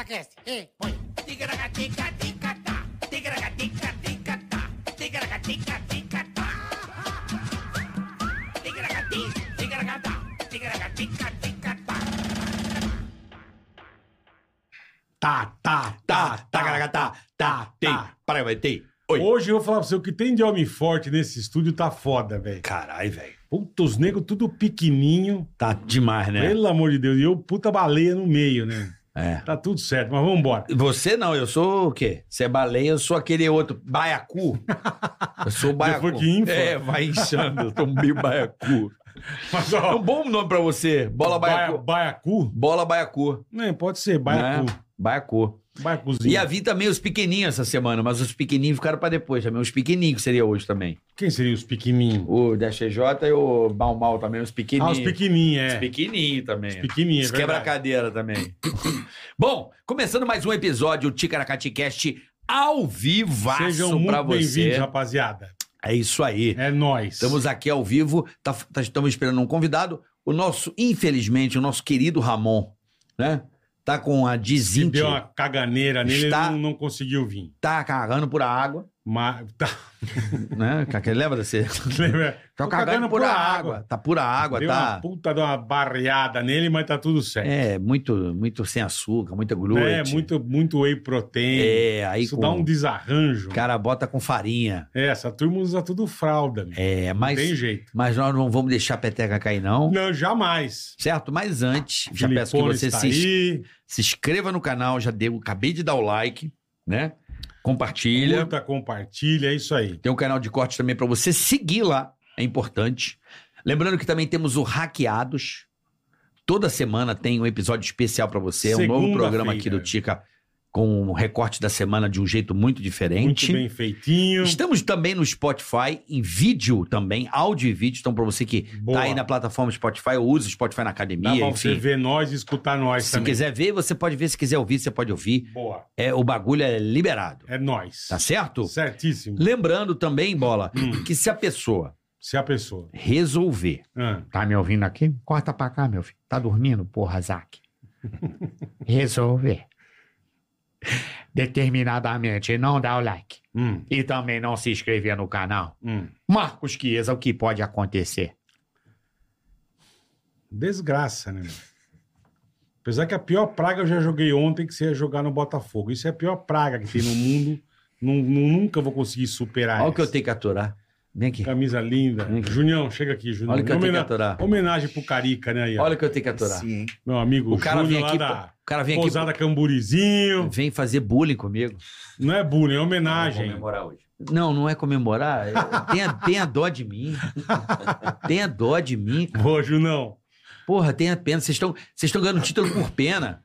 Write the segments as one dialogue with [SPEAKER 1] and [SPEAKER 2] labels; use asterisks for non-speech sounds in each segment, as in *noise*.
[SPEAKER 1] Cast. Ei, põe.
[SPEAKER 2] Ticaracatica-ticatá, ticaracatica-ticatá, ticaracatica-ticatá. Ticaracati, ticaracatá, ticaracatica-ticatá.
[SPEAKER 3] Tá, tá, tá, tá, tá, tá, tá,
[SPEAKER 4] Tem,
[SPEAKER 3] tá.
[SPEAKER 4] para, vai, tem. Oi.
[SPEAKER 3] Hoje eu vou falar pra você, o que tem de homem forte nesse estúdio tá foda, velho.
[SPEAKER 4] Caralho, velho.
[SPEAKER 3] Puta, os negros tudo pequenininho,
[SPEAKER 4] Tá demais, né?
[SPEAKER 3] pelo amor de Deus. E eu, puta baleia no meio, né?
[SPEAKER 4] É.
[SPEAKER 3] Tá tudo certo, mas vambora.
[SPEAKER 4] Você não, eu sou o quê? Você é baleia, eu sou aquele outro, baiacu. Eu sou o baiacu.
[SPEAKER 3] *laughs* Depois que infla.
[SPEAKER 4] É, vai inchando, eu tô meio baiacu.
[SPEAKER 3] Mas,
[SPEAKER 4] É
[SPEAKER 3] ó,
[SPEAKER 4] um bom nome pra você, bola baiacu.
[SPEAKER 3] Baia- Baiacu?
[SPEAKER 4] Bola baiacu.
[SPEAKER 3] Né, pode ser, baiacu.
[SPEAKER 4] Né? Baiacu.
[SPEAKER 3] Baiacuzinho.
[SPEAKER 4] E havia também os pequenininhos essa semana, mas os pequenininhos ficaram pra depois também. Os pequenininhos que seria hoje também.
[SPEAKER 3] Quem seria os pequenininhos?
[SPEAKER 4] O da XJ e o Mal Mal também, os
[SPEAKER 3] Ah,
[SPEAKER 4] pequenininhos.
[SPEAKER 3] os pequenininhos,
[SPEAKER 4] Os
[SPEAKER 3] é.
[SPEAKER 4] pequenininhos também.
[SPEAKER 3] Pequenininhos,
[SPEAKER 4] Isso
[SPEAKER 3] é
[SPEAKER 4] quebra a
[SPEAKER 3] verdade.
[SPEAKER 4] cadeira também. *coughs* Bom, começando mais um episódio do Ticaracaticast ao vivaço
[SPEAKER 3] Sejam
[SPEAKER 4] pra
[SPEAKER 3] muito bem-vindos,
[SPEAKER 4] você.
[SPEAKER 3] rapaziada.
[SPEAKER 4] É isso aí.
[SPEAKER 3] É nóis.
[SPEAKER 4] Estamos aqui ao vivo, tá- tá- estamos esperando um convidado. O nosso, infelizmente, o nosso querido Ramon, né? Tá com a
[SPEAKER 3] Se
[SPEAKER 4] desinte,
[SPEAKER 3] deu uma caganeira nele,
[SPEAKER 4] Está-
[SPEAKER 3] ele não, não conseguiu vir.
[SPEAKER 4] tá cagando por água,
[SPEAKER 3] Mas, *laughs* tá,
[SPEAKER 4] né? Que- que- Lembra
[SPEAKER 3] *laughs*
[SPEAKER 4] desse? Tô,
[SPEAKER 3] lembra? Tô
[SPEAKER 4] cagando, por, a água. Tá pura água,
[SPEAKER 3] Deu
[SPEAKER 4] tá.
[SPEAKER 3] uma puta de uma barreada nele, mas tá tudo certo.
[SPEAKER 4] É, muito, muito sem açúcar, muita glúten.
[SPEAKER 3] É, muito, muito whey protein.
[SPEAKER 4] É, aí
[SPEAKER 3] Isso
[SPEAKER 4] com-
[SPEAKER 3] dá um desarranjo.
[SPEAKER 4] o cara bota com farinha.
[SPEAKER 3] É, essa turma usa tudo fralda, meu.
[SPEAKER 4] É, mas
[SPEAKER 3] Não tem jeito.
[SPEAKER 4] Mas nós não vamos deixar a peteca cair, não.
[SPEAKER 3] Não, jamais.
[SPEAKER 4] Certo? Mas antes, já peço que
[SPEAKER 3] Ah, Filipone
[SPEAKER 4] você
[SPEAKER 3] está
[SPEAKER 4] se, is-
[SPEAKER 3] aí,
[SPEAKER 4] se inscreva no canal. Já deu, acabei de dar o like, né? Compartilha.
[SPEAKER 3] curta, compartilha, é isso aí.
[SPEAKER 4] Tem um canal de corte também pra você seguir lá. É importante. Lembrando que também temos o Hackeados. Toda semana tem um episódio especial pra você. É um novo
[SPEAKER 3] Segunda-feira.
[SPEAKER 4] programa aqui do Tica com um recorte da semana de um jeito muito diferente.
[SPEAKER 3] Muito bem feitinho.
[SPEAKER 4] Estamos também no Spotify, em vídeo também, áudio e vídeo. Então, pra você que
[SPEAKER 3] Boa.
[SPEAKER 4] tá aí na plataforma Spotify, ou usa o Spotify na
[SPEAKER 3] Dá
[SPEAKER 4] academia,
[SPEAKER 3] pra você
[SPEAKER 4] enfim.
[SPEAKER 3] ver nós e escutar nós
[SPEAKER 4] Se
[SPEAKER 3] também.
[SPEAKER 4] quiser ver, você pode ver. Se quiser ouvir, você pode ouvir.
[SPEAKER 3] Boa.
[SPEAKER 4] É, o bagulho é liberado.
[SPEAKER 3] É nós.
[SPEAKER 4] Tá certo?
[SPEAKER 3] Certíssimo.
[SPEAKER 4] Lembrando também, Bola,
[SPEAKER 3] Hum.
[SPEAKER 4] que se a pessoa
[SPEAKER 3] Se a pessoa.
[SPEAKER 4] resolver.
[SPEAKER 3] Ah,
[SPEAKER 4] Tá me ouvindo aqui? Corta pra cá, meu filho. Tá dormindo, porra, Zac.
[SPEAKER 3] *laughs*
[SPEAKER 4] resolver.
[SPEAKER 5] determinadamente não dá o like
[SPEAKER 3] hum,
[SPEAKER 5] e também não se inscrever no canal.
[SPEAKER 3] hum.
[SPEAKER 5] Marcos Chiesa, o que pode acontecer?
[SPEAKER 3] Desgraça, né? meu? Apesar que a pior praga eu já joguei ontem, que você ia jogar no Botafogo. Isso é a pior praga que tem no mundo. Nun- nun- nunca vou conseguir superar
[SPEAKER 4] Olha o que eu
[SPEAKER 3] essa.
[SPEAKER 4] tenho que aturar. Vem aqui.
[SPEAKER 3] Camisa linda.
[SPEAKER 4] Vem aqui.
[SPEAKER 3] Junião, chega aqui, Junião.
[SPEAKER 4] Olha o que eu tenho que
[SPEAKER 3] Homena-
[SPEAKER 4] aturar.
[SPEAKER 3] Homenagem pro Carica, né? Aí, ó.
[SPEAKER 4] Olha o que eu tenho que aturar.
[SPEAKER 3] Meu amigo
[SPEAKER 4] O cara
[SPEAKER 3] Júnior
[SPEAKER 4] vem
[SPEAKER 3] lá
[SPEAKER 4] aqui.
[SPEAKER 3] da
[SPEAKER 4] O cara vem aqui.
[SPEAKER 3] Pousada Camburizinho.
[SPEAKER 4] Vem fazer bullying comigo.
[SPEAKER 3] Não é bullying, é homenagem.
[SPEAKER 4] comemorar hoje. Não, não é comemorar. É- Tenha, tenha dó de mim. *laughs* Tenha dó de mim.
[SPEAKER 3] Boa, Junão.
[SPEAKER 4] Porra, tenha pena. Vocês estão vocês estão ganhando título por pena.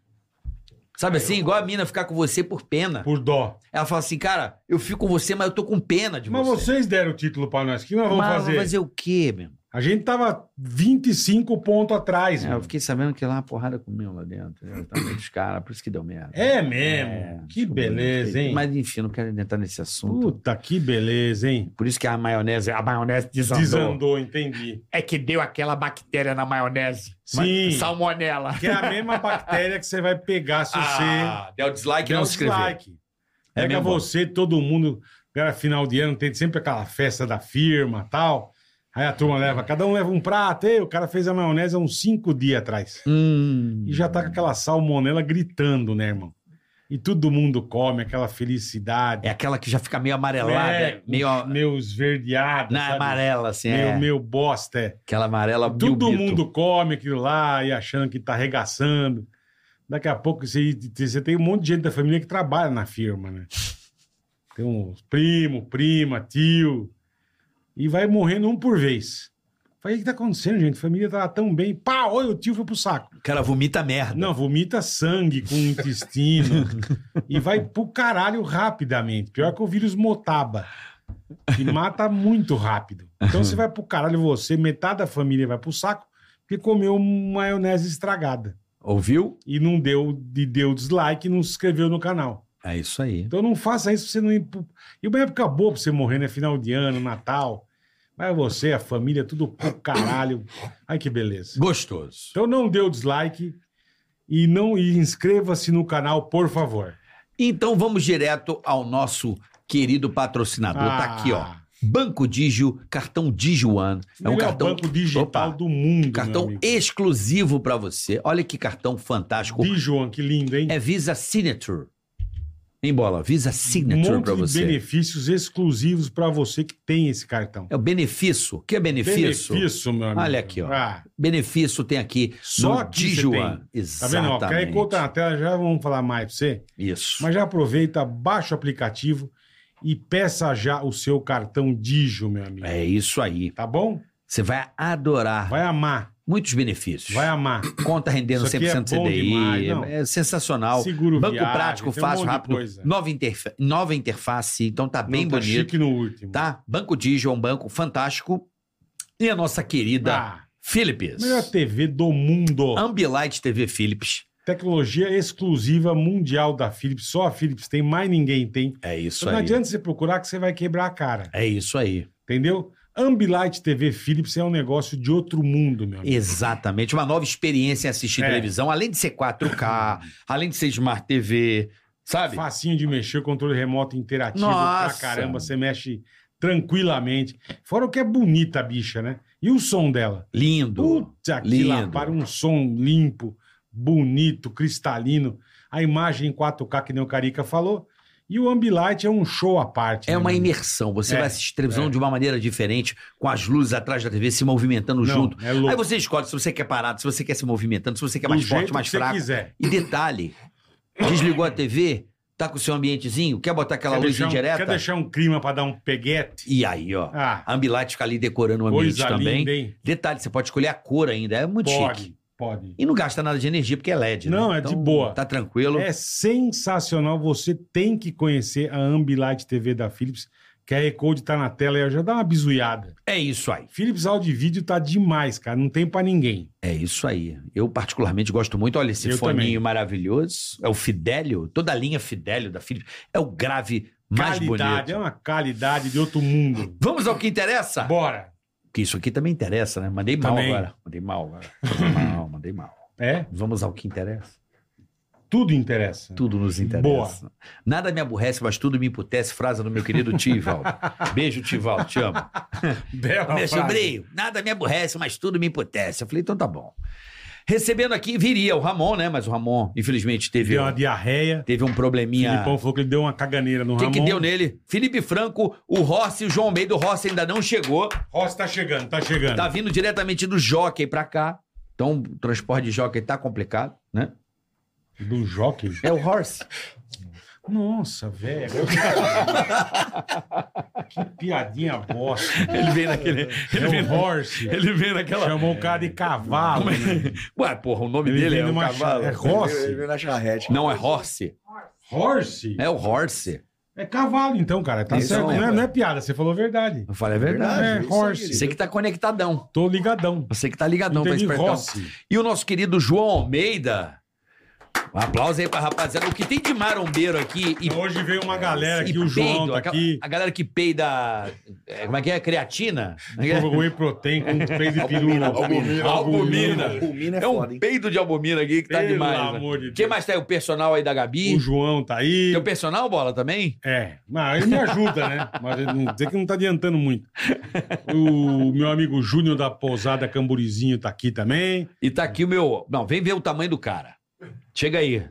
[SPEAKER 4] Sabe assim? Igual a mina ficar com você por pena.
[SPEAKER 3] Por dó.
[SPEAKER 4] Ela fala assim, cara, eu fico com você, mas eu tô com pena de
[SPEAKER 3] Mas
[SPEAKER 4] você.
[SPEAKER 3] vocês deram o título pra nós. O que nós vamos
[SPEAKER 4] mas
[SPEAKER 3] fazer?
[SPEAKER 4] fazer o quê, meu?
[SPEAKER 3] A gente tava 25 pontos atrás,
[SPEAKER 4] É,
[SPEAKER 3] meu.
[SPEAKER 4] eu fiquei sabendo que lá uma porrada comeu lá dentro. Eu tava meio dos caras, por isso que deu merda.
[SPEAKER 3] É mesmo. que
[SPEAKER 4] desculpa,
[SPEAKER 3] beleza, hein?
[SPEAKER 4] Mas enfim, não quero entrar nesse assunto.
[SPEAKER 3] Puta, que beleza, hein?
[SPEAKER 4] Por isso que a maionese,
[SPEAKER 5] A maionese desandou.
[SPEAKER 3] Desandou, entendi.
[SPEAKER 5] É que deu aquela bactéria na maionese.
[SPEAKER 3] Sim.
[SPEAKER 5] Salmonela.
[SPEAKER 3] Que é a mesma *laughs* bactéria que você vai pegar se você
[SPEAKER 4] Ah, deu dislike e não se inscreveu.
[SPEAKER 3] dislike.
[SPEAKER 4] É
[SPEAKER 3] Pega
[SPEAKER 4] mesmo?
[SPEAKER 3] você, todo mundo. Cara, final de ano tem sempre aquela festa da firma tal. Aí a turma leva, cada um leva um prato. Ei, o cara fez a maionese há uns cinco dias atrás.
[SPEAKER 4] Hum.
[SPEAKER 3] E já tá com aquela salmonela gritando, né, irmão? E todo mundo come, aquela felicidade.
[SPEAKER 4] É aquela que já fica meio amarelada,
[SPEAKER 3] É,
[SPEAKER 4] meio
[SPEAKER 3] Meio esverdeado.
[SPEAKER 4] na
[SPEAKER 3] sabe?
[SPEAKER 4] amarela, assim,
[SPEAKER 3] Meio,
[SPEAKER 4] é.
[SPEAKER 3] meio bosta, é.
[SPEAKER 4] aquela amarela
[SPEAKER 3] Todo
[SPEAKER 4] bilbito.
[SPEAKER 3] mundo come aquilo lá e achando que tá arregaçando. Daqui a pouco você, você tem um monte de gente da família que trabalha na firma, né? Tem uns primo, prima, tio. E vai morrendo um por vez. Falei, o que tá acontecendo, gente? A família tava tão bem. Pá, olha, o tio foi pro saco.
[SPEAKER 4] O cara vomita merda.
[SPEAKER 3] Não, vomita sangue com o intestino. e vai pro caralho rapidamente. Pior que o vírus motaba. E mata muito rápido. Então você vai pro caralho, você, metade da família vai pro saco, porque comeu maionese estragada.
[SPEAKER 4] Ouviu?
[SPEAKER 3] E não deu, e deu dislike e não se inscreveu no canal.
[SPEAKER 4] É isso aí.
[SPEAKER 3] Então não faça isso pra você não ir pro... E uma época boa pra você morrer, né? Final de ano, Natal. Mas você, a família, tudo pro caralho. Ai, que beleza.
[SPEAKER 4] Gostoso.
[SPEAKER 3] Então não dê o dislike. E não e inscreva-se no canal, por favor.
[SPEAKER 4] Então vamos direto ao nosso querido patrocinador. Tá
[SPEAKER 3] Ah,
[SPEAKER 4] aqui, ó. Banco Digio, cartão Digio One. É um
[SPEAKER 3] melhor
[SPEAKER 4] cartão,
[SPEAKER 3] banco digital
[SPEAKER 4] Opa.
[SPEAKER 3] do mundo,
[SPEAKER 4] cartão
[SPEAKER 3] meu amigo.
[SPEAKER 4] exclusivo pra você. Olha que cartão fantástico.
[SPEAKER 3] Dijon, que lindo, hein?
[SPEAKER 4] É Visa Signature. Em bola, Visa
[SPEAKER 3] um
[SPEAKER 4] Signature
[SPEAKER 3] monte
[SPEAKER 4] pra
[SPEAKER 3] de
[SPEAKER 4] você.
[SPEAKER 3] benefícios exclusivos pra você que tem esse cartão.
[SPEAKER 4] É o benefício. O que é benefício? Benefício,
[SPEAKER 3] Benefício, meu amigo.
[SPEAKER 4] Olha aqui, ó.
[SPEAKER 3] Ah,
[SPEAKER 4] tem aqui
[SPEAKER 3] Só
[SPEAKER 4] no
[SPEAKER 3] aqui você
[SPEAKER 4] Digio
[SPEAKER 3] tem.
[SPEAKER 4] One.
[SPEAKER 3] tá vendo? Ó, quer
[SPEAKER 4] Exatamente.
[SPEAKER 3] encontrar na tela, já vamos falar mais pra você.
[SPEAKER 4] Isso.
[SPEAKER 3] Mas já aproveita, baixa o aplicativo e peça já o seu cartão Dijo, meu amigo.
[SPEAKER 4] É isso aí.
[SPEAKER 3] Tá bom?
[SPEAKER 4] Você vai adorar.
[SPEAKER 3] Vai amar,
[SPEAKER 4] Muitos benefícios.
[SPEAKER 3] vai amar.
[SPEAKER 4] Conta rendendo
[SPEAKER 3] Isso aqui é
[SPEAKER 4] 100%
[SPEAKER 3] bom
[SPEAKER 4] CDI.
[SPEAKER 3] demais, não.
[SPEAKER 4] é sensacional.
[SPEAKER 3] Seguro
[SPEAKER 4] Banco
[SPEAKER 3] viagem,
[SPEAKER 4] prático,
[SPEAKER 3] tem um
[SPEAKER 4] fácil,
[SPEAKER 3] monte de
[SPEAKER 4] rápido.
[SPEAKER 3] coisa.
[SPEAKER 4] Nova, interfa- nova interface, então tá bem
[SPEAKER 3] Não, tá
[SPEAKER 4] bonito.
[SPEAKER 3] chique no último.
[SPEAKER 4] Tá? Banco Digio é um banco fantástico. E a nossa querida
[SPEAKER 3] Ah,
[SPEAKER 4] Philips.
[SPEAKER 3] melhor TV do mundo.
[SPEAKER 4] Ambilight TV Philips.
[SPEAKER 3] Tecnologia exclusiva mundial da Philips. Só a Philips tem, mais ninguém tem.
[SPEAKER 4] É isso
[SPEAKER 3] Não
[SPEAKER 4] aí.
[SPEAKER 3] adianta você procurar que você vai quebrar a cara.
[SPEAKER 4] É isso aí.
[SPEAKER 3] Entendeu? Ambilight TV Philips é um negócio de outro mundo, meu amigo.
[SPEAKER 4] Exatamente. Uma nova experiência em assistir
[SPEAKER 3] É.
[SPEAKER 4] televisão, além de ser
[SPEAKER 3] *laughs*
[SPEAKER 4] 4K, além de ser Smart TV, sabe?
[SPEAKER 3] Facinho de mexer, controle remoto interativo
[SPEAKER 4] Nossa.
[SPEAKER 3] pra caramba. Você mexe tranquilamente. Fora o que é bonita a bicha, né? E o som dela?
[SPEAKER 4] Lindo.
[SPEAKER 3] Puta que
[SPEAKER 4] Lindo.
[SPEAKER 3] lá, para um som limpo, bonito, cristalino. A imagem em 4K, que nem o Carica falou. E o Ambilight é um show à parte.
[SPEAKER 4] É
[SPEAKER 3] né,
[SPEAKER 4] uma
[SPEAKER 3] meu amigo?
[SPEAKER 4] imersão. Você
[SPEAKER 3] É,
[SPEAKER 4] vai assistir televisão
[SPEAKER 3] é.
[SPEAKER 4] de uma maneira diferente, com as luzes atrás da TV se movimentando
[SPEAKER 3] Não,
[SPEAKER 4] junto.
[SPEAKER 3] É louco.
[SPEAKER 4] Aí você escolhe se você quer parado, se você quer se movimentando, se você quer
[SPEAKER 3] Do
[SPEAKER 4] mais
[SPEAKER 3] jeito
[SPEAKER 4] forte, mais
[SPEAKER 3] que você
[SPEAKER 4] fraco.
[SPEAKER 3] quiser.
[SPEAKER 4] E detalhe: desligou a TV, tá com o seu ambientezinho, quer botar aquela
[SPEAKER 3] Quer
[SPEAKER 4] luz
[SPEAKER 3] deixar um-
[SPEAKER 4] indireta?
[SPEAKER 3] Quer deixar um clima pra dar um peguete?
[SPEAKER 4] E aí, ó.
[SPEAKER 3] Ah,
[SPEAKER 4] A Ambilight fica ali decorando o um ambiente
[SPEAKER 3] coisa
[SPEAKER 4] também.
[SPEAKER 3] linda, hein?
[SPEAKER 4] Detalhe, você pode escolher a cor ainda, é muito chique.
[SPEAKER 3] Pode, pode.
[SPEAKER 4] E não gasta nada de energia, porque é LED, né?
[SPEAKER 3] Não, é de boa.
[SPEAKER 4] Tá tranquilo.
[SPEAKER 3] É sensacional. Você tem que conhecer a Ambilight TV da Philips. QR Code tá na tela aí, ó, já dá uma bizuiada.
[SPEAKER 4] É isso aí.
[SPEAKER 3] Philips Audio e Vídeo tá demais, cara. Não tem pra ninguém.
[SPEAKER 4] É isso aí. Eu particularmente gosto muito. Olha esse
[SPEAKER 3] Eu
[SPEAKER 4] foninho
[SPEAKER 3] também.
[SPEAKER 4] maravilhoso. É o Fidelio. Toda a linha Fidelio da Philips. É o grave mais
[SPEAKER 3] Qualidade, é
[SPEAKER 4] bonito.
[SPEAKER 3] uma qualidade de outro mundo.
[SPEAKER 4] Vamos ao que interessa?
[SPEAKER 3] Bora.
[SPEAKER 4] Porque isso aqui também interessa, né? Mandei mal
[SPEAKER 3] Também.
[SPEAKER 4] agora. Mandei mal agora. Mandei mal, mandei mal.
[SPEAKER 3] É,
[SPEAKER 4] Vamos ao que interessa.
[SPEAKER 3] tudo interessa.
[SPEAKER 4] Tudo nos interessa.
[SPEAKER 3] Boa.
[SPEAKER 4] Nada me aborrece, mas tudo me emputece. Frase do meu querido
[SPEAKER 3] *laughs*
[SPEAKER 4] Tival. Beijo, Tival. Te amo.
[SPEAKER 3] Bela
[SPEAKER 4] Meu
[SPEAKER 3] frase.
[SPEAKER 4] sobrinho, nada me aborrece, mas tudo me emputece. Eu falei, então tá bom. Recebendo aqui, viria o Ramon, né? Mas o Ramon, infelizmente, teve,
[SPEAKER 3] Deu uma diarreia.
[SPEAKER 4] teve um probleminha.
[SPEAKER 3] Filipão
[SPEAKER 4] O
[SPEAKER 3] falou que ele deu uma caganeira no
[SPEAKER 4] que,
[SPEAKER 3] Ramon.
[SPEAKER 4] que deu né? nele? Felipe Franco, o Rossi e o João Almeida. O Rossi ainda não chegou.
[SPEAKER 3] Rossi tá chegando, tá chegando.
[SPEAKER 4] Tá vindo diretamente do Jockey pra cá. Então, o transporte de Jockey tá complicado, né?
[SPEAKER 3] Do jockey.
[SPEAKER 4] É o
[SPEAKER 3] *laughs*
[SPEAKER 4] Horse.
[SPEAKER 3] Nossa, velho. *laughs* que piadinha bosta.
[SPEAKER 4] Ele vem naquele...
[SPEAKER 3] É
[SPEAKER 4] Ele vem,
[SPEAKER 3] um horse.
[SPEAKER 4] ele vem naquela...
[SPEAKER 3] Chamou o cara de cavalo. né?
[SPEAKER 4] Ué, porra, o nome
[SPEAKER 3] Ele
[SPEAKER 4] dele
[SPEAKER 3] vem
[SPEAKER 4] é um
[SPEAKER 3] numa cha-
[SPEAKER 4] cavalo.
[SPEAKER 3] É
[SPEAKER 1] Ele
[SPEAKER 3] Rossi?
[SPEAKER 1] veio na charrete.
[SPEAKER 4] Não, é Horse.
[SPEAKER 3] Horse?
[SPEAKER 4] É o Horse.
[SPEAKER 3] É cavalo, então, cara. Tá
[SPEAKER 4] Isso é,
[SPEAKER 3] certo. Não é,
[SPEAKER 4] velho.
[SPEAKER 3] não é piada, você falou a verdade.
[SPEAKER 4] Eu falei, é verdade.
[SPEAKER 3] É,
[SPEAKER 1] isso aí,
[SPEAKER 3] horse.
[SPEAKER 1] querido.
[SPEAKER 4] Você que tá conectadão.
[SPEAKER 3] Tô ligadão.
[SPEAKER 4] Você que tá ligadão pra
[SPEAKER 3] Entendi,
[SPEAKER 4] espertão.
[SPEAKER 3] Rossi.
[SPEAKER 4] E o nosso querido João Almeida. Um aplauso aí pra rapaziada. O que tem de marombeiro aqui e, É,
[SPEAKER 3] Então, hoje veio uma galera
[SPEAKER 4] e
[SPEAKER 3] aqui, o João
[SPEAKER 4] peido,
[SPEAKER 3] tá
[SPEAKER 4] aquela-
[SPEAKER 3] aqui.
[SPEAKER 4] A galera que peida. é, como é que é? Creatina?
[SPEAKER 3] *laughs* O whey protein com peito de né? pirula.
[SPEAKER 1] Albumina, albumina,
[SPEAKER 4] albumina.
[SPEAKER 1] Albumina é
[SPEAKER 4] É
[SPEAKER 1] foda,
[SPEAKER 4] um
[SPEAKER 1] hein?
[SPEAKER 4] peido de albumina aqui que tá
[SPEAKER 3] Pelo
[SPEAKER 4] demais. né?
[SPEAKER 3] amor de
[SPEAKER 4] Quem
[SPEAKER 3] Deus.
[SPEAKER 4] mais tá aí? O personal aí da Gabi.
[SPEAKER 3] O João tá aí.
[SPEAKER 4] Tem o personal, bola também?
[SPEAKER 3] É, mas ele me ajuda, né? Mas ele não dizer que não tá adiantando muito. O meu amigo Júnior da Pousada Camburizinho tá aqui também.
[SPEAKER 4] E tá aqui o meu. Não, vem ver o tamanho do cara. Chega aí.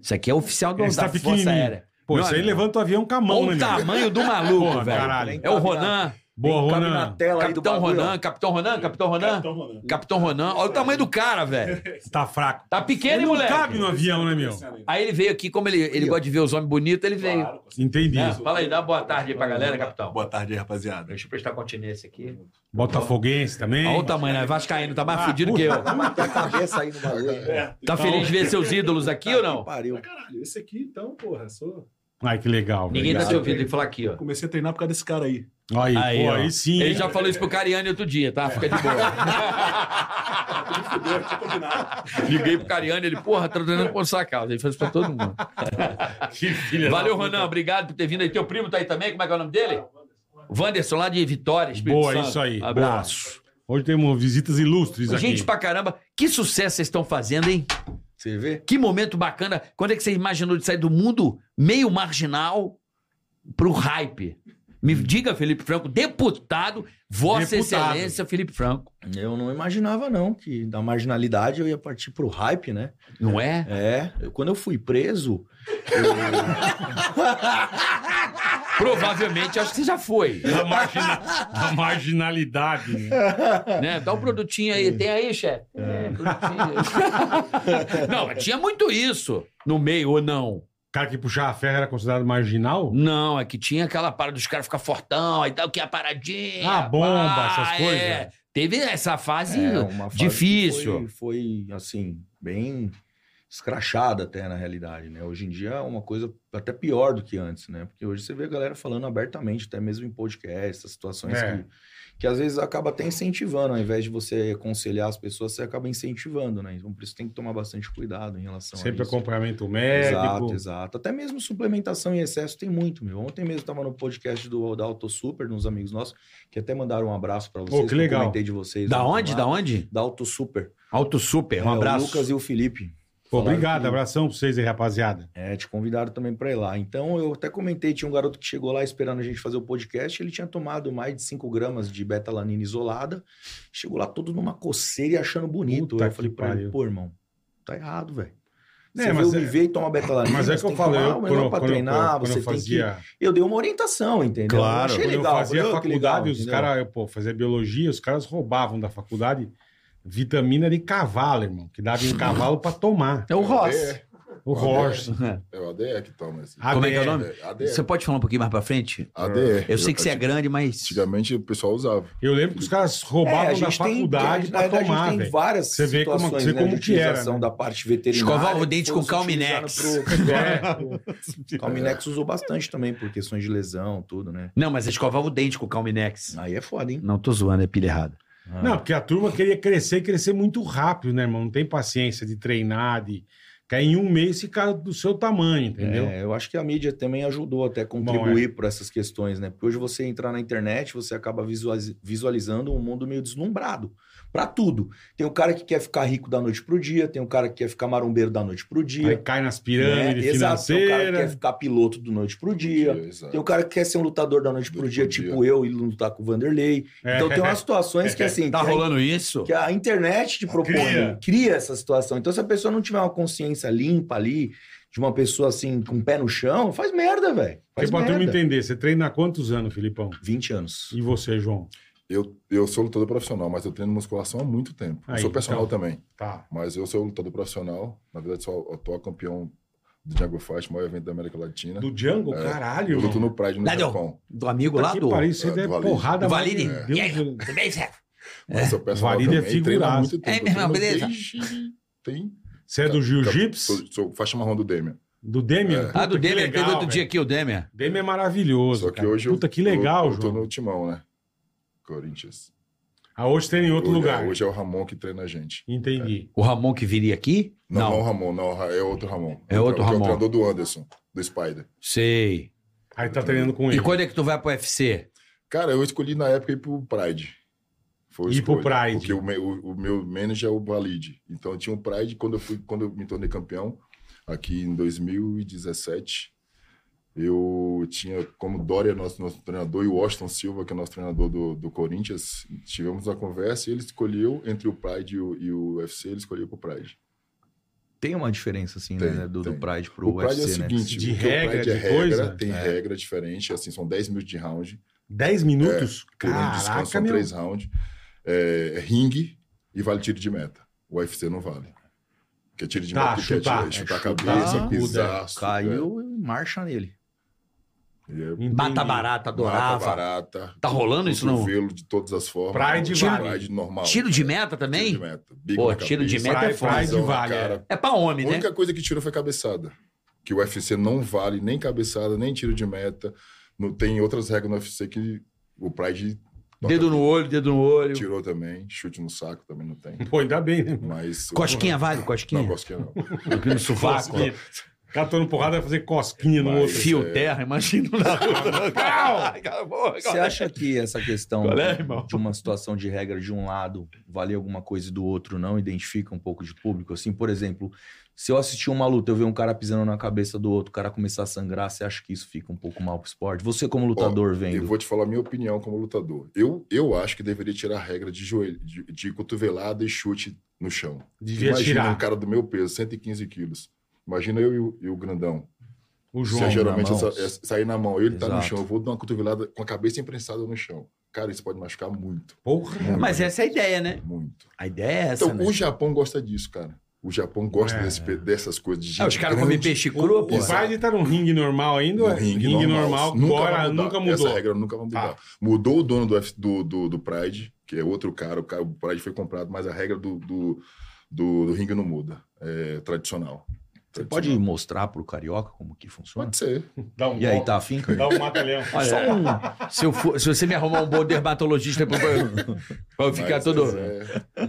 [SPEAKER 4] Isso aqui é oficial do,
[SPEAKER 3] Esse
[SPEAKER 4] da
[SPEAKER 3] tá
[SPEAKER 4] Força
[SPEAKER 3] pequenininho.
[SPEAKER 4] Aérea.
[SPEAKER 3] Pô,
[SPEAKER 4] Meu
[SPEAKER 3] isso aí
[SPEAKER 4] amigo,
[SPEAKER 3] levanta o avião com a mão,
[SPEAKER 4] Olha
[SPEAKER 3] né?
[SPEAKER 4] o
[SPEAKER 3] meu?
[SPEAKER 4] tamanho do maluco,
[SPEAKER 3] Porra,
[SPEAKER 4] velho.
[SPEAKER 3] caralho.
[SPEAKER 4] É o Ronan.
[SPEAKER 3] Boa,
[SPEAKER 1] um Cabe
[SPEAKER 3] Ronan.
[SPEAKER 1] na tela aí do
[SPEAKER 4] Capitão
[SPEAKER 1] bagulho,
[SPEAKER 4] Ronan, Capitão Ronan, Capitão Ronan.
[SPEAKER 1] ó.
[SPEAKER 4] Capitão Ronan. Olha o tamanho do cara, velho.
[SPEAKER 3] Tá fraco.
[SPEAKER 4] Tá pequeno,
[SPEAKER 3] Ele
[SPEAKER 4] hein,
[SPEAKER 3] não
[SPEAKER 4] moleque?
[SPEAKER 3] cabe no avião, né, meu?
[SPEAKER 4] Aí ele veio aqui, como ele, ele
[SPEAKER 1] Ih, ó.
[SPEAKER 4] gosta de ver os homens bonitos, ele veio.
[SPEAKER 3] Entendi.
[SPEAKER 4] Né? Fala aí, dá uma boa tarde aí pra galera, capitão.
[SPEAKER 1] tá- Boa tarde aí, rapaziada.
[SPEAKER 4] Deixa eu prestar continência aqui.
[SPEAKER 3] Botafoguense também.
[SPEAKER 4] Olha o tamanho, né? Vascaíno, tá mais
[SPEAKER 3] Ah,
[SPEAKER 4] fudido que eu.
[SPEAKER 1] Vai bater a cabeça aí no bagulho. É.
[SPEAKER 4] Tá feliz de ver seus ídolos aqui ou não?
[SPEAKER 1] Pariu.
[SPEAKER 6] Caralho, esse aqui então, porra, sou.
[SPEAKER 3] Ai, que legal.
[SPEAKER 4] Ninguém
[SPEAKER 3] velho.
[SPEAKER 4] tá te ouvindo, tem que falar aqui, ó.
[SPEAKER 6] Comecei a treinar por causa desse cara aí.
[SPEAKER 3] Aí,
[SPEAKER 4] Aí,
[SPEAKER 3] pô,
[SPEAKER 4] ó.
[SPEAKER 3] aí sim.
[SPEAKER 4] Ele
[SPEAKER 3] hein?
[SPEAKER 4] já falou isso pro Cariani outro dia, tá? Fica de
[SPEAKER 3] *laughs*
[SPEAKER 4] boa. Liguei pro Cariani, ele, porra, tá treinando com o Sacal. Ele fez isso pra todo mundo.
[SPEAKER 3] Que filha
[SPEAKER 4] Valeu,
[SPEAKER 3] da puta.
[SPEAKER 4] Ronan. Obrigado por ter vindo aí. Teu primo tá aí também. Como é que é o nome dele? Wanderson, lá de Vitória, Espírito
[SPEAKER 3] Boa,
[SPEAKER 4] Santo.
[SPEAKER 3] isso aí.
[SPEAKER 4] Abraço.
[SPEAKER 3] Hoje temos visitas ilustres
[SPEAKER 4] Gente
[SPEAKER 3] aqui.
[SPEAKER 4] pra caramba, que sucesso vocês estão fazendo, hein?
[SPEAKER 1] Você vê?
[SPEAKER 4] Que momento bacana. Quando é que você imaginou de sair do mundo meio marginal pro hype? Me diga, Felipe Franco, deputado, Vossa
[SPEAKER 3] Deputado.
[SPEAKER 4] Excelência Felipe Franco.
[SPEAKER 7] Eu não imaginava, não, que da marginalidade eu ia partir pro hype, né?
[SPEAKER 4] Não é?
[SPEAKER 7] *laughs* É, eu- quando eu fui preso,
[SPEAKER 4] Provavelmente, acho que você já foi.
[SPEAKER 3] Da, margina- da marginalidade. Né?
[SPEAKER 4] Né? Dá um produtinho aí. Tem aí, chefe? É, produtinho. não, mas tinha muito isso no meio, ou não?
[SPEAKER 3] O *laughs* cara que puxava ferro era considerado marginal?
[SPEAKER 4] Não, é que tinha aquela parada dos caras ficar fortão, aí tal, que a paradinha.
[SPEAKER 3] Ah, bomba, essas
[SPEAKER 4] é. Teve essa fase.
[SPEAKER 7] é uma fase
[SPEAKER 4] difícil.
[SPEAKER 7] que Foi, foi, assim, bem escrachada até na realidade, né? Hoje em dia é uma coisa até pior do que antes, né? Porque hoje você vê a galera falando abertamente, até mesmo em podcast, essas situações
[SPEAKER 3] É.
[SPEAKER 7] que, que às vezes acaba até incentivando, ao invés de você aconselhar as pessoas, você acaba incentivando, né? Então por isso tem que tomar bastante cuidado em relação a
[SPEAKER 3] Sempre tipo
[SPEAKER 7] isso.
[SPEAKER 3] acompanhamento
[SPEAKER 7] Exato,
[SPEAKER 3] médico.
[SPEAKER 7] exato. Até mesmo suplementação em excesso tem muito, meu. Ontem mesmo estava no podcast do, da Autosuper, de uns amigos nossos, que até mandaram um abraço para vocês.
[SPEAKER 3] que
[SPEAKER 7] que
[SPEAKER 3] legal.
[SPEAKER 7] Eu comentei de vocês.
[SPEAKER 4] Da
[SPEAKER 7] ontem
[SPEAKER 4] onde?
[SPEAKER 7] lá.
[SPEAKER 4] Da onde?
[SPEAKER 7] Da Autosuper.
[SPEAKER 4] Alto Super. Um
[SPEAKER 7] É,
[SPEAKER 4] abraço.
[SPEAKER 7] O Lucas e o Felipe.
[SPEAKER 3] Pô,
[SPEAKER 7] Falaram
[SPEAKER 3] obrigado,
[SPEAKER 7] que-
[SPEAKER 3] abração pra vocês aí, rapaziada.
[SPEAKER 7] É, te convidaram também para ir lá. Então, eu até comentei, tinha um garoto que chegou lá esperando a gente fazer o podcast, ele tinha tomado mais de 5 gramas de betalanina isolada, chegou lá todo numa coceira e achando bonito.
[SPEAKER 3] Puta
[SPEAKER 7] eu falei
[SPEAKER 3] que
[SPEAKER 7] para ele,
[SPEAKER 3] pariu.
[SPEAKER 7] pô, irmão, tá errado, velho.
[SPEAKER 3] É,
[SPEAKER 7] Você vê
[SPEAKER 3] mas
[SPEAKER 7] o
[SPEAKER 3] é-
[SPEAKER 7] viver e toma betalanina,
[SPEAKER 3] Mas é
[SPEAKER 7] você
[SPEAKER 3] que eu
[SPEAKER 7] tem
[SPEAKER 3] falei, eu,
[SPEAKER 7] tomar o
[SPEAKER 3] quando, eu-
[SPEAKER 7] melhor pra
[SPEAKER 3] quando, eu-
[SPEAKER 7] treinar,
[SPEAKER 3] quando
[SPEAKER 7] você
[SPEAKER 3] eu
[SPEAKER 7] tem que...
[SPEAKER 3] fazia,
[SPEAKER 7] Eu dei uma orientação, entendeu?
[SPEAKER 4] Claro.
[SPEAKER 7] eu achei
[SPEAKER 3] quando
[SPEAKER 7] legal.
[SPEAKER 3] eu fazia
[SPEAKER 7] falei, "Ô, que
[SPEAKER 3] faculdade,
[SPEAKER 7] legal",
[SPEAKER 3] os
[SPEAKER 7] entendeu?
[SPEAKER 3] caras, eu, pô, fazia biologia, os caras roubavam da faculdade vitamina de cavalo, irmão, que dava em um cavalo pra tomar.
[SPEAKER 4] É o Ross.
[SPEAKER 3] O Roche.
[SPEAKER 1] É o ADE que toma esse.
[SPEAKER 4] Como é que é o nome?
[SPEAKER 1] É, ADE.
[SPEAKER 4] Você pode falar um pouquinho mais pra frente?
[SPEAKER 1] ADE.
[SPEAKER 4] Eu sei que você é grande, mas.
[SPEAKER 1] Antigamente o pessoal usava.
[SPEAKER 3] Eu lembro que os caras
[SPEAKER 7] É,
[SPEAKER 3] roubavam
[SPEAKER 7] a
[SPEAKER 3] da
[SPEAKER 7] gente tem-
[SPEAKER 3] faculdade
[SPEAKER 7] na
[SPEAKER 3] pra
[SPEAKER 7] verdade,
[SPEAKER 3] tomar,
[SPEAKER 7] a gente tem
[SPEAKER 3] velho.
[SPEAKER 7] várias
[SPEAKER 3] Você vê como-
[SPEAKER 7] situações,
[SPEAKER 3] você vê
[SPEAKER 7] né,
[SPEAKER 3] como
[SPEAKER 7] de
[SPEAKER 3] que era,
[SPEAKER 7] utilização
[SPEAKER 3] né?
[SPEAKER 7] da parte veterinária.
[SPEAKER 4] Escovar o
[SPEAKER 7] que
[SPEAKER 4] dente
[SPEAKER 7] foi
[SPEAKER 4] com Calminex.
[SPEAKER 7] utilizada
[SPEAKER 3] *laughs*
[SPEAKER 7] pro- *laughs*
[SPEAKER 3] É.
[SPEAKER 7] O Calminex usou bastante também por questões de lesão, tudo, né?
[SPEAKER 4] Não, mas escovava o dente com o Calminex.
[SPEAKER 7] Aí é foda, hein?
[SPEAKER 4] Não, tô zoando, é pilha errada.
[SPEAKER 7] Ah.
[SPEAKER 3] Não, porque a turma queria crescer e crescer muito rápido, né, irmão? Não tem paciência de treinar, de. Que aí em um mês fica do seu tamanho, entendeu? é.
[SPEAKER 7] É, eu acho que a mídia também ajudou até a contribuir por essas questões, né? Porque hoje você entrar na internet, você acaba visualiz- visualizando um mundo meio deslumbrado pra tudo. Tem o cara que quer ficar rico da noite pro dia, tem o cara que quer ficar marombeiro da noite pro
[SPEAKER 3] Aí
[SPEAKER 7] dia.
[SPEAKER 3] cai nas
[SPEAKER 7] né?
[SPEAKER 3] pirâmides
[SPEAKER 7] Exato, tem o cara que quer
[SPEAKER 3] financeiras.
[SPEAKER 7] ficar piloto do noite pro dia.
[SPEAKER 1] exato.
[SPEAKER 7] Tem o cara que quer ser um lutador da noite pro
[SPEAKER 1] Noite
[SPEAKER 7] dia,
[SPEAKER 1] pro
[SPEAKER 7] tipo eu, e lutar com o Vanderlei.
[SPEAKER 1] É.
[SPEAKER 7] Então tem umas situações
[SPEAKER 1] *laughs*
[SPEAKER 7] que assim.
[SPEAKER 4] Tá
[SPEAKER 7] que a
[SPEAKER 4] rolando isso?
[SPEAKER 7] que a internet te propõe,
[SPEAKER 3] Cria.
[SPEAKER 7] cria. essa situação. Então, se a pessoa não tiver uma consciência limpa ali, de uma pessoa assim, com o pé no chão, faz merda, velho.
[SPEAKER 3] Porque
[SPEAKER 7] Faz
[SPEAKER 3] pra turma
[SPEAKER 7] merda.
[SPEAKER 3] entender, você treina há quantos anos, Filipão?
[SPEAKER 7] 20 anos.
[SPEAKER 3] E você, João?
[SPEAKER 1] Eu, eu sou lutador profissional, mas eu treino musculação há muito tempo.
[SPEAKER 3] Aí,
[SPEAKER 1] eu sou personal
[SPEAKER 3] então.
[SPEAKER 1] também,
[SPEAKER 3] Tá.
[SPEAKER 1] mas eu sou lutador profissional. Na verdade, sou o atual campeão do Jungle Fight, maior evento da América Latina.
[SPEAKER 3] Do Django,
[SPEAKER 1] É.
[SPEAKER 3] caralho,
[SPEAKER 1] Eu luto
[SPEAKER 3] irmão.
[SPEAKER 1] no Pride, no
[SPEAKER 4] Lá, não.
[SPEAKER 1] Japão.
[SPEAKER 4] Do amigo
[SPEAKER 3] Puta
[SPEAKER 4] lá
[SPEAKER 3] que
[SPEAKER 4] do.
[SPEAKER 3] pariu, você
[SPEAKER 1] é,
[SPEAKER 3] é,
[SPEAKER 1] do Valide.
[SPEAKER 3] porrada,
[SPEAKER 4] Do
[SPEAKER 3] mas-
[SPEAKER 4] Valide.
[SPEAKER 3] Meu Deus, eu-
[SPEAKER 2] Tudo bem, Zé?
[SPEAKER 1] Mas sou personal
[SPEAKER 3] Valide é
[SPEAKER 1] também, treino há
[SPEAKER 3] figuraça.
[SPEAKER 1] muito tempo.
[SPEAKER 4] É, meu irmão,
[SPEAKER 1] Eu treino
[SPEAKER 4] beleza?
[SPEAKER 1] desde- Tem...
[SPEAKER 3] Você
[SPEAKER 1] Tá,
[SPEAKER 3] é do Jiu-Jitsu?
[SPEAKER 1] Sou, sou faixa marrom do Demian.
[SPEAKER 3] Do Demian?
[SPEAKER 1] É.
[SPEAKER 4] Ah, do
[SPEAKER 3] Puta, que
[SPEAKER 4] Demer.
[SPEAKER 3] legal,
[SPEAKER 4] Teve outro dia
[SPEAKER 3] velho.
[SPEAKER 4] aqui o Demer.
[SPEAKER 3] Demian é maravilhoso.
[SPEAKER 1] Só que
[SPEAKER 3] cara.
[SPEAKER 1] hoje eu-
[SPEAKER 3] Puta, que
[SPEAKER 1] eu-
[SPEAKER 3] legal,
[SPEAKER 1] eu, tô
[SPEAKER 3] João.
[SPEAKER 1] no timão, né? Corinthians.
[SPEAKER 3] Ah, hoje treina em outro
[SPEAKER 1] hoje,
[SPEAKER 3] lugar.
[SPEAKER 1] Hoje é o Ramon que treina a gente.
[SPEAKER 3] Entendi.
[SPEAKER 4] O Ramon que viria aqui?
[SPEAKER 1] Não, não,
[SPEAKER 4] Não.
[SPEAKER 1] é o Ramon, não, é outro Ramon.
[SPEAKER 4] É outro
[SPEAKER 1] Que É
[SPEAKER 4] Ramon.
[SPEAKER 1] o treinador do Anderson, do Spider.
[SPEAKER 4] Sei.
[SPEAKER 3] Aí tá treinando com ele.
[SPEAKER 4] E quando é que tu vai pro UFC?
[SPEAKER 1] Cara, eu escolhi na época ir pro Pride. Foi a
[SPEAKER 3] Ir pro
[SPEAKER 1] escolha,
[SPEAKER 3] Pride.
[SPEAKER 1] Porque o meu, o- o meu manager é o Valide. Então tinha um Pride quando eu, fui, quando eu me tornei campeão, aqui em 2017. Eu tinha como Dória, nosso, nosso treinador, e o Washington Silva, que é nosso treinador do, do Corinthians, tivemos uma conversa e ele escolheu entre o Pride e o, e o UFC, ele escolheu pro Pride.
[SPEAKER 7] Tem uma diferença, assim,
[SPEAKER 1] Tem,
[SPEAKER 7] né? Do, do
[SPEAKER 1] tem.
[SPEAKER 7] Pride pro
[SPEAKER 1] O Pride
[SPEAKER 7] UFC,
[SPEAKER 1] é o
[SPEAKER 7] né?
[SPEAKER 1] seguinte:
[SPEAKER 3] De
[SPEAKER 1] porque o
[SPEAKER 3] regra, né?
[SPEAKER 1] Pride é
[SPEAKER 3] de
[SPEAKER 1] regra,
[SPEAKER 3] coisa?
[SPEAKER 1] tem regra diferente, assim, são 10 minutos de round.
[SPEAKER 3] 10 minutos?
[SPEAKER 1] Por um descanso,
[SPEAKER 3] Caraca,
[SPEAKER 1] são
[SPEAKER 3] meu.
[SPEAKER 1] três rounds. É, é ringue e vale tiro de meta. O UFC não vale. Porque tiro de
[SPEAKER 3] Tá,
[SPEAKER 1] meta que é
[SPEAKER 3] chutar.
[SPEAKER 1] tiro- é chutar,
[SPEAKER 7] É
[SPEAKER 1] a
[SPEAKER 7] chutar,
[SPEAKER 1] cabeça,
[SPEAKER 7] tudo,
[SPEAKER 1] pisar.
[SPEAKER 7] Caiu e marcha nele.
[SPEAKER 1] é, e é
[SPEAKER 3] Entendi.
[SPEAKER 4] Mata barata,
[SPEAKER 1] mata
[SPEAKER 4] adorava.
[SPEAKER 1] barata.
[SPEAKER 4] Tá rolando isso não?
[SPEAKER 1] Cotovelo de todas as formas.
[SPEAKER 3] Pride
[SPEAKER 1] Tiro-
[SPEAKER 3] vale.
[SPEAKER 1] Pride normal.
[SPEAKER 4] Tiro de
[SPEAKER 1] É,
[SPEAKER 4] meta também?
[SPEAKER 1] Tiro de meta. Bico
[SPEAKER 4] Pô,
[SPEAKER 1] na
[SPEAKER 4] tiro de
[SPEAKER 1] cabeça,
[SPEAKER 4] meta é
[SPEAKER 3] Pride-
[SPEAKER 4] foda.
[SPEAKER 3] Pride
[SPEAKER 1] visão na
[SPEAKER 3] vale,
[SPEAKER 1] cara.
[SPEAKER 3] é.
[SPEAKER 4] É pra homem,
[SPEAKER 1] A
[SPEAKER 4] né?
[SPEAKER 1] única coisa que tirou foi cabeçada. Que o UFC não vale nem cabeçada, nem tiro de meta. Não tem outras regras no UFC que o Pride
[SPEAKER 4] Dedo no olho, dedo no olho.
[SPEAKER 1] tirou também. Chute no saco também não tem.
[SPEAKER 3] Pô, ainda bem, né?
[SPEAKER 1] Mas.
[SPEAKER 4] Cosquinha vale,
[SPEAKER 1] Não,
[SPEAKER 4] cosquinha.
[SPEAKER 1] cosquinha não.
[SPEAKER 4] Aqui no sovaco.
[SPEAKER 3] O cara tomando porrada vai fazer cosquinha no
[SPEAKER 1] Vai.
[SPEAKER 3] outro.
[SPEAKER 4] Fio terra, imagina na
[SPEAKER 1] *laughs*
[SPEAKER 4] rua. Pau! Cala a boca,
[SPEAKER 7] Você acha que essa questão
[SPEAKER 4] Qual é, irmão?
[SPEAKER 7] de uma situação de regra de um lado valer alguma coisa e do outro não identifica um pouco de público? Assim, por exemplo, se eu assistir uma luta, eu ver um cara pisando na cabeça do outro, o cara começar a sangrar, você acha que isso fica um pouco mal pro esporte? Você como lutador
[SPEAKER 1] Eu
[SPEAKER 7] vendo,
[SPEAKER 1] vou te falar a minha opinião como lutador. Eu, eu acho que deveria tirar a regra de joelho, de, de cotovelada e chute no chão.
[SPEAKER 3] Devia
[SPEAKER 1] Imagina
[SPEAKER 3] tirar
[SPEAKER 1] um cara do meu peso, 115 quilos. Imagina eu e o, e o grandão.
[SPEAKER 3] o
[SPEAKER 1] Se
[SPEAKER 3] João.
[SPEAKER 1] eu geralmente
[SPEAKER 7] na mão.
[SPEAKER 1] essa- essa- sair na mão, ele tá no
[SPEAKER 7] Exato.
[SPEAKER 1] chão, eu vou dar uma cotovelada com a cabeça imprensada no chão. Cara, isso pode machucar muito,
[SPEAKER 3] Porra.
[SPEAKER 4] Mas essa é a ideia, né?
[SPEAKER 1] muito.
[SPEAKER 4] A ideia é essa,
[SPEAKER 1] Então,
[SPEAKER 4] né?
[SPEAKER 1] o Japão gosta disso, cara. O Japão gosta
[SPEAKER 3] É.
[SPEAKER 1] desse pe- dessas coisas de gente
[SPEAKER 4] Ah, os caras comem
[SPEAKER 1] grande.
[SPEAKER 4] peixe cru, pô.
[SPEAKER 3] O Vardy tá num ringue normal ainda? ou
[SPEAKER 1] No
[SPEAKER 3] é? ringue normal,
[SPEAKER 1] Nunca, vai
[SPEAKER 3] agora
[SPEAKER 1] mudar.
[SPEAKER 3] nunca
[SPEAKER 1] Essa
[SPEAKER 3] mudou.
[SPEAKER 1] regra nunca vai mudar.
[SPEAKER 3] Tá.
[SPEAKER 1] Mudou o dono do, F- do, do, do Pride, que é outro cara, o, cara, o Pride foi comprado, mas a regra do, do, do, do ringue não muda. É tradicional.
[SPEAKER 7] você
[SPEAKER 1] Tradicional.
[SPEAKER 7] pode mostrar pro carioca como que funciona?
[SPEAKER 1] Pode ser.
[SPEAKER 3] Dá um
[SPEAKER 7] E aí,
[SPEAKER 3] golpe,
[SPEAKER 7] tá afim, cara?
[SPEAKER 3] Dá um
[SPEAKER 1] *laughs*
[SPEAKER 3] mata-leão.
[SPEAKER 4] Olha, só um- se, eu for- se você me arrumar um bom dermatologista pra, pra eu- pra eu ficar
[SPEAKER 1] Mas,
[SPEAKER 4] todo.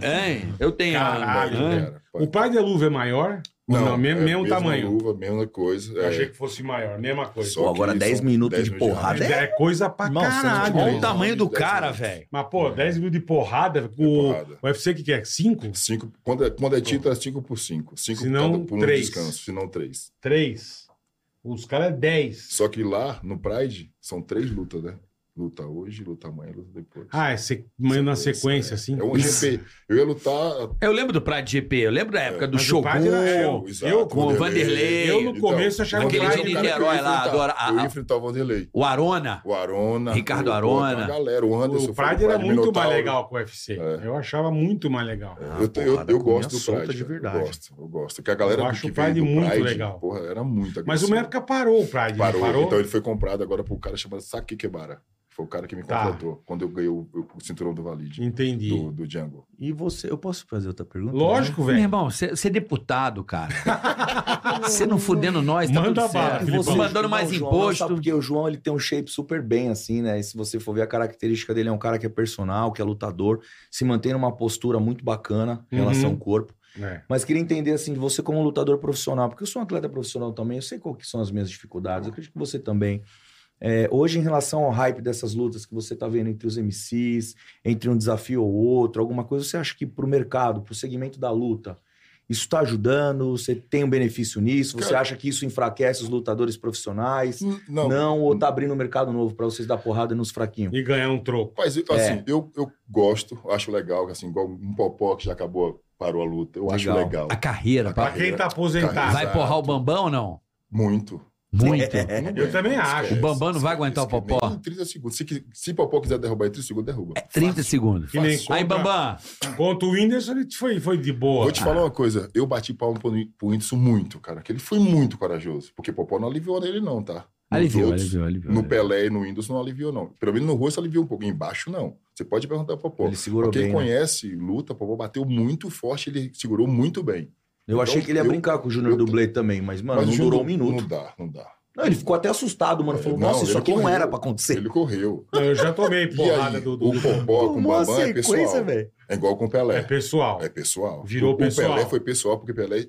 [SPEAKER 1] é,
[SPEAKER 4] Hein? Eu tenho.
[SPEAKER 7] Ah,
[SPEAKER 3] Caralho,
[SPEAKER 4] Hã?
[SPEAKER 7] né?
[SPEAKER 1] cara, pode-
[SPEAKER 3] O pai da luva é maior? Ou Não, mesmo,
[SPEAKER 1] é
[SPEAKER 3] mesmo
[SPEAKER 1] mesma
[SPEAKER 3] tamanho.
[SPEAKER 1] luva, mesma coisa.
[SPEAKER 3] Eu
[SPEAKER 1] é,
[SPEAKER 3] achei que fosse maior, mesma coisa.
[SPEAKER 1] só
[SPEAKER 7] Pô,
[SPEAKER 1] que
[SPEAKER 7] agora
[SPEAKER 1] são
[SPEAKER 7] 10 minutos de porrada
[SPEAKER 3] Mas
[SPEAKER 1] reais.
[SPEAKER 3] é coisa pra
[SPEAKER 7] Nossa,
[SPEAKER 3] caralho.
[SPEAKER 4] Olha o
[SPEAKER 3] velho.
[SPEAKER 4] tamanho do cara,
[SPEAKER 1] Dez minutos.
[SPEAKER 4] velho.
[SPEAKER 3] Mas, pô, 10 mil de porrada. com
[SPEAKER 1] De
[SPEAKER 3] O,
[SPEAKER 1] É porrada.
[SPEAKER 3] o UFC que que é? 5?
[SPEAKER 1] Cinco, quando, é, quando é título, é 5 por 5. 5
[SPEAKER 3] Se não,
[SPEAKER 1] por um
[SPEAKER 3] três.
[SPEAKER 1] descanso, se não 3.
[SPEAKER 3] 3. Os caras é 10.
[SPEAKER 1] Só que lá, no Pride, são três lutas, né? Luta hoje, luta amanhã, luta depois.
[SPEAKER 3] Ah, é se... meio na
[SPEAKER 1] Sequência,
[SPEAKER 3] sequência, assim.
[SPEAKER 1] É um GP. Eu ia lutar.
[SPEAKER 4] Eu lembro do Pride GP, eu lembro da
[SPEAKER 1] É.
[SPEAKER 4] época do
[SPEAKER 3] Mas o
[SPEAKER 4] Shogun.
[SPEAKER 3] Pride era- É, eu-
[SPEAKER 1] Exato,
[SPEAKER 3] eu-
[SPEAKER 4] com o Vanderlei.
[SPEAKER 3] Eu, no começo, achava
[SPEAKER 4] aquele
[SPEAKER 1] Vanderlei
[SPEAKER 3] que
[SPEAKER 1] era
[SPEAKER 4] de
[SPEAKER 1] o cara que eu
[SPEAKER 4] Niterói
[SPEAKER 1] ia
[SPEAKER 4] lá,
[SPEAKER 1] enfrentar.
[SPEAKER 4] adora- a-
[SPEAKER 1] Eu
[SPEAKER 4] a-
[SPEAKER 1] ia enfrentar o Vanderlei.
[SPEAKER 4] O Arona.
[SPEAKER 1] O Arona.
[SPEAKER 4] Ricardo
[SPEAKER 1] o-
[SPEAKER 4] Arona.
[SPEAKER 1] A galera, o Anderson.
[SPEAKER 3] O
[SPEAKER 1] foi um
[SPEAKER 3] Pride era
[SPEAKER 1] Pride
[SPEAKER 3] muito mais
[SPEAKER 1] Minotauro.
[SPEAKER 3] legal que o UFC.
[SPEAKER 1] É.
[SPEAKER 3] Eu achava muito mais legal.
[SPEAKER 1] eu,
[SPEAKER 7] Ah,
[SPEAKER 1] eu- eu
[SPEAKER 7] porrada, comia
[SPEAKER 1] gosto do
[SPEAKER 7] solta
[SPEAKER 1] Pride.
[SPEAKER 7] de
[SPEAKER 1] De
[SPEAKER 7] verdade.
[SPEAKER 1] verdade. Eu gosto, eu gosto. Porque a galera
[SPEAKER 3] Eu
[SPEAKER 1] do
[SPEAKER 3] acho
[SPEAKER 1] que
[SPEAKER 3] o Pride
[SPEAKER 1] veio do
[SPEAKER 3] muito
[SPEAKER 1] Pride,
[SPEAKER 3] legal.
[SPEAKER 1] porra, era muito
[SPEAKER 3] Mas uma
[SPEAKER 1] agressivo.
[SPEAKER 3] época parou o Pride. não
[SPEAKER 1] Parou.
[SPEAKER 3] parou?
[SPEAKER 1] Então ele foi comprado agora por um cara chamado Saki Kebara. Foi o cara que me
[SPEAKER 3] Tá.
[SPEAKER 1] contratou quando eu ganhei o, o cinturão do Valide,
[SPEAKER 3] Entendi.
[SPEAKER 1] do, do Django.
[SPEAKER 7] E você, eu posso fazer outra pergunta?
[SPEAKER 3] Lógico,
[SPEAKER 4] Meu
[SPEAKER 3] velho.
[SPEAKER 4] irmão, você você é deputado, cara. Você não fudendo nós, tá
[SPEAKER 3] Manda
[SPEAKER 4] tudo
[SPEAKER 3] bala,
[SPEAKER 7] É,
[SPEAKER 4] certo.
[SPEAKER 3] Filipão.
[SPEAKER 4] Você mandando mais
[SPEAKER 7] Não, João, não,
[SPEAKER 4] imposto.
[SPEAKER 7] sabe porque o João ele tem um shape super bem, assim, né? E se você for ver a característica dele, é um cara que é personal, que é lutador, se mantém numa postura muito bacana em
[SPEAKER 3] Uhum.
[SPEAKER 7] relação ao corpo.
[SPEAKER 3] É.
[SPEAKER 7] Mas queria entender, assim, de você como lutador profissional, porque eu sou um atleta profissional também, eu sei qual que são as minhas dificuldades, eu acredito que você também. É, hoje, em relação ao hype dessas lutas que você tá vendo entre os MCs, entre um desafio ou outro, alguma coisa, você acha que pro mercado, pro segmento da luta, isso tá ajudando? Você tem um benefício nisso? Você
[SPEAKER 1] Cara-
[SPEAKER 7] acha que isso enfraquece os lutadores profissionais? Não,
[SPEAKER 1] Não,
[SPEAKER 7] ou tá abrindo um mercado novo pra vocês dar porrada nos fraquinhos?
[SPEAKER 3] E ganhar um troco.
[SPEAKER 1] Mas assim,
[SPEAKER 4] É.
[SPEAKER 1] eu, eu gosto, eu acho legal, assim, igual um popó que já acabou, parou a luta. Eu acho
[SPEAKER 7] Legal.
[SPEAKER 1] legal.
[SPEAKER 4] A carreira,
[SPEAKER 3] Pra
[SPEAKER 4] pá.
[SPEAKER 1] carreira.
[SPEAKER 3] quem tá aposentado.
[SPEAKER 4] Vai
[SPEAKER 1] Exato.
[SPEAKER 4] porrar o Bambam ou não?
[SPEAKER 1] Muito.
[SPEAKER 7] *laughs*
[SPEAKER 4] Muito.
[SPEAKER 7] É,
[SPEAKER 1] Eu, não
[SPEAKER 3] Eu também Ah, acho.
[SPEAKER 1] esquece.
[SPEAKER 4] O Bambam não vai aguentar o
[SPEAKER 1] Esquece.
[SPEAKER 4] Popó.
[SPEAKER 1] Nem em 30 segundos. Se, que- se o popó quiser derrubar em 30 segundos, derruba.
[SPEAKER 4] É 30 segundos.
[SPEAKER 3] Que nem
[SPEAKER 1] Fácil.
[SPEAKER 3] contra,
[SPEAKER 4] Aí, Bambam.
[SPEAKER 3] contra o Whindersson, ele foi, foi de boa.
[SPEAKER 1] Vou te falar uma coisa, eu bati palma pro Whin- pro Whindersson muito, cara, que ele foi muito corajoso, porque o Popó não aliviou nele não, tá? Nos
[SPEAKER 4] Aliviou,
[SPEAKER 1] outros,
[SPEAKER 4] aliviou, aliviou.
[SPEAKER 1] No
[SPEAKER 4] aliviou.
[SPEAKER 1] Pelé e no Windows não aliviou, não. Pelo menos no rosto aliviou um pouco. Embaixo, não. Você pode perguntar pro Popó.
[SPEAKER 7] Ele segurou
[SPEAKER 1] Quem
[SPEAKER 7] bem, né?
[SPEAKER 1] conhece luta, o Popó bateu muito forte, ele segurou muito bem.
[SPEAKER 7] Eu achei
[SPEAKER 1] Então,
[SPEAKER 7] que ele ia
[SPEAKER 1] eu-
[SPEAKER 7] brincar com o Júnior
[SPEAKER 1] eu-
[SPEAKER 7] Dublê também, mas, mano,
[SPEAKER 1] o
[SPEAKER 7] não durou um
[SPEAKER 1] Júnior
[SPEAKER 7] minuto.
[SPEAKER 1] Não dá, não dá.
[SPEAKER 7] Não, ele ficou até assustado, mano. Falou,
[SPEAKER 1] Não,
[SPEAKER 7] nossa, isso
[SPEAKER 1] ele
[SPEAKER 7] aqui não
[SPEAKER 1] correu.
[SPEAKER 7] era pra acontecer.
[SPEAKER 1] *laughs* Ele correu.
[SPEAKER 3] Não, Eu já tomei
[SPEAKER 1] E
[SPEAKER 3] porrada
[SPEAKER 1] aí,
[SPEAKER 3] do, do-
[SPEAKER 1] o Popó com o
[SPEAKER 7] Tomou uma
[SPEAKER 1] Bambam é pessoal.
[SPEAKER 7] velho.
[SPEAKER 1] É igual com o
[SPEAKER 3] É
[SPEAKER 1] Pelé.
[SPEAKER 3] pessoal.
[SPEAKER 1] É pessoal.
[SPEAKER 3] Virou
[SPEAKER 1] o,
[SPEAKER 3] pessoal.
[SPEAKER 1] O Pelé foi pessoal porque o Pelé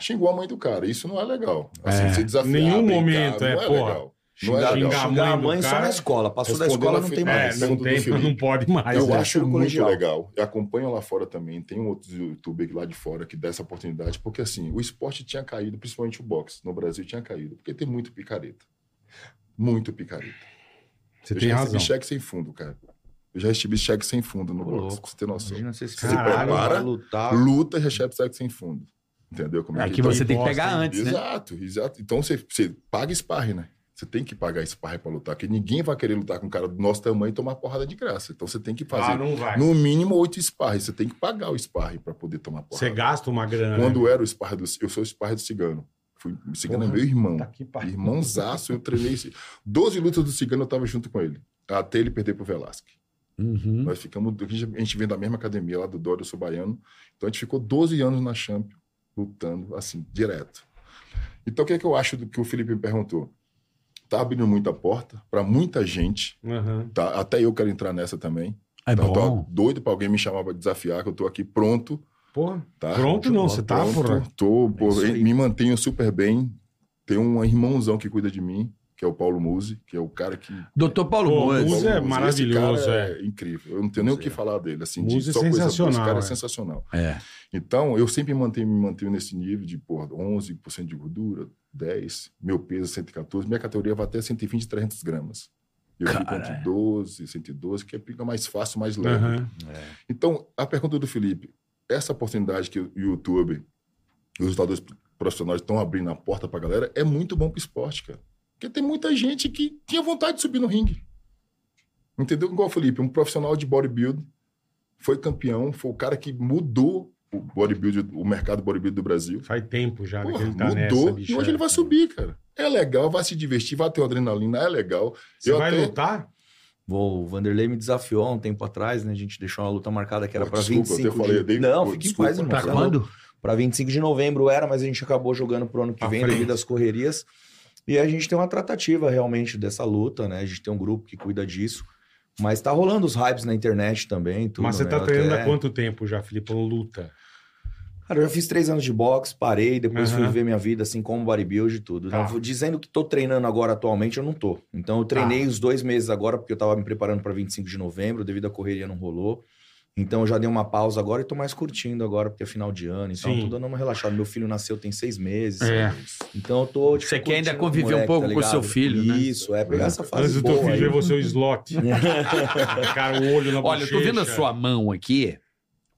[SPEAKER 1] xingou a mãe do cara. Isso não é legal. Assim,
[SPEAKER 3] É.
[SPEAKER 1] você desafiar,
[SPEAKER 3] Nenhum
[SPEAKER 1] brincar,
[SPEAKER 3] momento,
[SPEAKER 1] não
[SPEAKER 3] é,
[SPEAKER 1] é,
[SPEAKER 3] porra.
[SPEAKER 1] legal. Não é
[SPEAKER 7] Xingar,
[SPEAKER 1] legal.
[SPEAKER 7] xingar a mãe,
[SPEAKER 3] a mãe do
[SPEAKER 7] só
[SPEAKER 3] cara.
[SPEAKER 7] na escola. Passou da
[SPEAKER 1] Respondendo
[SPEAKER 7] escola,
[SPEAKER 1] a
[SPEAKER 7] não
[SPEAKER 1] fi-
[SPEAKER 7] tem
[SPEAKER 1] é,
[SPEAKER 3] É,
[SPEAKER 7] mais.
[SPEAKER 3] não
[SPEAKER 1] segundo
[SPEAKER 3] tem,
[SPEAKER 1] do Felipe.
[SPEAKER 3] não pode mais.
[SPEAKER 1] eu
[SPEAKER 3] né?
[SPEAKER 1] acho
[SPEAKER 7] terceiro
[SPEAKER 1] muito
[SPEAKER 7] colegial.
[SPEAKER 1] legal. Eu acompanho lá fora também. Tem outros youtubers lá de fora que dá essa oportunidade, porque assim, o esporte tinha caído, principalmente o boxe. No Brasil tinha caído, porque tem muito picareta. Muito picareta.
[SPEAKER 3] Você
[SPEAKER 1] eu
[SPEAKER 3] tem
[SPEAKER 1] já
[SPEAKER 3] razão.
[SPEAKER 1] recebi cheque sem fundo, cara. Eu já recebi cheque sem fundo no
[SPEAKER 7] Ô,
[SPEAKER 1] boxe,
[SPEAKER 7] louco.
[SPEAKER 1] pra você ter noção.
[SPEAKER 7] Imagina se esse
[SPEAKER 3] Caralho,
[SPEAKER 7] cara
[SPEAKER 1] prepara.
[SPEAKER 7] vai lutar.
[SPEAKER 1] Luta e recebe cheque sem fundo. Entendeu? Como
[SPEAKER 4] É que
[SPEAKER 1] então?
[SPEAKER 4] você tem que
[SPEAKER 3] Bosta,
[SPEAKER 4] pegar
[SPEAKER 3] hein?
[SPEAKER 4] antes, né?
[SPEAKER 1] Exato, exato. Então você, você paga sparring, né? Você tem que pagar sparring pra lutar, porque ninguém vai querer lutar com um cara do nosso tamanho e tomar porrada de graça. Então você tem que fazer
[SPEAKER 3] Ah, não vai.
[SPEAKER 1] no mínimo oito sparring. Você tem que pagar o sparring pra poder tomar
[SPEAKER 3] Você
[SPEAKER 1] porrada.
[SPEAKER 3] gasta uma grana. né?
[SPEAKER 1] Quando era o sparring do... Eu sou o sparring do cigano. Fui... O cigano é meu irmão.
[SPEAKER 3] Tá que pariu.
[SPEAKER 1] Irmãozaço, eu treinei... esse- 12 lutas do cigano eu tava junto com ele. Até ele perder pro Velasque.
[SPEAKER 4] Uhum.
[SPEAKER 1] Nós ficamos... A gente, a gente vem da mesma academia lá do Dória, eu sou baiano. Então a gente ficou 12 anos na Champions, lutando assim, direto. Então o que é que eu acho do que o Felipe me perguntou? Tá abrindo muita porta pra muita gente,
[SPEAKER 3] né? Aham.
[SPEAKER 1] tá? Até eu quero entrar nessa também.
[SPEAKER 4] É
[SPEAKER 1] Então,
[SPEAKER 4] bom.
[SPEAKER 1] tô doido pra alguém me chamar pra desafiar, que eu tô aqui pronto,
[SPEAKER 3] Porra.
[SPEAKER 1] tá?
[SPEAKER 3] Pronto não, você tá,
[SPEAKER 1] Pronto,
[SPEAKER 3] porra.
[SPEAKER 1] Tô, pô,
[SPEAKER 7] isso aí.
[SPEAKER 1] me mantenho super bem. Tem um irmãozão que cuida de mim, que é o Paulo Musi, que é o cara que.
[SPEAKER 4] Doutor Paulo
[SPEAKER 3] Pô,
[SPEAKER 4] Moura.
[SPEAKER 3] Muzi
[SPEAKER 1] Paulo
[SPEAKER 3] é
[SPEAKER 1] Esse
[SPEAKER 3] maravilhoso,
[SPEAKER 1] cara é. incrível. Eu não tenho nem o que
[SPEAKER 7] Muzi é.
[SPEAKER 1] falar dele. Assim,
[SPEAKER 3] Muzi é
[SPEAKER 1] coisa boa. Esse
[SPEAKER 3] sensacional, é.
[SPEAKER 1] cara é sensacional.
[SPEAKER 4] É.
[SPEAKER 3] Tá
[SPEAKER 1] Então, eu sempre mantenho, me mantenho nesse nível de porra, 11% de gordura, 10%, meu peso é 114, minha categoria vai até 120, 300 gramas. Eu fico
[SPEAKER 4] Cara.
[SPEAKER 1] entre 12, 112, que é pica mais fácil, mais leve.
[SPEAKER 3] Aham.
[SPEAKER 1] Então, a pergunta do Felipe, essa oportunidade que o YouTube e os lutadores profissionais estão abrindo a porta pra galera é muito bom pro esporte, cara. Porque tem muita gente que tinha vontade de subir no ringue. Entendeu? Igual o Felipe, um profissional de bodybuilding, foi campeão, foi o cara que mudou o bodybuilding, o mercado bodybuilding do Brasil.
[SPEAKER 3] Faz tempo já né,
[SPEAKER 1] Porra,
[SPEAKER 3] que ele tá
[SPEAKER 1] mudou.
[SPEAKER 3] nessa, bicho.
[SPEAKER 1] e hoje
[SPEAKER 3] é.
[SPEAKER 1] ele vai subir, cara. É legal, vai se divertir, vai ter uma adrenalina, é legal.
[SPEAKER 3] Você
[SPEAKER 1] Eu
[SPEAKER 3] vai
[SPEAKER 1] até-
[SPEAKER 3] lutar?
[SPEAKER 7] Bom, o Vanderlei me desafiou há um tempo atrás, né? A gente deixou uma luta marcada que era
[SPEAKER 1] Pô,
[SPEAKER 7] pra
[SPEAKER 1] desculpa,
[SPEAKER 7] 25
[SPEAKER 1] eu te falei, eu dei-
[SPEAKER 7] de... Não,
[SPEAKER 1] pô,
[SPEAKER 7] fique em
[SPEAKER 1] desculpa. tá
[SPEAKER 7] paz, irmão.
[SPEAKER 4] Pra
[SPEAKER 7] Você é louco.
[SPEAKER 4] Tá quando?
[SPEAKER 7] Pra 25 de novembro era, mas a gente acabou jogando pro ano que
[SPEAKER 3] Pra
[SPEAKER 7] vem
[SPEAKER 3] frente.
[SPEAKER 7] devido às correrias. E a gente tem uma tratativa realmente dessa luta, né? A gente tem um grupo que cuida disso. Mas tá rolando os hypes na internet também. Tudo,
[SPEAKER 3] Mas você
[SPEAKER 7] né?
[SPEAKER 3] tá
[SPEAKER 7] Até-
[SPEAKER 3] treinando há quanto tempo já, Filipão? Luta.
[SPEAKER 7] Cara, eu já fiz três anos de boxe, parei, depois
[SPEAKER 3] Aham.
[SPEAKER 7] fui viver minha vida, assim, como bodybuild e tudo.
[SPEAKER 3] Tá.
[SPEAKER 7] Não, vou- Dizendo que tô treinando agora atualmente, eu não tô. Então eu treinei
[SPEAKER 4] Tá.
[SPEAKER 7] os dois meses agora, porque eu tava me preparando pra 25 de novembro, devido à correria não rolou. Então eu já dei uma pausa agora e tô mais curtindo agora, porque é final de ano, então
[SPEAKER 3] Sim.
[SPEAKER 7] eu tô dando uma relaxada. Meu filho nasceu tem seis meses.
[SPEAKER 5] É.
[SPEAKER 7] Então eu tô.
[SPEAKER 4] Você quer ainda
[SPEAKER 7] curtindo com o
[SPEAKER 4] conviver um pouco com o
[SPEAKER 7] ligado?
[SPEAKER 4] seu filho, né?
[SPEAKER 7] Isso, é, pegar essa fase.
[SPEAKER 3] Antes do teu
[SPEAKER 7] boa
[SPEAKER 3] filho
[SPEAKER 7] aí.
[SPEAKER 3] ver você o
[SPEAKER 7] *laughs*
[SPEAKER 3] slot. cara, o olho na
[SPEAKER 4] Olha, eu tô vendo a
[SPEAKER 3] bochecha.
[SPEAKER 4] sua mão aqui.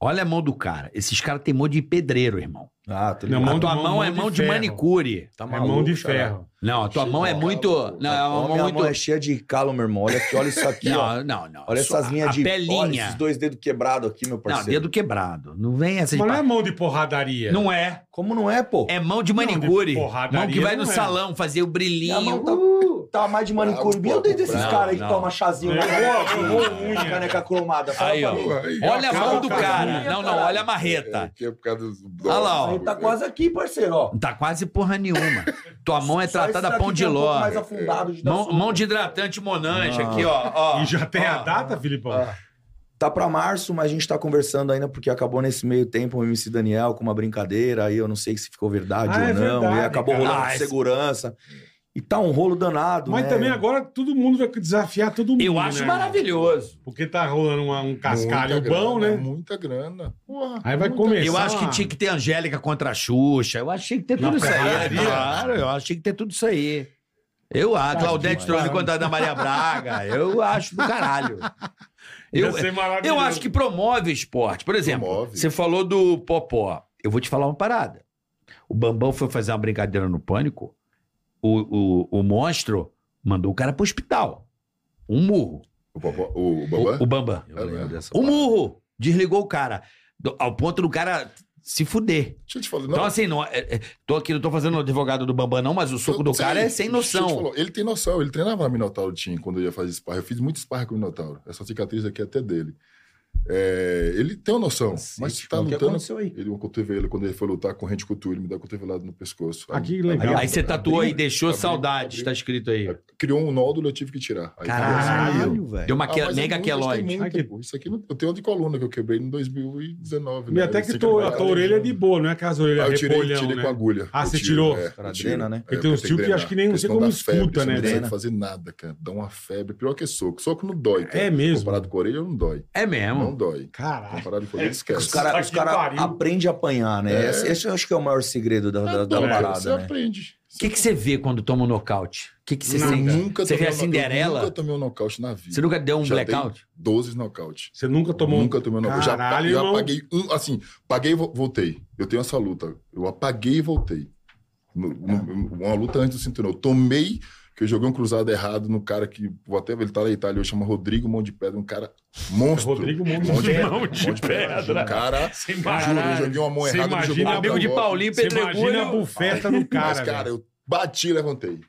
[SPEAKER 4] Olha a mão do cara. Esses caras têm mão de pedreiro, irmão.
[SPEAKER 7] Ah, tá
[SPEAKER 3] Não,
[SPEAKER 7] ligado.
[SPEAKER 4] a tua mão,
[SPEAKER 3] mão-
[SPEAKER 4] é
[SPEAKER 3] mão de
[SPEAKER 4] mão de,
[SPEAKER 3] ferro.
[SPEAKER 4] manicure.
[SPEAKER 7] Tá
[SPEAKER 3] É
[SPEAKER 7] maluco,
[SPEAKER 3] mão de
[SPEAKER 7] xará.
[SPEAKER 3] ferro.
[SPEAKER 4] Não, a tua
[SPEAKER 7] Cheio
[SPEAKER 4] mão é
[SPEAKER 7] de
[SPEAKER 4] muito.
[SPEAKER 7] calo, pô.
[SPEAKER 4] Não, é
[SPEAKER 7] Ó,
[SPEAKER 4] uma
[SPEAKER 7] minha
[SPEAKER 4] mão muito.
[SPEAKER 7] mão é cheia de calo, meu irmão. Olha aqui, olha isso aqui, ó.
[SPEAKER 4] Não, não, *laughs* não.
[SPEAKER 7] Olha essas
[SPEAKER 4] Só-
[SPEAKER 7] linhas
[SPEAKER 4] a
[SPEAKER 7] de Olha
[SPEAKER 4] pelinha.
[SPEAKER 7] esses dois dedos quebrados aqui, meu
[SPEAKER 4] Não,
[SPEAKER 7] parceiro.
[SPEAKER 4] dedo quebrado. Não vem essa
[SPEAKER 3] Mas
[SPEAKER 4] de.
[SPEAKER 3] não é mão de porradaria.
[SPEAKER 4] Não é.
[SPEAKER 7] Como não é, pô?
[SPEAKER 4] É mão de
[SPEAKER 3] Não, de
[SPEAKER 4] manicure.
[SPEAKER 3] porradaria
[SPEAKER 4] mão que vai no
[SPEAKER 3] não é.
[SPEAKER 4] salão fazer o
[SPEAKER 7] Minha mão
[SPEAKER 4] brilhinho.
[SPEAKER 7] tá, tá mais de manicure.
[SPEAKER 1] Bravo,
[SPEAKER 7] Meu Deus desses
[SPEAKER 4] bravo.
[SPEAKER 7] caras aí que
[SPEAKER 4] Não,
[SPEAKER 7] tomam chazinho
[SPEAKER 3] não.
[SPEAKER 7] na caneca,
[SPEAKER 3] Eu
[SPEAKER 7] com-
[SPEAKER 3] vou,
[SPEAKER 7] com a
[SPEAKER 3] unha.
[SPEAKER 7] caneca cromada. Fala
[SPEAKER 4] Aí,
[SPEAKER 7] pra
[SPEAKER 4] ó.
[SPEAKER 7] mim.
[SPEAKER 1] Aí, ó,
[SPEAKER 4] Olha a
[SPEAKER 3] Cara,
[SPEAKER 4] mão do
[SPEAKER 3] cara,
[SPEAKER 4] cara.
[SPEAKER 7] cara.
[SPEAKER 4] Não, não, olha a
[SPEAKER 1] é,
[SPEAKER 4] marreta.
[SPEAKER 1] que é por causa dos...
[SPEAKER 4] Tá. Olha lá, ó.
[SPEAKER 7] Aí tá quase aqui, parceiro, ó.
[SPEAKER 4] Não tá quase porra nenhuma. Tua mão é
[SPEAKER 7] Só esse
[SPEAKER 4] tratada a
[SPEAKER 7] daqui
[SPEAKER 4] pão
[SPEAKER 7] que
[SPEAKER 4] de
[SPEAKER 7] é um pouco
[SPEAKER 4] ló.
[SPEAKER 7] mais afundado de dar
[SPEAKER 4] Mão,
[SPEAKER 7] soco.
[SPEAKER 4] mão de hidratante Monange
[SPEAKER 7] Não.
[SPEAKER 4] aqui, ó. ó.
[SPEAKER 3] E já tem a
[SPEAKER 4] Ó.
[SPEAKER 3] data, Filipão?
[SPEAKER 4] ah,
[SPEAKER 7] Tá pra março, mas a gente tá conversando ainda porque acabou nesse meio tempo o MC Daniel com uma brincadeira, aí eu não sei se ficou verdade
[SPEAKER 3] Ah,
[SPEAKER 7] ou
[SPEAKER 3] é
[SPEAKER 7] não,
[SPEAKER 3] verdade,
[SPEAKER 7] e acabou
[SPEAKER 3] cara.
[SPEAKER 7] rolando
[SPEAKER 4] Ah, esse-
[SPEAKER 7] segurança. E tá um rolo danado,
[SPEAKER 3] Mas
[SPEAKER 7] né?
[SPEAKER 3] também agora todo mundo vai desafiar todo mundo.
[SPEAKER 4] Eu acho
[SPEAKER 3] né?
[SPEAKER 4] maravilhoso.
[SPEAKER 3] Porque tá rolando uma- um
[SPEAKER 1] Muita
[SPEAKER 3] cascalho bom, né?
[SPEAKER 1] grana, Muita grana. Porra,
[SPEAKER 3] Aí vai
[SPEAKER 1] muita
[SPEAKER 3] começar.
[SPEAKER 4] Eu acho que tinha que ter Angélica contra a Xuxa. Eu achei que ter
[SPEAKER 3] Na
[SPEAKER 4] tudo isso aí.
[SPEAKER 3] ferraria.
[SPEAKER 4] Claro, eu achei que ter tudo isso aí. Eu acho. Claudete Trono contra a Ana Maria Braga. Eu acho do caralho. Eu,
[SPEAKER 3] Ia ser é maravilhoso.
[SPEAKER 4] eu acho que promove o esporte. Por exemplo,
[SPEAKER 1] Promove.
[SPEAKER 4] você falou do Popó. Eu vou te falar uma parada. O Bambão foi fazer uma brincadeira no Pânico. O, o, o monstro mandou o cara pro hospital. Um murro.
[SPEAKER 1] O, Popó- o, é? o Babá?
[SPEAKER 4] O, o Bambam.
[SPEAKER 7] Eu
[SPEAKER 1] né?
[SPEAKER 7] lembro dessa
[SPEAKER 4] Um
[SPEAKER 7] parada.
[SPEAKER 4] murro! Desligou o cara. Do- ao ponto do cara se fuder.
[SPEAKER 1] Deixa eu te falar.
[SPEAKER 4] Então, assim, não, é- é- tô aqui, não tô fazendo o advogado do Bambam, não, mas o soco do
[SPEAKER 1] Sei,
[SPEAKER 4] cara é sem
[SPEAKER 1] deixa eu te
[SPEAKER 4] noção.
[SPEAKER 1] falar, Ele tem noção. Ele treinava na Minotauro Team quando eu ia fazer sparring. Eu fiz muito sparring com o Minotauro. Essa cicatriz aqui é até dele. É, ele tem uma noção. mas tá
[SPEAKER 7] o
[SPEAKER 4] é
[SPEAKER 7] que
[SPEAKER 1] lutando...
[SPEAKER 7] aconteceu aí?
[SPEAKER 1] Ele, uma cotovelo, quando ele foi lutar, corrente cutu, ele me deu uma cotovelada no pescoço.
[SPEAKER 3] Ah, que legal.
[SPEAKER 4] Aí você tá- tatuou aí,
[SPEAKER 1] aí
[SPEAKER 4] deixou
[SPEAKER 1] abriu,
[SPEAKER 4] saudades,
[SPEAKER 1] abriu.
[SPEAKER 4] tá escrito aí.
[SPEAKER 1] Criou um nódulo, eu tive que tirar. Aí,
[SPEAKER 4] Caralho,
[SPEAKER 7] velho.
[SPEAKER 4] Deu uma que-
[SPEAKER 1] mas é
[SPEAKER 4] mega
[SPEAKER 1] muito,
[SPEAKER 4] queloide.
[SPEAKER 1] tem muito,
[SPEAKER 3] Ai, Ah, que-
[SPEAKER 1] pô. Isso aqui não- eu tenho uma de coluna que eu quebrei em 2019.
[SPEAKER 3] E
[SPEAKER 1] né?
[SPEAKER 3] até
[SPEAKER 1] Ele
[SPEAKER 3] que
[SPEAKER 1] sempre
[SPEAKER 3] tua,
[SPEAKER 1] vai
[SPEAKER 3] a tua
[SPEAKER 1] lá,
[SPEAKER 3] orelha é
[SPEAKER 1] ele-
[SPEAKER 3] de boa, não é aquelas orelhas
[SPEAKER 1] Ah, eu tirei,
[SPEAKER 3] repolhão,
[SPEAKER 1] tirei
[SPEAKER 3] né?
[SPEAKER 1] com agulha.
[SPEAKER 3] Ah,
[SPEAKER 1] Eu
[SPEAKER 3] você
[SPEAKER 1] tiro,
[SPEAKER 3] tirou?
[SPEAKER 1] É,
[SPEAKER 7] Cara,
[SPEAKER 1] eu tiro,
[SPEAKER 7] drena, né?
[SPEAKER 1] é,
[SPEAKER 3] Porque tem
[SPEAKER 1] porque
[SPEAKER 3] uns tio que
[SPEAKER 1] drena.
[SPEAKER 3] acho que nem- não sei
[SPEAKER 1] Questão
[SPEAKER 3] como
[SPEAKER 1] da
[SPEAKER 3] escuta,
[SPEAKER 1] você
[SPEAKER 3] né?
[SPEAKER 1] Não consegue
[SPEAKER 7] Drena.
[SPEAKER 1] fazer nada, cara. Dá uma febre. Pior que soco. Soco não dói, cara.
[SPEAKER 3] É mesmo?
[SPEAKER 1] Comparado com a orelha, não dói.
[SPEAKER 4] É
[SPEAKER 1] Não
[SPEAKER 4] mesmo.
[SPEAKER 1] dói.
[SPEAKER 3] Caralho.
[SPEAKER 1] Comparado com a orelha, esquece.
[SPEAKER 7] Os caras
[SPEAKER 3] Puta que pariu.
[SPEAKER 7] cara aprendem a apanhar, né?
[SPEAKER 1] É.
[SPEAKER 7] Esse, esse eu acho que é o maior segredo da, da,
[SPEAKER 1] Não
[SPEAKER 7] da
[SPEAKER 1] dói, cara. Tá Você
[SPEAKER 7] parada,
[SPEAKER 3] é
[SPEAKER 7] né?
[SPEAKER 1] aprende.
[SPEAKER 4] O que, que você vê quando toma um nocaute? O que, que você
[SPEAKER 1] Eu
[SPEAKER 4] sente?
[SPEAKER 1] nunca
[SPEAKER 4] você vê
[SPEAKER 1] tomei
[SPEAKER 4] a
[SPEAKER 1] um-
[SPEAKER 4] Cinderela?
[SPEAKER 1] Eu nunca tomei um nocaute na vida.
[SPEAKER 4] Você nunca deu um
[SPEAKER 1] Já dei
[SPEAKER 4] blackout?
[SPEAKER 1] 12 nocaute.
[SPEAKER 3] Você nunca tomou.
[SPEAKER 1] Nunca tomei um nocaute. Já, pa-
[SPEAKER 3] Caralho,
[SPEAKER 1] eu
[SPEAKER 3] irmão.
[SPEAKER 1] apaguei um, assim, paguei e vo- voltei. Eu tenho essa luta. Eu apaguei e voltei. No- no- uma luta antes do cinturão. Eu tomei, que eu joguei um cruzado errado no cara que, vou até ele tá na Itália, eu chamo Rodrigo Mão de Pedra, um cara monstro.
[SPEAKER 3] Rodrigo Mão de
[SPEAKER 1] Mão de,
[SPEAKER 3] Pedra.
[SPEAKER 1] Mão de Pedra. Um cara,
[SPEAKER 3] Sem
[SPEAKER 1] juro, eu joguei uma mão
[SPEAKER 3] Você
[SPEAKER 1] errada. ele jogou
[SPEAKER 3] imagina-
[SPEAKER 1] uma
[SPEAKER 4] Amigo de assim.
[SPEAKER 1] bola.
[SPEAKER 4] Paulinho,
[SPEAKER 3] Você imagina a
[SPEAKER 4] Pedregulho.
[SPEAKER 3] bufeta do cara.
[SPEAKER 1] Mas, cara,
[SPEAKER 3] velho.
[SPEAKER 1] eu bati e levantei.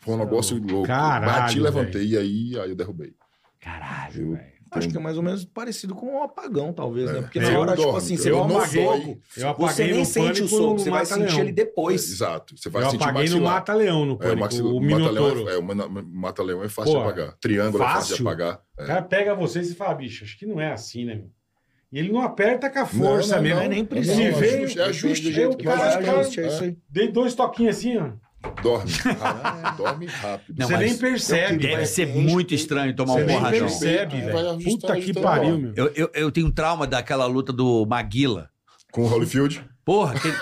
[SPEAKER 1] Foi um negócio louco.
[SPEAKER 3] Caralho,
[SPEAKER 1] bati,
[SPEAKER 3] velho.
[SPEAKER 1] levantei e aí, aí eu derrubei.
[SPEAKER 4] Caralho.
[SPEAKER 1] Eu,
[SPEAKER 7] Acho que é mais ou menos parecido com um apagão, talvez, né? Porque
[SPEAKER 3] É,
[SPEAKER 7] na
[SPEAKER 3] eu
[SPEAKER 7] hora, tipo
[SPEAKER 1] dormo,
[SPEAKER 7] assim,
[SPEAKER 1] eu
[SPEAKER 7] você dá um
[SPEAKER 1] apaguei.
[SPEAKER 7] soco,
[SPEAKER 3] Eu apaguei
[SPEAKER 7] você nem
[SPEAKER 3] no
[SPEAKER 7] sente o
[SPEAKER 3] pânico
[SPEAKER 7] soco,
[SPEAKER 3] no
[SPEAKER 7] você vai
[SPEAKER 3] Mata-Leão.
[SPEAKER 7] sentir ele depois.
[SPEAKER 1] É, Exato. Você vai
[SPEAKER 3] Eu
[SPEAKER 1] sentir o
[SPEAKER 3] apaguei no
[SPEAKER 1] maxilar.
[SPEAKER 3] Mata-leão, no
[SPEAKER 1] É, o,
[SPEAKER 3] pânico.
[SPEAKER 1] maxi...
[SPEAKER 3] o
[SPEAKER 1] o
[SPEAKER 3] Minotouro.
[SPEAKER 1] mata-leão é, é, o mana- mata-leão é fácil
[SPEAKER 3] Pô,
[SPEAKER 1] de apagar. Triângulo é fácil de
[SPEAKER 3] fácil?
[SPEAKER 1] apagar. É.
[SPEAKER 3] O cara pega você e você fala, bicho, acho que não é assim, né, meu? E ele não aperta com a
[SPEAKER 1] Não,
[SPEAKER 3] força
[SPEAKER 1] não,
[SPEAKER 3] mesmo.
[SPEAKER 1] não,
[SPEAKER 7] nem
[SPEAKER 1] não,
[SPEAKER 7] precisa.
[SPEAKER 1] não,
[SPEAKER 3] Se
[SPEAKER 1] é
[SPEAKER 3] vê,
[SPEAKER 1] ajuste, é ajuste.
[SPEAKER 3] eu,
[SPEAKER 1] que
[SPEAKER 3] cara,
[SPEAKER 1] vai,
[SPEAKER 3] cara,
[SPEAKER 1] é.
[SPEAKER 7] aí.
[SPEAKER 3] Dei dois toquinhos assim, ó.
[SPEAKER 1] Dorme. rápido, dorme rápido.
[SPEAKER 4] Não,
[SPEAKER 3] você
[SPEAKER 4] mas
[SPEAKER 3] nem percebe.
[SPEAKER 4] Deve
[SPEAKER 3] velho.
[SPEAKER 4] ser muito estranho tomar
[SPEAKER 3] Você
[SPEAKER 4] um
[SPEAKER 3] nem
[SPEAKER 4] porradão.
[SPEAKER 1] percebe.
[SPEAKER 3] percebe,
[SPEAKER 1] Vai
[SPEAKER 3] velho.
[SPEAKER 1] ajustando,
[SPEAKER 3] Puta que
[SPEAKER 1] ajustando
[SPEAKER 3] pariu,
[SPEAKER 1] a
[SPEAKER 3] meu.
[SPEAKER 4] Eu, eu, eu tenho um trauma daquela luta do Maguila.
[SPEAKER 1] Com o Holyfield.
[SPEAKER 4] Porra, *laughs* aquele,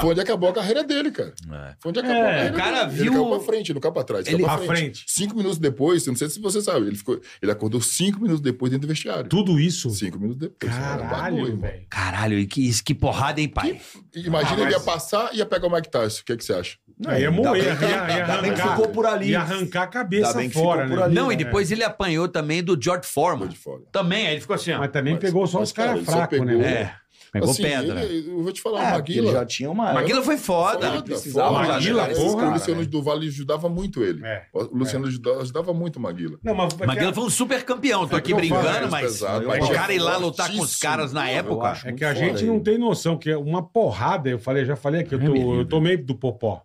[SPEAKER 1] Foi onde acabou a carreira dele, cara. Foi onde acabou
[SPEAKER 3] É,
[SPEAKER 1] a carreira
[SPEAKER 4] o cara
[SPEAKER 1] dele.
[SPEAKER 4] viu-
[SPEAKER 1] Ele caiu pra frente, não caiu pra trás.
[SPEAKER 4] Ele-
[SPEAKER 1] Caiu pra
[SPEAKER 3] À
[SPEAKER 1] frente.
[SPEAKER 3] frente.
[SPEAKER 1] Cinco minutos depois, eu não sei se você sabe, ele, ficou, ele acordou cinco minutos depois dentro do vestiário.
[SPEAKER 3] Tudo isso?
[SPEAKER 1] Cinco minutos depois. cara, É um bagulho,
[SPEAKER 3] Caralho,
[SPEAKER 1] irmão.
[SPEAKER 3] velho.
[SPEAKER 4] Caralho, e que, que porrada, hein, pai?
[SPEAKER 1] E Imagina
[SPEAKER 3] Ah, mas-
[SPEAKER 1] ele ia passar e ia pegar o Mike Tyson. O que, é que você acha?
[SPEAKER 3] Aí ia morrer, ia,
[SPEAKER 7] bem que-
[SPEAKER 3] ia
[SPEAKER 7] ainda bem que
[SPEAKER 3] arrancar.
[SPEAKER 7] ficou por ali.
[SPEAKER 3] Ia arrancar a cabeça
[SPEAKER 7] Ainda bem que
[SPEAKER 3] fora,
[SPEAKER 7] ficou por
[SPEAKER 3] né?
[SPEAKER 7] ali.
[SPEAKER 4] Não, e depois ele apanhou também do George
[SPEAKER 1] Tô
[SPEAKER 4] Foreman.
[SPEAKER 1] de fora.
[SPEAKER 4] Também, aí ele ficou assim, ó.
[SPEAKER 3] Mas também
[SPEAKER 1] Mas-
[SPEAKER 3] pegou só
[SPEAKER 1] mas,
[SPEAKER 3] os caras
[SPEAKER 1] cara, ele só
[SPEAKER 3] fracos, né?
[SPEAKER 1] pegou-
[SPEAKER 3] velho?
[SPEAKER 4] É, pegou
[SPEAKER 1] Assim,
[SPEAKER 4] pedra.
[SPEAKER 1] ele- Ah, eu vou te falar,
[SPEAKER 7] É,
[SPEAKER 1] o
[SPEAKER 7] porque ele
[SPEAKER 1] Maguila...
[SPEAKER 7] já tinha uma.
[SPEAKER 4] Maguila foi foda.
[SPEAKER 1] Foda,
[SPEAKER 7] precisava
[SPEAKER 1] foda.
[SPEAKER 4] já
[SPEAKER 1] Maguila,
[SPEAKER 4] jogar
[SPEAKER 1] porra,
[SPEAKER 7] esses caras,
[SPEAKER 1] o Luciano
[SPEAKER 7] né?
[SPEAKER 1] do Vale ajudava muito ele.
[SPEAKER 3] É.
[SPEAKER 1] O Luciano ajudava, ajudava muito o Maguila.
[SPEAKER 3] Não, mas é
[SPEAKER 4] Maguila foi um super campeão. Tô
[SPEAKER 1] É
[SPEAKER 4] aqui
[SPEAKER 1] que eu falo,
[SPEAKER 4] brincando,
[SPEAKER 1] é
[SPEAKER 4] mas
[SPEAKER 1] pesado,
[SPEAKER 4] o
[SPEAKER 1] mas
[SPEAKER 4] cara
[SPEAKER 1] é
[SPEAKER 4] ir lá lutar com os
[SPEAKER 1] fortíssimo.
[SPEAKER 4] caras na
[SPEAKER 1] Eu
[SPEAKER 4] época.
[SPEAKER 7] acho
[SPEAKER 3] É
[SPEAKER 7] muito
[SPEAKER 3] que a
[SPEAKER 7] foda
[SPEAKER 3] gente
[SPEAKER 7] ele.
[SPEAKER 3] não tem noção, que é uma porrada, eu falei, já falei aqui, eu,
[SPEAKER 4] É,
[SPEAKER 3] tô-
[SPEAKER 4] me livre.
[SPEAKER 3] eu tomei do popó.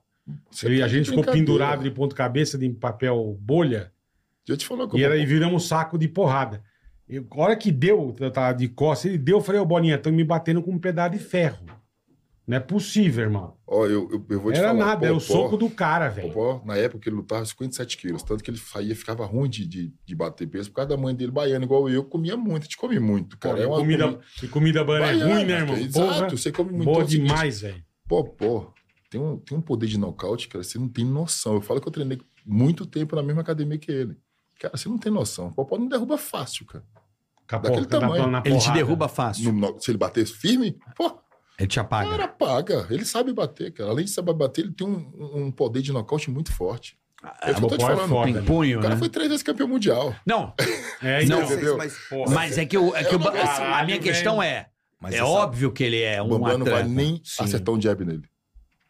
[SPEAKER 1] Você
[SPEAKER 3] E
[SPEAKER 1] tá
[SPEAKER 3] a
[SPEAKER 1] de
[SPEAKER 3] gente ficou
[SPEAKER 1] brincadeira.
[SPEAKER 3] pendurado de ponta cabeça de papel bolha
[SPEAKER 1] Já te falou que
[SPEAKER 3] e
[SPEAKER 1] eu-
[SPEAKER 3] era, e viramos um saco de porrada. Eu, a hora que deu, eu tava de costas, ele deu, eu falei, ô Bolinha, estão me batendo com um pedaço de ferro. Não é possível, irmão.
[SPEAKER 1] Ó, eu, eu, eu vou te
[SPEAKER 3] Era
[SPEAKER 1] falar.
[SPEAKER 3] nada, era o
[SPEAKER 1] Popó-
[SPEAKER 3] soco do cara, velho.
[SPEAKER 1] Popó, na época, ele lutava 57 quilos. Tanto que ele saía, ficava ruim de, de, de bater peso por causa da mãe dele, baiana, igual eu. Comia muito, te come muito, cara. é uma
[SPEAKER 3] comida, E comida baiana é ruim, né, irmão?
[SPEAKER 1] Exato,
[SPEAKER 3] Porra,
[SPEAKER 1] você come muito.
[SPEAKER 3] boa
[SPEAKER 1] Então, é o seguinte,
[SPEAKER 3] demais, velho.
[SPEAKER 1] Popó tem um, tem um poder de nocaute, cara, você não tem noção. Eu falo que eu treinei muito tempo na mesma academia que ele. Cara, você não tem noção. Popó não derruba fácil, cara.
[SPEAKER 3] Com a
[SPEAKER 1] daquele
[SPEAKER 3] porca, dá
[SPEAKER 1] tamanho.
[SPEAKER 3] pra- na
[SPEAKER 4] Ele te
[SPEAKER 3] porrada.
[SPEAKER 4] derruba fácil.
[SPEAKER 1] No- no- se ele bater firme, pô,
[SPEAKER 4] Ele te
[SPEAKER 1] o
[SPEAKER 4] apaga.
[SPEAKER 1] cara paga. Ele sabe bater, cara. Além de saber bater, ele tem um, um poder de nocaute muito forte. Eu só tô te
[SPEAKER 3] Popó é
[SPEAKER 1] falando.
[SPEAKER 3] foda.
[SPEAKER 4] Tem punho,
[SPEAKER 1] O cara
[SPEAKER 4] né?
[SPEAKER 1] foi três vezes campeão mundial.
[SPEAKER 4] Não,
[SPEAKER 3] É, então,
[SPEAKER 4] Não,
[SPEAKER 1] entendeu?
[SPEAKER 7] mas,
[SPEAKER 3] porra.
[SPEAKER 4] mas é que, eu, é que eu-
[SPEAKER 1] Eu não consigo,
[SPEAKER 4] a minha
[SPEAKER 3] velho.
[SPEAKER 4] questão é,
[SPEAKER 7] mas
[SPEAKER 4] é
[SPEAKER 7] essa-
[SPEAKER 4] óbvio que ele é
[SPEAKER 1] O
[SPEAKER 4] um
[SPEAKER 1] Bambam não vai
[SPEAKER 4] atleta.
[SPEAKER 1] nem
[SPEAKER 7] Sim.
[SPEAKER 1] acertar um jab nele.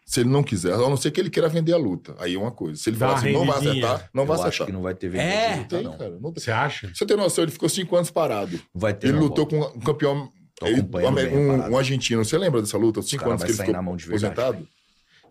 [SPEAKER 1] Se ele não quiser, a não ser que ele queira vender a luta. Aí é uma coisa. Se ele
[SPEAKER 3] Dá
[SPEAKER 1] falar assim, não vai
[SPEAKER 3] rendidinha.
[SPEAKER 1] acertar, não vai
[SPEAKER 7] Eu acho
[SPEAKER 1] acertar.
[SPEAKER 7] que não vai
[SPEAKER 4] É.
[SPEAKER 7] ter
[SPEAKER 1] Não
[SPEAKER 7] vencido,
[SPEAKER 1] tem,
[SPEAKER 7] não.
[SPEAKER 1] cara. Não tem.
[SPEAKER 3] Você acha?
[SPEAKER 1] Você tem noção, ele ficou cinco anos parado.
[SPEAKER 7] Vai ter.
[SPEAKER 1] Ele
[SPEAKER 7] não,
[SPEAKER 1] lutou
[SPEAKER 7] Bob.
[SPEAKER 1] com um campeão.
[SPEAKER 7] Tô
[SPEAKER 1] ele-
[SPEAKER 7] acompanhando bem a
[SPEAKER 1] um-
[SPEAKER 7] parada.
[SPEAKER 1] um, argentino. Você lembra dessa luta?
[SPEAKER 7] Os
[SPEAKER 1] Cinco
[SPEAKER 7] caras
[SPEAKER 1] anos
[SPEAKER 7] vai
[SPEAKER 1] que ele
[SPEAKER 7] sair
[SPEAKER 1] ficou
[SPEAKER 7] na mão de verdade.
[SPEAKER 1] aposentado?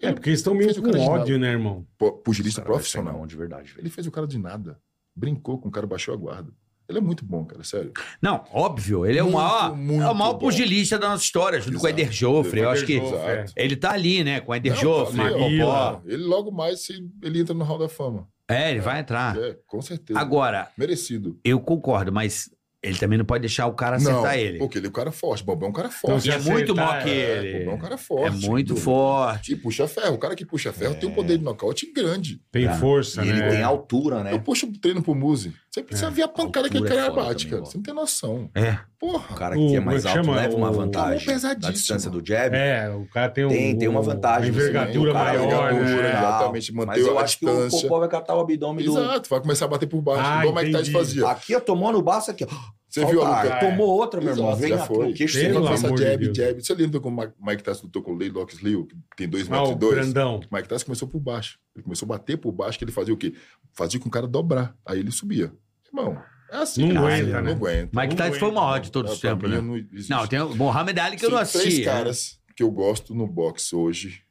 [SPEAKER 3] É porque eles estão meio
[SPEAKER 1] Fez o
[SPEAKER 3] com
[SPEAKER 1] cara de
[SPEAKER 3] ódio, né, irmão?
[SPEAKER 1] Pô,
[SPEAKER 7] Os
[SPEAKER 1] Pugilista
[SPEAKER 7] caras vai sair na
[SPEAKER 1] profissional.
[SPEAKER 7] mão de verdade, velho.
[SPEAKER 1] Ele fez o cara de nada. Brincou com o cara, baixou a guarda. Ele é muito bom, cara, sério.
[SPEAKER 4] Não, óbvio. Ele é o
[SPEAKER 1] Muito,
[SPEAKER 4] maior,
[SPEAKER 1] muito
[SPEAKER 4] é o maior
[SPEAKER 1] bom.
[SPEAKER 4] pugilista da nossa história, junto com o
[SPEAKER 1] Exato.
[SPEAKER 4] Eder Joffre. Eu acho que
[SPEAKER 3] Joffre, é.
[SPEAKER 4] ele tá ali, né? Com o Eder
[SPEAKER 1] Não,
[SPEAKER 4] Joffre,
[SPEAKER 1] tá ali, ó,
[SPEAKER 3] Popó.
[SPEAKER 1] cara. Ele logo mais se- ele entra no Hall da Fama.
[SPEAKER 4] É, ele vai
[SPEAKER 7] Ah.
[SPEAKER 4] entrar.
[SPEAKER 1] É, com certeza.
[SPEAKER 4] Agora,
[SPEAKER 1] Merecido.
[SPEAKER 4] eu concordo, mas ele também não pode deixar o cara acertar ele.
[SPEAKER 1] Porque ele é um cara forte. Bambam é um cara
[SPEAKER 3] Então,
[SPEAKER 1] forte.
[SPEAKER 4] E é
[SPEAKER 3] acertar,
[SPEAKER 4] muito maior
[SPEAKER 3] é,
[SPEAKER 4] que
[SPEAKER 1] É,
[SPEAKER 4] ele.
[SPEAKER 1] Bambam é um cara
[SPEAKER 4] É
[SPEAKER 1] forte.
[SPEAKER 4] muito forte.
[SPEAKER 1] E puxa ferro. O cara que puxa ferro
[SPEAKER 7] É.
[SPEAKER 1] tem um poder de nocaute grande.
[SPEAKER 3] Tem
[SPEAKER 7] Tá.
[SPEAKER 3] força,
[SPEAKER 7] E
[SPEAKER 3] né?
[SPEAKER 7] ele tem altura, né?
[SPEAKER 1] Eu puxo o treino pro Muzi. Você precisa ver a pancada que
[SPEAKER 7] Altura
[SPEAKER 1] aquele
[SPEAKER 7] é
[SPEAKER 1] cara
[SPEAKER 7] foda
[SPEAKER 1] bate,
[SPEAKER 7] também,
[SPEAKER 1] cara.
[SPEAKER 7] ó.
[SPEAKER 1] Você não tem noção.
[SPEAKER 4] É.
[SPEAKER 1] Porra.
[SPEAKER 7] O cara que
[SPEAKER 3] O-
[SPEAKER 7] é
[SPEAKER 3] como é
[SPEAKER 7] mais
[SPEAKER 3] que
[SPEAKER 7] alto
[SPEAKER 3] chama?
[SPEAKER 7] leva uma
[SPEAKER 3] O-
[SPEAKER 1] Tomou
[SPEAKER 7] vantagem.
[SPEAKER 1] pesadíssimo.
[SPEAKER 7] Da distância do jab.
[SPEAKER 3] É, o cara tem,
[SPEAKER 7] Tem-
[SPEAKER 3] um,
[SPEAKER 7] tem uma vantagem,
[SPEAKER 3] Uma envergadura
[SPEAKER 1] assim, O cara é
[SPEAKER 3] maior,
[SPEAKER 1] legal,
[SPEAKER 3] né?
[SPEAKER 1] é. Exatamente, manteve
[SPEAKER 7] Mas eu
[SPEAKER 1] a
[SPEAKER 3] um
[SPEAKER 7] acho que o
[SPEAKER 1] distância.
[SPEAKER 3] é
[SPEAKER 7] Popó vai catar o abdômen do.
[SPEAKER 1] Exato. Vai começar a bater por baixo.
[SPEAKER 3] Ah,
[SPEAKER 1] Igual o Mike Tyson
[SPEAKER 3] entendi.
[SPEAKER 1] fazia.
[SPEAKER 7] Aqui, ó, tomou no baço aqui, ó.
[SPEAKER 1] Você viu a
[SPEAKER 7] Solta,
[SPEAKER 1] luta?
[SPEAKER 3] Ah,
[SPEAKER 7] Tomou outra, meu
[SPEAKER 1] Exato,
[SPEAKER 7] irmão. Vem
[SPEAKER 1] já
[SPEAKER 7] na
[SPEAKER 1] foi.
[SPEAKER 7] o queixo
[SPEAKER 3] Pelo
[SPEAKER 1] Ele
[SPEAKER 7] dele.
[SPEAKER 3] amor
[SPEAKER 1] faz essa
[SPEAKER 3] de
[SPEAKER 1] jab,
[SPEAKER 3] Deus.
[SPEAKER 1] jab. Você lembra como o Mike- Mike Tyson lutou com o Leilock Slio, que tem 2
[SPEAKER 3] Ah,
[SPEAKER 1] metros
[SPEAKER 3] o
[SPEAKER 1] e dois?
[SPEAKER 3] grandão.
[SPEAKER 1] O Mike Tyson começou por baixo. Ele começou a bater por baixo, que ele fazia o quê? Fazia com o cara dobrar. Aí ele subia. Irmão, é assim.
[SPEAKER 3] Não
[SPEAKER 1] cara.
[SPEAKER 3] aguenta,
[SPEAKER 1] Não
[SPEAKER 3] né?
[SPEAKER 1] aguenta.
[SPEAKER 4] Mike Tyson tá, foi o maior de todos
[SPEAKER 1] um É, Pra
[SPEAKER 4] os tempos,
[SPEAKER 1] mim,
[SPEAKER 4] né?
[SPEAKER 1] Não, existe.
[SPEAKER 4] Não, tem o Mohamed Ali É que eu não
[SPEAKER 1] Tem
[SPEAKER 4] assisti.
[SPEAKER 1] três caras que eu gosto no boxe hoje.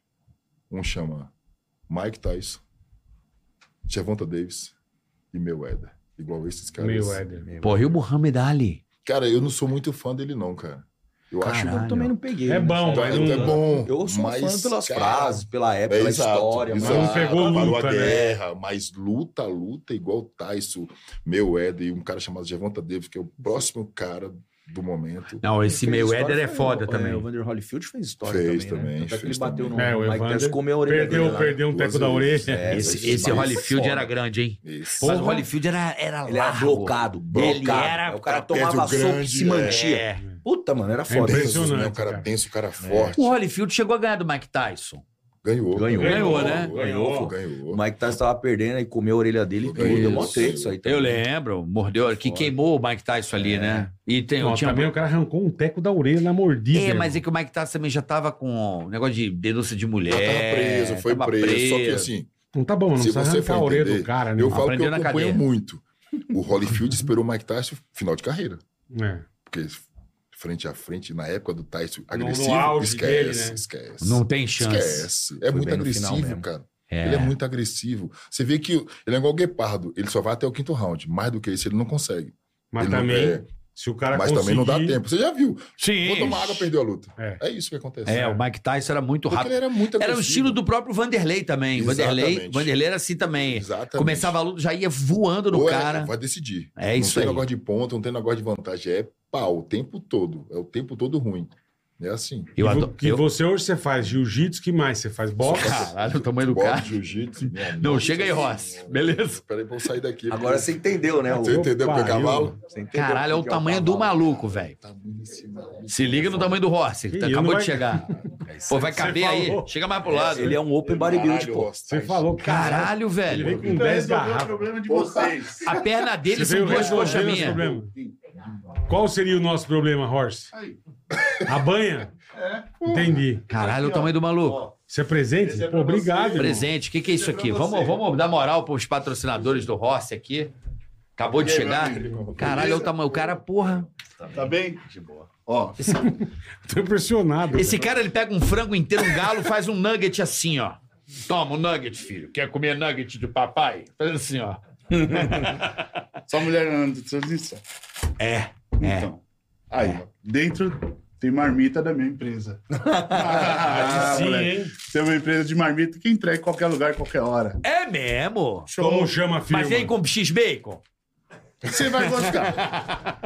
[SPEAKER 1] Um chama Mike Tyson, Gervonta Davis e Mayweather. Igual esses caras.
[SPEAKER 3] Meio Éder.
[SPEAKER 4] Porra, e o Mohamed Ali?
[SPEAKER 1] Cara, eu não sou muito fã dele não, cara. Eu acho...
[SPEAKER 4] Caralho.
[SPEAKER 7] Eu também não peguei.
[SPEAKER 3] É
[SPEAKER 7] né,
[SPEAKER 3] bom,
[SPEAKER 7] cara?
[SPEAKER 3] mas
[SPEAKER 1] Então,
[SPEAKER 3] não-
[SPEAKER 1] é bom.
[SPEAKER 7] Eu sou um
[SPEAKER 1] mas,
[SPEAKER 7] fã pelas
[SPEAKER 1] cara,
[SPEAKER 7] frases, pela época, pela
[SPEAKER 1] é exato,
[SPEAKER 7] história.
[SPEAKER 1] exato.
[SPEAKER 3] Não pegou
[SPEAKER 1] Parou
[SPEAKER 3] luta,
[SPEAKER 1] a
[SPEAKER 3] né?
[SPEAKER 1] guerra, mas luta, luta igual Tyson, meu Éder e um cara chamado Gervonta Davis, que é o próximo cara do momento.
[SPEAKER 4] Não, esse meio Éder é foda também.
[SPEAKER 7] o Vander Holyfield fez história
[SPEAKER 1] Fez
[SPEAKER 7] também,
[SPEAKER 1] também,
[SPEAKER 7] né? Tanto é que
[SPEAKER 1] fez
[SPEAKER 7] ele bateu
[SPEAKER 1] também.
[SPEAKER 7] no
[SPEAKER 3] É, o
[SPEAKER 7] Mike
[SPEAKER 3] Evander
[SPEAKER 7] Tyson, comeu a orelha dele
[SPEAKER 3] Perdeu,
[SPEAKER 7] lá.
[SPEAKER 3] perdeu um
[SPEAKER 1] Duas
[SPEAKER 3] teco da
[SPEAKER 1] vezes.
[SPEAKER 3] orelha.
[SPEAKER 7] É,
[SPEAKER 4] Esse,
[SPEAKER 7] mas
[SPEAKER 4] esse
[SPEAKER 7] foi
[SPEAKER 4] Holyfield
[SPEAKER 7] foda.
[SPEAKER 4] era grande, hein? é
[SPEAKER 1] Esse-
[SPEAKER 4] Mas o
[SPEAKER 3] Porra.
[SPEAKER 4] Holyfield era, era
[SPEAKER 7] Ele era
[SPEAKER 4] largo.
[SPEAKER 7] blocado, blocado.
[SPEAKER 4] Ele era-
[SPEAKER 7] o cara
[SPEAKER 1] Trapézio
[SPEAKER 7] tomava soco e
[SPEAKER 1] grande,
[SPEAKER 7] se
[SPEAKER 4] É.
[SPEAKER 7] mantia. Puta, mano, era foda.
[SPEAKER 3] É
[SPEAKER 1] Tenso, né? O cara
[SPEAKER 3] cara.
[SPEAKER 1] tenso, o
[SPEAKER 4] É.
[SPEAKER 1] cara forte.
[SPEAKER 4] O Holyfield chegou a ganhar do Mike Tyson.
[SPEAKER 1] Ganhou.
[SPEAKER 7] Ganhou.
[SPEAKER 4] Ganhou, né?
[SPEAKER 1] Ganhou.
[SPEAKER 7] Ganhou.
[SPEAKER 1] Ganhou.
[SPEAKER 7] O Mike Tyson tava perdendo e comeu a orelha dele e tudo.
[SPEAKER 1] Isso.
[SPEAKER 7] Eu mostrei isso aí também.
[SPEAKER 4] Eu lembro, mordeu, que
[SPEAKER 7] Foda.
[SPEAKER 4] queimou o Mike Tyson ali,
[SPEAKER 7] É.
[SPEAKER 4] né? E tem,
[SPEAKER 3] Não,
[SPEAKER 4] tinha...
[SPEAKER 3] também o cara arrancou um teco da orelha na mordida.
[SPEAKER 4] É, mas é
[SPEAKER 3] irmão.
[SPEAKER 4] que o Mike Tyson também já tava com negócio de denúncia de mulher.
[SPEAKER 1] Ela tava presa, foi
[SPEAKER 4] é, tava
[SPEAKER 1] preso. Só que
[SPEAKER 4] preso.
[SPEAKER 1] assim,
[SPEAKER 3] Não tá bom, não
[SPEAKER 1] Se
[SPEAKER 3] precisa
[SPEAKER 1] você
[SPEAKER 3] arrancar
[SPEAKER 1] for
[SPEAKER 3] a orelha
[SPEAKER 1] entender,
[SPEAKER 3] do cara, né?
[SPEAKER 1] eu falo que
[SPEAKER 4] Aprendeu
[SPEAKER 1] eu
[SPEAKER 4] na
[SPEAKER 1] acompanho
[SPEAKER 4] cadeia.
[SPEAKER 1] muito. O Holyfield esperou o Mike Tyson final de carreira.
[SPEAKER 3] É.
[SPEAKER 1] Porque frente a frente, na época do Tyson
[SPEAKER 3] no
[SPEAKER 1] agressivo,
[SPEAKER 3] auge
[SPEAKER 1] esquece,
[SPEAKER 3] dele, né?
[SPEAKER 1] esquece.
[SPEAKER 4] Não tem chance.
[SPEAKER 1] assim, Esquece. É
[SPEAKER 7] Foi
[SPEAKER 1] muito
[SPEAKER 7] bem no final
[SPEAKER 1] agressivo,
[SPEAKER 7] mesmo.
[SPEAKER 1] cara. Ele é muito agressivo. Você vê que ele é igual o Guepardo. Ele só vai até o quinto round. Mais do que isso, ele não consegue.
[SPEAKER 3] Mas
[SPEAKER 1] Ele não-
[SPEAKER 3] também,
[SPEAKER 1] é,
[SPEAKER 3] Se o cara
[SPEAKER 1] Mas também não dá tempo. Você já viu.
[SPEAKER 4] Sim.
[SPEAKER 1] Vou tomar água, perdeu a luta.
[SPEAKER 3] É.
[SPEAKER 1] É, isso que acontece.
[SPEAKER 4] É, o Mike Tyson era muito
[SPEAKER 1] Porque ele
[SPEAKER 4] rápido.
[SPEAKER 1] era muito
[SPEAKER 4] Era o
[SPEAKER 1] agressivo.
[SPEAKER 4] estilo do próprio Vanderlei também.
[SPEAKER 1] Exatamente.
[SPEAKER 4] Vanderlei, Vanderlei era assim também.
[SPEAKER 1] Exatamente.
[SPEAKER 4] Começava a luta, já ia voando no
[SPEAKER 1] Ou é,
[SPEAKER 4] cara.
[SPEAKER 1] Vai decidir.
[SPEAKER 4] É isso
[SPEAKER 1] Não
[SPEAKER 4] aí.
[SPEAKER 1] tem negócio de ponta, não tem negócio de vantagem. É pau o tempo todo. É o tempo todo ruim. É assim.
[SPEAKER 4] Eu
[SPEAKER 3] Eu e, vo-
[SPEAKER 4] adoro.
[SPEAKER 3] e
[SPEAKER 4] eu-
[SPEAKER 3] você hoje você faz jiu-jitsu, que mais? Você faz
[SPEAKER 4] *laughs*
[SPEAKER 3] boxe?
[SPEAKER 4] Caralho, o tamanho do
[SPEAKER 1] Boxe,
[SPEAKER 4] cara.
[SPEAKER 1] jiu-jitsu.
[SPEAKER 7] *laughs*
[SPEAKER 1] minha
[SPEAKER 4] Não,
[SPEAKER 1] nossa
[SPEAKER 4] chega aí,
[SPEAKER 1] senhora.
[SPEAKER 4] Ross. Beleza.
[SPEAKER 1] Peraí pra eu sair daqui.
[SPEAKER 7] Agora você entendeu, né? o-
[SPEAKER 1] Você entendeu o que é
[SPEAKER 3] Pariu.
[SPEAKER 1] cavalo?
[SPEAKER 7] você entendeu
[SPEAKER 4] Caralho, é o
[SPEAKER 7] que que
[SPEAKER 4] tamanho do
[SPEAKER 7] cavalo.
[SPEAKER 4] maluco, velho.
[SPEAKER 1] Tá muito em cima.
[SPEAKER 4] Se liga no tamanho do Rossi, que
[SPEAKER 3] Ih,
[SPEAKER 4] tá-
[SPEAKER 3] eu
[SPEAKER 4] acabou
[SPEAKER 3] não
[SPEAKER 4] de
[SPEAKER 3] vai-
[SPEAKER 1] *laughs*
[SPEAKER 4] chegar.
[SPEAKER 1] É
[SPEAKER 4] Pô, vai
[SPEAKER 3] Você
[SPEAKER 4] caber aí.
[SPEAKER 3] falou.
[SPEAKER 4] Chega mais pro lado.
[SPEAKER 7] Ele é um open bodybuild,
[SPEAKER 1] Caralho,
[SPEAKER 7] pô.
[SPEAKER 1] Ross, tá
[SPEAKER 3] Você
[SPEAKER 1] isso.
[SPEAKER 3] falou, caralho.
[SPEAKER 4] Caralho,
[SPEAKER 3] Ele
[SPEAKER 4] velho.
[SPEAKER 3] veio com 10 garrafas.
[SPEAKER 8] Então, problema de vocês.
[SPEAKER 4] A perna dele
[SPEAKER 3] Você
[SPEAKER 4] são
[SPEAKER 3] veio
[SPEAKER 4] duas
[SPEAKER 3] resolver
[SPEAKER 4] coxas
[SPEAKER 3] os
[SPEAKER 4] minhas.
[SPEAKER 3] problemas. Qual seria o nosso problema, Horse? A banha? Entendi.
[SPEAKER 4] Caralho, o tamanho do maluco.
[SPEAKER 3] Você é presente?
[SPEAKER 8] É. Esse é
[SPEAKER 3] Pô,
[SPEAKER 8] pra
[SPEAKER 3] obrigado.
[SPEAKER 8] você.
[SPEAKER 3] irmão.
[SPEAKER 4] Presente, o que, que é isso
[SPEAKER 8] Isso é pra
[SPEAKER 4] aqui? Vamos,
[SPEAKER 8] você.
[SPEAKER 4] vamos dar moral pros patrocinadores do Rossi aqui. Acabou de
[SPEAKER 8] E aí,
[SPEAKER 4] chegar.
[SPEAKER 8] meu amigo?
[SPEAKER 4] Caralho, é o tamanho. O cara, porra.
[SPEAKER 8] Tá bem? De boa. Ó,
[SPEAKER 4] Esse,
[SPEAKER 3] Tô impressionado.
[SPEAKER 4] esse cara, ele pega um frango inteiro, um galo, faz um nugget assim, ó. Toma um nugget, filho. Quer comer nugget de papai? Faz assim, ó.
[SPEAKER 8] *laughs* só mulher na nutricionista?
[SPEAKER 4] É, é.
[SPEAKER 8] Então. Aí, ó, dentro tem marmita da minha empresa. Ah,
[SPEAKER 3] Sim,
[SPEAKER 8] moleque.
[SPEAKER 3] hein?
[SPEAKER 8] Tem uma empresa de marmita que entrega em qualquer lugar, qualquer hora.
[SPEAKER 4] É mesmo?
[SPEAKER 3] Como chama a firma?
[SPEAKER 4] Mas vem com X-Bacon?
[SPEAKER 8] Você
[SPEAKER 7] *laughs*
[SPEAKER 8] vai gostar.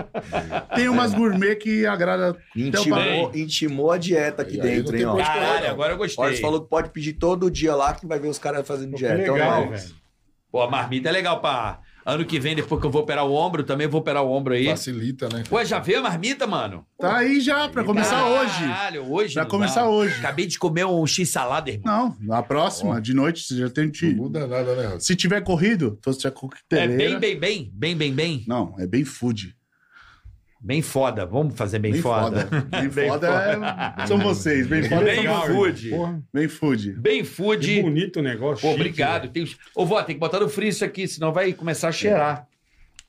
[SPEAKER 8] tem umas
[SPEAKER 4] É.
[SPEAKER 8] gourmet que agrada.
[SPEAKER 7] Intimou,
[SPEAKER 4] tamanho.
[SPEAKER 7] Então, intimou a dieta aqui
[SPEAKER 1] Aí, aí não
[SPEAKER 7] dentro,
[SPEAKER 1] tem
[SPEAKER 7] hein, ó.
[SPEAKER 1] como
[SPEAKER 4] Caralho, agora eu
[SPEAKER 7] O
[SPEAKER 4] gostei.
[SPEAKER 7] Horst falou que pode pedir todo dia lá que vai ver os caras fazendo
[SPEAKER 3] Pô, que
[SPEAKER 7] dieta. Então,
[SPEAKER 3] legal,
[SPEAKER 7] ó,
[SPEAKER 3] É, velho.
[SPEAKER 4] Pô, a marmita é legal pra... Ano que vem, depois que eu vou operar o ombro, também vou operar o ombro aí.
[SPEAKER 1] Facilita, né?
[SPEAKER 4] Ué, já veio a marmita, mano?
[SPEAKER 8] Tá aí já, pra começar
[SPEAKER 4] Ah.
[SPEAKER 8] hoje.
[SPEAKER 4] Caralho, hoje.
[SPEAKER 8] Pra
[SPEAKER 4] não
[SPEAKER 8] começar
[SPEAKER 4] dá.
[SPEAKER 8] hoje.
[SPEAKER 4] Acabei de comer um X-salada, irmão.
[SPEAKER 8] Não, na próxima, de noite, você já tem
[SPEAKER 1] Não
[SPEAKER 8] que.
[SPEAKER 1] muda nada, né, Ross?
[SPEAKER 8] Se tiver corrido, trouxe a
[SPEAKER 4] É
[SPEAKER 8] coqueteleira.
[SPEAKER 4] bem, bem, bem, bem, bem, bem.
[SPEAKER 8] Não, é bem food.
[SPEAKER 4] Bem foda. Vamos fazer bem, foda. *laughs*
[SPEAKER 8] Bem, foda é- são vocês. Bem foda
[SPEAKER 4] Bem
[SPEAKER 8] são
[SPEAKER 3] Legal,
[SPEAKER 8] vocês.
[SPEAKER 4] food.
[SPEAKER 3] Porra,
[SPEAKER 8] Bem food.
[SPEAKER 4] Bem
[SPEAKER 3] que
[SPEAKER 4] food.
[SPEAKER 3] bonito o negócio.
[SPEAKER 4] Pô,
[SPEAKER 3] chique,
[SPEAKER 4] obrigado. Tem... Ô, vó, tem que botar no frio isso aqui, senão vai começar a cheirar.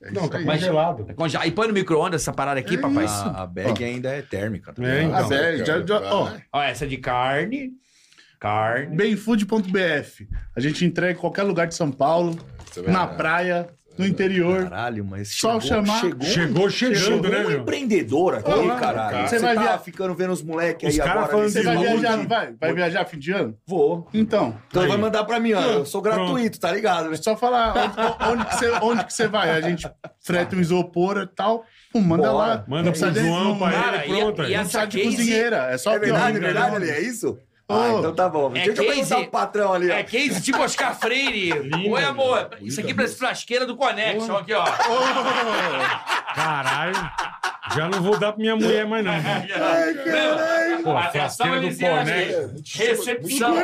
[SPEAKER 8] É
[SPEAKER 3] velho. Não,
[SPEAKER 8] isso
[SPEAKER 3] tá
[SPEAKER 8] aí.
[SPEAKER 4] Mas-
[SPEAKER 3] congelado.
[SPEAKER 4] Tá conge- Aí põe no micro-ondas essa parada aqui,
[SPEAKER 8] É
[SPEAKER 4] papai.
[SPEAKER 8] isso.
[SPEAKER 7] A, a bag ainda é térmica. tá?
[SPEAKER 3] É,
[SPEAKER 8] Ah,
[SPEAKER 3] então.
[SPEAKER 8] velho, já- já- ó,
[SPEAKER 4] Ó, essa de carne. Carne.
[SPEAKER 8] Benfood.bf. A gente entrega em qualquer lugar de São Paulo,
[SPEAKER 1] Você vai-
[SPEAKER 8] na praia, no interior.
[SPEAKER 7] Caralho, mas
[SPEAKER 8] Só
[SPEAKER 7] chegou,
[SPEAKER 8] chamar-
[SPEAKER 7] chegou,
[SPEAKER 3] Chegou
[SPEAKER 7] chegou
[SPEAKER 3] chegando, né,
[SPEAKER 7] um
[SPEAKER 3] meu?
[SPEAKER 7] empreendedor aqui,
[SPEAKER 8] Olha lá,
[SPEAKER 7] caralho.
[SPEAKER 1] cara.
[SPEAKER 7] Você
[SPEAKER 8] Você
[SPEAKER 7] vai
[SPEAKER 8] vai
[SPEAKER 7] tá
[SPEAKER 8] viajar-
[SPEAKER 7] ficando vendo os moleques
[SPEAKER 3] Os
[SPEAKER 7] aí
[SPEAKER 3] cara
[SPEAKER 7] agora.
[SPEAKER 3] falando
[SPEAKER 7] nesse
[SPEAKER 8] Você vai
[SPEAKER 7] mundo.
[SPEAKER 3] Saúde.
[SPEAKER 8] viajar, não vai? Vai viajar fim de ano?
[SPEAKER 7] Vou.
[SPEAKER 8] Então,
[SPEAKER 7] Então
[SPEAKER 3] Aí.
[SPEAKER 7] vai mandar pra mim, ó. Eu sou gratuito, tá ligado? né?
[SPEAKER 8] só falar onde, onde que, você, onde que você vai. A gente freta um isopor e tal. Pô, manda
[SPEAKER 7] Bora.
[SPEAKER 8] lá.
[SPEAKER 3] Manda pro
[SPEAKER 8] Precisa de-
[SPEAKER 3] João,
[SPEAKER 8] não-
[SPEAKER 3] pai.
[SPEAKER 8] não
[SPEAKER 4] Cara,
[SPEAKER 3] ele pronto.
[SPEAKER 4] e, e
[SPEAKER 3] aí.
[SPEAKER 4] essa
[SPEAKER 8] Precisa de
[SPEAKER 4] case...
[SPEAKER 8] cozinheira. É só
[SPEAKER 7] É verdade, é
[SPEAKER 8] peão.
[SPEAKER 7] verdade, ali, é isso? Ah,
[SPEAKER 8] Ô.
[SPEAKER 7] então tá bom.
[SPEAKER 4] É
[SPEAKER 7] Deixa eu perguntar
[SPEAKER 4] case-
[SPEAKER 7] pro patrão ali, ó.
[SPEAKER 4] É case tipo Oscar Freire.
[SPEAKER 3] Lindo,
[SPEAKER 4] Oi, amor. Isso aqui parece frasqueira do Connection, aqui, ó.
[SPEAKER 3] Caralho. Já não vou dar pra minha mulher mais, não.
[SPEAKER 8] *laughs*
[SPEAKER 3] Pô, a frasqueira do Connection.
[SPEAKER 4] Recepção.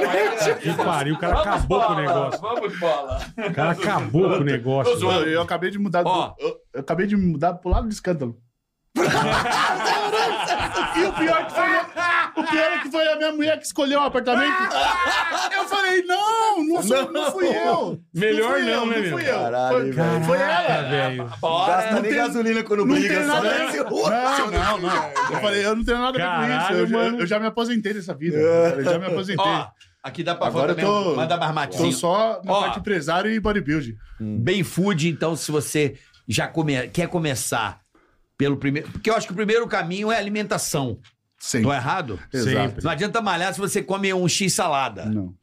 [SPEAKER 3] Que pariu, o cara acabou com o negócio.
[SPEAKER 4] Vamos, bola.
[SPEAKER 3] O cara acabou com o negócio.
[SPEAKER 8] Ô, Eu acabei de mudar. do-
[SPEAKER 4] Ó.
[SPEAKER 8] eu, eu acabei de mudar pro lado do escândalo.
[SPEAKER 7] *laughs*
[SPEAKER 8] e o pior, que foi, o pior é que foi a minha mulher que escolheu o apartamento.
[SPEAKER 7] Ah!
[SPEAKER 8] Eu falei, não, não, sou- não, fui eu.
[SPEAKER 3] Melhor
[SPEAKER 8] fui
[SPEAKER 3] não,
[SPEAKER 8] eu,
[SPEAKER 3] né,
[SPEAKER 8] Não
[SPEAKER 3] meu?
[SPEAKER 8] fui eu.
[SPEAKER 7] Caralho,
[SPEAKER 8] foi,
[SPEAKER 7] velho.
[SPEAKER 8] foi
[SPEAKER 3] Caraca,
[SPEAKER 8] ela.
[SPEAKER 3] velho.
[SPEAKER 7] Não gasta
[SPEAKER 4] Bora.
[SPEAKER 7] nem gasolina quando
[SPEAKER 8] Não
[SPEAKER 7] briga,
[SPEAKER 8] tem
[SPEAKER 7] só
[SPEAKER 8] nada a
[SPEAKER 7] desce
[SPEAKER 8] ver.
[SPEAKER 7] o outro.
[SPEAKER 8] Não, não, não. Eu falei, eu não tenho nada a ver com
[SPEAKER 3] Caralho,
[SPEAKER 8] isso. Eu, já-
[SPEAKER 3] mano. É.
[SPEAKER 8] eu já me aposentei dessa vida. Eu já me aposentei.
[SPEAKER 4] Ó, aqui dá pra
[SPEAKER 8] Agora
[SPEAKER 4] fora
[SPEAKER 8] eu tô-
[SPEAKER 4] mesmo. Manda mais
[SPEAKER 8] Tô
[SPEAKER 4] matezinho.
[SPEAKER 8] só na
[SPEAKER 4] Ó.
[SPEAKER 8] parte empresário e bodybuilding.
[SPEAKER 4] Bem food, então, se você já come- quer começar pelo primeiro... Porque eu acho que o primeiro caminho é alimentação.
[SPEAKER 8] Sim.
[SPEAKER 4] Não é errado?
[SPEAKER 8] Exato.
[SPEAKER 4] Não adianta malhar se você come um X salada. Não,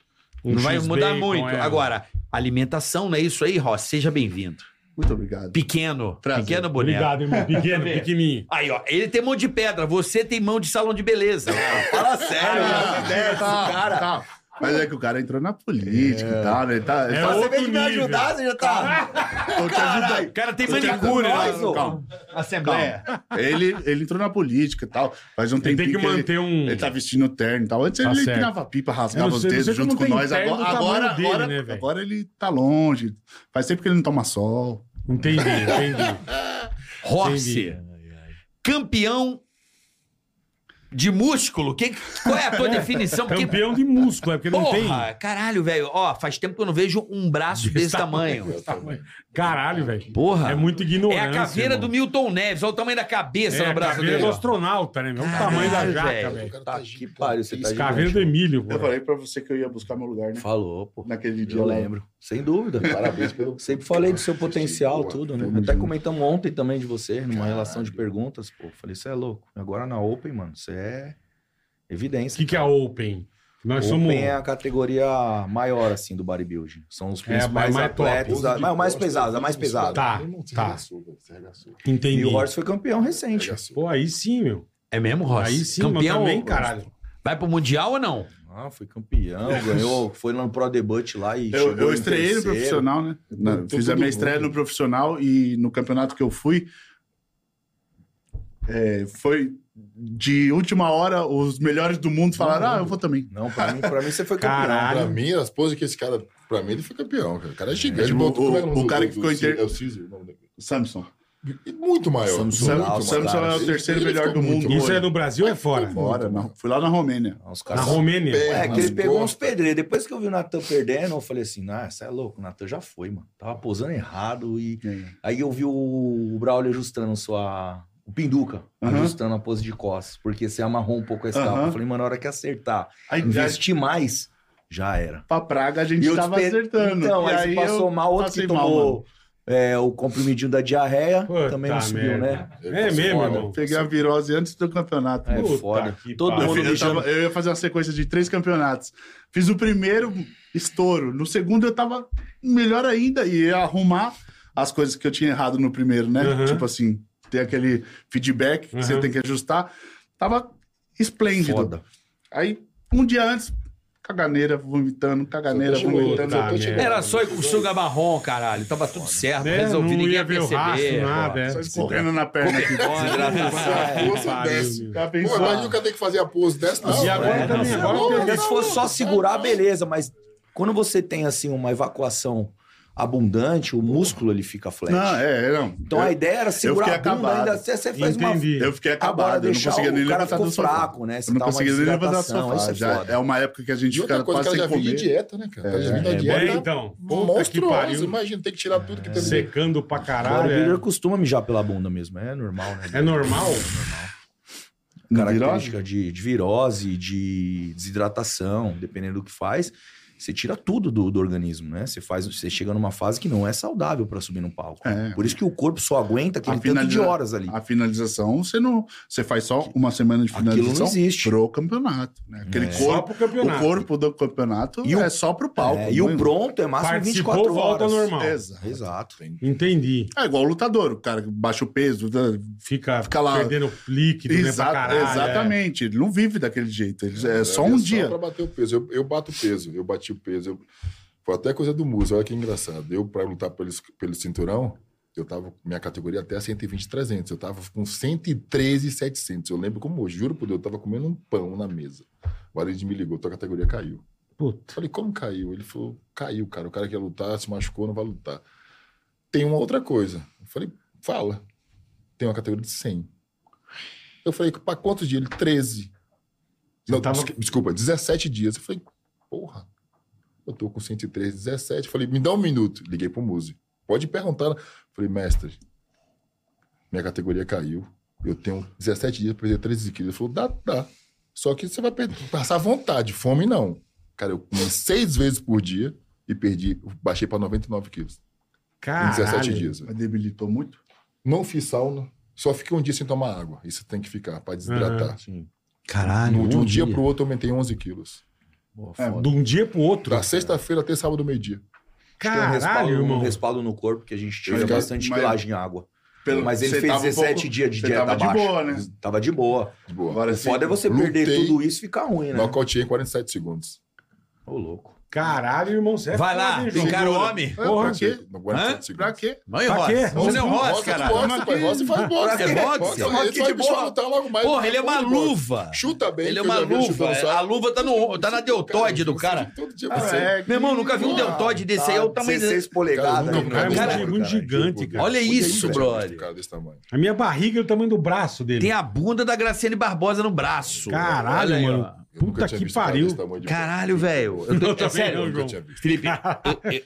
[SPEAKER 8] Não.
[SPEAKER 4] vai
[SPEAKER 3] X-Bacon,
[SPEAKER 4] mudar muito.
[SPEAKER 3] Um é.
[SPEAKER 4] Agora, alimentação, não é isso aí, Ross? Seja bem-vindo.
[SPEAKER 8] Muito obrigado.
[SPEAKER 4] Pequeno.
[SPEAKER 8] Prazer.
[SPEAKER 4] Pequeno boneco.
[SPEAKER 3] Obrigado, irmão. Pequeno,
[SPEAKER 4] Também.
[SPEAKER 3] pequenininho.
[SPEAKER 4] Aí, ó, ele tem mão de pedra, você tem mão de salão de
[SPEAKER 8] *laughs*
[SPEAKER 4] beleza.
[SPEAKER 7] Fala sério,
[SPEAKER 8] Ah,
[SPEAKER 7] não me desce,
[SPEAKER 8] tá,
[SPEAKER 7] cara.
[SPEAKER 8] tá. Mas é que o cara entrou na política e tal, né? Ele Tá,
[SPEAKER 3] É
[SPEAKER 8] é,
[SPEAKER 7] Mas você
[SPEAKER 3] outro
[SPEAKER 7] veio de me
[SPEAKER 3] nível.
[SPEAKER 7] ajudar, você já tá.
[SPEAKER 8] eu te ajudei.
[SPEAKER 4] O cara tem
[SPEAKER 8] Eu te
[SPEAKER 4] manicure,
[SPEAKER 8] ajudei.
[SPEAKER 7] nós,
[SPEAKER 4] né?
[SPEAKER 7] ô.
[SPEAKER 8] Calma,
[SPEAKER 4] Assembleia.
[SPEAKER 8] calma. Ele, ele entrou na política e tal. Faz um
[SPEAKER 3] Ele
[SPEAKER 8] tempinho
[SPEAKER 3] tem que
[SPEAKER 8] ele-
[SPEAKER 3] manter um.
[SPEAKER 8] Ele tá vestindo terno e tal. Antes
[SPEAKER 3] Tá
[SPEAKER 8] ele
[SPEAKER 3] certo.
[SPEAKER 8] empinava a pipa, rasgava
[SPEAKER 3] Eu não sei-
[SPEAKER 8] os
[SPEAKER 3] não sei
[SPEAKER 8] dedos
[SPEAKER 3] como
[SPEAKER 8] junto com
[SPEAKER 3] tem
[SPEAKER 8] nós.
[SPEAKER 3] terno
[SPEAKER 8] Agora,
[SPEAKER 3] do tamanho
[SPEAKER 8] agora,
[SPEAKER 3] dele,
[SPEAKER 8] agora,
[SPEAKER 3] né, velho?
[SPEAKER 8] agora ele tá longe. Faz tempo que ele não toma sol.
[SPEAKER 3] Entendi,
[SPEAKER 4] *laughs*
[SPEAKER 3] entendi.
[SPEAKER 4] Horse.
[SPEAKER 3] Entendi.
[SPEAKER 4] Campeão de músculo? Que, qual é a
[SPEAKER 3] *laughs*
[SPEAKER 4] tua definição? Porque,
[SPEAKER 3] Campeão de músculo, é porque não tem.
[SPEAKER 4] porra, caralho, velho. Ó, faz tempo que eu não vejo um braço desse tamanho.
[SPEAKER 3] desse tamanho. Caralho, velho.
[SPEAKER 4] Porra.
[SPEAKER 3] É muito ignorante.
[SPEAKER 4] É a caveira do Milton Neves, olha o tamanho da cabeça
[SPEAKER 3] é,
[SPEAKER 4] no
[SPEAKER 3] a
[SPEAKER 4] braço
[SPEAKER 3] caveira
[SPEAKER 4] dele.
[SPEAKER 3] do astronauta, né? meu? Olha o tamanho da
[SPEAKER 4] Caralho,
[SPEAKER 3] jaca,
[SPEAKER 4] velho.
[SPEAKER 3] velho.
[SPEAKER 1] cara
[SPEAKER 7] Tá, que
[SPEAKER 1] gigante.
[SPEAKER 7] pariu, você tá
[SPEAKER 3] Caveira do
[SPEAKER 7] gigante.
[SPEAKER 3] Emílio, pô.
[SPEAKER 8] Eu falei pra você que eu ia buscar meu lugar, né?
[SPEAKER 7] Falou, pô.
[SPEAKER 8] Naquele dia
[SPEAKER 7] Eu
[SPEAKER 8] lá.
[SPEAKER 7] lembro. Sem dúvida.
[SPEAKER 1] Parabéns pelo.
[SPEAKER 7] Sempre falei do seu potencial,
[SPEAKER 1] Boa,
[SPEAKER 7] tudo, né?
[SPEAKER 1] tamo
[SPEAKER 7] Até
[SPEAKER 1] junto.
[SPEAKER 7] comentamos ontem também de você, numa relação de perguntas, pô. Falei, você é louco. Agora na Open, mano, você é
[SPEAKER 3] O
[SPEAKER 7] evidência.
[SPEAKER 3] que, que é a Open? Nós
[SPEAKER 7] Open
[SPEAKER 3] somos.
[SPEAKER 7] é a categoria maior, assim, do bodybuilding. São os
[SPEAKER 3] É, a
[SPEAKER 7] principais
[SPEAKER 3] mais top.
[SPEAKER 7] atletas. a- mas o mais pesado, a mais pesada.
[SPEAKER 3] Tá,
[SPEAKER 1] Você
[SPEAKER 3] tá.
[SPEAKER 1] arregaçou, velho, você arregaçou.
[SPEAKER 3] Entendi.
[SPEAKER 7] E o Horse foi campeão recente.
[SPEAKER 1] Arregaçou.
[SPEAKER 3] Pô, aí sim, meu.
[SPEAKER 4] É mesmo, Rossi?
[SPEAKER 3] Aí sim,
[SPEAKER 4] Campeão,
[SPEAKER 3] mas também, caralho.
[SPEAKER 4] Vai pro Mundial ou não?
[SPEAKER 7] Ah, foi *laughs* campeão, ganhou, foi lá no Pro Debut lá e
[SPEAKER 8] Eu,
[SPEAKER 7] chegou
[SPEAKER 8] eu
[SPEAKER 7] em
[SPEAKER 8] estreiei no
[SPEAKER 7] terceiro.
[SPEAKER 8] profissional, né? Na-
[SPEAKER 1] Tô
[SPEAKER 8] fiz a
[SPEAKER 1] todo
[SPEAKER 8] minha
[SPEAKER 1] mundo.
[SPEAKER 8] estreia no profissional e no campeonato que eu fui. é, foi de última hora, os melhores do mundo falaram: Ah, eu vou também.
[SPEAKER 7] Não, pra mim, pra mim você foi campeão.
[SPEAKER 3] Caralho.
[SPEAKER 1] Pra mim, as poses que esse cara. Pra mim, ele foi campeão, cara. O cara é gigante.
[SPEAKER 8] tipo,
[SPEAKER 1] botou-
[SPEAKER 8] o-
[SPEAKER 1] como é nome
[SPEAKER 8] o
[SPEAKER 1] do-
[SPEAKER 8] cara
[SPEAKER 1] do-
[SPEAKER 8] que ficou
[SPEAKER 1] do-
[SPEAKER 8] inter-
[SPEAKER 1] É o Caesar, o nome dele.
[SPEAKER 8] Samson.
[SPEAKER 1] E Muito maior.
[SPEAKER 7] Samson.
[SPEAKER 1] muito
[SPEAKER 8] Sam-
[SPEAKER 7] Lá,
[SPEAKER 1] maior.
[SPEAKER 7] os
[SPEAKER 8] Samson
[SPEAKER 7] caras.
[SPEAKER 8] é o terceiro
[SPEAKER 1] Ele
[SPEAKER 8] melhor
[SPEAKER 1] ficou
[SPEAKER 8] do
[SPEAKER 1] muito
[SPEAKER 8] mundo.
[SPEAKER 1] bom.
[SPEAKER 3] Isso
[SPEAKER 8] hoje.
[SPEAKER 3] é no Brasil ou é fora?
[SPEAKER 8] Fora, não. Fui lá na Romênia.
[SPEAKER 7] Ah, Os
[SPEAKER 3] Na
[SPEAKER 7] caras
[SPEAKER 3] Romênia.
[SPEAKER 7] É, que
[SPEAKER 1] Nas
[SPEAKER 7] ele pegou uns
[SPEAKER 1] costas.
[SPEAKER 7] pedreiros. Depois que eu vi o Natan perdendo, eu falei assim, ah, você é louco, o Natan já foi, mano. Tava posando errado e... Aí eu vi o Braulio ajustando sua... O Pinduca
[SPEAKER 8] Aham.
[SPEAKER 7] ajustando a pose de costas, porque você amarrou um pouco a escapa.
[SPEAKER 8] Aham.
[SPEAKER 7] Eu falei, mano, na hora que acertar,
[SPEAKER 8] Aí já
[SPEAKER 7] investir mais, já era.
[SPEAKER 8] pra Praga a gente tava
[SPEAKER 7] despe-
[SPEAKER 8] acertando.
[SPEAKER 7] Então,
[SPEAKER 8] E
[SPEAKER 7] aí, você passou
[SPEAKER 8] eu
[SPEAKER 7] mal, outro que
[SPEAKER 8] passei mal,
[SPEAKER 7] tomou
[SPEAKER 8] mano.
[SPEAKER 7] é, o comprimidinho da diarreia,
[SPEAKER 3] Puta
[SPEAKER 7] também não subiu,
[SPEAKER 3] merda.
[SPEAKER 7] né?
[SPEAKER 3] É mesmo, irmão.
[SPEAKER 8] Peguei a virose antes do campeonato.
[SPEAKER 7] É
[SPEAKER 8] Pô,
[SPEAKER 3] Puta
[SPEAKER 7] foda.
[SPEAKER 3] que
[SPEAKER 7] Todo
[SPEAKER 3] pariu. Né?
[SPEAKER 8] Eu,
[SPEAKER 7] mundo
[SPEAKER 8] fiz- eu
[SPEAKER 7] mijando.
[SPEAKER 8] tava- eu ia fazer uma sequência de três campeonatos. Fiz o primeiro, estouro. No segundo, eu tava melhor ainda e ia arrumar as coisas que eu tinha errado no primeiro, né?
[SPEAKER 3] Uhum.
[SPEAKER 8] Tipo assim, ter aquele feedback que você
[SPEAKER 3] Uhum.
[SPEAKER 8] tem que ajustar. Tava esplêndido.
[SPEAKER 7] Foda.
[SPEAKER 8] Aí, um dia antes, caganeira, vomitando, caganeira,
[SPEAKER 1] Só tá chegando,
[SPEAKER 8] vomitando.
[SPEAKER 1] só tá
[SPEAKER 3] Puta
[SPEAKER 1] chegando.
[SPEAKER 3] merda.
[SPEAKER 4] Era só ir com o suga marrom, caralho. Tava tudo certo,
[SPEAKER 3] É,
[SPEAKER 4] resolvi,
[SPEAKER 3] não
[SPEAKER 4] ninguém
[SPEAKER 3] ia
[SPEAKER 4] ia
[SPEAKER 3] ver o
[SPEAKER 4] perceber.
[SPEAKER 3] rastro,
[SPEAKER 4] pô.
[SPEAKER 3] nada. É.
[SPEAKER 8] Só escorrendo na perna aqui.
[SPEAKER 4] Desgraçado.
[SPEAKER 1] Pô, você
[SPEAKER 3] Pariu,
[SPEAKER 1] desce.
[SPEAKER 3] meu.
[SPEAKER 8] Já
[SPEAKER 1] Pô,
[SPEAKER 8] pensou?
[SPEAKER 1] mas nunca tem que fazer a pose dessa, não.
[SPEAKER 3] E agora
[SPEAKER 1] É,
[SPEAKER 3] também,
[SPEAKER 1] não,
[SPEAKER 3] agora
[SPEAKER 1] não,
[SPEAKER 3] tem-
[SPEAKER 1] não,
[SPEAKER 7] Porque se fosse
[SPEAKER 1] não,
[SPEAKER 7] só
[SPEAKER 1] não,
[SPEAKER 7] segurar,
[SPEAKER 1] não.
[SPEAKER 7] beleza, mas quando você tem assim uma evacuação abundante, o músculo ele fica flat.
[SPEAKER 8] Não, é, não.
[SPEAKER 7] Então a ideia era segurar a
[SPEAKER 8] fiquei
[SPEAKER 7] bunda,
[SPEAKER 8] acabado.
[SPEAKER 7] ainda assim, você faz uma.
[SPEAKER 3] Entendi.
[SPEAKER 8] Eu fiquei
[SPEAKER 7] Agora
[SPEAKER 8] acabado, eu não
[SPEAKER 7] deixar
[SPEAKER 8] conseguia
[SPEAKER 7] o
[SPEAKER 8] nem
[SPEAKER 7] cara
[SPEAKER 8] levantar
[SPEAKER 7] ficou
[SPEAKER 8] do sofá.
[SPEAKER 7] fraco, né? Você
[SPEAKER 8] Eu não
[SPEAKER 7] tá uma
[SPEAKER 8] conseguia nem levantar do
[SPEAKER 7] desidratação,
[SPEAKER 8] sofá.
[SPEAKER 7] aí você é
[SPEAKER 8] Já
[SPEAKER 7] foda.
[SPEAKER 8] é uma época que a
[SPEAKER 1] E
[SPEAKER 8] gente
[SPEAKER 1] outra
[SPEAKER 8] fica
[SPEAKER 1] coisa,
[SPEAKER 8] quase
[SPEAKER 1] que ela já
[SPEAKER 8] sem
[SPEAKER 1] vinha de
[SPEAKER 8] comer.
[SPEAKER 1] dieta, né, cara? Ela já vinha
[SPEAKER 4] É,
[SPEAKER 1] de
[SPEAKER 3] É,
[SPEAKER 1] dieta É.
[SPEAKER 3] então. Puta que
[SPEAKER 1] monstruosa.
[SPEAKER 3] pariu.
[SPEAKER 1] Imagina, tem que tirar tudo que tem ali.
[SPEAKER 3] Secando pra
[SPEAKER 7] O bodybuilder
[SPEAKER 8] é.
[SPEAKER 3] caralho.
[SPEAKER 7] costuma mijar pela bunda mesmo, é normal, né?
[SPEAKER 3] É, é normal?
[SPEAKER 7] Característica de, de virose, de desidratação, dependendo do que faz. Você tira tudo do, do organismo, né? Você faz, você chega numa fase que não é saudável pra subir no palco.
[SPEAKER 8] É.
[SPEAKER 7] Por isso que o corpo só aguenta aquele
[SPEAKER 8] A
[SPEAKER 7] tanto de
[SPEAKER 8] finaliza-
[SPEAKER 7] horas ali.
[SPEAKER 8] A finalização, você não. Você faz só uma semana de
[SPEAKER 7] Aquilo não
[SPEAKER 8] finalização
[SPEAKER 7] existe.
[SPEAKER 8] pro campeonato. Né? Aquele
[SPEAKER 7] É.
[SPEAKER 3] Só pro
[SPEAKER 8] corpo. O
[SPEAKER 3] campeonato.
[SPEAKER 8] corpo do campeonato
[SPEAKER 7] E o-
[SPEAKER 8] é só pro palco.
[SPEAKER 7] É, e o
[SPEAKER 8] né?
[SPEAKER 7] pronto é máximo
[SPEAKER 3] Participou,
[SPEAKER 7] 24
[SPEAKER 3] volta
[SPEAKER 7] horas.
[SPEAKER 3] ao normal.
[SPEAKER 8] Exato.
[SPEAKER 7] Exato.
[SPEAKER 3] Entendi.
[SPEAKER 8] É igual o lutador, o cara que baixa o peso. tá-
[SPEAKER 3] Fica,
[SPEAKER 8] Fica lá.
[SPEAKER 3] perdendo líquido, né, pra
[SPEAKER 8] Exa-
[SPEAKER 3] caralho.
[SPEAKER 8] exatamente. Ele não vive daquele jeito. Ele, é, só
[SPEAKER 1] Era
[SPEAKER 8] um dia.
[SPEAKER 1] Né? Só pra bater o peso. Eu, eu bato o peso, eu bati o peso. Eu... Foi até coisa do Musa, olha que engraçado. Eu, pra lutar pelo, pelo cinturão, eu tava, minha categoria até é 120, 300. Eu tava com 113, 700. Eu lembro como hoje, juro por Deus, eu tava comendo um pão na mesa. O Arid me ligou, tua categoria caiu.
[SPEAKER 3] É. Puta.
[SPEAKER 1] Falei, como caiu? Ele falou, caiu, cara. O cara que ia lutar se machucou, não vai lutar. Tem uma outra coisa. Eu falei, fala. Tem uma categoria de 100. Eu falei, pra quantos dias? Ele, 13. Não,
[SPEAKER 3] tava-
[SPEAKER 1] desque- desculpa, 17 dias. Eu falei, porra, eu tô com 103, 17. Eu falei, me dá um minuto. Liguei pro Muse. Pode perguntar. Eu falei, mestre, minha categoria caiu. Eu tenho 17 dias pra perder 13 quilos. Ele falou, dá, dá. Só que você vai perder- passar vontade, fome não. Cara, eu comi seis vezes por dia e perdi, baixei pra 99 quilos
[SPEAKER 3] Caralho.
[SPEAKER 1] em 17 dias. velho.
[SPEAKER 8] Mas debilitou muito.
[SPEAKER 1] Não fiz sauna, só fiquei um dia sem tomar água. Isso tem que ficar pra desidratar.
[SPEAKER 8] assim.
[SPEAKER 4] Caralho,
[SPEAKER 1] No- de um dia pro outro, eu aumentei 11 quilos.
[SPEAKER 7] Boa,
[SPEAKER 8] É,
[SPEAKER 7] foda.
[SPEAKER 3] De um dia pro outro.
[SPEAKER 1] Da sexta-feira até sábado, meio-dia.
[SPEAKER 7] Tem um
[SPEAKER 3] Caralho,
[SPEAKER 7] respaldo-
[SPEAKER 3] irmão.
[SPEAKER 7] Um respaldo no corpo que a gente tira
[SPEAKER 8] Mas, cara,
[SPEAKER 7] bastante
[SPEAKER 8] mas-
[SPEAKER 7] quilagem em água. mas ele
[SPEAKER 8] você
[SPEAKER 7] fez
[SPEAKER 8] tava um
[SPEAKER 7] 17
[SPEAKER 8] pouco-
[SPEAKER 7] dias de
[SPEAKER 8] você
[SPEAKER 7] dieta
[SPEAKER 8] tava de
[SPEAKER 7] baixa.
[SPEAKER 8] boa, né?
[SPEAKER 7] Tava de boa.
[SPEAKER 1] De boa.
[SPEAKER 8] Agora
[SPEAKER 7] O
[SPEAKER 8] sim.
[SPEAKER 7] foda é você
[SPEAKER 1] lutei.
[SPEAKER 7] perder tudo isso e ficar ruim, né?
[SPEAKER 1] Nocauteei em 47 segundos.
[SPEAKER 7] Ô, louco.
[SPEAKER 3] Caralho, irmão, você é
[SPEAKER 4] Vai
[SPEAKER 3] foda,
[SPEAKER 4] lá,
[SPEAKER 3] hein, João?
[SPEAKER 4] encara o homem.
[SPEAKER 1] É,
[SPEAKER 3] Porra,
[SPEAKER 1] pra quê? Não aguento
[SPEAKER 4] Hã?
[SPEAKER 1] 30 segundos.
[SPEAKER 8] Pra quê?
[SPEAKER 4] Não, e
[SPEAKER 3] Pra
[SPEAKER 4] Roça.
[SPEAKER 3] quê?
[SPEAKER 4] Você não é um Ross,
[SPEAKER 1] Roça, tu
[SPEAKER 4] caralho.
[SPEAKER 1] gosta, pai. Roça faz boxe.
[SPEAKER 4] É boxe? Roça
[SPEAKER 1] Ele
[SPEAKER 4] que
[SPEAKER 1] vai
[SPEAKER 4] de
[SPEAKER 1] me
[SPEAKER 4] bola.
[SPEAKER 1] chutar logo mais.
[SPEAKER 4] Porra, ele é uma
[SPEAKER 1] Muito bom.
[SPEAKER 4] luva.
[SPEAKER 1] Chuta bem.
[SPEAKER 4] Ele é
[SPEAKER 1] que eu
[SPEAKER 4] uma
[SPEAKER 1] já vi
[SPEAKER 4] luva.
[SPEAKER 1] chutando, sabe?
[SPEAKER 4] A luva tá, no, tá na deltoide do cara.
[SPEAKER 1] Todo dia
[SPEAKER 8] Ah,
[SPEAKER 1] você-
[SPEAKER 8] é,
[SPEAKER 4] Meu irmão, nunca vi
[SPEAKER 7] Ah,
[SPEAKER 4] um deltoide desse aí. É o tamanho dele.
[SPEAKER 7] 16 polegadas.
[SPEAKER 1] Cara,
[SPEAKER 7] né,
[SPEAKER 1] nunca-
[SPEAKER 3] Cara, é
[SPEAKER 4] Cara,
[SPEAKER 3] muito, muito gigante, cara.
[SPEAKER 4] Olha
[SPEAKER 1] Olha
[SPEAKER 4] isso,
[SPEAKER 1] velho,
[SPEAKER 4] brother.
[SPEAKER 1] Cara desse tamanho.
[SPEAKER 3] A minha barriga é o tamanho do braço dele.
[SPEAKER 4] Tem a bunda da Graciane Barbosa no braço.
[SPEAKER 3] Caralho,
[SPEAKER 4] Olha aí, ó.
[SPEAKER 3] mano.
[SPEAKER 1] Eu nunca
[SPEAKER 3] Puta
[SPEAKER 1] tinha
[SPEAKER 3] que
[SPEAKER 1] visto um cara
[SPEAKER 3] pariu.
[SPEAKER 1] desse tamanho de
[SPEAKER 4] Caralho, velho. Eu
[SPEAKER 3] Eu
[SPEAKER 4] tô- É
[SPEAKER 3] também
[SPEAKER 4] sério.
[SPEAKER 3] não,
[SPEAKER 1] boca. Nunca
[SPEAKER 3] João.
[SPEAKER 1] tinha visto.
[SPEAKER 4] Felipe,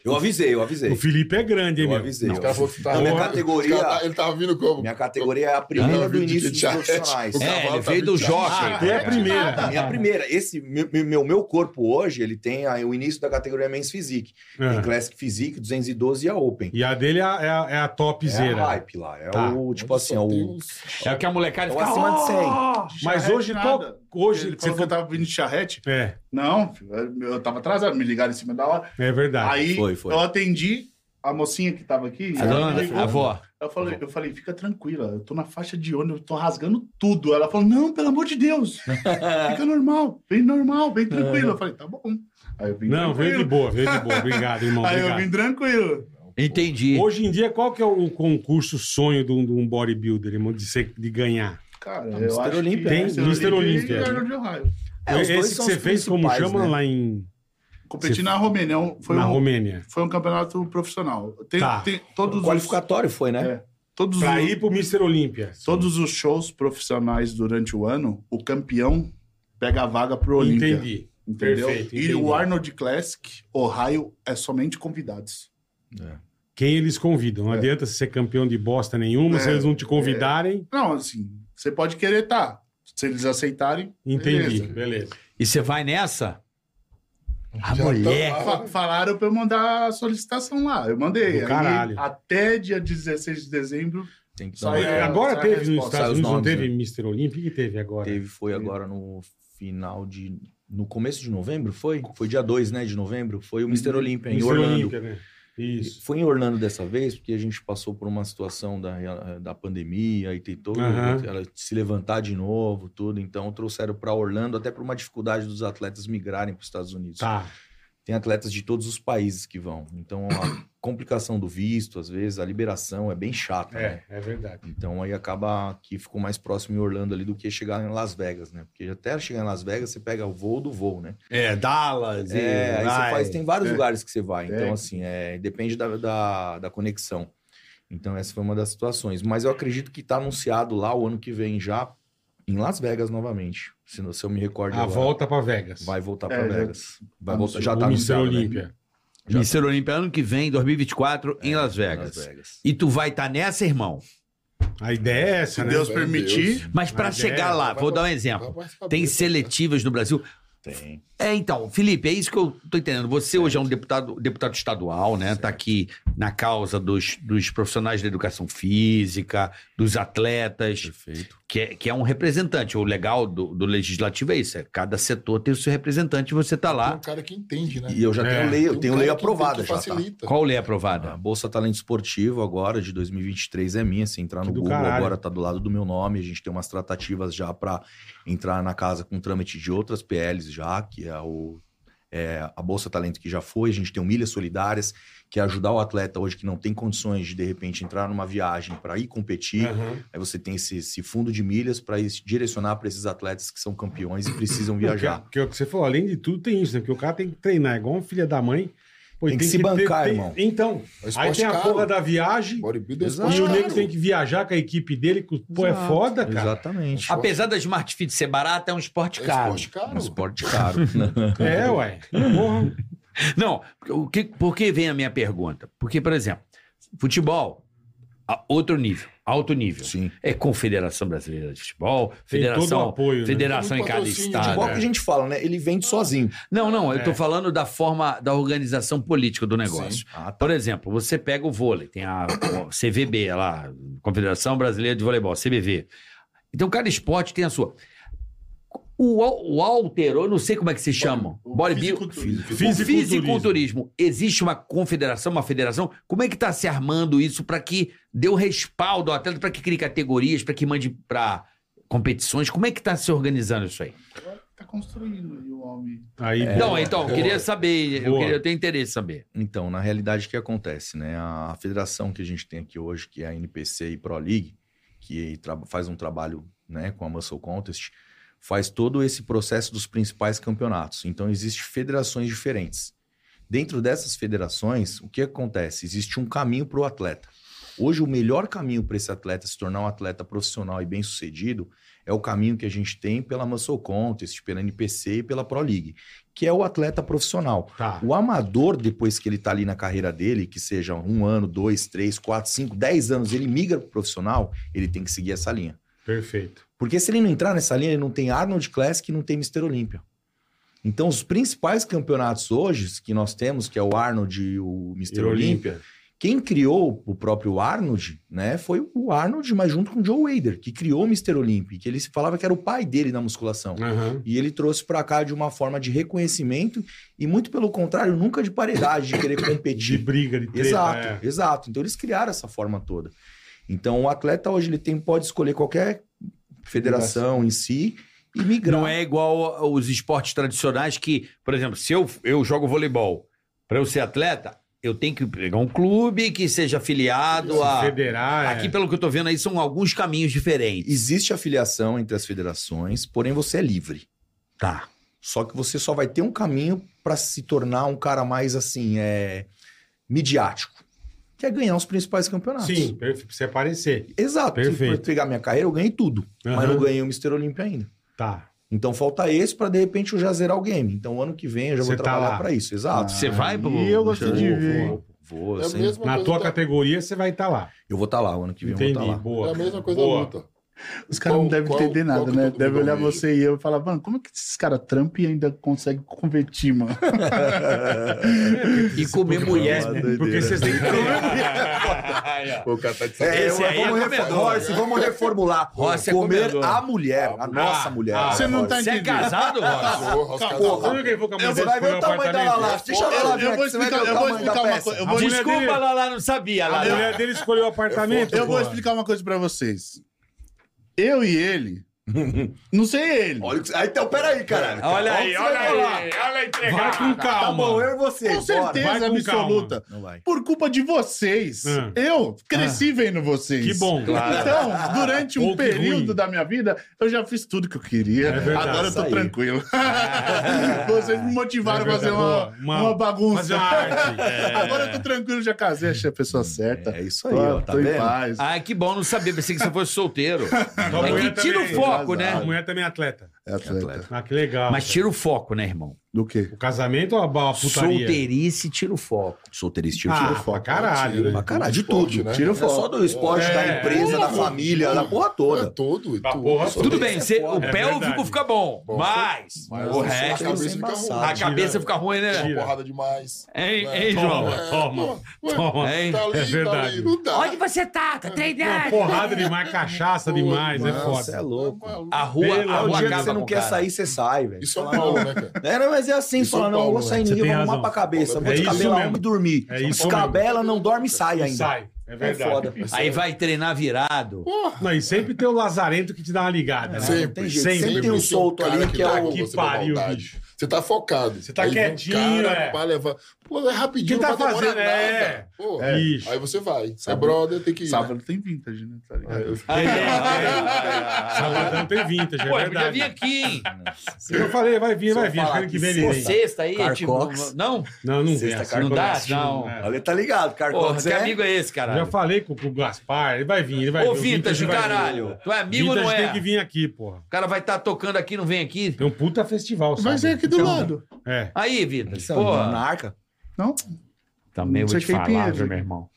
[SPEAKER 7] Eu avisei, eu
[SPEAKER 3] *laughs* O
[SPEAKER 7] avisei.
[SPEAKER 3] Felipe é grande, hein,
[SPEAKER 7] Eu
[SPEAKER 3] meu?
[SPEAKER 7] avisei.
[SPEAKER 1] Os caras falaram que tava-
[SPEAKER 7] Na minha
[SPEAKER 1] Porra.
[SPEAKER 7] categoria-
[SPEAKER 1] Os caras- Ele tava vindo como?
[SPEAKER 7] Minha categoria é a primeira
[SPEAKER 1] Ah,
[SPEAKER 7] do início dos
[SPEAKER 1] já-
[SPEAKER 7] profissionais.
[SPEAKER 1] O
[SPEAKER 4] é,
[SPEAKER 1] cavalo
[SPEAKER 4] ele
[SPEAKER 1] tá
[SPEAKER 4] veio do
[SPEAKER 1] muito
[SPEAKER 4] Jockey.
[SPEAKER 1] chato.
[SPEAKER 3] Tu é a primeira.
[SPEAKER 7] A minha primeira. Esse meu, meu, meu corpo hoje, ele tem a- o início da categoria Men's Physique. Tem
[SPEAKER 3] É.
[SPEAKER 7] Classic Physique, 212 e a Open.
[SPEAKER 3] E a dele é a, é a, é a
[SPEAKER 7] É a
[SPEAKER 3] topzera.
[SPEAKER 7] hype lá. É
[SPEAKER 3] Tá.
[SPEAKER 7] o, tipo assim, é o...
[SPEAKER 4] É o que a molecada
[SPEAKER 7] É o
[SPEAKER 4] fica...
[SPEAKER 7] acima de 100.
[SPEAKER 3] Oh, Mas
[SPEAKER 8] Charrete,
[SPEAKER 3] hoje,
[SPEAKER 8] nada.
[SPEAKER 3] tô, hoje
[SPEAKER 8] Ele
[SPEAKER 3] você
[SPEAKER 8] falou que
[SPEAKER 3] for...
[SPEAKER 8] eu tava vindo de charrete.
[SPEAKER 3] É,
[SPEAKER 8] Não, filho, eu eu tava atrasado, me ligaram em cima da hora.
[SPEAKER 3] é verdade.
[SPEAKER 8] Aí
[SPEAKER 7] foi, foi.
[SPEAKER 8] eu atendi a mocinha que tá tava aqui.
[SPEAKER 4] A
[SPEAKER 8] ela
[SPEAKER 4] dona,
[SPEAKER 8] me ligou.
[SPEAKER 4] a né? avó.
[SPEAKER 8] Eu falei, eu falei, fica tranquila, eu tô na faixa de ônibus, eu tô rasgando tudo. Ela falou, não, pelo amor
[SPEAKER 3] *laughs*
[SPEAKER 8] de Deus, fica normal, vem normal, vem tranquilo. Eu falei, tá bom. Aí eu vim
[SPEAKER 3] É. Não, veio de
[SPEAKER 8] tranquilo.
[SPEAKER 3] boa, veio de boa. Obrigado, irmão.
[SPEAKER 8] Aí eu
[SPEAKER 3] obrigado.
[SPEAKER 8] vim tranquilo.
[SPEAKER 4] Entendi.
[SPEAKER 3] Hoje em dia, qual que é o concurso sonho de um, de um bodybuilder, irmão, de, ser, de ganhar?
[SPEAKER 8] Cara,
[SPEAKER 7] Tá,
[SPEAKER 8] eu
[SPEAKER 7] Mr.
[SPEAKER 8] acho que- é,
[SPEAKER 7] Olímpia,
[SPEAKER 3] né?
[SPEAKER 8] Mr.
[SPEAKER 3] Tem Mr. Olímpia.
[SPEAKER 8] e Arnold de Ohio.
[SPEAKER 7] É, os dois
[SPEAKER 3] Esse que
[SPEAKER 7] são
[SPEAKER 3] você
[SPEAKER 7] os
[SPEAKER 3] fez, como
[SPEAKER 7] principais,
[SPEAKER 3] chama,
[SPEAKER 7] né?
[SPEAKER 3] lá em,
[SPEAKER 8] Competi
[SPEAKER 3] Você-
[SPEAKER 8] na Romênia, um- foi,
[SPEAKER 3] na
[SPEAKER 8] um,
[SPEAKER 3] Romênia.
[SPEAKER 8] foi um campeonato profissional. Tem,
[SPEAKER 3] Tá.
[SPEAKER 8] tem todos os-
[SPEAKER 7] Qualificatório foi, né?
[SPEAKER 8] É. todos
[SPEAKER 3] Pra
[SPEAKER 8] os-
[SPEAKER 3] ir pro Mr. Olímpia.
[SPEAKER 8] Todos os shows profissionais durante o ano, o campeão pega a vaga pro Olímpia.
[SPEAKER 3] Entendi.
[SPEAKER 8] Entendeu?
[SPEAKER 3] Perfeito,
[SPEAKER 8] e
[SPEAKER 3] entendi.
[SPEAKER 8] o Arnold Classic, Ohio, é somente convidados.
[SPEAKER 3] Quem eles convidam. Não
[SPEAKER 8] É.
[SPEAKER 3] adianta você ser campeão de bosta nenhuma,
[SPEAKER 8] É,
[SPEAKER 3] se eles não te convidarem.
[SPEAKER 8] Não, assim, você pode querer estar. Se eles aceitarem,
[SPEAKER 3] Entendi. Beleza.
[SPEAKER 8] é. beleza.
[SPEAKER 4] E você vai nessa? A
[SPEAKER 1] Já
[SPEAKER 4] mulher.
[SPEAKER 1] tá-
[SPEAKER 8] Fa- falaram pra eu mandar a solicitação lá. Eu mandei.
[SPEAKER 3] Do
[SPEAKER 8] Aí,
[SPEAKER 3] caralho.
[SPEAKER 8] até dia 16 de dezembro.
[SPEAKER 7] Tem que
[SPEAKER 8] Só
[SPEAKER 7] dar uma...
[SPEAKER 8] É,
[SPEAKER 3] agora
[SPEAKER 8] essa é a
[SPEAKER 3] teve nos
[SPEAKER 8] resposta,
[SPEAKER 3] Estados
[SPEAKER 7] os
[SPEAKER 3] Unidos, não
[SPEAKER 7] nomes,
[SPEAKER 3] teve Mr. Olímpia? O que teve agora?
[SPEAKER 7] Teve, foi agora no final de... No começo de novembro, foi? Foi dia 2, né, de novembro? Foi o Mr. Olímpia, em
[SPEAKER 3] Mr.
[SPEAKER 7] Orlando.
[SPEAKER 3] Uhum. Olímpia, né? Isso.
[SPEAKER 7] Foi em Orlando dessa vez, porque a gente passou por uma situação da, da pandemia e tentou
[SPEAKER 3] Aham.
[SPEAKER 7] ela se levantar de novo, tudo. Então trouxeram para Orlando, até por uma dificuldade dos atletas migrarem para os Estados Unidos.
[SPEAKER 3] Tá.
[SPEAKER 7] Tem atletas de todos os países que vão. Então a complicação do visto, às vezes, a liberação é bem chata, né?
[SPEAKER 3] É, é verdade.
[SPEAKER 7] Então aí acaba que ficou mais próximo em Orlando ali do que chegar em Las Vegas, né? Porque até chegar em Las Vegas você pega o voo do voo, né?
[SPEAKER 4] É, Dallas.
[SPEAKER 7] É, aí você faz, tem vários
[SPEAKER 8] É.
[SPEAKER 7] lugares que você vai. Então,
[SPEAKER 8] É.
[SPEAKER 7] assim, é, depende da, da, da conexão. Então, essa foi uma das situações. Mas eu acredito que está anunciado lá o ano que vem já em Las Vegas novamente. Se, não- se eu me recordo.
[SPEAKER 3] A
[SPEAKER 7] agora.
[SPEAKER 3] volta pra Vegas.
[SPEAKER 7] Vai voltar
[SPEAKER 8] É,
[SPEAKER 7] para
[SPEAKER 8] já-
[SPEAKER 7] Vegas. Vai voltar,
[SPEAKER 8] anunciou.
[SPEAKER 7] já tá
[SPEAKER 3] o Mr.
[SPEAKER 7] anunciado. Né?
[SPEAKER 3] Olímpia.
[SPEAKER 4] Mr. Olímpia, ano que vem, 2024, É, em Las Vegas.
[SPEAKER 7] Las Vegas.
[SPEAKER 4] E tu vai estar nessa, irmão?
[SPEAKER 3] A ideia é essa,
[SPEAKER 8] Se
[SPEAKER 3] né?
[SPEAKER 8] Deus
[SPEAKER 1] Meu
[SPEAKER 8] permitir.
[SPEAKER 4] Mas pra
[SPEAKER 3] Mas é,
[SPEAKER 4] chegar lá,
[SPEAKER 7] Ah,
[SPEAKER 1] vai
[SPEAKER 4] vou
[SPEAKER 1] pra-
[SPEAKER 4] dar um exemplo.
[SPEAKER 1] Rapaz, sabe,
[SPEAKER 4] Tem
[SPEAKER 1] né?
[SPEAKER 4] seletivas no Brasil.
[SPEAKER 7] Tem.
[SPEAKER 4] É, então, Felipe, é isso que eu tô entendendo. Você hoje é um deputado, deputado estadual, né? Tá aqui na causa dos, dos profissionais da educação física, dos atletas.
[SPEAKER 7] Perfeito.
[SPEAKER 4] que é, que é um representante. O legal do, do legislativo é isso: é cada setor tem o seu representante e você está
[SPEAKER 1] Tem
[SPEAKER 4] lá.
[SPEAKER 1] um cara que entende, né?
[SPEAKER 7] E eu já
[SPEAKER 3] É.
[SPEAKER 7] tenho lei, eu tenho lei aprovada já. Tá.
[SPEAKER 1] Facilita. É
[SPEAKER 4] Qual lei é
[SPEAKER 7] A
[SPEAKER 1] Ah,
[SPEAKER 4] aprovada?
[SPEAKER 7] Bolsa Talento Esportivo agora, de 2023, é minha. Se entrar
[SPEAKER 3] Que
[SPEAKER 7] no
[SPEAKER 3] do
[SPEAKER 7] Google
[SPEAKER 3] caralho.
[SPEAKER 7] agora, tá do lado do meu nome. A gente tem umas tratativas já para entrar na casa com trâmite de outras PLs já, que é o é, a Bolsa Talento que já foi. A gente tem o Milhas Solidárias, que é ajudar o atleta hoje que não tem condições de, de repente, entrar numa viagem para ir competir.
[SPEAKER 3] Aham.
[SPEAKER 7] Aí você tem esse, esse fundo de milhas para direcionar para esses atletas que são campeões e precisam viajar.
[SPEAKER 3] Porque é o que você falou, além de tudo, tem isso, né? Porque o cara tem que treinar, é igual um filho da mãe. Pô,
[SPEAKER 7] Tem que se bancar, irmão.
[SPEAKER 3] Então,
[SPEAKER 1] É um esporte
[SPEAKER 3] aí tem a
[SPEAKER 1] caro.
[SPEAKER 3] porra da viagem
[SPEAKER 1] Bodybuilder é
[SPEAKER 7] Exato.
[SPEAKER 1] esporte
[SPEAKER 3] e o nego
[SPEAKER 1] caro.
[SPEAKER 3] tem que viajar com a equipe dele. com- Pô, é foda, cara. É
[SPEAKER 7] Exatamente.
[SPEAKER 4] Apesar da Smart Fit ser barata, é um esporte
[SPEAKER 1] É
[SPEAKER 4] caro.
[SPEAKER 1] esporte caro.
[SPEAKER 7] Um esporte caro.
[SPEAKER 1] *laughs*
[SPEAKER 3] É, ué. Porra.
[SPEAKER 4] Não, o que, por que vem a minha pergunta? Porque, por exemplo, futebol, a- outro nível, alto nível.
[SPEAKER 7] Sim.
[SPEAKER 4] É Confederação Brasileira de Futebol,
[SPEAKER 3] Tem todo o
[SPEAKER 4] Federação,
[SPEAKER 3] apoio. né?
[SPEAKER 4] federação em
[SPEAKER 1] Muito
[SPEAKER 4] cada
[SPEAKER 1] patrocínio,
[SPEAKER 4] estado.
[SPEAKER 7] Igual que a gente fala, né? Ele vende sozinho.
[SPEAKER 4] Não, não, eu
[SPEAKER 3] É.
[SPEAKER 4] estou falando da forma da organização política do negócio.
[SPEAKER 7] Ah,
[SPEAKER 4] Por exemplo, você pega o vôlei, tem a CVB lá, Confederação Brasileira de Voleibol, CBV. Então, cada esporte tem a sua. O, al- o alter, eu não sei como é que se chama.
[SPEAKER 8] o
[SPEAKER 4] Bodybuilding.
[SPEAKER 8] fisiculturismo.
[SPEAKER 4] O
[SPEAKER 3] Fisiculturismo.
[SPEAKER 4] fisiculturismo. Existe uma confederação, uma federação? Como é que está se armando isso para que dê o respaldo ao atleta, para que crie categorias, para que mande para competições? Como é que está se tá organizando isso aí?
[SPEAKER 8] tá construindo e o homem.
[SPEAKER 3] Aí,
[SPEAKER 7] É.
[SPEAKER 4] Não, então, eu queria saber, eu,
[SPEAKER 3] Boa.
[SPEAKER 4] queria, eu tenho interesse em saber.
[SPEAKER 7] Então, na realidade, o que acontece, né? A federação que a gente tem aqui hoje, que é a NPC e Pro League, que tra- faz um trabalho né, com a Muscle Contest, faz todo esse processo dos principais campeonatos. Então, existem federações diferentes. Dentro dessas federações, o que acontece? Existe um caminho para o atleta. Hoje, o melhor caminho para esse atleta se tornar um atleta profissional e bem-sucedido é o caminho que a gente tem pela Muscle Contest, pela NPC e pela Pro League, que é o atleta profissional.
[SPEAKER 3] Tá.
[SPEAKER 7] O amador, depois que ele tá ali na carreira dele, que seja um ano, dois, três, quatro, cinco, dez anos, ele migra pro profissional, ele tem que seguir essa linha.
[SPEAKER 3] Perfeito.
[SPEAKER 7] Porque se ele não entrar nessa linha, ele não tem Arnold Classic e não tem Mr. Olímpia. Então, os principais campeonatos hoje que nós temos, que é o Arnold e o Mr.
[SPEAKER 3] E
[SPEAKER 7] Olímpia, quem criou o próprio Arnold, né, foi o Arnold, mas junto com o Joe Wader, que criou o Mr. Olímpia, que ele se falava que era o pai dele na musculação.
[SPEAKER 3] Aham.
[SPEAKER 7] E ele trouxe pra cá de uma forma de reconhecimento e muito pelo contrário, nunca de paridade, de querer
[SPEAKER 3] De
[SPEAKER 7] competir.
[SPEAKER 3] briga, de treta.
[SPEAKER 7] exato,
[SPEAKER 3] é.
[SPEAKER 7] exato. Então eles criaram essa forma toda. Então o atleta hoje ele tem, pode escolher qualquer federação em si e migrar.
[SPEAKER 4] Não é igual aos esportes tradicionais que, por exemplo, se eu, eu jogo voleibol, para eu ser atleta, eu tenho que pegar um clube que seja afiliado a.
[SPEAKER 3] Federar.
[SPEAKER 4] Aqui,
[SPEAKER 3] é.
[SPEAKER 4] pelo que eu tô vendo aí, são alguns caminhos diferentes.
[SPEAKER 7] Existe afiliação entre as federações, porém você é livre.
[SPEAKER 4] Tá.
[SPEAKER 7] Só que você só vai ter um caminho pra se tornar um cara mais assim, é midiático, que é ganhar os principais campeonatos.
[SPEAKER 3] Sim, perfeito. Pra você aparecer.
[SPEAKER 7] Exato.
[SPEAKER 3] Perfeito.
[SPEAKER 7] Se for pegar minha carreira, eu ganhei tudo. Mas
[SPEAKER 3] Aham.
[SPEAKER 7] não ganhei o Mr. Olímpia ainda.
[SPEAKER 3] Tá.
[SPEAKER 7] Então falta esse pra de repente eu já zerar o game. Então ano que vem eu já
[SPEAKER 3] Você
[SPEAKER 7] vou
[SPEAKER 3] tá lá.
[SPEAKER 7] trabalhar pra isso. Exato.
[SPEAKER 4] Ah, Você vai pro.
[SPEAKER 8] E eu gostei de
[SPEAKER 4] Vou,
[SPEAKER 8] ver.
[SPEAKER 4] vou.
[SPEAKER 7] Vou,
[SPEAKER 1] É a
[SPEAKER 7] sem-
[SPEAKER 1] mesma
[SPEAKER 3] Na
[SPEAKER 1] coisa
[SPEAKER 3] tua
[SPEAKER 1] da-
[SPEAKER 3] categoria, você vai estar lá.
[SPEAKER 7] Eu vou estar lá, o ano que vem eu
[SPEAKER 3] Entendi.
[SPEAKER 7] vou estar lá.
[SPEAKER 3] Boa.
[SPEAKER 1] É a mesma coisa
[SPEAKER 3] Boa.
[SPEAKER 1] da luta.
[SPEAKER 8] Os caras não
[SPEAKER 1] Qual-
[SPEAKER 8] devem
[SPEAKER 1] qual-
[SPEAKER 8] entender
[SPEAKER 1] qual
[SPEAKER 8] nada,
[SPEAKER 1] que
[SPEAKER 8] né?
[SPEAKER 1] todo mundo
[SPEAKER 8] Devem olhar
[SPEAKER 1] almeja?
[SPEAKER 8] você e eu e falar, mano, como é que esses caras trampam e ainda conseguem convertir, mano?
[SPEAKER 4] E comer mulher.
[SPEAKER 7] É
[SPEAKER 4] né?
[SPEAKER 3] Porque vocês
[SPEAKER 7] *laughs*
[SPEAKER 3] têm que ter.
[SPEAKER 1] O cara tá de
[SPEAKER 7] É,
[SPEAKER 4] Esse
[SPEAKER 7] eu-
[SPEAKER 4] aí é
[SPEAKER 7] vamos, refor-
[SPEAKER 4] comedor.
[SPEAKER 7] Rossi, vamos reformular.
[SPEAKER 4] Rossi é
[SPEAKER 7] comer
[SPEAKER 4] comedor.
[SPEAKER 7] a mulher, a nossa mulher.
[SPEAKER 3] ah,
[SPEAKER 8] *laughs* Você não tá
[SPEAKER 4] Você é
[SPEAKER 8] entendendo.
[SPEAKER 4] casado, Ross?
[SPEAKER 1] Porra, os caras
[SPEAKER 3] Sabe quem foi com a mulher
[SPEAKER 7] Você vai ver o tamanho da Lala. Deixa
[SPEAKER 8] Eu-
[SPEAKER 7] ela lá,
[SPEAKER 8] eu vou explicar- eu vou explicar uma coisa, eu vou-
[SPEAKER 4] Desculpa, Lala, não sabia.
[SPEAKER 3] A
[SPEAKER 4] Lala.
[SPEAKER 3] mulher dele escolheu o apartamento.
[SPEAKER 8] Eu vou
[SPEAKER 3] porra.
[SPEAKER 8] explicar uma coisa pra vocês. Eu e *laughs* ele. não sei ele.
[SPEAKER 7] Olha, o que- ah, então, peraí, caralho.
[SPEAKER 4] Olha aí,
[SPEAKER 7] Olha o que
[SPEAKER 4] olha
[SPEAKER 7] você vai falar.
[SPEAKER 4] aí. Olha
[SPEAKER 1] é
[SPEAKER 4] aí,
[SPEAKER 3] Vai com calma.
[SPEAKER 7] Tá bom, eu e você.
[SPEAKER 8] com
[SPEAKER 7] bora.
[SPEAKER 3] vai
[SPEAKER 8] certeza
[SPEAKER 3] com
[SPEAKER 8] absoluta.
[SPEAKER 7] Não vai.
[SPEAKER 8] Por culpa de vocês,
[SPEAKER 3] Ah.
[SPEAKER 8] eu cresci vendo vocês.
[SPEAKER 3] Que bom.
[SPEAKER 8] Então,
[SPEAKER 3] *laughs*
[SPEAKER 8] durante um
[SPEAKER 3] Ou que ruim.
[SPEAKER 8] período da minha vida, eu já fiz tudo que eu queria.
[SPEAKER 3] É verdade.
[SPEAKER 8] Agora eu
[SPEAKER 7] Isso
[SPEAKER 8] tô
[SPEAKER 7] aí.
[SPEAKER 8] tranquilo.
[SPEAKER 4] *laughs*
[SPEAKER 8] Vocês me motivaram
[SPEAKER 3] É
[SPEAKER 8] a fazer
[SPEAKER 3] verdade.
[SPEAKER 8] uma,
[SPEAKER 3] Boa. Uma-
[SPEAKER 8] uma é. bagunça.
[SPEAKER 3] fazer
[SPEAKER 8] *laughs*
[SPEAKER 3] uma arte. É.
[SPEAKER 8] Agora eu tô tranquilo, já casei, achei a pessoa certa.
[SPEAKER 7] É isso aí,
[SPEAKER 8] Tô,
[SPEAKER 7] ó, tá
[SPEAKER 8] tô em
[SPEAKER 7] vendo?
[SPEAKER 8] paz.
[SPEAKER 4] Ah, que bom não saber. Pensei que você fosse solteiro.
[SPEAKER 3] Tua
[SPEAKER 4] É
[SPEAKER 3] mulher
[SPEAKER 4] que tira o
[SPEAKER 3] também-
[SPEAKER 4] foco, né?
[SPEAKER 3] A mulher também é atleta.
[SPEAKER 8] É atleta.
[SPEAKER 3] Ah, que legal.
[SPEAKER 4] Mas tira o foco, né, irmão?
[SPEAKER 8] Do quê?
[SPEAKER 3] O casamento ou a, a putaria?
[SPEAKER 4] Solteirice tira o foco.
[SPEAKER 7] Solteirice, tio,
[SPEAKER 3] Ah,
[SPEAKER 7] tira
[SPEAKER 3] pra caralho, né?
[SPEAKER 7] Pra caralho, de
[SPEAKER 1] Esporte,
[SPEAKER 7] tudo.
[SPEAKER 1] né?
[SPEAKER 7] Tira o foco.
[SPEAKER 1] É
[SPEAKER 7] só do esporte,
[SPEAKER 3] É.
[SPEAKER 7] da empresa, da família, da porra
[SPEAKER 1] É
[SPEAKER 7] toda.
[SPEAKER 1] todo.
[SPEAKER 3] Pra porra toda.
[SPEAKER 4] Tudo bem, você- o
[SPEAKER 3] É verdade.
[SPEAKER 4] pélvico fica bom,
[SPEAKER 1] Bom,
[SPEAKER 4] mas, o
[SPEAKER 1] a
[SPEAKER 4] resto,
[SPEAKER 1] cabeça
[SPEAKER 7] é
[SPEAKER 1] fica ruim.
[SPEAKER 7] embaçado.
[SPEAKER 4] a cabeça fica ruim, né?
[SPEAKER 3] Tira.
[SPEAKER 1] Porrada demais.
[SPEAKER 4] Hein,
[SPEAKER 1] É.
[SPEAKER 4] hein, João?
[SPEAKER 3] Toma, toma,
[SPEAKER 1] Ué,
[SPEAKER 3] toma.
[SPEAKER 4] É, hein?
[SPEAKER 1] Tá ali,
[SPEAKER 3] É
[SPEAKER 1] tá
[SPEAKER 3] verdade.
[SPEAKER 1] ali. Não dá.
[SPEAKER 2] Onde você tá? Tá
[SPEAKER 3] Não,
[SPEAKER 2] treinando?
[SPEAKER 3] porrada demais, cachaça demais, é
[SPEAKER 7] Não,
[SPEAKER 3] foda.
[SPEAKER 7] cê é
[SPEAKER 1] Tá
[SPEAKER 7] louco.
[SPEAKER 4] A rua,
[SPEAKER 3] Pelo
[SPEAKER 4] a
[SPEAKER 7] Ah, O
[SPEAKER 4] rua
[SPEAKER 7] dia que
[SPEAKER 4] Ah, acaba
[SPEAKER 7] você não
[SPEAKER 4] com o
[SPEAKER 7] quer
[SPEAKER 4] cara.
[SPEAKER 7] sair, você sai, velho.
[SPEAKER 1] Em São Paulo, né, cara?
[SPEAKER 7] É, não, mas é assim,
[SPEAKER 1] Em
[SPEAKER 7] fala,
[SPEAKER 1] São
[SPEAKER 7] não, eu
[SPEAKER 1] Paulo,
[SPEAKER 7] vou
[SPEAKER 1] né?
[SPEAKER 7] sair
[SPEAKER 3] Você
[SPEAKER 7] ninguém,
[SPEAKER 3] tem
[SPEAKER 7] vou arrumar
[SPEAKER 3] razão.
[SPEAKER 7] pra cabeça, vou
[SPEAKER 3] É isso
[SPEAKER 7] descabelar
[SPEAKER 3] mesmo.
[SPEAKER 7] uma e dormir.
[SPEAKER 3] É isso
[SPEAKER 7] Descabela, não dorme e sai ainda.
[SPEAKER 3] Sai, é verdade.
[SPEAKER 7] É foda.
[SPEAKER 4] Aí vai treinar virado.
[SPEAKER 3] Não, e sempre tem o lazarento que te dá uma ligada, né?
[SPEAKER 7] Não,
[SPEAKER 1] Sempre,
[SPEAKER 7] não tem jeito.
[SPEAKER 3] sempre.
[SPEAKER 7] Sempre tem um solto
[SPEAKER 1] cara
[SPEAKER 7] ali que é
[SPEAKER 1] dá
[SPEAKER 7] o...
[SPEAKER 1] com
[SPEAKER 3] que
[SPEAKER 1] você pra
[SPEAKER 3] pariu,
[SPEAKER 1] vontade.
[SPEAKER 3] bicho.
[SPEAKER 1] Você tá focado.
[SPEAKER 3] Você tá
[SPEAKER 1] Aí vem um
[SPEAKER 3] quietinho, é.
[SPEAKER 1] Pra levar. Pô, é rapidinho,
[SPEAKER 3] Que tá
[SPEAKER 1] não vai demorar
[SPEAKER 3] fazendo, é.
[SPEAKER 1] nada. Pô,
[SPEAKER 3] É. Bicho.
[SPEAKER 1] Aí você vai. Você é brother, tem que ir.
[SPEAKER 8] Sábado
[SPEAKER 3] é.
[SPEAKER 8] tem vintage, né?
[SPEAKER 3] Ah,
[SPEAKER 8] Tá
[SPEAKER 1] é,
[SPEAKER 8] ligado?
[SPEAKER 4] Aí,
[SPEAKER 3] Sabadão tem vintage, é
[SPEAKER 4] Pô, podia
[SPEAKER 3] verdade.
[SPEAKER 4] vir aqui, hein?
[SPEAKER 3] Eu falei, vai vir,
[SPEAKER 7] Se
[SPEAKER 3] vai
[SPEAKER 7] eu
[SPEAKER 3] vir. acho que
[SPEAKER 7] falar
[SPEAKER 3] Ano que
[SPEAKER 7] que
[SPEAKER 3] vem ele
[SPEAKER 4] Pô,
[SPEAKER 3] vem.
[SPEAKER 4] sexta aí,
[SPEAKER 7] Carcox.
[SPEAKER 4] tipo. Não?
[SPEAKER 3] Não, não vem.
[SPEAKER 7] Sexta,
[SPEAKER 3] assim,
[SPEAKER 4] não dá?
[SPEAKER 3] assim,
[SPEAKER 4] Não.
[SPEAKER 3] é.
[SPEAKER 7] Ali tá ligado,
[SPEAKER 4] Porra,
[SPEAKER 7] Carcox
[SPEAKER 4] que
[SPEAKER 7] é...
[SPEAKER 4] amigo é esse,
[SPEAKER 3] Já
[SPEAKER 4] caralho?
[SPEAKER 3] falei com, com o Gaspar, ele vai vir, ele vai
[SPEAKER 4] Ô,
[SPEAKER 3] vir. o
[SPEAKER 4] Vintage,
[SPEAKER 3] vai vir.
[SPEAKER 4] caralho. Tu é amigo ou
[SPEAKER 3] Vintage
[SPEAKER 4] não
[SPEAKER 3] tem
[SPEAKER 4] é?
[SPEAKER 3] que vir aqui, porra.
[SPEAKER 4] O cara vai estar tocando aqui, não vem aqui?
[SPEAKER 3] Tem um puta festival, sabe?
[SPEAKER 8] Vai ser aqui do lado.
[SPEAKER 3] É.
[SPEAKER 4] Aí, Vintage,
[SPEAKER 7] Isso,
[SPEAKER 4] porra.
[SPEAKER 7] Monarca.
[SPEAKER 8] Não?
[SPEAKER 4] Também
[SPEAKER 8] Não
[SPEAKER 4] vou
[SPEAKER 3] é
[SPEAKER 8] sei
[SPEAKER 4] te
[SPEAKER 8] quem tem
[SPEAKER 4] falar,
[SPEAKER 8] esse
[SPEAKER 4] viu, meu
[SPEAKER 8] aqui.
[SPEAKER 4] irmão.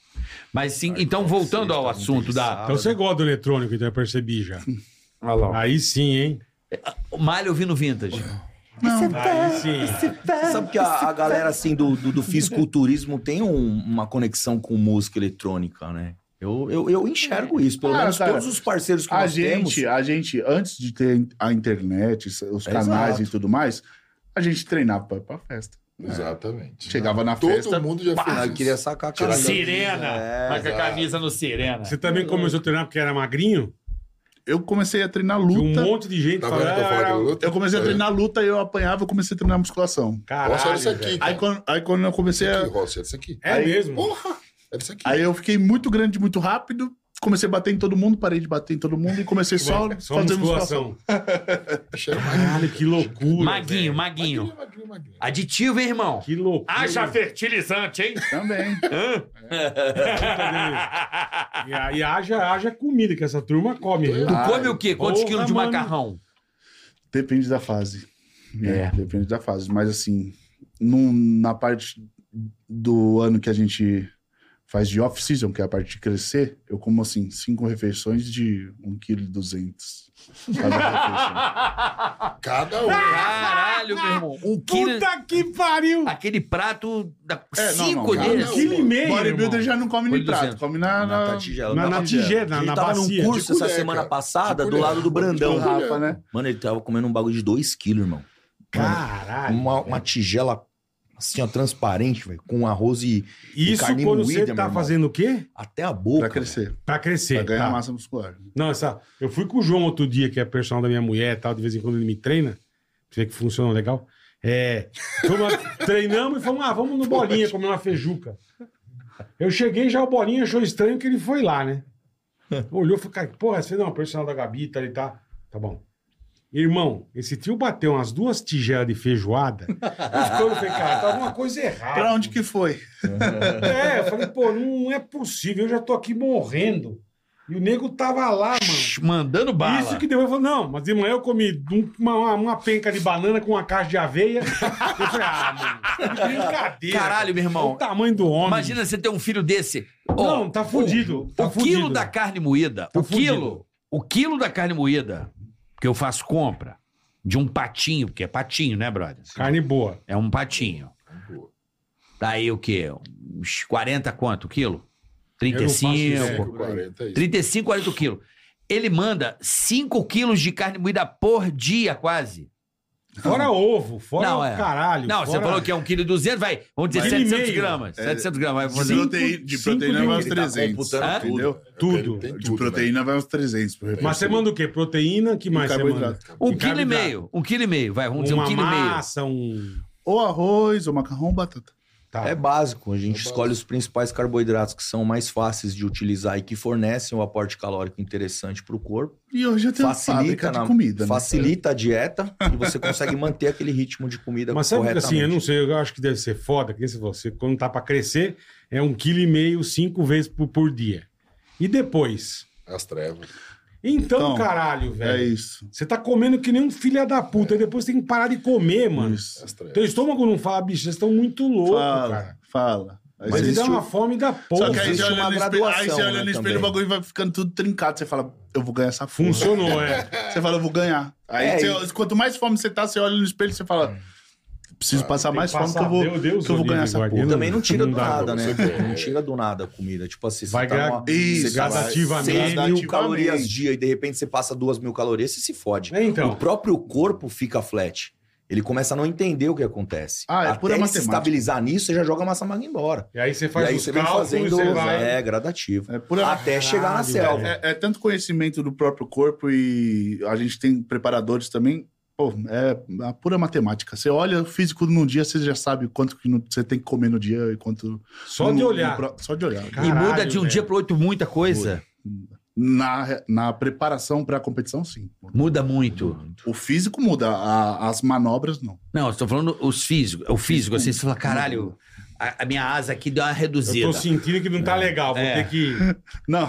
[SPEAKER 4] Mas sim, então voltando ao assunto da.
[SPEAKER 3] Então você gosta do eletrônico, então eu percebi já.
[SPEAKER 4] Olha lá.
[SPEAKER 3] Aí sim, hein?
[SPEAKER 4] Malha ouvindo vintage.
[SPEAKER 8] Tá.
[SPEAKER 3] Aí sim.
[SPEAKER 7] Sabe que a, a galera, assim, do, do, do fisiculturismo tem um- uma conexão com música eletrônica, né? Eu, eu, eu enxergo isso, pelo
[SPEAKER 8] Ah,
[SPEAKER 7] menos
[SPEAKER 8] cara,
[SPEAKER 7] todos os parceiros que
[SPEAKER 8] A
[SPEAKER 7] nós
[SPEAKER 8] gente,
[SPEAKER 7] temos.
[SPEAKER 8] a gente, antes de ter a internet, os canais e
[SPEAKER 7] É Exato.
[SPEAKER 8] tudo mais, a gente treinava pra, pra festa.
[SPEAKER 1] é. Exatamente.
[SPEAKER 8] Chegava na
[SPEAKER 1] Todo
[SPEAKER 8] festa.
[SPEAKER 1] mundo já fez
[SPEAKER 7] Ah, eu
[SPEAKER 1] isso.
[SPEAKER 7] queria sacar a
[SPEAKER 1] Tirar
[SPEAKER 7] camisa.
[SPEAKER 4] Sirena.
[SPEAKER 7] É,
[SPEAKER 4] Vai com a camisa no Sirena.
[SPEAKER 3] Você também começou a treinar porque era magrinho?
[SPEAKER 8] eu comecei a treinar
[SPEAKER 3] Tinha
[SPEAKER 8] luta.
[SPEAKER 3] um monte de gente
[SPEAKER 1] Tá vendo que eu falo de
[SPEAKER 3] "Ah,
[SPEAKER 1] luta?
[SPEAKER 8] Eu comecei a
[SPEAKER 1] É.
[SPEAKER 8] treinar luta, eu apanhava, eu comecei a treinar musculação.
[SPEAKER 3] Caralho,
[SPEAKER 1] Nossa, olha isso aqui.
[SPEAKER 3] velho.
[SPEAKER 1] cara.
[SPEAKER 8] Aí quando, aí quando É. eu comecei
[SPEAKER 1] Isso
[SPEAKER 8] a.
[SPEAKER 1] aqui, Rossi, olha isso aqui.
[SPEAKER 3] É
[SPEAKER 8] Aí-
[SPEAKER 3] mesmo.
[SPEAKER 1] Porra! Olha isso aqui.
[SPEAKER 8] Aí eu fiquei muito grande, muito rápido. Comecei a bater em todo mundo, parei de bater em todo mundo e comecei só,
[SPEAKER 3] *laughs* Só
[SPEAKER 8] fazer musculação.
[SPEAKER 3] musculação.
[SPEAKER 1] Cheiro
[SPEAKER 3] Caralho, que loucura.
[SPEAKER 4] Maguinho,
[SPEAKER 3] velho.
[SPEAKER 4] maguinho.
[SPEAKER 1] magrinho, magrinho, magrinho.
[SPEAKER 4] Aditivo, hein, irmão?
[SPEAKER 3] Que loucura.
[SPEAKER 5] Haja fertilizante, hein?
[SPEAKER 8] Também.
[SPEAKER 3] E, a- e haja, haja comida que essa turma come. viu?
[SPEAKER 4] Tu
[SPEAKER 8] Ah,
[SPEAKER 4] come o quê? Quantos
[SPEAKER 3] porra,
[SPEAKER 4] quilos de
[SPEAKER 3] mano.
[SPEAKER 4] macarrão?
[SPEAKER 8] Depende da fase. né?
[SPEAKER 5] É.
[SPEAKER 8] Depende da fase. Mas assim, num- na parte do ano que a gente faz de off-season, que é a parte de crescer, eu como assim, cinco refeições de 1,2 kg.
[SPEAKER 3] *laughs*
[SPEAKER 8] Cada refeição.
[SPEAKER 1] Cada um.
[SPEAKER 4] Caralho, meu irmão. Um quilo.
[SPEAKER 3] Puta que pariu!
[SPEAKER 4] Aquele prato. Da...
[SPEAKER 8] É, não, não,
[SPEAKER 4] cinco
[SPEAKER 1] cara,
[SPEAKER 4] deles.
[SPEAKER 3] Um quilo e meio.
[SPEAKER 8] Bodybuilder
[SPEAKER 3] irmão.
[SPEAKER 8] já não come
[SPEAKER 4] Foi
[SPEAKER 8] nitrato,
[SPEAKER 4] 200.
[SPEAKER 8] come na. na...
[SPEAKER 7] Na tigela.
[SPEAKER 3] Na,
[SPEAKER 7] Eu
[SPEAKER 3] na
[SPEAKER 7] tava-
[SPEAKER 3] tigela, na,
[SPEAKER 7] Ele
[SPEAKER 3] na
[SPEAKER 7] tava
[SPEAKER 3] bacia.
[SPEAKER 7] num curso
[SPEAKER 1] De
[SPEAKER 7] essa
[SPEAKER 1] colher,
[SPEAKER 7] semana
[SPEAKER 1] cara.
[SPEAKER 7] passada
[SPEAKER 1] De
[SPEAKER 7] do
[SPEAKER 1] colher.
[SPEAKER 7] lado do
[SPEAKER 8] Do
[SPEAKER 7] Brandão.
[SPEAKER 8] Rafa, né?
[SPEAKER 7] Mano, ele tava comendo um bagulho de 2kg, irmão.
[SPEAKER 3] Caralho.
[SPEAKER 7] Uma, uma tigela assim, ó, transparente, velho, com arroz e
[SPEAKER 3] Isso
[SPEAKER 7] carne
[SPEAKER 3] quando
[SPEAKER 7] moída,
[SPEAKER 3] você
[SPEAKER 7] meu
[SPEAKER 3] tá
[SPEAKER 7] irmão.
[SPEAKER 3] fazendo o quê?
[SPEAKER 7] até a
[SPEAKER 8] Pra
[SPEAKER 7] boca.
[SPEAKER 8] crescer,
[SPEAKER 3] Pra
[SPEAKER 8] pra
[SPEAKER 3] crescer.
[SPEAKER 8] ganhar
[SPEAKER 3] tá.
[SPEAKER 8] massa muscular.
[SPEAKER 3] Não, essa. Eu fui com o João outro dia, que é personal da minha mulher e tal, de vez em quando ele me treina. Pra você ver que funciona legal. É. fomos- *laughs* treinamos e falamos, ah, vamos no bolinha comer uma feijuca. Eu cheguei já, o bolinha achou estranho que ele foi lá, né? Olhou e falou, cara, porra, você não, é um personal da Gabi, tá, ele tá. Tá bom. Irmão, esse tio bateu umas duas tigelas de feijoada. *laughs* Eu ficou, eu falei, cara, tá alguma coisa errada.
[SPEAKER 8] Pra onde que foi?
[SPEAKER 3] É, eu falei, pô, não é possível, eu já tô aqui morrendo. E o nego tava lá, mano.
[SPEAKER 4] Mandando bala.
[SPEAKER 3] Isso que depois eu falei, não, mas de manhã eu comi um- uma, uma- uma penca de banana com uma caixa de aveia. Eu falei, ah, mano, que brincadeira.
[SPEAKER 4] Caralho, meu irmão.
[SPEAKER 3] Olha O tamanho do homem.
[SPEAKER 4] Imagina você ter um filho desse. Ó,
[SPEAKER 3] Não, tá fudido. tá
[SPEAKER 4] o
[SPEAKER 3] fudido.
[SPEAKER 4] quilo da carne moída,
[SPEAKER 3] Tá
[SPEAKER 4] o
[SPEAKER 3] fudido.
[SPEAKER 4] quilo, o quilo da carne moída que eu faço compra de um patinho, porque é patinho, né, brother?
[SPEAKER 3] Carne boa.
[SPEAKER 4] É um patinho. Daí o quê? Uns 40 quanto o quilo?
[SPEAKER 3] não faço
[SPEAKER 4] 35.
[SPEAKER 3] isso.
[SPEAKER 1] 5, 40, é isso.
[SPEAKER 4] 35, 40 um quilo. Ele manda 5 quilos de carne moída por dia, quase.
[SPEAKER 3] Fora ovo, fora
[SPEAKER 4] Não,
[SPEAKER 3] o
[SPEAKER 4] é.
[SPEAKER 3] caralho.
[SPEAKER 4] Não, você
[SPEAKER 3] fora-
[SPEAKER 4] falou que é 1,2 kg, e 200, vai, vamos dizer
[SPEAKER 3] Mas- Quilo e
[SPEAKER 4] 700
[SPEAKER 3] meio.
[SPEAKER 4] gramas.
[SPEAKER 8] É,
[SPEAKER 4] 700 gramas, vai
[SPEAKER 8] De
[SPEAKER 4] fazer...
[SPEAKER 8] proteína, de
[SPEAKER 3] cinco
[SPEAKER 8] proteína
[SPEAKER 3] mil.
[SPEAKER 8] vai uns
[SPEAKER 7] Ele tá
[SPEAKER 8] 300.
[SPEAKER 7] computando
[SPEAKER 4] Hã?
[SPEAKER 8] entendeu?
[SPEAKER 1] É, tem-
[SPEAKER 3] Tudo.
[SPEAKER 1] tem
[SPEAKER 8] De
[SPEAKER 1] tudo,
[SPEAKER 8] proteína vai uns 300. por
[SPEAKER 3] Mas você
[SPEAKER 8] refeição.
[SPEAKER 3] manda o quê? Proteína? que
[SPEAKER 8] E
[SPEAKER 3] mais você manda?
[SPEAKER 8] carboidrato.
[SPEAKER 4] Um
[SPEAKER 3] E
[SPEAKER 4] quilo e meio, um quilo e meio, vai, vamos dizer um
[SPEAKER 3] Uma
[SPEAKER 4] quilo e meio.
[SPEAKER 3] massa, um...
[SPEAKER 8] Ou arroz, ou macarrão, ou batata.
[SPEAKER 3] Tá.
[SPEAKER 7] É básico, a gente
[SPEAKER 1] É
[SPEAKER 7] escolhe os principais carboidratos que são mais fáceis de utilizar e que fornecem um aporte calórico interessante para o corpo.
[SPEAKER 8] E hoje eu tenho
[SPEAKER 7] Facilita,
[SPEAKER 8] fábrica de
[SPEAKER 7] na-
[SPEAKER 3] né?
[SPEAKER 8] comida. né?
[SPEAKER 7] facilita a dieta e você consegue manter aquele ritmo de comida
[SPEAKER 3] Mas sabe que
[SPEAKER 7] corretamente.
[SPEAKER 3] assim, eu não sei, eu acho que deve ser foda, que nem se você, quando tá pra crescer, é um quilo e meio, cinco vezes por, por dia. E depois?
[SPEAKER 1] As trevas.
[SPEAKER 3] Então,
[SPEAKER 8] Então,
[SPEAKER 3] caralho,
[SPEAKER 8] né? É
[SPEAKER 3] velho.
[SPEAKER 8] isso.
[SPEAKER 3] Você tá comendo que nem um filho da puta, e depois tem que parar de comer, mano.
[SPEAKER 8] Isso.
[SPEAKER 1] As trevas.
[SPEAKER 3] Teu estômago não fala, bicho, vocês estão muito loucos,
[SPEAKER 8] Fala,
[SPEAKER 3] cara.
[SPEAKER 8] fala.
[SPEAKER 3] Mas
[SPEAKER 8] Aí você
[SPEAKER 3] ele dá
[SPEAKER 8] existe-
[SPEAKER 3] uma fome da porra.
[SPEAKER 8] Só que aí
[SPEAKER 7] existe
[SPEAKER 8] você olha
[SPEAKER 7] uma
[SPEAKER 8] no espelho,
[SPEAKER 7] graduação,
[SPEAKER 8] aí você olha
[SPEAKER 7] né,
[SPEAKER 8] no espelho, o
[SPEAKER 7] também.
[SPEAKER 8] bagulho vai ficando tudo trincado. Você fala, eu vou ganhar essa fome.
[SPEAKER 3] Funcionou,
[SPEAKER 8] *laughs*
[SPEAKER 3] é.
[SPEAKER 8] Você fala, eu vou ganhar. Aí
[SPEAKER 7] É,
[SPEAKER 8] você- quanto mais fome você tá, você olha no espelho e você fala, preciso passar mais
[SPEAKER 3] Tem que
[SPEAKER 8] fome
[SPEAKER 3] passar,
[SPEAKER 8] que eu vou,
[SPEAKER 3] meu Deus,
[SPEAKER 8] que eu vou
[SPEAKER 3] Olívio,
[SPEAKER 8] ganhar essa
[SPEAKER 3] guarda.
[SPEAKER 8] porra.
[SPEAKER 7] Também não tira
[SPEAKER 3] Hum, Não
[SPEAKER 7] do
[SPEAKER 3] dá
[SPEAKER 7] nada,
[SPEAKER 1] pra
[SPEAKER 7] né?
[SPEAKER 1] você ver,
[SPEAKER 7] Não
[SPEAKER 1] é.
[SPEAKER 7] tira do nada a comida. Tipo assim, você
[SPEAKER 3] Vai
[SPEAKER 7] tá
[SPEAKER 3] ganhar-
[SPEAKER 7] numa-
[SPEAKER 8] Isso,
[SPEAKER 7] você tá
[SPEAKER 8] vai-
[SPEAKER 3] gradativamente.
[SPEAKER 7] seis mil
[SPEAKER 8] Gradativamente.
[SPEAKER 7] calorias dia e de repente você passa duas mil calorias, você se fode.
[SPEAKER 3] É,
[SPEAKER 7] O
[SPEAKER 3] Então,
[SPEAKER 7] próprio corpo fica flat. Ele começa a não entender o que acontece.
[SPEAKER 8] Ah, é
[SPEAKER 7] Até
[SPEAKER 8] pura
[SPEAKER 7] ele se
[SPEAKER 8] matemática.
[SPEAKER 7] estabilizar nisso, você já joga a massa magra embora.
[SPEAKER 3] e aí você faz
[SPEAKER 7] e aí
[SPEAKER 3] os
[SPEAKER 7] você vem
[SPEAKER 3] cálculos e
[SPEAKER 7] fazendo.
[SPEAKER 3] você vai...
[SPEAKER 7] É, gradativo.
[SPEAKER 8] É pura-
[SPEAKER 7] Até chegar na
[SPEAKER 3] Caralho,
[SPEAKER 7] selva.
[SPEAKER 3] velho.
[SPEAKER 8] É, é tanto conhecimento do próprio corpo e a gente tem preparadores também. Pô, é a pura matemática. Você olha o físico num dia, você já sabe quanto que no- você tem que comer no dia e quanto.
[SPEAKER 3] Só
[SPEAKER 8] no-
[SPEAKER 3] de
[SPEAKER 8] no
[SPEAKER 3] olhar.
[SPEAKER 8] pro- só de olhar.
[SPEAKER 4] E
[SPEAKER 3] Caralho,
[SPEAKER 4] muda de um
[SPEAKER 3] velho.
[SPEAKER 4] dia pro outro muita coisa.
[SPEAKER 8] Na, na preparação pra competição, sim.
[SPEAKER 4] Muda muito.
[SPEAKER 8] O físico muda, a- as manobras não.
[SPEAKER 4] Não, estou falando os físicos. O físico, assim, você fala, caralho, a, a minha asa aqui deu uma reduzida.
[SPEAKER 3] Eu tô sentindo que não tá legal, vou
[SPEAKER 4] É.
[SPEAKER 3] ter que...
[SPEAKER 8] Não,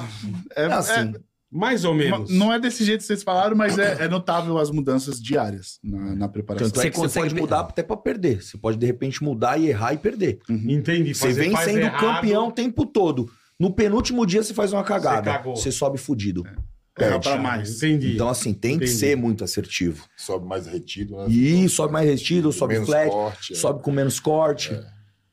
[SPEAKER 8] é,
[SPEAKER 7] É assim.
[SPEAKER 3] Mais ou
[SPEAKER 8] é- ma-
[SPEAKER 3] menos.
[SPEAKER 8] não é desse jeito que vocês falaram, mas é, é notável as mudanças diárias na, na preparação.
[SPEAKER 7] Tanto
[SPEAKER 4] Você
[SPEAKER 7] é que você
[SPEAKER 4] consegue
[SPEAKER 7] pode
[SPEAKER 4] pe-
[SPEAKER 7] mudar até pra perder. Você pode, de repente, mudar e errar e perder.
[SPEAKER 3] Uhum. Entendi.
[SPEAKER 7] Você
[SPEAKER 3] fazer-
[SPEAKER 7] vem
[SPEAKER 3] faz
[SPEAKER 7] sendo
[SPEAKER 3] errado.
[SPEAKER 7] campeão o tempo todo. No penúltimo dia, você faz uma cagada.
[SPEAKER 3] cagou.
[SPEAKER 7] Você sobe fudido.
[SPEAKER 8] Erra
[SPEAKER 7] Perde.
[SPEAKER 8] É. pra mais.
[SPEAKER 3] Entendi.
[SPEAKER 7] Então, assim, tem
[SPEAKER 3] Entendi.
[SPEAKER 7] que ser muito assertivo.
[SPEAKER 1] Sobe mais retido, né?
[SPEAKER 7] E sobe mais retido, sobe
[SPEAKER 1] Menos
[SPEAKER 7] flat,
[SPEAKER 1] corte, é.
[SPEAKER 7] sobe com menos corte,
[SPEAKER 8] É.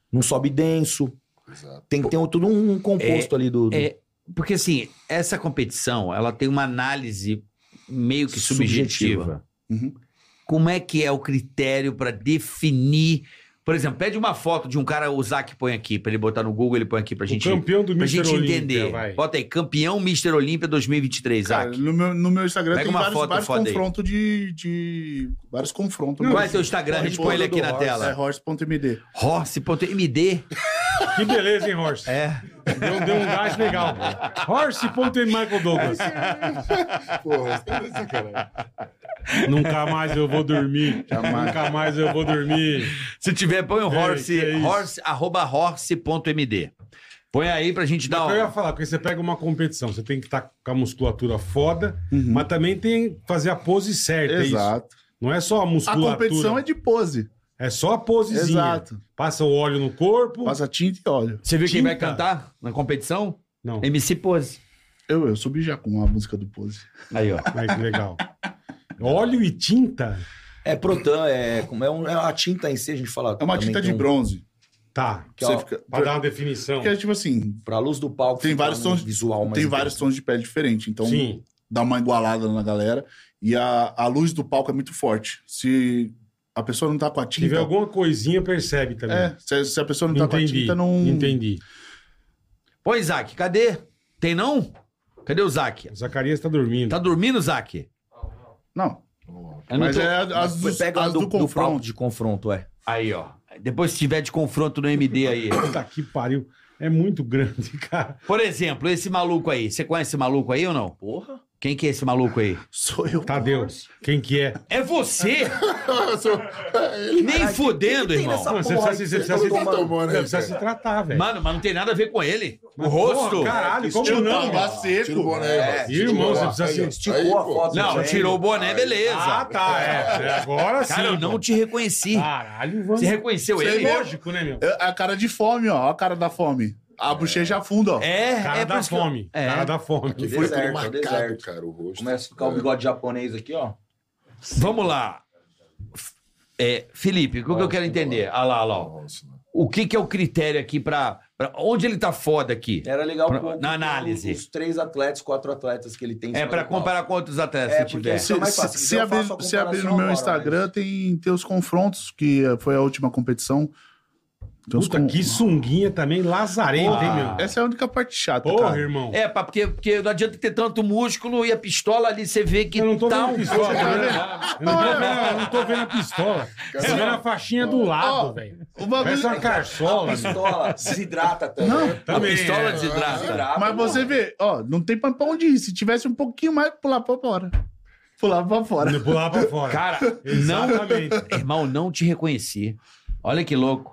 [SPEAKER 7] não sobe denso.
[SPEAKER 1] Exato.
[SPEAKER 7] Tem que ter um- todo um composto ali do. do-
[SPEAKER 4] É, porque assim, essa competição, ela tem uma análise meio que subjetiva.
[SPEAKER 7] Subjetiva.
[SPEAKER 8] Uhum.
[SPEAKER 4] Como é que é o critério para definir Por exemplo, pede uma foto de um cara, o Zac põe aqui, pra ele botar no Google, ele põe aqui pra gente,
[SPEAKER 3] o campeão do
[SPEAKER 4] pra
[SPEAKER 3] Mr.
[SPEAKER 4] gente
[SPEAKER 3] Olímpia,
[SPEAKER 4] entender.
[SPEAKER 3] vai.
[SPEAKER 4] Bota aí, campeão Mr. Olímpia 2023,
[SPEAKER 8] Cara,
[SPEAKER 4] Zac.
[SPEAKER 8] no meu, no meu Instagram
[SPEAKER 4] Pega
[SPEAKER 8] tem
[SPEAKER 4] uma
[SPEAKER 8] vários,
[SPEAKER 4] foto
[SPEAKER 8] vários
[SPEAKER 4] foda aí.
[SPEAKER 8] confrontos de, de. Vários confrontos. Assim,
[SPEAKER 4] Qual é
[SPEAKER 8] mesmo.
[SPEAKER 4] teu Instagram? A gente põe ele aqui na
[SPEAKER 8] É
[SPEAKER 4] tela.
[SPEAKER 8] horse.md.
[SPEAKER 3] *laughs*
[SPEAKER 4] Horse.md.
[SPEAKER 3] Que beleza, hein, Horse?
[SPEAKER 4] É.
[SPEAKER 3] Deu, deu um gás legal. Horse ponto em Michael Douglas.
[SPEAKER 1] Porra, é gostei dessa, cara.
[SPEAKER 3] Nunca mais eu vou dormir.
[SPEAKER 8] Jamais.
[SPEAKER 3] Nunca mais eu vou dormir.
[SPEAKER 4] Se tiver, põe o
[SPEAKER 3] Ei,
[SPEAKER 4] horse,
[SPEAKER 3] que é isso?
[SPEAKER 4] horse, arroba horse.md. Põe aí pra gente dar
[SPEAKER 3] Mas
[SPEAKER 4] um...
[SPEAKER 3] Eu ia falar, porque você pega uma competição, você tem que estar com a musculatura foda,
[SPEAKER 8] Uhum.
[SPEAKER 3] mas também tem que fazer a pose certa. é Isso.
[SPEAKER 8] Exato.
[SPEAKER 3] Não é só a
[SPEAKER 8] A
[SPEAKER 3] musculatura.
[SPEAKER 8] competição é de pose.
[SPEAKER 3] é... só a posezinha.
[SPEAKER 8] Exato.
[SPEAKER 3] Passa o óleo no corpo.
[SPEAKER 8] Passa tinta e óleo.
[SPEAKER 4] Você viu quem vai
[SPEAKER 3] Tinta.
[SPEAKER 4] cantar na competição?
[SPEAKER 3] Não,
[SPEAKER 4] MC Pose.
[SPEAKER 8] Eu, eu subi já com a música do pose.
[SPEAKER 4] Aí, ó.
[SPEAKER 3] aí que legal. Óleo e tinta?
[SPEAKER 7] É Protan, é, como é, um, é uma tinta em si, a gente fala.
[SPEAKER 8] É uma
[SPEAKER 7] também
[SPEAKER 8] tinta
[SPEAKER 7] tem
[SPEAKER 8] de
[SPEAKER 7] um-
[SPEAKER 8] bronze.
[SPEAKER 3] Tá,
[SPEAKER 7] que é
[SPEAKER 8] Você
[SPEAKER 7] uma-
[SPEAKER 8] fica-
[SPEAKER 3] pra dar uma definição.
[SPEAKER 4] um-
[SPEAKER 8] Porque, tipo assim,
[SPEAKER 7] Pra luz do palco.
[SPEAKER 8] Tem
[SPEAKER 7] fica
[SPEAKER 8] vários
[SPEAKER 7] um
[SPEAKER 8] tons-
[SPEAKER 7] Visual, mais
[SPEAKER 8] tem vários tons de pele diferentes. Então,
[SPEAKER 3] Sim,
[SPEAKER 8] dá uma igualada na galera. E a, a luz do palco é muito forte. Se a pessoa não tá com a
[SPEAKER 3] se tiver
[SPEAKER 8] tinta.
[SPEAKER 3] alguma coisinha, percebe também.
[SPEAKER 8] É, se, se a pessoa não tá com a
[SPEAKER 3] Entendi,
[SPEAKER 8] tinta, não.
[SPEAKER 3] entendi.
[SPEAKER 4] Põe, Zac, cadê? Tem não? Cadê o Zac?
[SPEAKER 3] O Zacarias tá dormindo.
[SPEAKER 4] Tá dormindo, Zac?
[SPEAKER 8] Não.
[SPEAKER 1] *laughs*
[SPEAKER 4] Eu não
[SPEAKER 8] Mas
[SPEAKER 4] tô-
[SPEAKER 8] é a- as,
[SPEAKER 7] Mas
[SPEAKER 8] dos-
[SPEAKER 7] Pega a
[SPEAKER 8] as
[SPEAKER 7] do,
[SPEAKER 8] do,
[SPEAKER 7] do, palco
[SPEAKER 8] confronto.
[SPEAKER 7] de confronto, é.
[SPEAKER 4] Aí, ó. Depois se tiver de confronto no MD aí.
[SPEAKER 3] Puta que pariu. É muito grande, *laughs* cara.
[SPEAKER 4] Por exemplo, esse maluco aí. Você conhece esse maluco aí ou não?
[SPEAKER 7] Porra.
[SPEAKER 4] Quem que é esse maluco aí?
[SPEAKER 8] Sou eu.
[SPEAKER 3] Tadeu, quem que é?
[SPEAKER 4] É você!
[SPEAKER 1] Sou- É,
[SPEAKER 4] Nem fudendo, irmão.
[SPEAKER 3] Mano, você
[SPEAKER 7] porra
[SPEAKER 3] precisa, você precisa,
[SPEAKER 1] Todo
[SPEAKER 3] se,
[SPEAKER 1] mundo
[SPEAKER 3] tratar.
[SPEAKER 1] tomou, né,
[SPEAKER 3] Você precisa se
[SPEAKER 1] cara?
[SPEAKER 3] tratar, velho.
[SPEAKER 4] Mano, mas não tem nada a ver com ele. O
[SPEAKER 3] Mas,
[SPEAKER 4] rosto.
[SPEAKER 3] porra, Caralho, como
[SPEAKER 8] Tira o
[SPEAKER 3] não?
[SPEAKER 8] boné, seco.
[SPEAKER 1] Tira o boné,
[SPEAKER 7] É,
[SPEAKER 1] né? irmão.
[SPEAKER 3] Irmão,
[SPEAKER 1] Tira o
[SPEAKER 3] você
[SPEAKER 1] boné.
[SPEAKER 3] precisa se-
[SPEAKER 1] Aí, ó.
[SPEAKER 7] esticou
[SPEAKER 1] Aí,
[SPEAKER 7] a
[SPEAKER 1] pô.
[SPEAKER 7] foto.
[SPEAKER 4] Não,
[SPEAKER 7] Gente.
[SPEAKER 4] tirou o boné, beleza.
[SPEAKER 3] Ah, tá, é. Agora sim. Ah,
[SPEAKER 4] Cara, eu não
[SPEAKER 3] pô.
[SPEAKER 4] te reconheci.
[SPEAKER 3] Caralho, mano.
[SPEAKER 4] Você reconheceu
[SPEAKER 8] Você
[SPEAKER 4] ele?
[SPEAKER 8] mesmo?
[SPEAKER 3] Lógico, né, meu?
[SPEAKER 8] É a cara de fome, ó. A cara da fome. A bochecha afunda, ó.
[SPEAKER 4] É,
[SPEAKER 3] Cara
[SPEAKER 4] é por
[SPEAKER 3] da
[SPEAKER 4] isso que-
[SPEAKER 3] fome.
[SPEAKER 4] É.
[SPEAKER 3] Cara da fome.
[SPEAKER 1] Aqui foi tudo
[SPEAKER 7] Deserto,
[SPEAKER 1] marcado,
[SPEAKER 7] deserto.
[SPEAKER 1] cara, o rosto.
[SPEAKER 7] Começa a ficar o
[SPEAKER 1] É.
[SPEAKER 7] bigode japonês aqui, ó.
[SPEAKER 4] Vamos lá. F- é, Felipe, o que, eu quero entender? Ah lá, ah
[SPEAKER 1] É.
[SPEAKER 4] lá. ó.
[SPEAKER 1] Nossa, mano.
[SPEAKER 4] O que, que é o critério aqui pra, pra- Onde ele tá foda
[SPEAKER 3] É
[SPEAKER 4] aqui?
[SPEAKER 7] Era legal
[SPEAKER 4] Pra-
[SPEAKER 7] pôr-
[SPEAKER 4] na análise.
[SPEAKER 7] Os três atletas, quatro atletas que ele tem. em
[SPEAKER 4] É
[SPEAKER 7] cima
[SPEAKER 4] pra
[SPEAKER 7] do palco.
[SPEAKER 4] comparar com outros atletas
[SPEAKER 7] É,
[SPEAKER 4] se
[SPEAKER 7] porque
[SPEAKER 4] tiver.
[SPEAKER 7] assim-
[SPEAKER 8] Se,
[SPEAKER 7] Então, mais
[SPEAKER 8] se-
[SPEAKER 7] fácil,
[SPEAKER 8] se
[SPEAKER 7] eu
[SPEAKER 8] abrir,
[SPEAKER 7] faço a
[SPEAKER 8] se abrir no
[SPEAKER 7] comparação
[SPEAKER 8] meu
[SPEAKER 7] agora,
[SPEAKER 8] Instagram,
[SPEAKER 7] mas-
[SPEAKER 8] tem, tem os confrontos, que eh, foi a última competição. Tem os
[SPEAKER 3] Puta,
[SPEAKER 8] con-
[SPEAKER 3] que sunguinha também, lazarenta, hein, meu?
[SPEAKER 8] Essa é a única parte chata,
[SPEAKER 3] Porra,
[SPEAKER 8] cara.
[SPEAKER 3] irmão.
[SPEAKER 4] É, pá, porque, porque não adianta ter tanto músculo e a pistola ali você vê que
[SPEAKER 3] Eu não tô
[SPEAKER 4] tá
[SPEAKER 3] vendo
[SPEAKER 4] um.
[SPEAKER 3] pistola.
[SPEAKER 8] Você tá
[SPEAKER 3] né? Eu não tô vendo, eu não tô vendo a pistola.
[SPEAKER 1] Cara,
[SPEAKER 3] Tô vendo a faixinha do lado,
[SPEAKER 8] Ó,
[SPEAKER 3] velho.
[SPEAKER 8] O
[SPEAKER 3] Parece
[SPEAKER 8] bagulho...
[SPEAKER 3] uma
[SPEAKER 7] A
[SPEAKER 3] carçola. meu.
[SPEAKER 7] pistola desidrata também.
[SPEAKER 8] Não,
[SPEAKER 4] A
[SPEAKER 3] Também
[SPEAKER 4] pistola
[SPEAKER 3] é.
[SPEAKER 4] desidrata.
[SPEAKER 7] Desidrata,
[SPEAKER 8] mas
[SPEAKER 7] mano.
[SPEAKER 8] você vê, ó, não tem pra pra onde ir. Se tivesse um pouquinho mais, pulava pra fora. Pulava pra fora.
[SPEAKER 3] Pular pra fora.
[SPEAKER 4] Cara, não.
[SPEAKER 3] Exatamente.
[SPEAKER 4] *laughs* Irmão, não te reconheci. Olha que louco.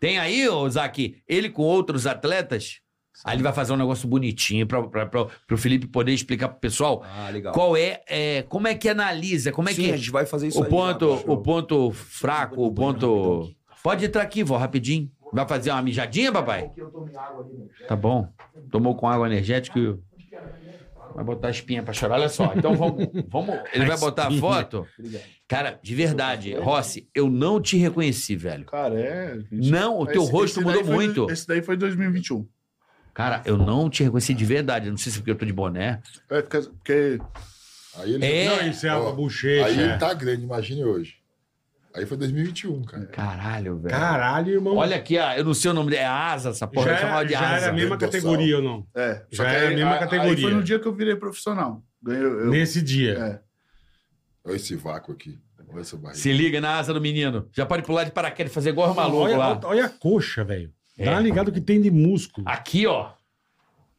[SPEAKER 4] Tem aí, ô Zac, ele com outros atletas? Aí ele vai fazer um negócio bonitinho pra, pra, pra, pro Felipe poder explicar pro pessoal
[SPEAKER 7] Ah, legal.
[SPEAKER 4] qual é, é, como é que analisa, como é
[SPEAKER 7] Sim,
[SPEAKER 4] que
[SPEAKER 7] a gente vai fazer isso
[SPEAKER 4] o
[SPEAKER 7] aí, tá né,
[SPEAKER 4] ponto,
[SPEAKER 7] já,
[SPEAKER 4] o ponto fraco, o ponto Pode entrar aqui, vó, rapidinho. Vai fazer uma mijadinha, papai?
[SPEAKER 7] né?
[SPEAKER 4] Tá bom. Tomou com água energética e vai botar a espinha pra chorar. Olha só, então vamos. vamos... Ele vai botar a foto. Cara, de verdade, Rossi, eu não te reconheci, velho.
[SPEAKER 8] Cara, é... gente.
[SPEAKER 4] Não, o teu
[SPEAKER 8] Esse-
[SPEAKER 4] rosto
[SPEAKER 8] esse daí
[SPEAKER 4] mudou
[SPEAKER 8] foi-
[SPEAKER 4] muito.
[SPEAKER 8] Esse daí foi 2021.
[SPEAKER 4] Cara, eu não te reconheci de verdade. Eu Não sei se porque eu tô de boné.
[SPEAKER 8] É, porque- porque
[SPEAKER 1] Aí ele...
[SPEAKER 4] É.
[SPEAKER 3] Não, isso é
[SPEAKER 1] Ó,
[SPEAKER 3] a bochecha.
[SPEAKER 1] Aí
[SPEAKER 3] é.
[SPEAKER 1] ele tá grande, imagine hoje. Aí foi 2021, cara.
[SPEAKER 4] Caralho, velho.
[SPEAKER 3] Caralho, irmão.
[SPEAKER 4] Olha aqui, a- eu não sei o nome dele. É asa essa porra.
[SPEAKER 3] já
[SPEAKER 4] eu chamava
[SPEAKER 3] era,
[SPEAKER 4] de
[SPEAKER 3] já era a
[SPEAKER 4] asa.
[SPEAKER 3] mesma
[SPEAKER 1] Dorsal.
[SPEAKER 3] categoria ou não?
[SPEAKER 8] É.
[SPEAKER 3] Já
[SPEAKER 8] só que
[SPEAKER 3] é a mesma
[SPEAKER 8] aí
[SPEAKER 3] categoria.
[SPEAKER 8] foi no dia que eu virei profissional. Ganhei. Eu,
[SPEAKER 3] Nesse dia.
[SPEAKER 8] é.
[SPEAKER 1] Olha esse vácuo aqui. Olha essa barriga.
[SPEAKER 4] Se liga na asa do menino. Já pode pular de paraquedas e fazer igual o maluco
[SPEAKER 3] olha,
[SPEAKER 4] lá.
[SPEAKER 3] olha a coxa, velho.
[SPEAKER 4] É.
[SPEAKER 3] Dá uma ligada o que tem de músculo.
[SPEAKER 4] Aqui, ó.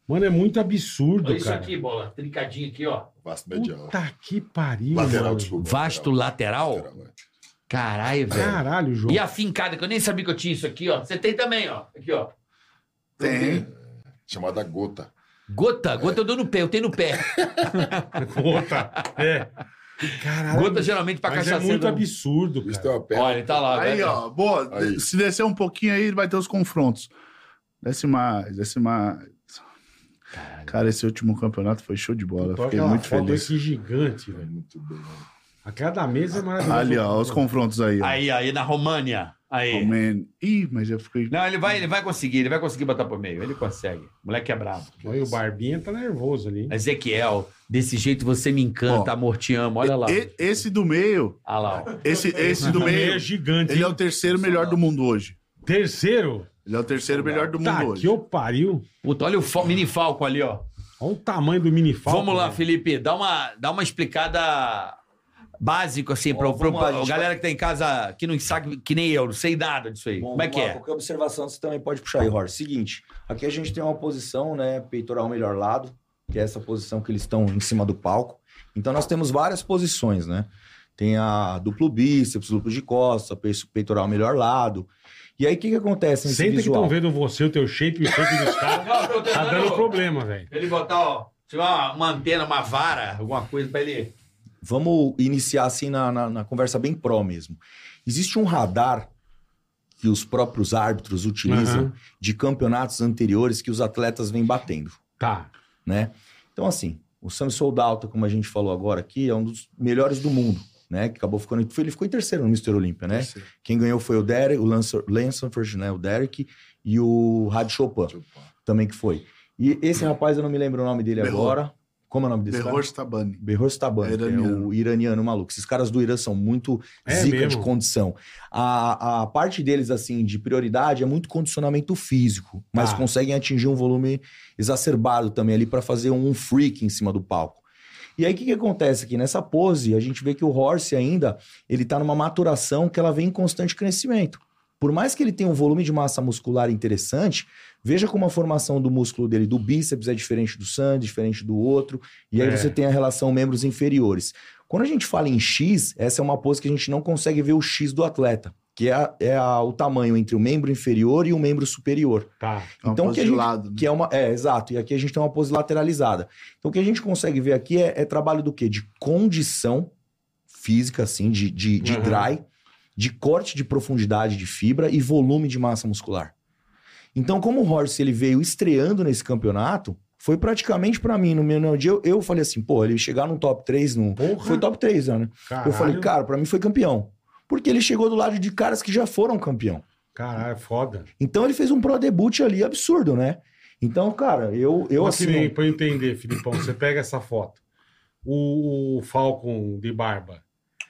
[SPEAKER 3] Mano, é muito absurdo,
[SPEAKER 4] Olha isso
[SPEAKER 3] cara.
[SPEAKER 4] aqui, bola. Trincadinho aqui, ó.
[SPEAKER 1] Vasto medial.
[SPEAKER 3] Puta que pariu,
[SPEAKER 1] Lateral,
[SPEAKER 3] tá mano.
[SPEAKER 1] desculpa.
[SPEAKER 4] Vasto lateral?
[SPEAKER 1] Lateral, é.
[SPEAKER 4] Caralho, velho.
[SPEAKER 3] Caralho, João.
[SPEAKER 4] E a fincada, que eu nem sabia que eu tinha isso aqui, ó. Você tem também, ó. Aqui, ó.
[SPEAKER 8] Tem.
[SPEAKER 1] Chamada gota.
[SPEAKER 4] Gota, gota eu dou no pé, eu tenho no pé. *laughs*
[SPEAKER 3] Gota. É. Caralho.
[SPEAKER 4] Gota tá geralmente pra
[SPEAKER 3] Mas é
[SPEAKER 4] cachaceiro.
[SPEAKER 3] muito absurdo,
[SPEAKER 8] é
[SPEAKER 1] Isso
[SPEAKER 3] cara.
[SPEAKER 1] tem uma perna.
[SPEAKER 4] Olha, ele tá
[SPEAKER 7] Ah,
[SPEAKER 4] lá.
[SPEAKER 8] Aí,
[SPEAKER 7] é?
[SPEAKER 4] velho.
[SPEAKER 8] ó. Boa.
[SPEAKER 1] Aí.
[SPEAKER 8] Se descer um pouquinho aí, vai ter os confrontos. Desce mais, desce mais. Cara, esse último campeonato foi show de bola.
[SPEAKER 3] Puta,
[SPEAKER 8] Fiquei
[SPEAKER 3] aquela
[SPEAKER 8] muito
[SPEAKER 3] foto
[SPEAKER 8] feliz.
[SPEAKER 3] Esse gigante, velho.
[SPEAKER 1] Muito bem.
[SPEAKER 3] Aquela da mesa é maravilhosa.
[SPEAKER 8] Ah, Ali, ó, os confrontos aí. ó.
[SPEAKER 4] Aí, aí, na România. Aí.
[SPEAKER 8] Romênia. Ih, mas já fiquei.
[SPEAKER 4] Não, ele vai, ele vai conseguir, ele vai conseguir botar pro meio. Ele consegue. O moleque é brabo.
[SPEAKER 3] Olha, o Barbinha tá nervoso ali.
[SPEAKER 4] Ezequiel, desse jeito você me encanta,
[SPEAKER 8] Ó,
[SPEAKER 4] amor, te amo. Olha lá.
[SPEAKER 8] E- esse do meio,
[SPEAKER 4] Olha lá. ó.
[SPEAKER 8] esse, esse do
[SPEAKER 3] O
[SPEAKER 8] meio,
[SPEAKER 3] é gigante.
[SPEAKER 8] ele é
[SPEAKER 3] hein?
[SPEAKER 8] o terceiro melhor do mundo hoje.
[SPEAKER 3] Terceiro?
[SPEAKER 8] Ele é o terceiro melhor do
[SPEAKER 3] Tá,
[SPEAKER 8] mundo
[SPEAKER 3] que
[SPEAKER 8] hoje.
[SPEAKER 3] eu pariu.
[SPEAKER 4] Puta, olha o fa- mini falco ali, ó.
[SPEAKER 3] Olha o tamanho do mini falco. né?
[SPEAKER 4] Vamos lá,
[SPEAKER 3] velho.
[SPEAKER 4] Felipe, dá uma, dá uma explicada básica, assim, pra,
[SPEAKER 7] Ó, vamos
[SPEAKER 4] pra-
[SPEAKER 7] lá, gente.
[SPEAKER 4] pra galera que tá em casa, que não sabe, que nem eu, não sei nada disso aí.
[SPEAKER 7] Bom,
[SPEAKER 4] Como é
[SPEAKER 7] vamos
[SPEAKER 4] que
[SPEAKER 7] lá,
[SPEAKER 4] é?
[SPEAKER 7] Qualquer observação você também pode puxar aí, Horst. Seguinte, aqui a gente tem uma posição, né, peitoral melhor lado, que é essa posição que eles estão em cima do palco. Então nós temos várias posições, né? Tem a duplo bíceps, duplo de costa, pe- peitoral melhor lado. E aí o que que tá um acontece nesse
[SPEAKER 3] Senta que
[SPEAKER 7] visual?
[SPEAKER 3] estão vendo você, o teu shape e o shape dos caras. Tá dando problema, velho.
[SPEAKER 4] Ele botar, ó, tiver uma, uma antena, uma vara, alguma coisa pra ele.
[SPEAKER 7] Vamos iniciar assim na, na- na conversa bem pró mesmo. Existe um radar que os próprios árbitros utilizam
[SPEAKER 3] Aham.
[SPEAKER 7] de campeonatos anteriores que os atletas vêm batendo.
[SPEAKER 3] Tá.
[SPEAKER 7] né? Então, assim, o Sam Soldalta, como a gente falou agora aqui, é um dos melhores do mundo, né? Que acabou ficando... Ele ficou em terceiro no Mr. Olímpia, né? Quem ganhou foi o Derek, o Lance, Lance Sanford, né? O Derek e o Rad Chopin, também que foi. E esse rapaz, eu não me lembro o nome dele
[SPEAKER 8] Berro.
[SPEAKER 7] agora. Como é o nome desse cara?
[SPEAKER 8] Berroch Tabani.
[SPEAKER 7] Berrostaban,
[SPEAKER 8] É
[SPEAKER 7] é, é
[SPEAKER 8] iraniano.
[SPEAKER 7] o iraniano maluco. Esses caras do Irã são muito
[SPEAKER 3] É
[SPEAKER 7] zica de
[SPEAKER 3] mesmo?
[SPEAKER 7] condição. A, a parte deles, assim, de prioridade é muito condicionamento físico, mas
[SPEAKER 3] Tá.
[SPEAKER 7] conseguem atingir um volume exacerbado também ali para fazer um freak em cima do palco. E aí, o que, que acontece aqui? Nessa pose, a gente vê que o Horse ainda, ele tá numa maturação que ela vem em constante crescimento. Por mais que ele tenha um volume de massa muscular interessante, veja como a formação do músculo dele, do bíceps, é diferente do Sam, diferente do outro. E aí
[SPEAKER 3] É.
[SPEAKER 7] você tem a relação membros inferiores. Quando a gente fala em X, essa é uma pose que a gente não consegue ver o X do atleta, que é, a- é a- o tamanho entre o membro inferior e o membro superior.
[SPEAKER 3] Tá.
[SPEAKER 8] É uma
[SPEAKER 7] Então,
[SPEAKER 8] então,
[SPEAKER 7] que
[SPEAKER 8] pose
[SPEAKER 7] a
[SPEAKER 8] de
[SPEAKER 7] gente-
[SPEAKER 8] lado. né?
[SPEAKER 7] Que é uma. É, exato. E aqui a gente tem uma pose lateralizada. Então o que a gente consegue ver aqui é, é trabalho do quê? De condição física, assim, de, de, de
[SPEAKER 3] Uhum.
[SPEAKER 7] dry, de corte de profundidade de fibra e volume de massa muscular. Então, como o Horse ele veio estreando nesse campeonato, foi praticamente pra mim, no meu dia, eu, eu falei assim, pô, ele chegar no top 3, no,
[SPEAKER 3] Porra.
[SPEAKER 7] foi top 3, né?
[SPEAKER 3] Ah. Caralho,
[SPEAKER 7] Eu falei, cara, pra mim foi campeão. Porque ele chegou do lado de caras que já foram campeão.
[SPEAKER 3] Caralho, é foda.
[SPEAKER 7] Então ele fez um pro debut ali absurdo, né? Então, cara, eu, eu
[SPEAKER 3] Mas que nem,
[SPEAKER 7] assim.
[SPEAKER 3] pra eu entender, Filipão, você pega essa foto. O, o Falcon de barba.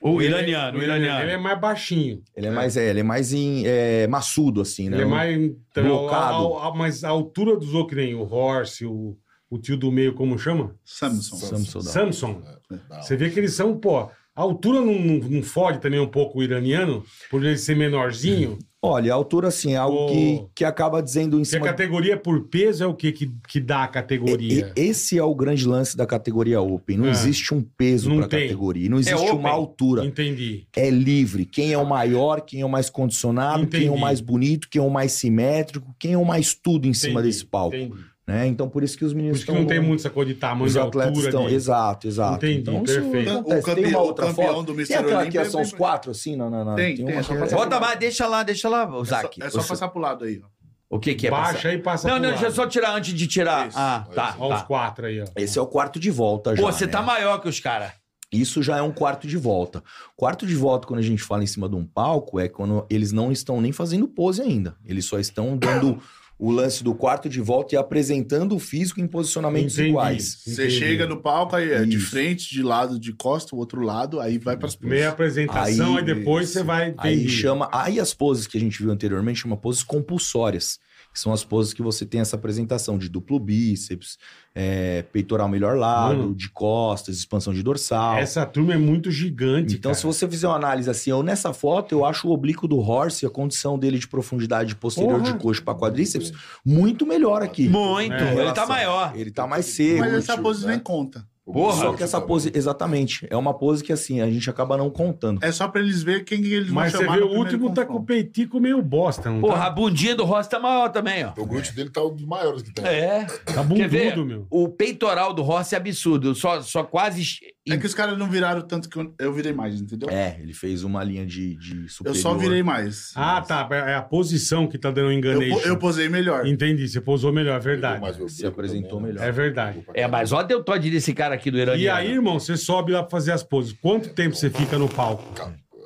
[SPEAKER 4] O
[SPEAKER 3] Ele- é-
[SPEAKER 4] iraniano, o
[SPEAKER 3] Ele é
[SPEAKER 4] iraniano.
[SPEAKER 3] mais baixinho.
[SPEAKER 7] Ele é mais, é, ele é mais em, é, maçudo, assim, né?
[SPEAKER 3] Ele é mais. então,
[SPEAKER 7] Blocado.
[SPEAKER 3] a- a- a- mas a altura dos outros, que nem o Horse, o, o tio do meio, como chama?
[SPEAKER 8] Samson.
[SPEAKER 7] Samson.
[SPEAKER 3] Samson.
[SPEAKER 1] é. Dá.
[SPEAKER 3] Você vê que eles são, pô. A altura não, não, não fode também um pouco o iraniano, por ele ser menorzinho.
[SPEAKER 7] Olha, a altura, assim, é algo
[SPEAKER 3] O-
[SPEAKER 7] que, que acaba dizendo em
[SPEAKER 3] Se a
[SPEAKER 7] cima.
[SPEAKER 3] categoria por peso é o que que, que dá a categoria?
[SPEAKER 7] E- e- esse é o grande lance da categoria Open. Não
[SPEAKER 3] É.
[SPEAKER 7] existe um peso
[SPEAKER 3] Não
[SPEAKER 7] pra
[SPEAKER 3] tem. É
[SPEAKER 7] categoria. E Não existe
[SPEAKER 4] open.
[SPEAKER 7] uma altura.
[SPEAKER 3] Entendi.
[SPEAKER 7] é livre. Quem é o maior, quem é o mais condicionado, quem é o
[SPEAKER 3] Entendi.
[SPEAKER 7] mais bonito, quem é o mais simétrico, quem é o mais tudo em cima
[SPEAKER 3] entendi,
[SPEAKER 7] desse palco.
[SPEAKER 3] entendi.
[SPEAKER 7] Né? Então, por isso que os
[SPEAKER 3] Por
[SPEAKER 7] meninos
[SPEAKER 3] isso que
[SPEAKER 7] estão.
[SPEAKER 3] não tem
[SPEAKER 7] num-
[SPEAKER 3] muito essa coisa de tamanho
[SPEAKER 7] Os
[SPEAKER 3] de
[SPEAKER 7] atletas
[SPEAKER 3] altura.
[SPEAKER 7] estão.
[SPEAKER 3] de-
[SPEAKER 7] Exato, exato.
[SPEAKER 3] Entendi,
[SPEAKER 7] então, isso
[SPEAKER 3] perfeito.
[SPEAKER 7] acontece. tem uma outra foto.
[SPEAKER 8] do
[SPEAKER 7] Tem aquela que
[SPEAKER 8] Olímpia
[SPEAKER 7] é
[SPEAKER 8] é
[SPEAKER 7] só
[SPEAKER 8] bem-
[SPEAKER 7] os quatro, assim? Na, na, na-
[SPEAKER 8] Tem, tem,
[SPEAKER 7] uma
[SPEAKER 8] é só
[SPEAKER 7] que
[SPEAKER 8] passar
[SPEAKER 4] Bota mais, deixa lá, deixa lá, o Zac.
[SPEAKER 8] É só, é só passar pro lado aí, ó.
[SPEAKER 4] O que que é?
[SPEAKER 3] Baixa
[SPEAKER 4] passar?
[SPEAKER 3] e passa
[SPEAKER 4] Não,
[SPEAKER 3] pro
[SPEAKER 4] não,
[SPEAKER 3] lado.
[SPEAKER 4] deixa eu só tirar antes de tirar.
[SPEAKER 1] Isso,
[SPEAKER 4] ah, tá,
[SPEAKER 1] isso.
[SPEAKER 3] Olha os
[SPEAKER 4] tá.
[SPEAKER 3] quatro aí, ó.
[SPEAKER 7] Esse é o quarto de volta já.
[SPEAKER 4] Pô, você
[SPEAKER 7] né?
[SPEAKER 4] tá maior que os caras.
[SPEAKER 7] Isso já é um quarto de volta. Quarto de volta, quando a gente fala em cima de um palco, é quando eles não estão nem fazendo pose ainda. Eles só estão dando o lance do quarto de volta e apresentando o físico em posicionamentos
[SPEAKER 3] Entendi.
[SPEAKER 7] iguais.
[SPEAKER 8] Você
[SPEAKER 3] Entendi.
[SPEAKER 8] chega no palco, aí é de
[SPEAKER 7] Isso.
[SPEAKER 8] frente, de lado, de costa, o outro lado, aí vai pras
[SPEAKER 3] Meia apresentação, aí,
[SPEAKER 7] Aí,
[SPEAKER 3] depois
[SPEAKER 8] isso.
[SPEAKER 3] você vai.
[SPEAKER 7] Aí
[SPEAKER 3] entendi.
[SPEAKER 7] chama. Aí as poses que a gente viu anteriormente chama poses compulsórias. Que são as poses que você tem essa apresentação de duplo bíceps, é, peitoral melhor lado,
[SPEAKER 3] Mano.
[SPEAKER 7] de costas, expansão de dorsal.
[SPEAKER 3] Essa turma Hum. é muito gigante.
[SPEAKER 7] Então,
[SPEAKER 3] cara.
[SPEAKER 7] se você fizer uma análise assim, eu nessa foto, eu acho o oblíquo do Horse, a condição dele de profundidade posterior
[SPEAKER 3] Porra.
[SPEAKER 7] de coxa para quadríceps, muito melhor aqui.
[SPEAKER 4] Muito,
[SPEAKER 3] É,
[SPEAKER 4] ele tá
[SPEAKER 7] relação.
[SPEAKER 4] maior.
[SPEAKER 7] Ele tá mais seco.
[SPEAKER 8] Mas essa
[SPEAKER 1] útil,
[SPEAKER 8] pose
[SPEAKER 1] né?
[SPEAKER 8] nem conta.
[SPEAKER 1] O
[SPEAKER 4] Porra.
[SPEAKER 7] Só
[SPEAKER 1] Gonçalo
[SPEAKER 7] que essa
[SPEAKER 1] tá-
[SPEAKER 7] pose, exatamente, é uma pose que assim, a gente acaba não contando.
[SPEAKER 8] É só pra eles verem quem eles
[SPEAKER 3] Mas
[SPEAKER 8] vão
[SPEAKER 3] você
[SPEAKER 8] chamar
[SPEAKER 3] vê,
[SPEAKER 8] no
[SPEAKER 3] o
[SPEAKER 8] primeiro
[SPEAKER 3] último tá com o
[SPEAKER 8] confronto. peitico
[SPEAKER 3] peitico meio bosta, não tá?
[SPEAKER 4] Porra, a bundinha do Rossi tá maior também, ó.
[SPEAKER 1] O glúteo dele tá um dos maiores que tem.
[SPEAKER 4] É.
[SPEAKER 3] tá? Tá
[SPEAKER 4] quer ver?
[SPEAKER 3] bundudo, meu.
[SPEAKER 4] O peitoral do Rossi é absurdo. Só, só quase
[SPEAKER 8] É que os caras não viraram tanto que eu, eu virei mais, entendeu?
[SPEAKER 7] É, ele fez uma linha de, de
[SPEAKER 8] eu
[SPEAKER 7] superior.
[SPEAKER 8] só virei mais.
[SPEAKER 3] Ah, tá. É a posição que tá dando um
[SPEAKER 8] Eu,
[SPEAKER 3] enganation.
[SPEAKER 8] po- eu posei melhor.
[SPEAKER 3] Entendi, você posou melhor, é verdade.
[SPEAKER 1] Mas eu
[SPEAKER 7] Se
[SPEAKER 1] brinco
[SPEAKER 7] apresentou
[SPEAKER 1] também, né?
[SPEAKER 3] É verdade.
[SPEAKER 4] É, mas olha o Todd desse cara aqui do
[SPEAKER 3] E
[SPEAKER 4] iraniano.
[SPEAKER 3] aí, irmão, você sobe lá pra fazer as poses. Quanto tempo você fica no palco?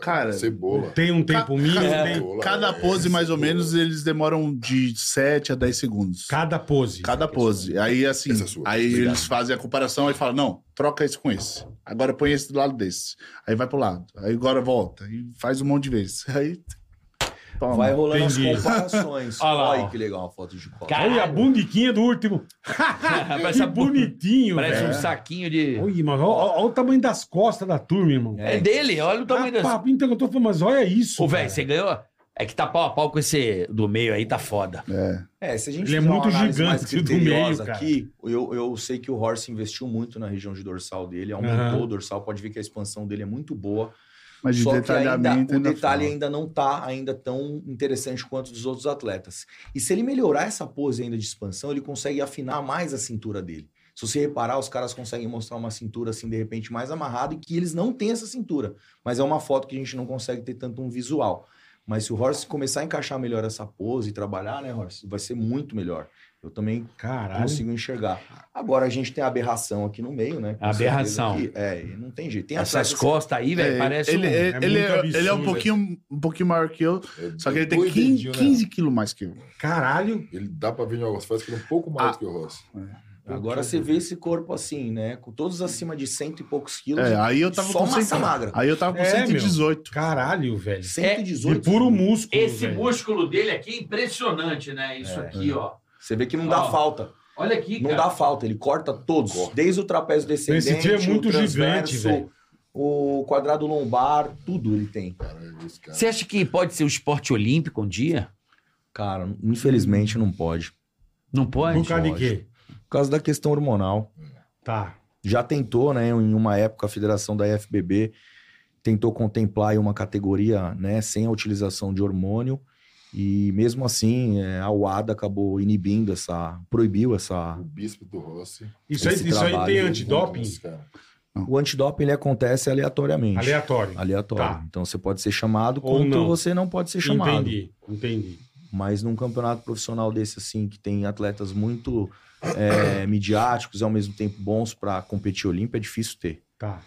[SPEAKER 8] Cara,
[SPEAKER 1] Cebola.
[SPEAKER 3] Tem um tempo mínimo? Tem
[SPEAKER 1] Cebola,
[SPEAKER 8] cada
[SPEAKER 1] é,
[SPEAKER 8] pose, mais ou
[SPEAKER 1] cebola.
[SPEAKER 8] menos, eles demoram de 7 a 10 segundos.
[SPEAKER 3] cada pose.
[SPEAKER 8] Cada pose. Aí, assim,
[SPEAKER 1] Essa é sua.
[SPEAKER 8] aí eles fazem a comparação e falam, não, troca esse com esse. Agora põe esse do lado desse. Aí vai pro lado. Aí agora volta. E faz um monte de vezes. *laughs* Aí... Toma.
[SPEAKER 7] Vai rolando
[SPEAKER 3] Entendi. *laughs*
[SPEAKER 7] as comparações.
[SPEAKER 4] Olha
[SPEAKER 7] Olha
[SPEAKER 4] lá, ó.
[SPEAKER 7] que legal a foto de cola.
[SPEAKER 4] Caralho.
[SPEAKER 3] Olha a bundiquinha do último.
[SPEAKER 4] Parece
[SPEAKER 3] que
[SPEAKER 4] a bu-
[SPEAKER 3] bonitinho,
[SPEAKER 4] Parece um
[SPEAKER 3] velho.
[SPEAKER 4] saquinho de.
[SPEAKER 3] Olha, mas olha, olha o tamanho das costas da turma, irmão.
[SPEAKER 4] É dele, olha o tamanho das.
[SPEAKER 3] Ah, papo, então eu tô falando, mas olha isso.
[SPEAKER 4] Ô, velho,
[SPEAKER 3] cara.
[SPEAKER 4] você ganhou. É que tá pau a pau com esse do meio aí, tá foda.
[SPEAKER 8] É.
[SPEAKER 7] É, se a gente
[SPEAKER 3] Ele é
[SPEAKER 7] fizer uma
[SPEAKER 3] muito
[SPEAKER 7] análise
[SPEAKER 3] gigante
[SPEAKER 7] mais
[SPEAKER 3] do meio,
[SPEAKER 7] criteriosa
[SPEAKER 3] cara.
[SPEAKER 7] aqui, eu, eu sei que o Horse investiu muito na região de dorsal dele, aumentou
[SPEAKER 3] Aham.
[SPEAKER 7] o dorsal, pode ver que a expansão dele é muito boa.
[SPEAKER 8] Mas de
[SPEAKER 7] só
[SPEAKER 8] detalhamento
[SPEAKER 7] que ainda, o detalhe
[SPEAKER 8] fala.
[SPEAKER 7] ainda não tá ainda tão interessante quanto dos outros atletas. E se ele melhorar essa pose ainda de expansão, ele consegue afinar mais a cintura dele. Se você reparar, os caras conseguem mostrar uma cintura assim, de repente, mais amarrada e que eles não têm essa cintura. Mas é uma foto que a gente não consegue ter tanto um visual. Mas se o Horse começar a encaixar melhor essa pose e trabalhar, né, Horse? Vai ser muito melhor. Eu também
[SPEAKER 3] Caralho.
[SPEAKER 7] consigo enxergar. Agora a gente tem a aberração aqui no meio, né? Com
[SPEAKER 4] Aberração.
[SPEAKER 7] certeza que- é, e não tem jeito. Tem
[SPEAKER 4] Essas
[SPEAKER 7] atletas-
[SPEAKER 4] costas aí, velho,
[SPEAKER 8] É,
[SPEAKER 4] parece
[SPEAKER 8] ele,
[SPEAKER 4] um.
[SPEAKER 8] é,
[SPEAKER 3] é
[SPEAKER 8] ele,
[SPEAKER 3] muito
[SPEAKER 8] é-
[SPEAKER 3] absurdo,
[SPEAKER 8] ele é um
[SPEAKER 3] velho.
[SPEAKER 8] pouquinho, um pouquinho maior que eu,
[SPEAKER 1] É
[SPEAKER 8] só que ele tem
[SPEAKER 1] dois
[SPEAKER 8] 15,
[SPEAKER 1] dedinhos, né?
[SPEAKER 8] 15 quilos mais que eu.
[SPEAKER 3] Caralho.
[SPEAKER 1] Ele dá pra ver em algumas festas que ele é um
[SPEAKER 3] Ah.
[SPEAKER 1] pouco mais que o Rossi.
[SPEAKER 7] Agora você vê esse corpo assim, né? Com todos acima de cento e poucos quilos.
[SPEAKER 8] É, aí eu tava
[SPEAKER 7] só
[SPEAKER 8] com
[SPEAKER 7] massa
[SPEAKER 8] 100
[SPEAKER 7] magra.
[SPEAKER 8] Aí eu tava com
[SPEAKER 3] É,
[SPEAKER 8] 118.
[SPEAKER 3] Caralho, velho.
[SPEAKER 7] 118.
[SPEAKER 3] É. De puro músculo.
[SPEAKER 4] Esse
[SPEAKER 3] velho.
[SPEAKER 4] músculo dele aqui é impressionante, né? Isso
[SPEAKER 7] É.
[SPEAKER 4] aqui, ó.
[SPEAKER 7] Você vê que não dá
[SPEAKER 4] Ó,
[SPEAKER 7] falta.
[SPEAKER 4] Olha aqui,
[SPEAKER 7] Não
[SPEAKER 4] cara.
[SPEAKER 7] dá falta. Ele corta todos.
[SPEAKER 1] Corta.
[SPEAKER 7] Desde o trapézio descendente,
[SPEAKER 3] Esse dia é muito
[SPEAKER 7] o
[SPEAKER 3] gigante,
[SPEAKER 7] transverso,
[SPEAKER 3] velho.
[SPEAKER 7] O quadrado lombar, tudo ele tem.
[SPEAKER 1] Caralho, esse cara.
[SPEAKER 4] Você acha que pode ser o esporte olímpico um dia?
[SPEAKER 7] Cara, infelizmente não pode.
[SPEAKER 4] Não pode?
[SPEAKER 3] Por causa de quê?
[SPEAKER 7] Por causa da questão hormonal.
[SPEAKER 3] Tá.
[SPEAKER 7] já tentou, né, em uma época, a federação da IFBB tentou contemplar aí uma categoria, né, sem a utilização de hormônio e mesmo assim é, a UADA acabou inibindo essa, proibiu essa...
[SPEAKER 1] O bispo do Rossi.
[SPEAKER 3] Isso aí,
[SPEAKER 7] Esse
[SPEAKER 3] isso aí
[SPEAKER 4] é
[SPEAKER 3] tem
[SPEAKER 7] trabalho-
[SPEAKER 3] antidoping
[SPEAKER 1] Esse cara.
[SPEAKER 7] O antidoping, ele acontece aleatoriamente.
[SPEAKER 3] aleatório.
[SPEAKER 7] Aleatório.
[SPEAKER 3] Tá.
[SPEAKER 7] Então você pode ser chamado
[SPEAKER 3] Ou
[SPEAKER 7] quanto
[SPEAKER 3] não.
[SPEAKER 7] você não pode ser chamado.
[SPEAKER 3] Entendi, entendi.
[SPEAKER 7] Mas num campeonato profissional desse, assim, que tem atletas muito é, *coughs* midiáticos e ao mesmo tempo bons para competir olímpia, é difícil ter.
[SPEAKER 3] Tá.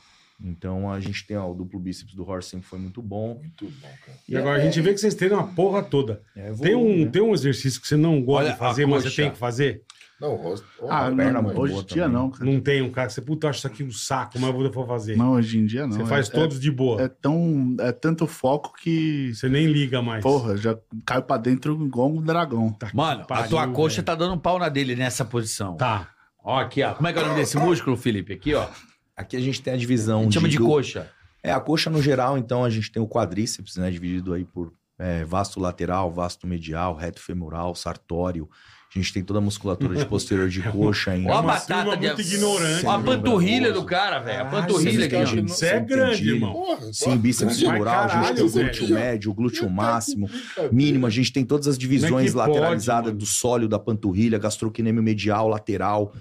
[SPEAKER 7] Então a gente tem ó, o duplo bíceps do Horse sempre foi muito bom.
[SPEAKER 1] Muito bom, cara.
[SPEAKER 3] E agora a gente vê que vocês treinam uma porra toda.
[SPEAKER 7] É,
[SPEAKER 3] Tem
[SPEAKER 7] volume,
[SPEAKER 3] um,
[SPEAKER 7] né?
[SPEAKER 3] tem um exercício que você não gosta
[SPEAKER 4] Olha
[SPEAKER 3] de fazer,
[SPEAKER 4] a
[SPEAKER 3] mas você
[SPEAKER 4] coxa.
[SPEAKER 3] tem que fazer?
[SPEAKER 1] Não, o Rossi. ó,
[SPEAKER 8] Ah,
[SPEAKER 1] a
[SPEAKER 8] não,
[SPEAKER 1] perna
[SPEAKER 7] boa
[SPEAKER 8] hoje em dia
[SPEAKER 7] também.
[SPEAKER 8] não, cara.
[SPEAKER 3] Não tem um cara que você, puta, eu acho isso aqui um saco, mas eu vou vou fazer.
[SPEAKER 8] Não, hoje em dia não.
[SPEAKER 3] você
[SPEAKER 8] É-
[SPEAKER 3] faz
[SPEAKER 8] é-
[SPEAKER 3] todos de boa.
[SPEAKER 8] É tão. É tanto foco que.
[SPEAKER 3] Você nem liga mais.
[SPEAKER 8] Porra, já caiu pra dentro igual um dragão.
[SPEAKER 3] Tá que
[SPEAKER 4] Mano, a
[SPEAKER 3] pariu,
[SPEAKER 4] tua coxa
[SPEAKER 3] velho.
[SPEAKER 4] tá dando um pau na dele nessa posição.
[SPEAKER 3] Tá.
[SPEAKER 4] Ó, aqui, ó. Como é que é o nome desse músculo, Felipe? Aqui, ó.
[SPEAKER 7] Aqui a gente tem a
[SPEAKER 4] A
[SPEAKER 7] divisão.
[SPEAKER 4] gente chama de
[SPEAKER 7] do-
[SPEAKER 4] coxa.
[SPEAKER 7] É, a coxa no geral, então a gente tem o quadríceps, né? Dividido aí por é, vasto lateral, vasto medial, reto femoral, sartório. A gente tem toda a musculatura de posterior de coxa em.
[SPEAKER 4] Ó a
[SPEAKER 3] uma
[SPEAKER 4] batata
[SPEAKER 3] turma
[SPEAKER 4] de.
[SPEAKER 3] muito ignorante,
[SPEAKER 4] Ó a
[SPEAKER 7] né?
[SPEAKER 4] panturrilha do cara, velho. A
[SPEAKER 3] Caralho,
[SPEAKER 4] panturrilha
[SPEAKER 7] vocês
[SPEAKER 4] aqui,
[SPEAKER 7] têm
[SPEAKER 4] ó.
[SPEAKER 7] que-
[SPEAKER 3] Você é grande,
[SPEAKER 7] Entendi.
[SPEAKER 3] irmão.
[SPEAKER 1] Porra,
[SPEAKER 7] Sim, bíceps
[SPEAKER 1] Mas
[SPEAKER 7] femoral, a gente tem o
[SPEAKER 3] caralho,
[SPEAKER 7] glúteo
[SPEAKER 1] velho.
[SPEAKER 7] médio, o glúteo máximo,
[SPEAKER 1] cara,
[SPEAKER 7] mínimo, a gente tem todas as
[SPEAKER 3] Como é
[SPEAKER 7] divisões
[SPEAKER 3] que pode,
[SPEAKER 7] lateralizadas
[SPEAKER 3] mano?
[SPEAKER 7] do sólio, da panturrilha, gastrocnêmio medial, lateral.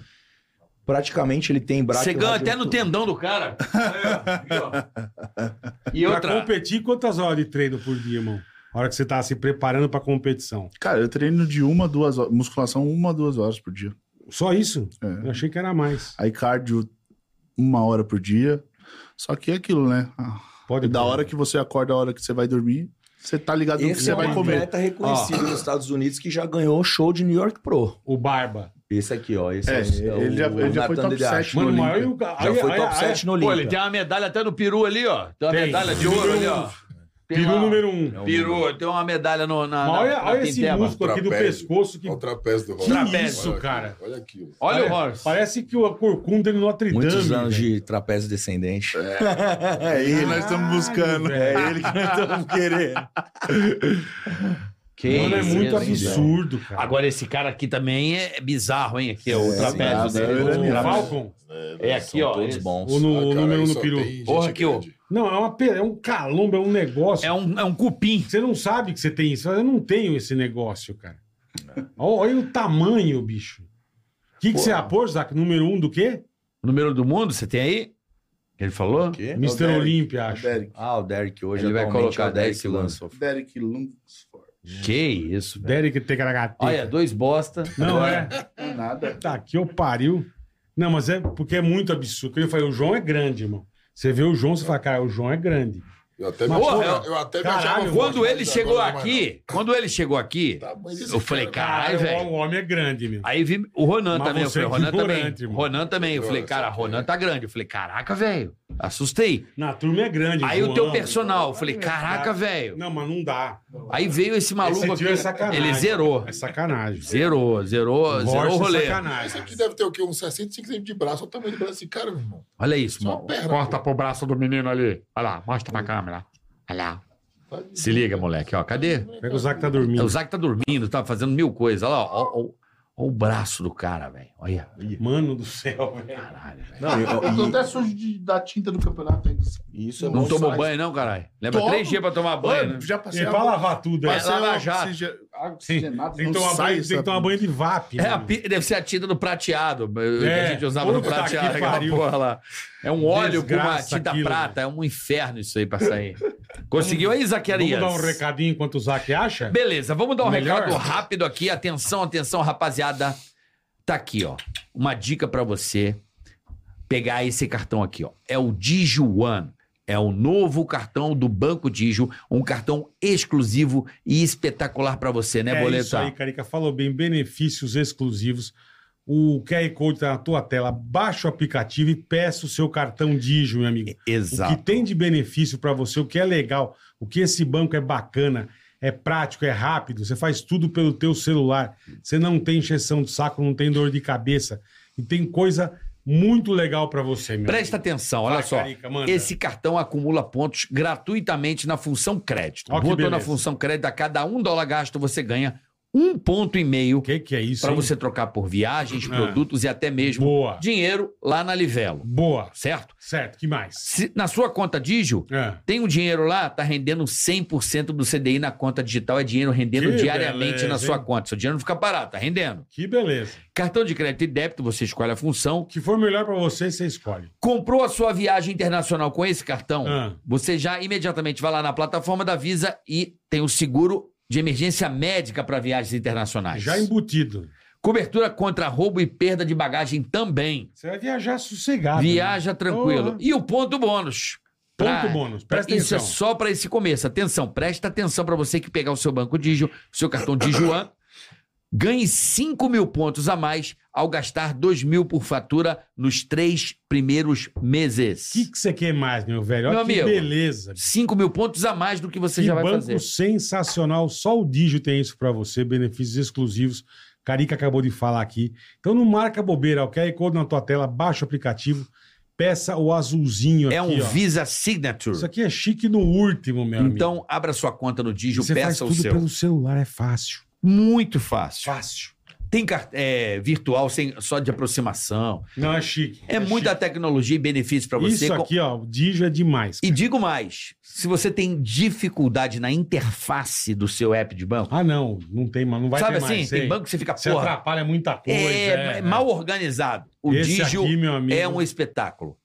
[SPEAKER 7] Praticamente ele tem braço.
[SPEAKER 4] Você ganha até no tendão do cara. Aí, ó, aqui, ó. E
[SPEAKER 3] Pra
[SPEAKER 4] outra.
[SPEAKER 3] competir, quantas horas de treino por dia, irmão? A hora que você tá se preparando pra competição.
[SPEAKER 8] Cara, eu treino de uma, a duas horas. Musculação, uma, a duas horas por dia.
[SPEAKER 3] Só isso?
[SPEAKER 8] É.
[SPEAKER 3] Eu achei que era mais.
[SPEAKER 8] Aí cardio, uma hora por dia. Só que é aquilo, né? Ah,
[SPEAKER 7] É
[SPEAKER 3] Pode
[SPEAKER 8] da
[SPEAKER 3] crer.
[SPEAKER 8] hora que você acorda, a hora que você vai dormir, você tá ligado no que
[SPEAKER 7] Esse
[SPEAKER 8] você
[SPEAKER 7] é um
[SPEAKER 8] vai comer.
[SPEAKER 7] atleta reconhecido nos Estados Unidos que já ganhou o show de New York Pro.
[SPEAKER 3] O Barba.
[SPEAKER 7] Esse aqui, ó. Esse
[SPEAKER 8] É,
[SPEAKER 7] é, o-
[SPEAKER 8] ele já-
[SPEAKER 7] o
[SPEAKER 8] ele já foi
[SPEAKER 7] Nathan
[SPEAKER 8] top
[SPEAKER 7] Dedache.
[SPEAKER 8] sete. é-
[SPEAKER 3] Mano,
[SPEAKER 8] No
[SPEAKER 3] maior
[SPEAKER 8] Olímpia.
[SPEAKER 7] Já foi top 7 no
[SPEAKER 4] Pô, ele
[SPEAKER 7] Olímpico.
[SPEAKER 4] tem uma medalha até no peru ali, ó. Tem uma
[SPEAKER 3] Tem.
[SPEAKER 4] medalha de ouro ali, ó. Tem
[SPEAKER 3] Peru
[SPEAKER 4] lá.
[SPEAKER 3] número um.
[SPEAKER 4] Peru, tem uma medalha no, na,
[SPEAKER 3] Mas
[SPEAKER 4] na,
[SPEAKER 3] olha
[SPEAKER 4] na
[SPEAKER 3] olha esse
[SPEAKER 4] pinteba.
[SPEAKER 3] músculo aqui do
[SPEAKER 1] Trapézio.
[SPEAKER 3] pescoço que
[SPEAKER 1] Olha o trapézio do Rossi.
[SPEAKER 4] Trapézio.
[SPEAKER 1] Olha aquilo,
[SPEAKER 3] cara.
[SPEAKER 1] Olha aquilo.
[SPEAKER 4] Olha o
[SPEAKER 3] Pare-
[SPEAKER 4] Horse.
[SPEAKER 3] Parece que o corcunda ele no Notre Dame.
[SPEAKER 7] Muitos anos
[SPEAKER 3] velho.
[SPEAKER 7] de trapézio descendente.
[SPEAKER 8] É ele que nós estamos
[SPEAKER 3] Caralho,
[SPEAKER 8] buscando.
[SPEAKER 3] velho.
[SPEAKER 8] É ele que nós estamos
[SPEAKER 7] *laughs*
[SPEAKER 8] querendo.
[SPEAKER 4] Que
[SPEAKER 3] Mano, é
[SPEAKER 4] isso,
[SPEAKER 3] muito
[SPEAKER 4] hein,
[SPEAKER 3] absurdo,
[SPEAKER 4] velho.
[SPEAKER 3] cara.
[SPEAKER 4] Agora, esse cara aqui também é bizarro, hein? Aqui, ó, o
[SPEAKER 7] É,
[SPEAKER 4] trapézio
[SPEAKER 8] sim,
[SPEAKER 4] dele.
[SPEAKER 8] é
[SPEAKER 4] O-
[SPEAKER 3] O
[SPEAKER 8] verdade.
[SPEAKER 3] Falcon?
[SPEAKER 4] É aqui, ó.
[SPEAKER 7] todos
[SPEAKER 4] esse.
[SPEAKER 7] bons.
[SPEAKER 3] Ou no, o
[SPEAKER 1] Ah, cara,
[SPEAKER 3] número
[SPEAKER 1] aí
[SPEAKER 3] no
[SPEAKER 1] só
[SPEAKER 3] peru?
[SPEAKER 1] tem gente
[SPEAKER 4] Porra, aqui, ó.
[SPEAKER 1] grande.
[SPEAKER 3] Não, é, uma, pe- é um calombo, é um negócio.
[SPEAKER 4] É um, é um cupim.
[SPEAKER 3] Você não sabe que você tem isso. Eu não tenho esse negócio, cara.
[SPEAKER 4] É.
[SPEAKER 3] Olha o tamanho, bicho. O que, que você ia pôr, Zac? Número um do quê?
[SPEAKER 4] Número do mundo, você tem aí? Ele falou?
[SPEAKER 8] quê?
[SPEAKER 3] Mr.
[SPEAKER 8] É o Derek.
[SPEAKER 3] Olímpia,
[SPEAKER 8] É o
[SPEAKER 3] acho.
[SPEAKER 8] Derek.
[SPEAKER 7] Ah, o Derek hoje
[SPEAKER 4] Ele vai
[SPEAKER 7] atualmente
[SPEAKER 4] colocar
[SPEAKER 7] é o Derek
[SPEAKER 4] 10 segundos.
[SPEAKER 7] Lansford.
[SPEAKER 8] Derek Lunsford.
[SPEAKER 4] Que
[SPEAKER 5] É.
[SPEAKER 4] isso, velho.
[SPEAKER 3] Derek Tegaragatica.
[SPEAKER 4] Olha, dois bosta.
[SPEAKER 3] Não é?
[SPEAKER 8] Não é nada.
[SPEAKER 3] Tá, que eu pariu. Não, mas é porque é muito absurdo. Eu falei, o João é grande, irmão. Você vê o João, você fala, cara, o João é grande.
[SPEAKER 1] Eu até me
[SPEAKER 3] Mas,
[SPEAKER 1] achava-
[SPEAKER 4] porra, é um-
[SPEAKER 1] eu até me
[SPEAKER 3] caralho,
[SPEAKER 1] achava
[SPEAKER 4] Quando
[SPEAKER 1] forte,
[SPEAKER 4] ele
[SPEAKER 1] mas
[SPEAKER 4] chegou
[SPEAKER 5] Tá
[SPEAKER 1] agora não é mais
[SPEAKER 4] aqui, quando ele chegou aqui,
[SPEAKER 1] não. Tá, mas esse
[SPEAKER 4] eu falei,
[SPEAKER 1] cara-
[SPEAKER 4] caralho,
[SPEAKER 3] o
[SPEAKER 4] velho.
[SPEAKER 3] homem é grande, meu.
[SPEAKER 4] Aí vi o Ronan
[SPEAKER 3] Mas
[SPEAKER 4] também. Eu
[SPEAKER 3] você
[SPEAKER 4] falei,
[SPEAKER 3] é
[SPEAKER 4] Ronan também.
[SPEAKER 3] ignorante, irmão.
[SPEAKER 4] Ronan também. Eu falei, cara,
[SPEAKER 5] é
[SPEAKER 4] Ronan tá grande. Eu falei, caraca, velho. Assustei.
[SPEAKER 3] Na turma é grande.
[SPEAKER 4] Aí o
[SPEAKER 3] João.
[SPEAKER 4] teu personal, eu falei, caraca, velho.
[SPEAKER 3] Não, mas não dá.
[SPEAKER 4] Aí veio esse maluco
[SPEAKER 3] Esse
[SPEAKER 4] aqui. né?
[SPEAKER 3] tio é sacanagem.
[SPEAKER 4] Ele zerou.
[SPEAKER 3] É sacanagem.
[SPEAKER 4] Zerou, zerou,
[SPEAKER 3] Borges
[SPEAKER 4] zerou o
[SPEAKER 3] é
[SPEAKER 4] rolê.
[SPEAKER 1] Esse
[SPEAKER 3] sacanagem.
[SPEAKER 1] aqui deve ter o quê? Uns 60 centímetros de braço. Olha o tamanho do braço desse cara, meu irmão.
[SPEAKER 4] Olha isso,
[SPEAKER 1] Só
[SPEAKER 4] mano.
[SPEAKER 1] uma perna.
[SPEAKER 5] Corta pro braço do menino ali. Olha lá, mostra pra câmera.
[SPEAKER 4] Olha lá.
[SPEAKER 1] Tá de-
[SPEAKER 4] Se liga, moleque, ó. Cadê?
[SPEAKER 3] Pega o Zac que tá
[SPEAKER 4] O
[SPEAKER 3] dormindo.
[SPEAKER 4] Zac tá dormindo, tá fazendo mil coisas. Olha lá, ó, ó, ó o braço do cara, velho. Olha.
[SPEAKER 3] Mano do céu, velho.
[SPEAKER 4] Caralho, velho.
[SPEAKER 7] Não, eu-
[SPEAKER 8] Eu tô até sujo de, da tinta do campeonato ainda.
[SPEAKER 7] e isso é
[SPEAKER 4] Não
[SPEAKER 7] bom
[SPEAKER 4] tomou
[SPEAKER 7] demais.
[SPEAKER 4] banho, não, caralho? Lembra
[SPEAKER 8] Tomo.
[SPEAKER 4] três dias pra tomar banho, né?
[SPEAKER 8] Mano, já passei
[SPEAKER 3] Ele vai lavar tudo. aí.
[SPEAKER 4] Vai lá, Lava Jato.
[SPEAKER 8] oxigen- água
[SPEAKER 3] Sim.
[SPEAKER 8] oxigenada,
[SPEAKER 3] Tem que
[SPEAKER 8] um não
[SPEAKER 3] tomar
[SPEAKER 8] sai
[SPEAKER 3] banho, tem que
[SPEAKER 8] essa-
[SPEAKER 3] tomar banho de VAP.
[SPEAKER 4] É a
[SPEAKER 3] mano.
[SPEAKER 4] pi- deve ser a tinta do prateado, que a gente usava no
[SPEAKER 3] É. puta
[SPEAKER 4] prateado,
[SPEAKER 3] que
[SPEAKER 4] aquela
[SPEAKER 3] pariu.
[SPEAKER 4] porra lá. É um óleo com uma
[SPEAKER 3] Desgraça
[SPEAKER 4] tinta
[SPEAKER 3] aquilo,
[SPEAKER 4] prata, é um inferno isso aí pra sair. Conseguiu aí,
[SPEAKER 3] Vamos
[SPEAKER 4] Zacarias?
[SPEAKER 3] dar um recadinho enquanto o Zac acha?
[SPEAKER 4] Beleza, vamos dar um
[SPEAKER 3] Melhor?
[SPEAKER 4] recado rápido aqui. Atenção, atenção, rapaziada. Tá aqui, ó. Uma dica pra você pegar esse cartão aqui, ó. É o Digio One. É o novo cartão do Banco Digio, um cartão exclusivo e espetacular pra você, né, Boleta?
[SPEAKER 3] É isso aí, Carica. Falou bem. Benefícios exclusivos. O QR Code tá na tua tela. Baixa o aplicativo e peça o seu cartão Digio, meu amigo.
[SPEAKER 4] Exato.
[SPEAKER 3] O que tem de benefício para você, o que é legal, o que esse banco é bacana, é prático, é rápido, você faz tudo pelo teu celular, você não tem encheção de saco, não tem dor de cabeça e tem coisa muito legal para você, meu.
[SPEAKER 4] Presta atenção, olha
[SPEAKER 3] Vai,
[SPEAKER 4] só.
[SPEAKER 3] Carica, manda.
[SPEAKER 4] Esse cartão acumula pontos gratuitamente na função crédito.
[SPEAKER 3] Ó que
[SPEAKER 4] Botou na
[SPEAKER 3] beleza.
[SPEAKER 4] função crédito, a cada um dólar gasto você ganha um ponto e meio
[SPEAKER 3] O que que é isso?
[SPEAKER 4] para
[SPEAKER 3] hein?
[SPEAKER 4] você trocar por viagens,
[SPEAKER 3] Ah.
[SPEAKER 4] produtos e até mesmo
[SPEAKER 3] Boa.
[SPEAKER 4] dinheiro lá na Livelo,
[SPEAKER 3] Boa.
[SPEAKER 4] certo?
[SPEAKER 3] Certo, que mais?
[SPEAKER 4] Se- na sua conta Digio,
[SPEAKER 3] É.
[SPEAKER 4] tem um dinheiro lá, tá rendendo 100% do CDI na conta digital, é dinheiro rendendo
[SPEAKER 3] Que
[SPEAKER 4] diariamente na
[SPEAKER 3] beleza,
[SPEAKER 4] sua
[SPEAKER 3] hein?
[SPEAKER 4] conta. Seu dinheiro não fica parado, tá rendendo.
[SPEAKER 3] Que beleza.
[SPEAKER 4] Cartão de crédito e débito, você escolhe a função.
[SPEAKER 3] O que for melhor para você, você escolhe.
[SPEAKER 4] Comprou a sua viagem internacional com esse cartão?
[SPEAKER 3] Ah,
[SPEAKER 4] Você já imediatamente vai lá na plataforma da Visa e tem o seguro de emergência médica para viagens internacionais.
[SPEAKER 3] já embutido.
[SPEAKER 4] Cobertura contra roubo e perda de bagagem também.
[SPEAKER 3] Você vai viajar sossegado. né?
[SPEAKER 4] Viaja tranquilo.
[SPEAKER 3] Porra.
[SPEAKER 4] E o ponto bônus.
[SPEAKER 3] Né?
[SPEAKER 4] Pra-
[SPEAKER 3] Ponto bônus. Presta
[SPEAKER 4] Isso
[SPEAKER 3] atenção.
[SPEAKER 4] é só para esse começo. Atenção, presta atenção para você que pegar o seu banco Digio, o seu cartão Dijuan. Ganhe 5 mil pontos a mais ao gastar 2 mil por fatura nos três primeiros meses.
[SPEAKER 3] O que, que você quer mais, meu velho? Olha
[SPEAKER 4] Meu
[SPEAKER 3] que
[SPEAKER 4] amigo,
[SPEAKER 3] beleza.
[SPEAKER 4] 5 mil pontos a mais do que você
[SPEAKER 3] que
[SPEAKER 4] já vai
[SPEAKER 3] banco
[SPEAKER 4] fazer.
[SPEAKER 3] sensacional. Só o Digio tem isso pra você, benefícios exclusivos. Carica acabou de falar aqui. Então não marca bobeira, o QR Code na tua tela, baixa o aplicativo, peça o azulzinho aqui,
[SPEAKER 4] É um
[SPEAKER 3] ó.
[SPEAKER 4] Visa Signature.
[SPEAKER 3] Isso aqui é chique no último, meu amigo.
[SPEAKER 4] Então, abra sua conta no Digio,
[SPEAKER 3] você faz
[SPEAKER 4] peça o
[SPEAKER 3] tudo
[SPEAKER 4] seu.
[SPEAKER 3] pelo celular, é fácil.
[SPEAKER 4] Muito fácil.
[SPEAKER 3] Fácil.
[SPEAKER 4] Tem car- é, virtual, sem, só de aproximação.
[SPEAKER 3] Não, é chique.
[SPEAKER 4] É muita
[SPEAKER 3] chique.
[SPEAKER 4] tecnologia e benefício para você.
[SPEAKER 3] Isso
[SPEAKER 4] Com-
[SPEAKER 3] aqui, ó, o Digio é demais.
[SPEAKER 4] E digo mais, se você tem dificuldade na interface do seu app de banco,
[SPEAKER 3] Ah, não, não tem, mas não vai
[SPEAKER 4] sabe
[SPEAKER 3] ter
[SPEAKER 4] assim,
[SPEAKER 3] mais.
[SPEAKER 4] tem
[SPEAKER 3] sei.
[SPEAKER 4] banco que você fica,
[SPEAKER 3] Você
[SPEAKER 4] porra,
[SPEAKER 3] atrapalha muita coisa.
[SPEAKER 4] é, é mal organizado. O
[SPEAKER 3] Esse
[SPEAKER 4] Digio
[SPEAKER 3] aqui, meu amigo,
[SPEAKER 4] é um espetáculo.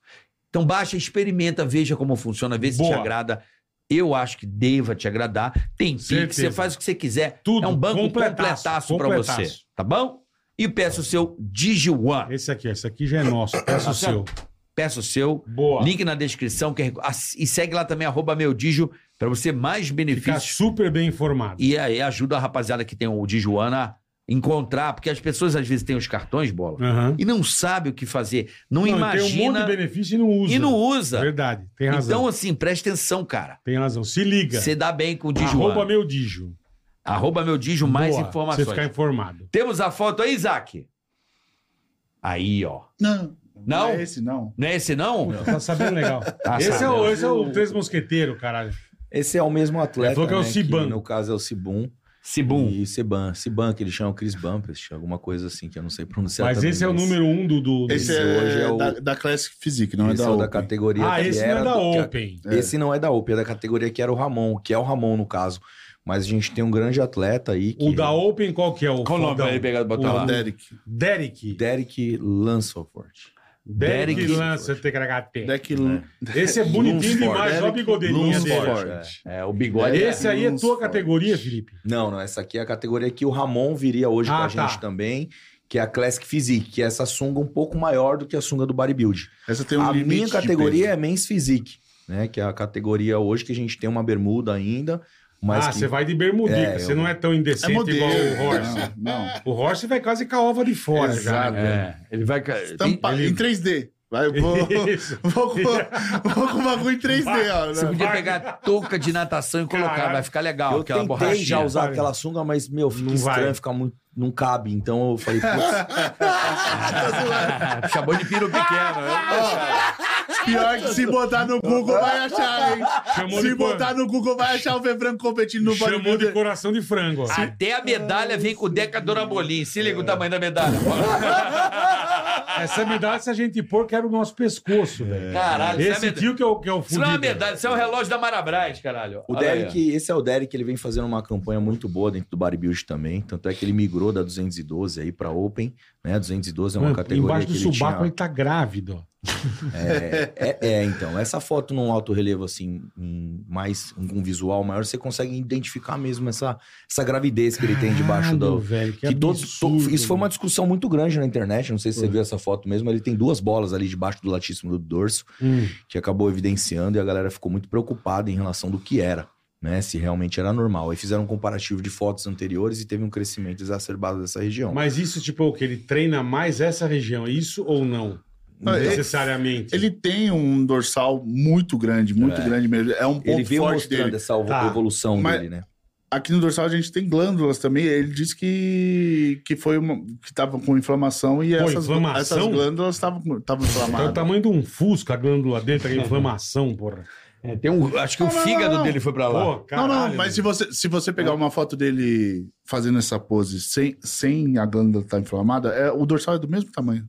[SPEAKER 4] Então baixa, experimenta, veja como funciona, vê se te
[SPEAKER 3] Boa.
[SPEAKER 4] agrada. Eu acho que deva te agradar. Tem PIX,
[SPEAKER 3] Certeza.
[SPEAKER 4] você faz o que você quiser.
[SPEAKER 3] Tudo,
[SPEAKER 4] é um banco
[SPEAKER 3] completaço,
[SPEAKER 4] completaço, pra
[SPEAKER 3] completaço.
[SPEAKER 4] você, tá bom? E peça o seu DigiOne.
[SPEAKER 3] Esse aqui, ó, esse aqui já é nosso. Peça
[SPEAKER 4] Tá
[SPEAKER 3] o seu.
[SPEAKER 4] Peça o seu
[SPEAKER 3] Boa.
[SPEAKER 4] link na descrição que é- e segue lá também arroba meu Digio para você mais
[SPEAKER 3] Ficar
[SPEAKER 4] benefícios
[SPEAKER 3] super bem informado.
[SPEAKER 4] E aí ajuda a rapaziada que tem o de Joana a encontrar, porque as pessoas às vezes têm os cartões, bola,
[SPEAKER 3] Aham.
[SPEAKER 4] e não sabe o que fazer, não,
[SPEAKER 3] Não, Tem um monte
[SPEAKER 4] imagina
[SPEAKER 3] de benefício e não usa.
[SPEAKER 4] e não usa.
[SPEAKER 3] Verdade, tem razão.
[SPEAKER 4] Então, assim, presta atenção, cara.
[SPEAKER 3] tem razão. Se liga.
[SPEAKER 4] Você é dá bem com o Dijuana.
[SPEAKER 3] Arroba
[SPEAKER 4] Arroba meu,
[SPEAKER 3] meu Digio.
[SPEAKER 4] Dijo, mais
[SPEAKER 3] Boa,
[SPEAKER 4] informações.
[SPEAKER 3] Você ficar informado.
[SPEAKER 4] Temos a foto aí, Isaac? Aí, ó.
[SPEAKER 8] Não.
[SPEAKER 4] Não?
[SPEAKER 8] é esse, não.
[SPEAKER 4] Não é esse, não?
[SPEAKER 3] Tá
[SPEAKER 4] *laughs*
[SPEAKER 3] sabendo legal.
[SPEAKER 7] Ah,
[SPEAKER 3] esse, é
[SPEAKER 7] sabe,
[SPEAKER 3] o,
[SPEAKER 7] eu-
[SPEAKER 3] esse é o Três Mosqueteiros, caralho.
[SPEAKER 7] Esse é o mesmo atleta,
[SPEAKER 3] Ele falou que é o
[SPEAKER 7] né,
[SPEAKER 3] Siban.
[SPEAKER 7] no caso é o Cibum.
[SPEAKER 4] Sibum.
[SPEAKER 7] E Siban. Siban, que eles chamam Chris Bumpest, alguma coisa assim, que eu não sei pronunciar
[SPEAKER 3] Mas
[SPEAKER 7] também,
[SPEAKER 3] esse é o número um do. do, do-
[SPEAKER 8] Esse,
[SPEAKER 7] Esse
[SPEAKER 8] é,
[SPEAKER 7] hoje é o-
[SPEAKER 8] da, da Classic Physique, não é
[SPEAKER 7] esse
[SPEAKER 8] da
[SPEAKER 7] é o da
[SPEAKER 8] Open.
[SPEAKER 7] categoria
[SPEAKER 3] Ah,
[SPEAKER 7] que
[SPEAKER 3] esse não
[SPEAKER 7] era
[SPEAKER 3] é da
[SPEAKER 7] do- que a-
[SPEAKER 3] Open.
[SPEAKER 8] É.
[SPEAKER 7] Esse não é da Open, é da categoria que era o Ramon, que é o Ramon no caso. Mas a gente tem um grande atleta aí. Que
[SPEAKER 3] O da Open, qual que é o.
[SPEAKER 4] Qual o nome
[SPEAKER 3] fodão?
[SPEAKER 4] pra ele pegar e botar
[SPEAKER 3] O
[SPEAKER 4] lá?
[SPEAKER 8] Derek.
[SPEAKER 3] Derek.
[SPEAKER 7] Derek Lansofort.
[SPEAKER 3] Derek,
[SPEAKER 4] Derek
[SPEAKER 3] Lancer, TKHT.
[SPEAKER 8] Deck Lu-
[SPEAKER 3] Esse é bonitinho demais, só a bigodeirinha dele.
[SPEAKER 8] Lunsford.
[SPEAKER 4] É, o bigode é.
[SPEAKER 3] Esse aí é tua
[SPEAKER 8] Lunsford.
[SPEAKER 3] categoria, Felipe.
[SPEAKER 7] Não, não, essa aqui é a categoria que o Ramon viria hoje com
[SPEAKER 3] Ah,
[SPEAKER 7] a gente
[SPEAKER 3] tá.
[SPEAKER 7] também, que é a Classic Physique, que é essa sunga um pouco maior do que a sunga do bodybuild.
[SPEAKER 8] Essa tem um
[SPEAKER 7] a
[SPEAKER 8] limite
[SPEAKER 7] minha
[SPEAKER 8] de
[SPEAKER 7] categoria
[SPEAKER 8] peso.
[SPEAKER 7] é Men's Physique, né, que é a categoria hoje que a gente tem uma bermuda ainda, mas
[SPEAKER 3] ah,
[SPEAKER 7] que-
[SPEAKER 3] você vai de bermudica,
[SPEAKER 7] É,
[SPEAKER 3] você
[SPEAKER 7] eu-
[SPEAKER 3] não é tão indecente igual o Horse.
[SPEAKER 8] Não, não.
[SPEAKER 3] O Horse vai quase com a ova de fora já.
[SPEAKER 8] Exato.
[SPEAKER 3] né?
[SPEAKER 4] É, ele vai. ca- tem-
[SPEAKER 8] Tampa- Em 3D. Vai, vou,
[SPEAKER 3] *laughs* Isso.
[SPEAKER 8] vou, com, vou com o bagulho em 3D, ó. né?
[SPEAKER 4] Você podia pegar a touca de natação e colocar,
[SPEAKER 3] Caralho.
[SPEAKER 4] vai ficar legal.
[SPEAKER 7] Eu
[SPEAKER 4] aquela
[SPEAKER 7] tentei
[SPEAKER 4] borrachinha.
[SPEAKER 7] já
[SPEAKER 4] *laughs*
[SPEAKER 7] usar
[SPEAKER 3] Vai.
[SPEAKER 7] aquela sunga, mas, meu, fica
[SPEAKER 3] é Não
[SPEAKER 7] estranho,
[SPEAKER 3] vai.
[SPEAKER 7] fica muito... Não cabe, então eu falei, putz,
[SPEAKER 4] Chamou de piro pequeno.
[SPEAKER 8] Pior que se botar no Google vai achar, hein?
[SPEAKER 3] Chamou
[SPEAKER 8] se
[SPEAKER 3] de cor-
[SPEAKER 8] botar no Google vai achar o Vebran competindo no
[SPEAKER 3] Chamou de
[SPEAKER 8] bodybuilder.
[SPEAKER 3] coração de frango. ó.
[SPEAKER 4] Até a medalha vem com o Deca Bolim. Se liga o tamanho da medalha. *laughs*
[SPEAKER 3] Essa medalha, se a gente pôr, que era o nosso pescoço, velho.
[SPEAKER 4] Caralho, isso é
[SPEAKER 3] Esse
[SPEAKER 4] medalha.
[SPEAKER 3] tio que é o, que é o
[SPEAKER 4] Isso não é uma
[SPEAKER 3] fudido.
[SPEAKER 4] medalha, isso é um relógio da Marabras, caralho.
[SPEAKER 7] O
[SPEAKER 4] Olha aí, ó.
[SPEAKER 7] Derek, esse é o Derek, ele vem fazendo uma campanha muito boa dentro do bodybuild também, tanto é que ele migrou da 212 aí pra Open, né? 212 é uma
[SPEAKER 3] Mano,
[SPEAKER 7] categoria
[SPEAKER 3] Hum, Embaixo
[SPEAKER 7] que
[SPEAKER 3] do
[SPEAKER 7] ele
[SPEAKER 3] subaco
[SPEAKER 7] tinha...
[SPEAKER 3] ele tá grávido. ó.
[SPEAKER 7] É, é, é, então. Essa foto num alto relevo, assim, em mais um visual maior, você consegue identificar mesmo essa, essa gravidez que ele tem
[SPEAKER 3] Caralho,
[SPEAKER 7] debaixo do.
[SPEAKER 3] velho, que
[SPEAKER 7] Que todo,
[SPEAKER 3] absurdo,
[SPEAKER 7] to- isso foi uma
[SPEAKER 3] velho.
[SPEAKER 7] discussão muito grande na internet. Não sei se você viu essa foto mesmo. Ele tem duas bolas ali debaixo do latíssimo do dorso,
[SPEAKER 3] Hum.
[SPEAKER 7] que acabou evidenciando e a galera ficou muito preocupada em relação do que era, né? Se realmente era normal. Aí fizeram um comparativo de fotos anteriores e teve um crescimento exacerbado dessa região.
[SPEAKER 3] Mas isso, tipo, é o que ele treina mais essa região, é isso ou não?
[SPEAKER 8] Não,
[SPEAKER 7] é-
[SPEAKER 8] ele-
[SPEAKER 3] necessariamente.
[SPEAKER 8] Ele tem um dorsal muito grande, muito
[SPEAKER 7] É.
[SPEAKER 8] grande mesmo. É um
[SPEAKER 7] ele
[SPEAKER 8] ponto
[SPEAKER 7] veio
[SPEAKER 8] forte
[SPEAKER 7] mostrando
[SPEAKER 8] dele.
[SPEAKER 7] essa evo-
[SPEAKER 3] Tá.
[SPEAKER 7] evolução
[SPEAKER 8] Mas-
[SPEAKER 7] dele, né?
[SPEAKER 8] Aqui no dorsal a gente tem glândulas também. Ele disse que, que foi uma, que tava com inflamação e
[SPEAKER 3] Pô,
[SPEAKER 8] essas,
[SPEAKER 3] inflamação?
[SPEAKER 8] essas glândulas estavam com- estavam
[SPEAKER 3] É o
[SPEAKER 8] inflamadas.
[SPEAKER 3] tamanho de um fusca, a glândula dele, tá com inflamação, porra.
[SPEAKER 4] É, tem um, acho que o
[SPEAKER 8] Não, não,
[SPEAKER 4] fígado
[SPEAKER 8] não, não.
[SPEAKER 4] dele foi pra lá.
[SPEAKER 3] Pô, caralho,
[SPEAKER 8] não, não, mas se
[SPEAKER 3] velho. É?
[SPEAKER 8] você, se você pegar uma foto dele fazendo essa pose sem, sem a glândula estar inflamada, é, o dorsal é do mesmo tamanho.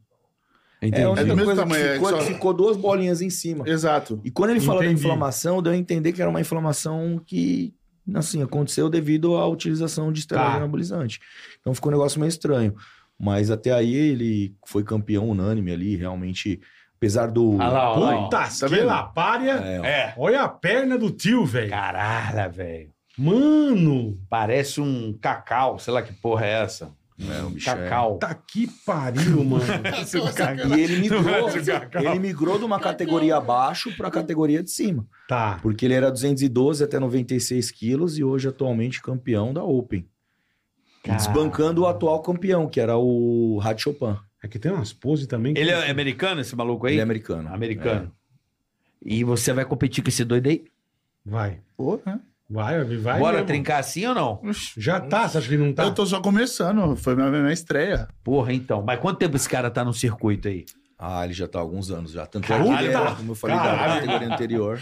[SPEAKER 4] Entendi.
[SPEAKER 7] É, a única
[SPEAKER 8] do mesmo
[SPEAKER 7] coisa
[SPEAKER 8] tamanho,
[SPEAKER 7] que
[SPEAKER 8] é
[SPEAKER 7] ficou,
[SPEAKER 8] só-
[SPEAKER 7] que ficou duas bolinhas em cima.
[SPEAKER 8] Exato.
[SPEAKER 7] E quando ele falou da
[SPEAKER 3] Entendi.
[SPEAKER 7] inflamação, deu a entender que era uma inflamação que, assim, aconteceu devido à utilização de esteroide
[SPEAKER 3] Tá.
[SPEAKER 7] anabolizante. Então ficou um negócio meio estranho. Mas até aí ele foi campeão unânime ali, realmente, apesar do...
[SPEAKER 4] Olha Ah lá, olha lá. ó.
[SPEAKER 3] Puta
[SPEAKER 8] Tá
[SPEAKER 3] que
[SPEAKER 8] vendo?
[SPEAKER 3] lapária.
[SPEAKER 7] É, ó.
[SPEAKER 3] É. Olha a perna do tio, velho.
[SPEAKER 4] Caralho, velho.
[SPEAKER 3] Mano,
[SPEAKER 4] Parece um cacau, sei lá que porra é essa.
[SPEAKER 7] É, o bicho é-
[SPEAKER 4] Cacau.
[SPEAKER 3] tá que pariu, mano.
[SPEAKER 7] *laughs* E ele migrou,
[SPEAKER 3] Parece um cacau.
[SPEAKER 7] ele migrou de uma categoria abaixo para a categoria de cima.
[SPEAKER 3] tá.
[SPEAKER 7] Porque ele era 212 até 96 quilos e hoje atualmente campeão da Open.
[SPEAKER 4] Caralho.
[SPEAKER 7] Desbancando o atual campeão, que era o Hatchopan.
[SPEAKER 3] É que tem umas poses também. que-
[SPEAKER 4] Ele é americano, esse maluco aí?
[SPEAKER 7] Ele é americano. É.
[SPEAKER 4] Americano. É. E você vai competir com esse doido aí?
[SPEAKER 3] Vai.
[SPEAKER 8] Pô, né?
[SPEAKER 3] Vai, vai, vai.
[SPEAKER 4] Bora
[SPEAKER 3] mesmo.
[SPEAKER 4] trincar assim ou não?
[SPEAKER 3] Já tá, você acha que não tá?
[SPEAKER 8] Eu tô só começando, foi minha, minha estreia.
[SPEAKER 4] Porra, então. Mas quanto tempo esse cara tá no circuito aí?
[SPEAKER 7] Ah, ele já tá há alguns anos já. Tanto é
[SPEAKER 3] Caralho,
[SPEAKER 7] que ele era,
[SPEAKER 3] tá.
[SPEAKER 7] como eu falei,
[SPEAKER 3] Caralho.
[SPEAKER 7] da categoria anterior.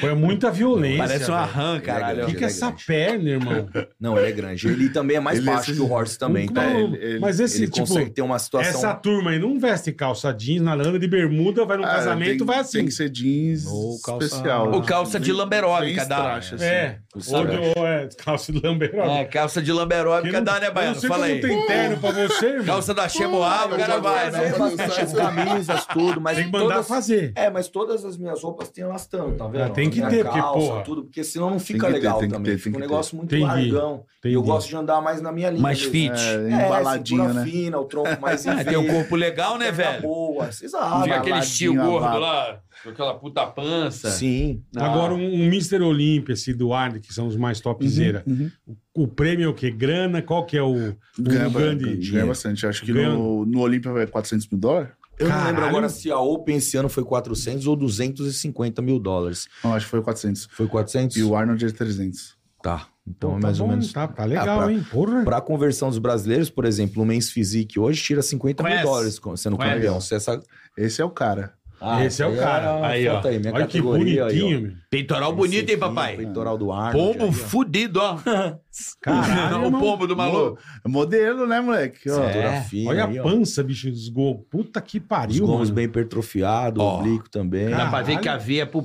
[SPEAKER 3] Foi muita violência.
[SPEAKER 4] Parece um
[SPEAKER 3] velho.
[SPEAKER 4] arran, caralho.
[SPEAKER 3] O que, que é
[SPEAKER 7] Ele é
[SPEAKER 3] essa
[SPEAKER 7] grande.
[SPEAKER 3] perna, irmão?
[SPEAKER 7] Não, ele é grande. Ele também é mais
[SPEAKER 8] Ele é
[SPEAKER 7] baixo
[SPEAKER 8] esse-
[SPEAKER 7] que o Horse também,
[SPEAKER 3] Um-
[SPEAKER 7] tá?
[SPEAKER 3] não,
[SPEAKER 7] Ele,
[SPEAKER 3] mas esse,
[SPEAKER 7] ele
[SPEAKER 3] tipo,
[SPEAKER 7] consegue ter uma situação...
[SPEAKER 3] essa turma aí não veste calça jeans, na lana de bermuda, vai num
[SPEAKER 8] Ah,
[SPEAKER 3] casamento,
[SPEAKER 8] tem-
[SPEAKER 3] vai assim.
[SPEAKER 8] Tem que ser jeans
[SPEAKER 7] Ou calça-
[SPEAKER 8] especial.
[SPEAKER 4] Ou calça de lamberóbica, dá. né?
[SPEAKER 8] estracha, assim.
[SPEAKER 3] É, ou,
[SPEAKER 7] sabe?
[SPEAKER 3] de- ou é calça de lambeirão.
[SPEAKER 7] Ah,
[SPEAKER 4] É, calça de
[SPEAKER 3] Que
[SPEAKER 4] lamberóbica
[SPEAKER 3] não-
[SPEAKER 4] dá, né,
[SPEAKER 3] eu
[SPEAKER 4] Baiano?
[SPEAKER 3] Não sei
[SPEAKER 4] Fala
[SPEAKER 3] como
[SPEAKER 4] aí.
[SPEAKER 3] Não tem terno pra você,
[SPEAKER 7] *laughs*
[SPEAKER 3] irmão.
[SPEAKER 4] Calça da
[SPEAKER 7] Ah,
[SPEAKER 4] Chemoá, o cara vai,
[SPEAKER 7] Tem
[SPEAKER 4] né?
[SPEAKER 7] bastante as camisas, tudo, mas
[SPEAKER 3] tem que mandar
[SPEAKER 7] todas-
[SPEAKER 3] fazer.
[SPEAKER 7] É, mas todas as minhas roupas têm elastano, tá vendo?
[SPEAKER 3] Ah, tem que
[SPEAKER 7] Minha
[SPEAKER 3] ter, porque,
[SPEAKER 7] calça,
[SPEAKER 3] porra.
[SPEAKER 7] tudo, porque senão não fica
[SPEAKER 8] Tem que ter,
[SPEAKER 7] legal
[SPEAKER 8] tem que
[SPEAKER 7] também.
[SPEAKER 8] ter, tem
[SPEAKER 7] fica um
[SPEAKER 8] que ter.
[SPEAKER 7] negócio muito
[SPEAKER 3] Entendi.
[SPEAKER 7] largão. E eu
[SPEAKER 3] Entendi.
[SPEAKER 7] gosto de andar mais na minha linha.
[SPEAKER 4] Mais
[SPEAKER 7] mesmo.
[SPEAKER 4] fit.
[SPEAKER 8] É,
[SPEAKER 7] É,
[SPEAKER 8] embaladinha,
[SPEAKER 7] cintura
[SPEAKER 8] né?
[SPEAKER 7] fina, o tronco
[SPEAKER 3] *laughs*
[SPEAKER 7] mais
[SPEAKER 3] É,
[SPEAKER 4] Ah, tem um
[SPEAKER 7] envido,
[SPEAKER 4] corpo legal, né,
[SPEAKER 7] perna
[SPEAKER 4] velho?
[SPEAKER 7] Boa,
[SPEAKER 4] Não
[SPEAKER 7] exato.
[SPEAKER 4] Vê aquele tio gordo
[SPEAKER 8] abalado.
[SPEAKER 4] lá, com aquela puta pança.
[SPEAKER 7] Sim.
[SPEAKER 4] Ah.
[SPEAKER 3] Agora, um, um Mr. Olímpia, esse do Arne, que são os mais topzera.
[SPEAKER 8] uhum.
[SPEAKER 3] O prêmio é o quê? Grana? Qual que é o, o
[SPEAKER 8] Ganha,
[SPEAKER 3] grande...
[SPEAKER 8] grande, ganha
[SPEAKER 3] dinheiro?
[SPEAKER 8] bastante. Acho que
[SPEAKER 3] é. Ganha-
[SPEAKER 8] no, no Olímpia vai 400 mil dólares.
[SPEAKER 7] Eu não
[SPEAKER 3] Caralho.
[SPEAKER 7] lembro agora se a Open esse ano foi 400 ou 250 mil dólares.
[SPEAKER 8] Não, acho que foi 400.
[SPEAKER 7] Foi 400?
[SPEAKER 8] E o Arnold é 300.
[SPEAKER 7] Tá.
[SPEAKER 3] Pô,
[SPEAKER 7] Então é
[SPEAKER 3] tá
[SPEAKER 7] mais ou
[SPEAKER 3] bom,
[SPEAKER 7] menos.
[SPEAKER 3] Tá, tá legal,
[SPEAKER 7] Ah, pra-
[SPEAKER 3] hein? Porra.
[SPEAKER 7] Para a conversão dos brasileiros, por exemplo, o Men's Physique hoje tira 50
[SPEAKER 4] Conhece.
[SPEAKER 7] mil dólares com- sendo
[SPEAKER 4] Conhece.
[SPEAKER 7] campeão. Se essa...
[SPEAKER 8] Esse é o cara.
[SPEAKER 7] Ah,
[SPEAKER 3] Esse é o
[SPEAKER 7] aí
[SPEAKER 3] cara.
[SPEAKER 7] era-
[SPEAKER 4] Aí, ó.
[SPEAKER 7] falta minha
[SPEAKER 3] Olha que
[SPEAKER 7] categoria aí, ó.
[SPEAKER 3] bonitinho, meu.
[SPEAKER 4] Peitoral
[SPEAKER 7] Esse
[SPEAKER 4] Tá bonito, hein,
[SPEAKER 7] aqui,
[SPEAKER 4] papai?
[SPEAKER 7] Peitoral do Arnold.
[SPEAKER 4] Pombo
[SPEAKER 7] aí, ó.
[SPEAKER 4] fudido, ó.
[SPEAKER 7] *laughs* Um
[SPEAKER 3] Caralho,
[SPEAKER 4] *laughs* o
[SPEAKER 3] irmão.
[SPEAKER 4] pombo do maluco.
[SPEAKER 8] Modelo, né, moleque? Ó,
[SPEAKER 7] Cintura
[SPEAKER 4] É.
[SPEAKER 7] fina
[SPEAKER 3] Olha
[SPEAKER 7] aí,
[SPEAKER 3] a
[SPEAKER 7] ó.
[SPEAKER 3] pança, bicho, dos gols. Puta que
[SPEAKER 7] Os
[SPEAKER 3] pariu,
[SPEAKER 7] gomos
[SPEAKER 3] mano.
[SPEAKER 7] bem hipertrofiados,
[SPEAKER 4] Ó.
[SPEAKER 7] oblíquo também.
[SPEAKER 4] Dá pra
[SPEAKER 3] Caralho.
[SPEAKER 4] ver que a veia pro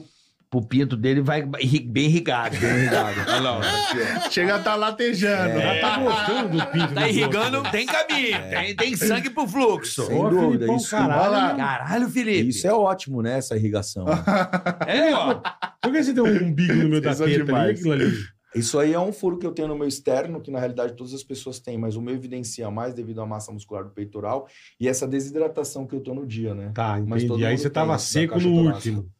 [SPEAKER 4] pro pinto dele vai irri- bem irrigado. Bem irrigado. Olha lá, ó.
[SPEAKER 8] *laughs* Chega a tá latejando.
[SPEAKER 3] Ela tá
[SPEAKER 7] É.
[SPEAKER 3] gostando do pinto.
[SPEAKER 4] Tá
[SPEAKER 3] do
[SPEAKER 4] irrigando,
[SPEAKER 3] outro.
[SPEAKER 4] tem caminho, tem, tem sangue pro fluxo.
[SPEAKER 7] Sem
[SPEAKER 3] Ô,
[SPEAKER 7] dúvida,
[SPEAKER 3] Filipão,
[SPEAKER 7] isso-
[SPEAKER 3] caralho.
[SPEAKER 8] Olha
[SPEAKER 4] Caralho, Felipe.
[SPEAKER 7] Isso é ótimo, né?
[SPEAKER 4] *laughs*
[SPEAKER 7] Essa irrigação.
[SPEAKER 4] É, ó.
[SPEAKER 3] Por que você tem um umbigo no meio da
[SPEAKER 8] Vocês são
[SPEAKER 3] teta ali?
[SPEAKER 8] demais.
[SPEAKER 3] Aquilo ali?
[SPEAKER 7] Isso aí é um furo que eu tenho no meu externo, que na realidade todas as pessoas têm, mas o meu evidencia mais devido à massa muscular do peitoral e essa desidratação que eu tô no dia, né?
[SPEAKER 3] Tá,
[SPEAKER 7] Mas todo
[SPEAKER 3] entendi. Aí
[SPEAKER 7] mundo
[SPEAKER 3] você
[SPEAKER 7] tem
[SPEAKER 3] tava
[SPEAKER 7] isso, da
[SPEAKER 3] seco
[SPEAKER 7] caixa
[SPEAKER 3] no
[SPEAKER 7] torácica.
[SPEAKER 3] último.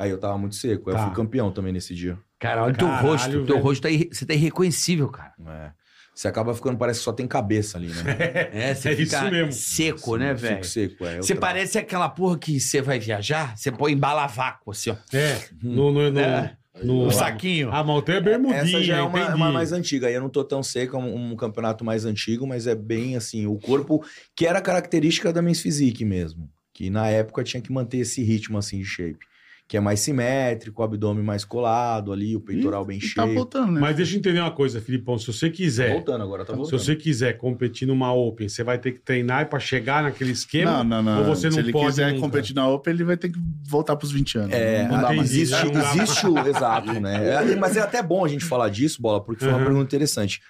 [SPEAKER 7] Aí eu tava muito seco, aí eu
[SPEAKER 3] Tá.
[SPEAKER 7] fui campeão também nesse dia.
[SPEAKER 4] Cara, olha o teu
[SPEAKER 3] Caralho,
[SPEAKER 4] rosto. Teu
[SPEAKER 3] velho.
[SPEAKER 4] rosto tá, irre- você tá irreconhecível, cara.
[SPEAKER 7] É. Você acaba ficando, parece que só tem cabeça ali, né?
[SPEAKER 4] É, você
[SPEAKER 3] É
[SPEAKER 4] fica
[SPEAKER 3] isso mesmo.
[SPEAKER 4] seco, né,
[SPEAKER 7] Eu
[SPEAKER 4] velho?
[SPEAKER 7] Fico seco, é. eu
[SPEAKER 4] Você
[SPEAKER 7] trago.
[SPEAKER 4] parece aquela porra que você vai viajar, você põe em bala vácuo, assim, ó.
[SPEAKER 3] É,
[SPEAKER 7] Uhum.
[SPEAKER 3] no, no, no,
[SPEAKER 4] É.
[SPEAKER 3] no-
[SPEAKER 4] Um saquinho.
[SPEAKER 3] Ah, mas o teu é bermudinha,
[SPEAKER 7] Essa já é uma,
[SPEAKER 3] entendi.
[SPEAKER 7] uma mais antiga. Aí eu não tô tão seco, é um, um campeonato mais antigo, mas é bem assim, o corpo que era característica da Men's Physique mesmo. Que na época tinha que manter esse ritmo assim de shape. Que é mais simétrico, o abdômen mais colado ali, o peitoral bem
[SPEAKER 8] Tá
[SPEAKER 7] cheio.
[SPEAKER 8] voltando, né?
[SPEAKER 3] Mas deixa eu entender uma coisa, Filipão. Se você quiser,
[SPEAKER 7] voltando agora, tá
[SPEAKER 3] É. se
[SPEAKER 7] voltando.
[SPEAKER 3] você quiser competir numa Open, você vai ter que treinar e pra chegar naquele esquema.
[SPEAKER 8] Não, não, não.
[SPEAKER 3] Ou você
[SPEAKER 8] Se
[SPEAKER 3] não
[SPEAKER 8] ele
[SPEAKER 3] pode
[SPEAKER 8] quiser
[SPEAKER 3] nunca?
[SPEAKER 8] competir na Open, ele vai ter que voltar pros 20 anos.
[SPEAKER 7] É,
[SPEAKER 8] não dá
[SPEAKER 7] ah,
[SPEAKER 3] entendi,
[SPEAKER 7] mas
[SPEAKER 8] mais.
[SPEAKER 7] existe,
[SPEAKER 3] não dá
[SPEAKER 7] existe o. Exato, né? É, mas é até bom a gente falar disso, Bola, porque foi uma
[SPEAKER 3] Uhum.
[SPEAKER 7] pergunta interessante.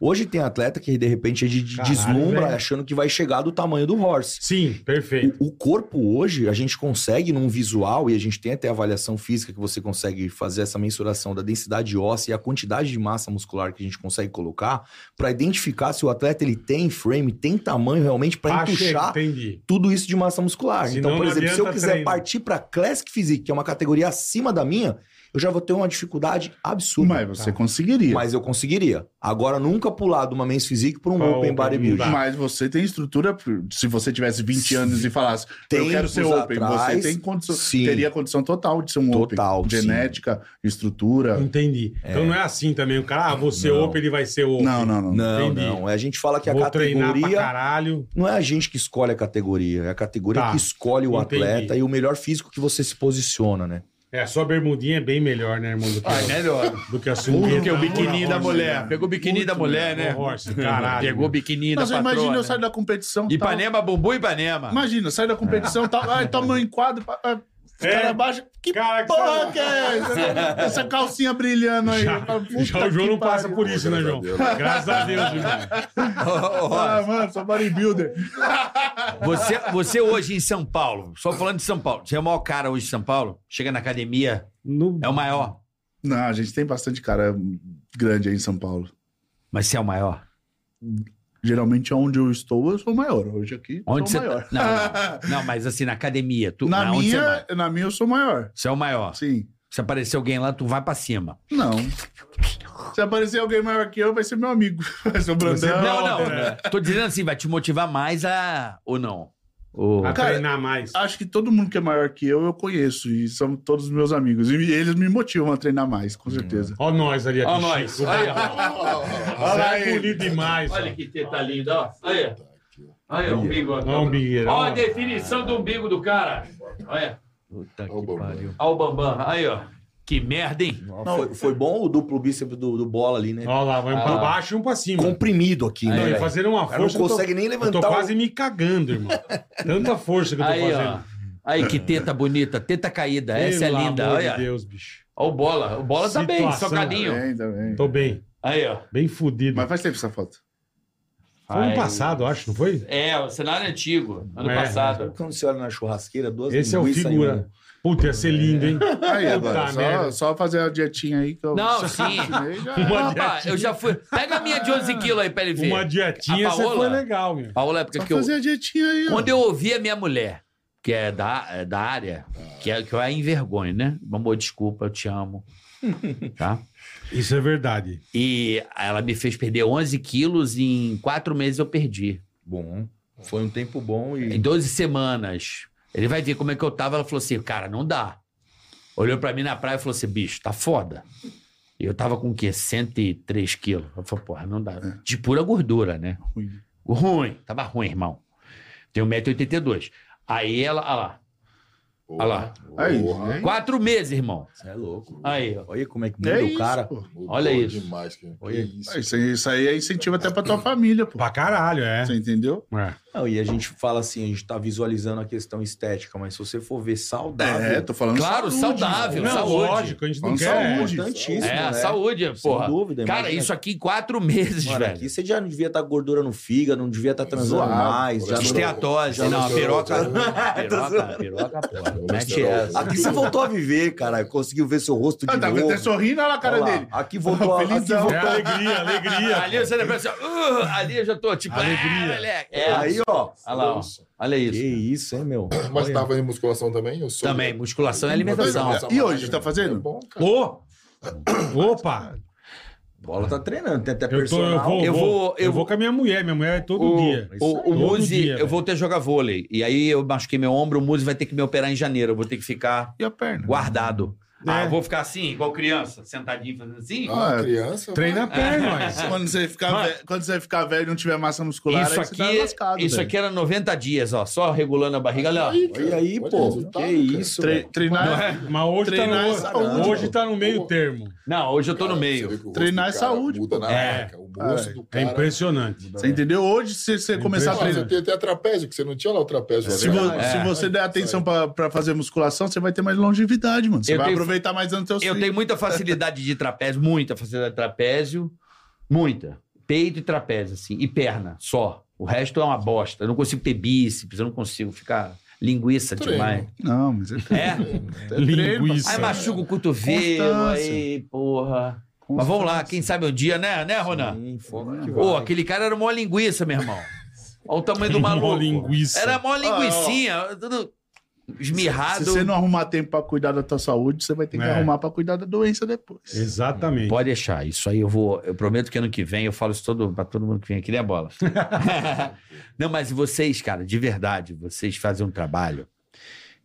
[SPEAKER 7] Hoje tem atleta que de repente ele de-
[SPEAKER 3] Caralho,
[SPEAKER 7] deslumbra
[SPEAKER 3] velho.
[SPEAKER 7] achando que vai chegar do tamanho do horse.
[SPEAKER 3] Sim, perfeito.
[SPEAKER 7] O, o corpo hoje, a gente consegue num visual, e a gente tem até avaliação física que você consegue fazer essa mensuração da densidade óssea e a quantidade de massa muscular que a gente consegue colocar para identificar se o atleta ele tem frame, tem tamanho realmente para
[SPEAKER 3] Acho que-
[SPEAKER 7] entuchar
[SPEAKER 3] Entendi.
[SPEAKER 7] tudo isso de massa muscular.
[SPEAKER 3] Ah, Senão
[SPEAKER 7] então, por
[SPEAKER 3] não
[SPEAKER 7] exemplo, se eu
[SPEAKER 3] adianta
[SPEAKER 7] quiser
[SPEAKER 3] treino.
[SPEAKER 7] partir para Classic Physique, que é uma categoria acima da minha, eu já vou ter uma dificuldade absurda.
[SPEAKER 8] Mas você conseguiria. Mas,
[SPEAKER 7] Mas eu conseguiria. Agora, nunca pular de uma Men's Physique para um
[SPEAKER 3] Pra
[SPEAKER 7] Open
[SPEAKER 3] open,
[SPEAKER 7] Bodybuilding.
[SPEAKER 3] não dá.
[SPEAKER 8] você tem estrutura. pro- Se você tivesse 20 anos e falasse, eu quero ser
[SPEAKER 7] Tempos
[SPEAKER 8] Open,
[SPEAKER 7] atrás,
[SPEAKER 8] você tem condição,
[SPEAKER 7] sim.
[SPEAKER 8] teria condição total de ser um
[SPEAKER 7] Total,
[SPEAKER 8] Open.
[SPEAKER 7] sim.
[SPEAKER 8] Genética, estrutura.
[SPEAKER 3] Entendi. Então não é assim também. O cara, ah, você
[SPEAKER 7] Não.
[SPEAKER 3] Open, ele vai ser Open.
[SPEAKER 8] Não, não, não.
[SPEAKER 7] Não,
[SPEAKER 3] Entendi.
[SPEAKER 7] não. É, A gente fala que a
[SPEAKER 3] Vou treinar pra
[SPEAKER 7] categoria
[SPEAKER 3] caralho.
[SPEAKER 7] Não é a gente que escolhe a categoria, é a categoria
[SPEAKER 3] Tá,
[SPEAKER 7] que escolhe o
[SPEAKER 3] entendi.
[SPEAKER 7] atleta e o melhor físico que você se posiciona, né?
[SPEAKER 3] É, só a bermudinha é bem melhor, né, irmão? Do que,
[SPEAKER 4] melhor.
[SPEAKER 3] do que a sungueta.
[SPEAKER 4] Porque o biquininho da
[SPEAKER 8] Horse,
[SPEAKER 4] mulher.
[SPEAKER 8] né?
[SPEAKER 4] Pegou o biquininho da mulher, né?
[SPEAKER 3] Ô, Horse, caralho.
[SPEAKER 4] Pegou o biquininho da
[SPEAKER 8] Mas
[SPEAKER 4] patroa.
[SPEAKER 8] imagina eu
[SPEAKER 4] né?
[SPEAKER 8] sair da competição. tal.
[SPEAKER 4] Ipanema, bumbum Ipanema. *laughs*
[SPEAKER 8] Imagina, sai da competição, tal, ai, toma um enquadro, pa- ah, os
[SPEAKER 3] É.
[SPEAKER 8] cara baixa. Que
[SPEAKER 3] Cara, que
[SPEAKER 8] porra
[SPEAKER 3] saudade.
[SPEAKER 8] que é essa? Essa calcinha brilhando aí.
[SPEAKER 3] Já,
[SPEAKER 8] Puta
[SPEAKER 3] já o João
[SPEAKER 8] que
[SPEAKER 3] não passa
[SPEAKER 8] pariu.
[SPEAKER 3] por isso, né,
[SPEAKER 1] Graças
[SPEAKER 3] João?
[SPEAKER 1] a Deus.
[SPEAKER 3] Graças a Deus, João.
[SPEAKER 8] Ah, mano, sou bodybuilder.
[SPEAKER 4] Você, você hoje em São Paulo, só falando de São Paulo, você é o maior cara hoje em São Paulo? Chega na academia,
[SPEAKER 3] No-
[SPEAKER 4] é o maior.
[SPEAKER 8] Não, a gente tem bastante cara grande aí em São Paulo.
[SPEAKER 4] Mas você é o maior.
[SPEAKER 8] Geralmente onde eu estou, eu sou maior. Hoje aqui,
[SPEAKER 4] Onde
[SPEAKER 8] sou
[SPEAKER 4] você
[SPEAKER 8] maior.
[SPEAKER 4] Não,
[SPEAKER 8] *laughs*
[SPEAKER 4] não, não, mas assim, na academia, tu,
[SPEAKER 8] na,
[SPEAKER 4] onde você vai?
[SPEAKER 8] minha, na minha, eu sou maior.
[SPEAKER 4] Você é o maior.
[SPEAKER 8] Sim.
[SPEAKER 4] Se aparecer alguém lá, tu vai pra cima.
[SPEAKER 8] Não. Se aparecer alguém maior que eu, vai ser meu amigo. *laughs* Vai ser o Brandão.
[SPEAKER 4] Não, não.
[SPEAKER 3] né?
[SPEAKER 4] Tô dizendo assim, vai te motivar mais a. Ou não? Ou-
[SPEAKER 3] A
[SPEAKER 8] Cara,
[SPEAKER 3] treinar mais.
[SPEAKER 8] Acho que todo mundo que é maior que eu, eu conheço. E são todos meus amigos. E eles me motivam a treinar mais,
[SPEAKER 4] Uhum.
[SPEAKER 8] com certeza.
[SPEAKER 3] Ó, nós ali.
[SPEAKER 4] Ó
[SPEAKER 3] aqui,
[SPEAKER 4] nós.
[SPEAKER 3] Chico.
[SPEAKER 4] Aí, ó.
[SPEAKER 1] Ah,
[SPEAKER 3] Olha lá, é
[SPEAKER 8] ele.
[SPEAKER 3] bonito demais. ó.
[SPEAKER 4] que teta linda, ó. Olha. Olha o umbigo.
[SPEAKER 8] É
[SPEAKER 3] Olha
[SPEAKER 8] um
[SPEAKER 3] o umbigueira.
[SPEAKER 4] Olha a definição do umbigo do cara. Olha.
[SPEAKER 7] Puta
[SPEAKER 1] Ó o Bambam. pariu.
[SPEAKER 4] Olha o Bambam. Aí, ó. Que merda, hein?
[SPEAKER 7] Não, foi, foi bom o duplo bíceps do, do bola ali, né?
[SPEAKER 3] Olha lá, vai um pra baixo e um pra cima.
[SPEAKER 7] Comprimido aqui,
[SPEAKER 3] Não,
[SPEAKER 7] né?
[SPEAKER 3] e
[SPEAKER 7] velho?
[SPEAKER 3] fazendo uma
[SPEAKER 7] O cara não
[SPEAKER 3] É, força. eu tô-
[SPEAKER 7] consegue nem
[SPEAKER 3] Eu tô
[SPEAKER 7] levantar o...
[SPEAKER 3] quase me cagando, irmão. Tanta força que eu tô
[SPEAKER 4] Aí, ó.
[SPEAKER 3] fazendo.
[SPEAKER 4] Aí, que teta bonita. Teta caída. Essa é
[SPEAKER 3] Pelo
[SPEAKER 4] linda.
[SPEAKER 3] amor de
[SPEAKER 4] Olha.
[SPEAKER 3] Deus, bicho.
[SPEAKER 4] Olha o bola. O bola tá bem,
[SPEAKER 3] Situação. né?
[SPEAKER 4] socadinho.
[SPEAKER 8] Também, também.
[SPEAKER 3] Tô bem.
[SPEAKER 4] Aí, ó.
[SPEAKER 3] Bem fudido.
[SPEAKER 8] Mas faz tempo
[SPEAKER 4] *laughs*
[SPEAKER 8] essa foto.
[SPEAKER 3] Foi ano
[SPEAKER 4] Ai.
[SPEAKER 3] passado, acho, não foi?
[SPEAKER 4] É, o cenário é antigo. Ano
[SPEAKER 3] É.
[SPEAKER 4] passado.
[SPEAKER 7] Sabe Quando você olha na churrasqueira, duas
[SPEAKER 3] Esse é o
[SPEAKER 7] linguiças e um.
[SPEAKER 3] figura. Puta, ia ser lindo, hein?
[SPEAKER 8] Aí
[SPEAKER 3] Puta
[SPEAKER 8] agora,
[SPEAKER 3] merda.
[SPEAKER 8] só, só fazer a dietinha aí que eu. *laughs*
[SPEAKER 4] Não, sim.
[SPEAKER 8] Já
[SPEAKER 3] Uma Ah.
[SPEAKER 8] era.
[SPEAKER 4] Rapaz, eu já fui. Pega a minha de 11 quilos aí pra ele ver.
[SPEAKER 3] Uma dietinha,
[SPEAKER 4] A
[SPEAKER 3] você
[SPEAKER 4] Paola?
[SPEAKER 3] foi legal, meu.
[SPEAKER 4] Paola, é porque
[SPEAKER 8] Só
[SPEAKER 4] que eu.
[SPEAKER 8] fazer a dietinha aí. ó.
[SPEAKER 4] Quando eu ouvi a minha mulher, que é da, é da área, que, é, que eu a envergonho, né? Meu Amor, desculpa, eu te
[SPEAKER 3] *laughs*
[SPEAKER 4] amo. tá?
[SPEAKER 3] Isso é verdade.
[SPEAKER 4] E ela me fez perder 11 quilos e em quatro meses eu perdi.
[SPEAKER 7] Bom, foi um tempo bom
[SPEAKER 4] Em
[SPEAKER 7] e...
[SPEAKER 4] 12 semanas. Ele vai ver como é que eu tava. Ela falou assim, cara, não dá. Olhou pra mim na praia e falou assim, bicho, tá foda. E eu tava com o quê? 103 quilos. Eu falei, porra, não dá.
[SPEAKER 7] É.
[SPEAKER 4] De pura gordura, né?
[SPEAKER 8] Ruim.
[SPEAKER 4] um Ruim. Tava ruim, irmão. Tenho 1,82m. Aí ela, olha lá. Olha lá. né?
[SPEAKER 8] Aí,
[SPEAKER 1] Porra.
[SPEAKER 8] gente.
[SPEAKER 4] Quatro meses, irmão.
[SPEAKER 7] Você é louco.
[SPEAKER 4] Aí, ó.
[SPEAKER 7] Olha como é que
[SPEAKER 8] É
[SPEAKER 7] muda o
[SPEAKER 8] isso,
[SPEAKER 7] cara.
[SPEAKER 8] pô.
[SPEAKER 1] Mudou
[SPEAKER 4] Olha isso.
[SPEAKER 1] Demais, cara. Que
[SPEAKER 7] Olha
[SPEAKER 1] isso.
[SPEAKER 8] Isso, aí- isso aí é incentivo até pra tua família, pô.
[SPEAKER 3] Pra caralho, é.
[SPEAKER 8] Você entendeu?
[SPEAKER 3] É.
[SPEAKER 7] Não, e a gente fala assim, a gente tá visualizando a questão estética, mas se você for ver saudável,
[SPEAKER 8] É, tô falando
[SPEAKER 4] Claro,
[SPEAKER 8] saúde,
[SPEAKER 4] saudável,
[SPEAKER 8] mano.
[SPEAKER 3] Não,
[SPEAKER 4] saúde.
[SPEAKER 3] lógico, a gente não
[SPEAKER 8] Falando
[SPEAKER 3] quer.
[SPEAKER 8] saúde.
[SPEAKER 7] importantíssimo,
[SPEAKER 4] É, a
[SPEAKER 7] né?
[SPEAKER 4] saúde,
[SPEAKER 7] Sem
[SPEAKER 4] porra.
[SPEAKER 7] dúvida.
[SPEAKER 4] Cara,
[SPEAKER 7] imagina.
[SPEAKER 4] isso aqui em quatro meses,
[SPEAKER 7] Mano,
[SPEAKER 4] velho.
[SPEAKER 7] aqui você já não devia estar com gordura no fígado, não devia estar transando
[SPEAKER 8] Zoado,
[SPEAKER 7] mais. Já não...
[SPEAKER 4] Esteatose,
[SPEAKER 7] já
[SPEAKER 4] não, a
[SPEAKER 7] não- *laughs*
[SPEAKER 4] piroca.
[SPEAKER 7] Tá
[SPEAKER 4] Piroca, piroca, porra. Mete
[SPEAKER 1] Colesterol.
[SPEAKER 4] essa.
[SPEAKER 7] Aqui você voltou a viver, cara. Conseguiu ver seu rosto de
[SPEAKER 8] Ah, tá
[SPEAKER 7] novo.
[SPEAKER 8] até sorrindo, olha lá a cara
[SPEAKER 7] Olha lá,
[SPEAKER 8] dele.
[SPEAKER 7] Aqui
[SPEAKER 8] *laughs*
[SPEAKER 7] voltou a... Aqui
[SPEAKER 8] Felizão.
[SPEAKER 7] voltou...
[SPEAKER 3] É alegria, alegria.
[SPEAKER 4] Ali você lembra assim, ó, "Uh", ali eu já tô tipo, alegria. moleque. É,
[SPEAKER 7] Aí, ó.
[SPEAKER 4] olha lá, ó. olha
[SPEAKER 7] Que
[SPEAKER 4] isso.
[SPEAKER 7] isso, hein, meu?
[SPEAKER 1] Mas tá fazendo musculação também? Eu sou
[SPEAKER 4] Também, musculação e alimentação.
[SPEAKER 3] é
[SPEAKER 1] Mas-
[SPEAKER 8] E hoje, tá fazendo?
[SPEAKER 1] É bom, cara.
[SPEAKER 3] Ô! Opa!
[SPEAKER 7] Bola tá treinando, tem até
[SPEAKER 3] Eu, tô,
[SPEAKER 7] personal.
[SPEAKER 3] eu, vou,
[SPEAKER 4] Eu
[SPEAKER 3] eu,
[SPEAKER 4] vou-
[SPEAKER 3] vou,
[SPEAKER 4] eu
[SPEAKER 3] eu vou com a minha mulher, minha mulher é todo dia.
[SPEAKER 4] O, o
[SPEAKER 3] Todo
[SPEAKER 4] Muzi,
[SPEAKER 3] dia,
[SPEAKER 4] eu
[SPEAKER 3] velho.
[SPEAKER 4] voltei a jogar vôlei. E aí eu machuquei meu ombro, o Muzi vai ter que me operar em janeiro. Eu vou ter que ficar
[SPEAKER 8] E a perna?
[SPEAKER 4] guardado.
[SPEAKER 3] É.
[SPEAKER 4] Ah, eu vou ficar assim, igual criança, sentadinho, fazendo assim.
[SPEAKER 1] Ah,
[SPEAKER 8] Ah,
[SPEAKER 1] criança.
[SPEAKER 3] Treina a
[SPEAKER 4] É.
[SPEAKER 3] perna, mas.
[SPEAKER 8] Quando você, ficar velho, quando você ficar velho e não tiver massa muscular,
[SPEAKER 4] isso
[SPEAKER 3] é
[SPEAKER 8] aí você tá
[SPEAKER 4] aqui, é-
[SPEAKER 8] lascado.
[SPEAKER 4] isso
[SPEAKER 8] velho.
[SPEAKER 4] aqui era 90 dias, ó, só regulando a barriga. Olha, ó.
[SPEAKER 7] E aí,
[SPEAKER 1] Olha o
[SPEAKER 7] pô?
[SPEAKER 1] resultado,
[SPEAKER 7] Que
[SPEAKER 1] cara.
[SPEAKER 7] isso,
[SPEAKER 8] Tre-
[SPEAKER 7] velho?
[SPEAKER 8] treinar, é,
[SPEAKER 3] Mas hoje tá,
[SPEAKER 8] Treinar é
[SPEAKER 3] no,
[SPEAKER 8] saúde,
[SPEAKER 3] hoje
[SPEAKER 1] pô.
[SPEAKER 3] tá no meio termo.
[SPEAKER 4] Não, hoje eu tô
[SPEAKER 1] Cara,
[SPEAKER 4] no
[SPEAKER 1] você vê
[SPEAKER 4] meio.
[SPEAKER 1] que o rosto
[SPEAKER 8] Treinar
[SPEAKER 1] do
[SPEAKER 8] é
[SPEAKER 1] cara
[SPEAKER 8] saúde,
[SPEAKER 1] Muda
[SPEAKER 8] pô.
[SPEAKER 1] na
[SPEAKER 4] É.
[SPEAKER 1] marca. O rosto do
[SPEAKER 3] É
[SPEAKER 1] cara.
[SPEAKER 3] impressionante.
[SPEAKER 8] você entendeu? Hoje, se você começar a
[SPEAKER 1] Pô,
[SPEAKER 8] treinar.
[SPEAKER 1] Você tem até trapézio, que você não tinha lá o trapézio.
[SPEAKER 8] Se,
[SPEAKER 1] né?
[SPEAKER 8] vo-
[SPEAKER 4] É.
[SPEAKER 8] se você der atenção pra, pra fazer musculação, você vai ter mais longevidade, mano. Você
[SPEAKER 4] Eu
[SPEAKER 8] vai
[SPEAKER 4] tenho-
[SPEAKER 8] aproveitar mais anos do teu
[SPEAKER 4] Eu tenho muita facilidade de trapézio, muita facilidade de trapézio, muita. Peito e trapézio, assim, e perna, só. O resto é uma bosta. Eu não consigo ter bíceps, eu não consigo ficar linguiça
[SPEAKER 1] Treino.
[SPEAKER 4] demais.
[SPEAKER 8] Não, mas é,
[SPEAKER 4] É?
[SPEAKER 8] é
[SPEAKER 3] Linguiça.
[SPEAKER 4] Aí
[SPEAKER 3] Isso,
[SPEAKER 4] machuca o cotovelo,
[SPEAKER 8] Constância.
[SPEAKER 4] aí, porra. Mas vamos lá, quem sabe um dia, né, né, Ronan?
[SPEAKER 7] Sim, foda que
[SPEAKER 4] Pô,
[SPEAKER 7] vai.
[SPEAKER 4] aquele cara era mó linguiça, meu irmão. Olha o tamanho do
[SPEAKER 3] Mó
[SPEAKER 4] maluco.
[SPEAKER 3] linguiça.
[SPEAKER 4] Era mó linguicinha, tudo
[SPEAKER 8] Se
[SPEAKER 4] esmirrado.
[SPEAKER 8] você não arrumar tempo pra cuidar da tua saúde, você vai ter que
[SPEAKER 3] É.
[SPEAKER 8] arrumar pra cuidar da doença depois.
[SPEAKER 3] Exatamente.
[SPEAKER 4] Pode deixar, isso aí eu vou. Eu prometo que ano que vem eu falo isso todo, pra todo mundo que vem aqui, né,
[SPEAKER 8] *laughs*
[SPEAKER 4] bola? Não, mas vocês, cara, de verdade, vocês fazem um trabalho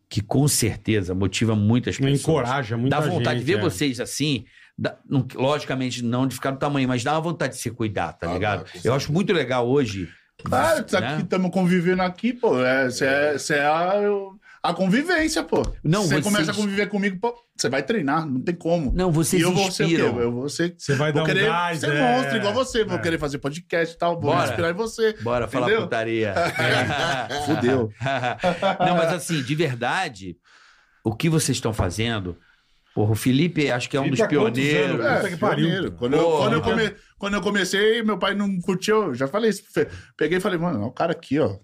[SPEAKER 4] que com certeza motiva muitas pessoas.
[SPEAKER 3] Encoraja muita
[SPEAKER 4] Dá
[SPEAKER 3] gente.
[SPEAKER 4] vontade de ver
[SPEAKER 3] é.
[SPEAKER 4] vocês assim, dá- não- logicamente não de ficar do tamanho, mas dá uma vontade de se cuidar, tá
[SPEAKER 1] Ah,
[SPEAKER 4] ligado?
[SPEAKER 1] dá, com
[SPEAKER 4] eu
[SPEAKER 1] certeza.
[SPEAKER 4] acho muito legal hoje.
[SPEAKER 8] Claro, tá
[SPEAKER 4] né?
[SPEAKER 8] aqui estamos convivendo aqui, pô. É, Você é, você é a, a convivência, pô.
[SPEAKER 4] Não,
[SPEAKER 8] Se você
[SPEAKER 4] vocês-
[SPEAKER 8] começa a conviver comigo, pô, você vai treinar, não tem como.
[SPEAKER 4] Não, vocês
[SPEAKER 8] e eu vou ser o quê?
[SPEAKER 4] inspiram.
[SPEAKER 8] Eu vou ser.
[SPEAKER 3] Você vai
[SPEAKER 8] Vou
[SPEAKER 3] dar
[SPEAKER 8] querer
[SPEAKER 3] um gás.
[SPEAKER 8] ser
[SPEAKER 3] é.
[SPEAKER 8] monstro igual você, vou
[SPEAKER 3] É.
[SPEAKER 8] querer fazer podcast e tal, vou
[SPEAKER 4] Bora.
[SPEAKER 8] me inspirar em você.
[SPEAKER 4] Bora falar
[SPEAKER 8] Entendeu?
[SPEAKER 3] *laughs*
[SPEAKER 4] putaria.
[SPEAKER 8] Fudeu.
[SPEAKER 4] *laughs* Não, mas assim, de verdade, o que vocês estão fazendo? Porra, o Felipe acho que é um
[SPEAKER 3] Felipe
[SPEAKER 4] dos
[SPEAKER 3] há quantos
[SPEAKER 4] pioneiros.
[SPEAKER 3] anos? Puta que pariu.
[SPEAKER 8] pioneiro. Quando, eu,
[SPEAKER 4] Porra.
[SPEAKER 8] quando, eu come- quando eu comecei, meu pai não curtiu, eu já falei isso. pro Fê. Peguei e falei, mano, olha o cara aqui, ó.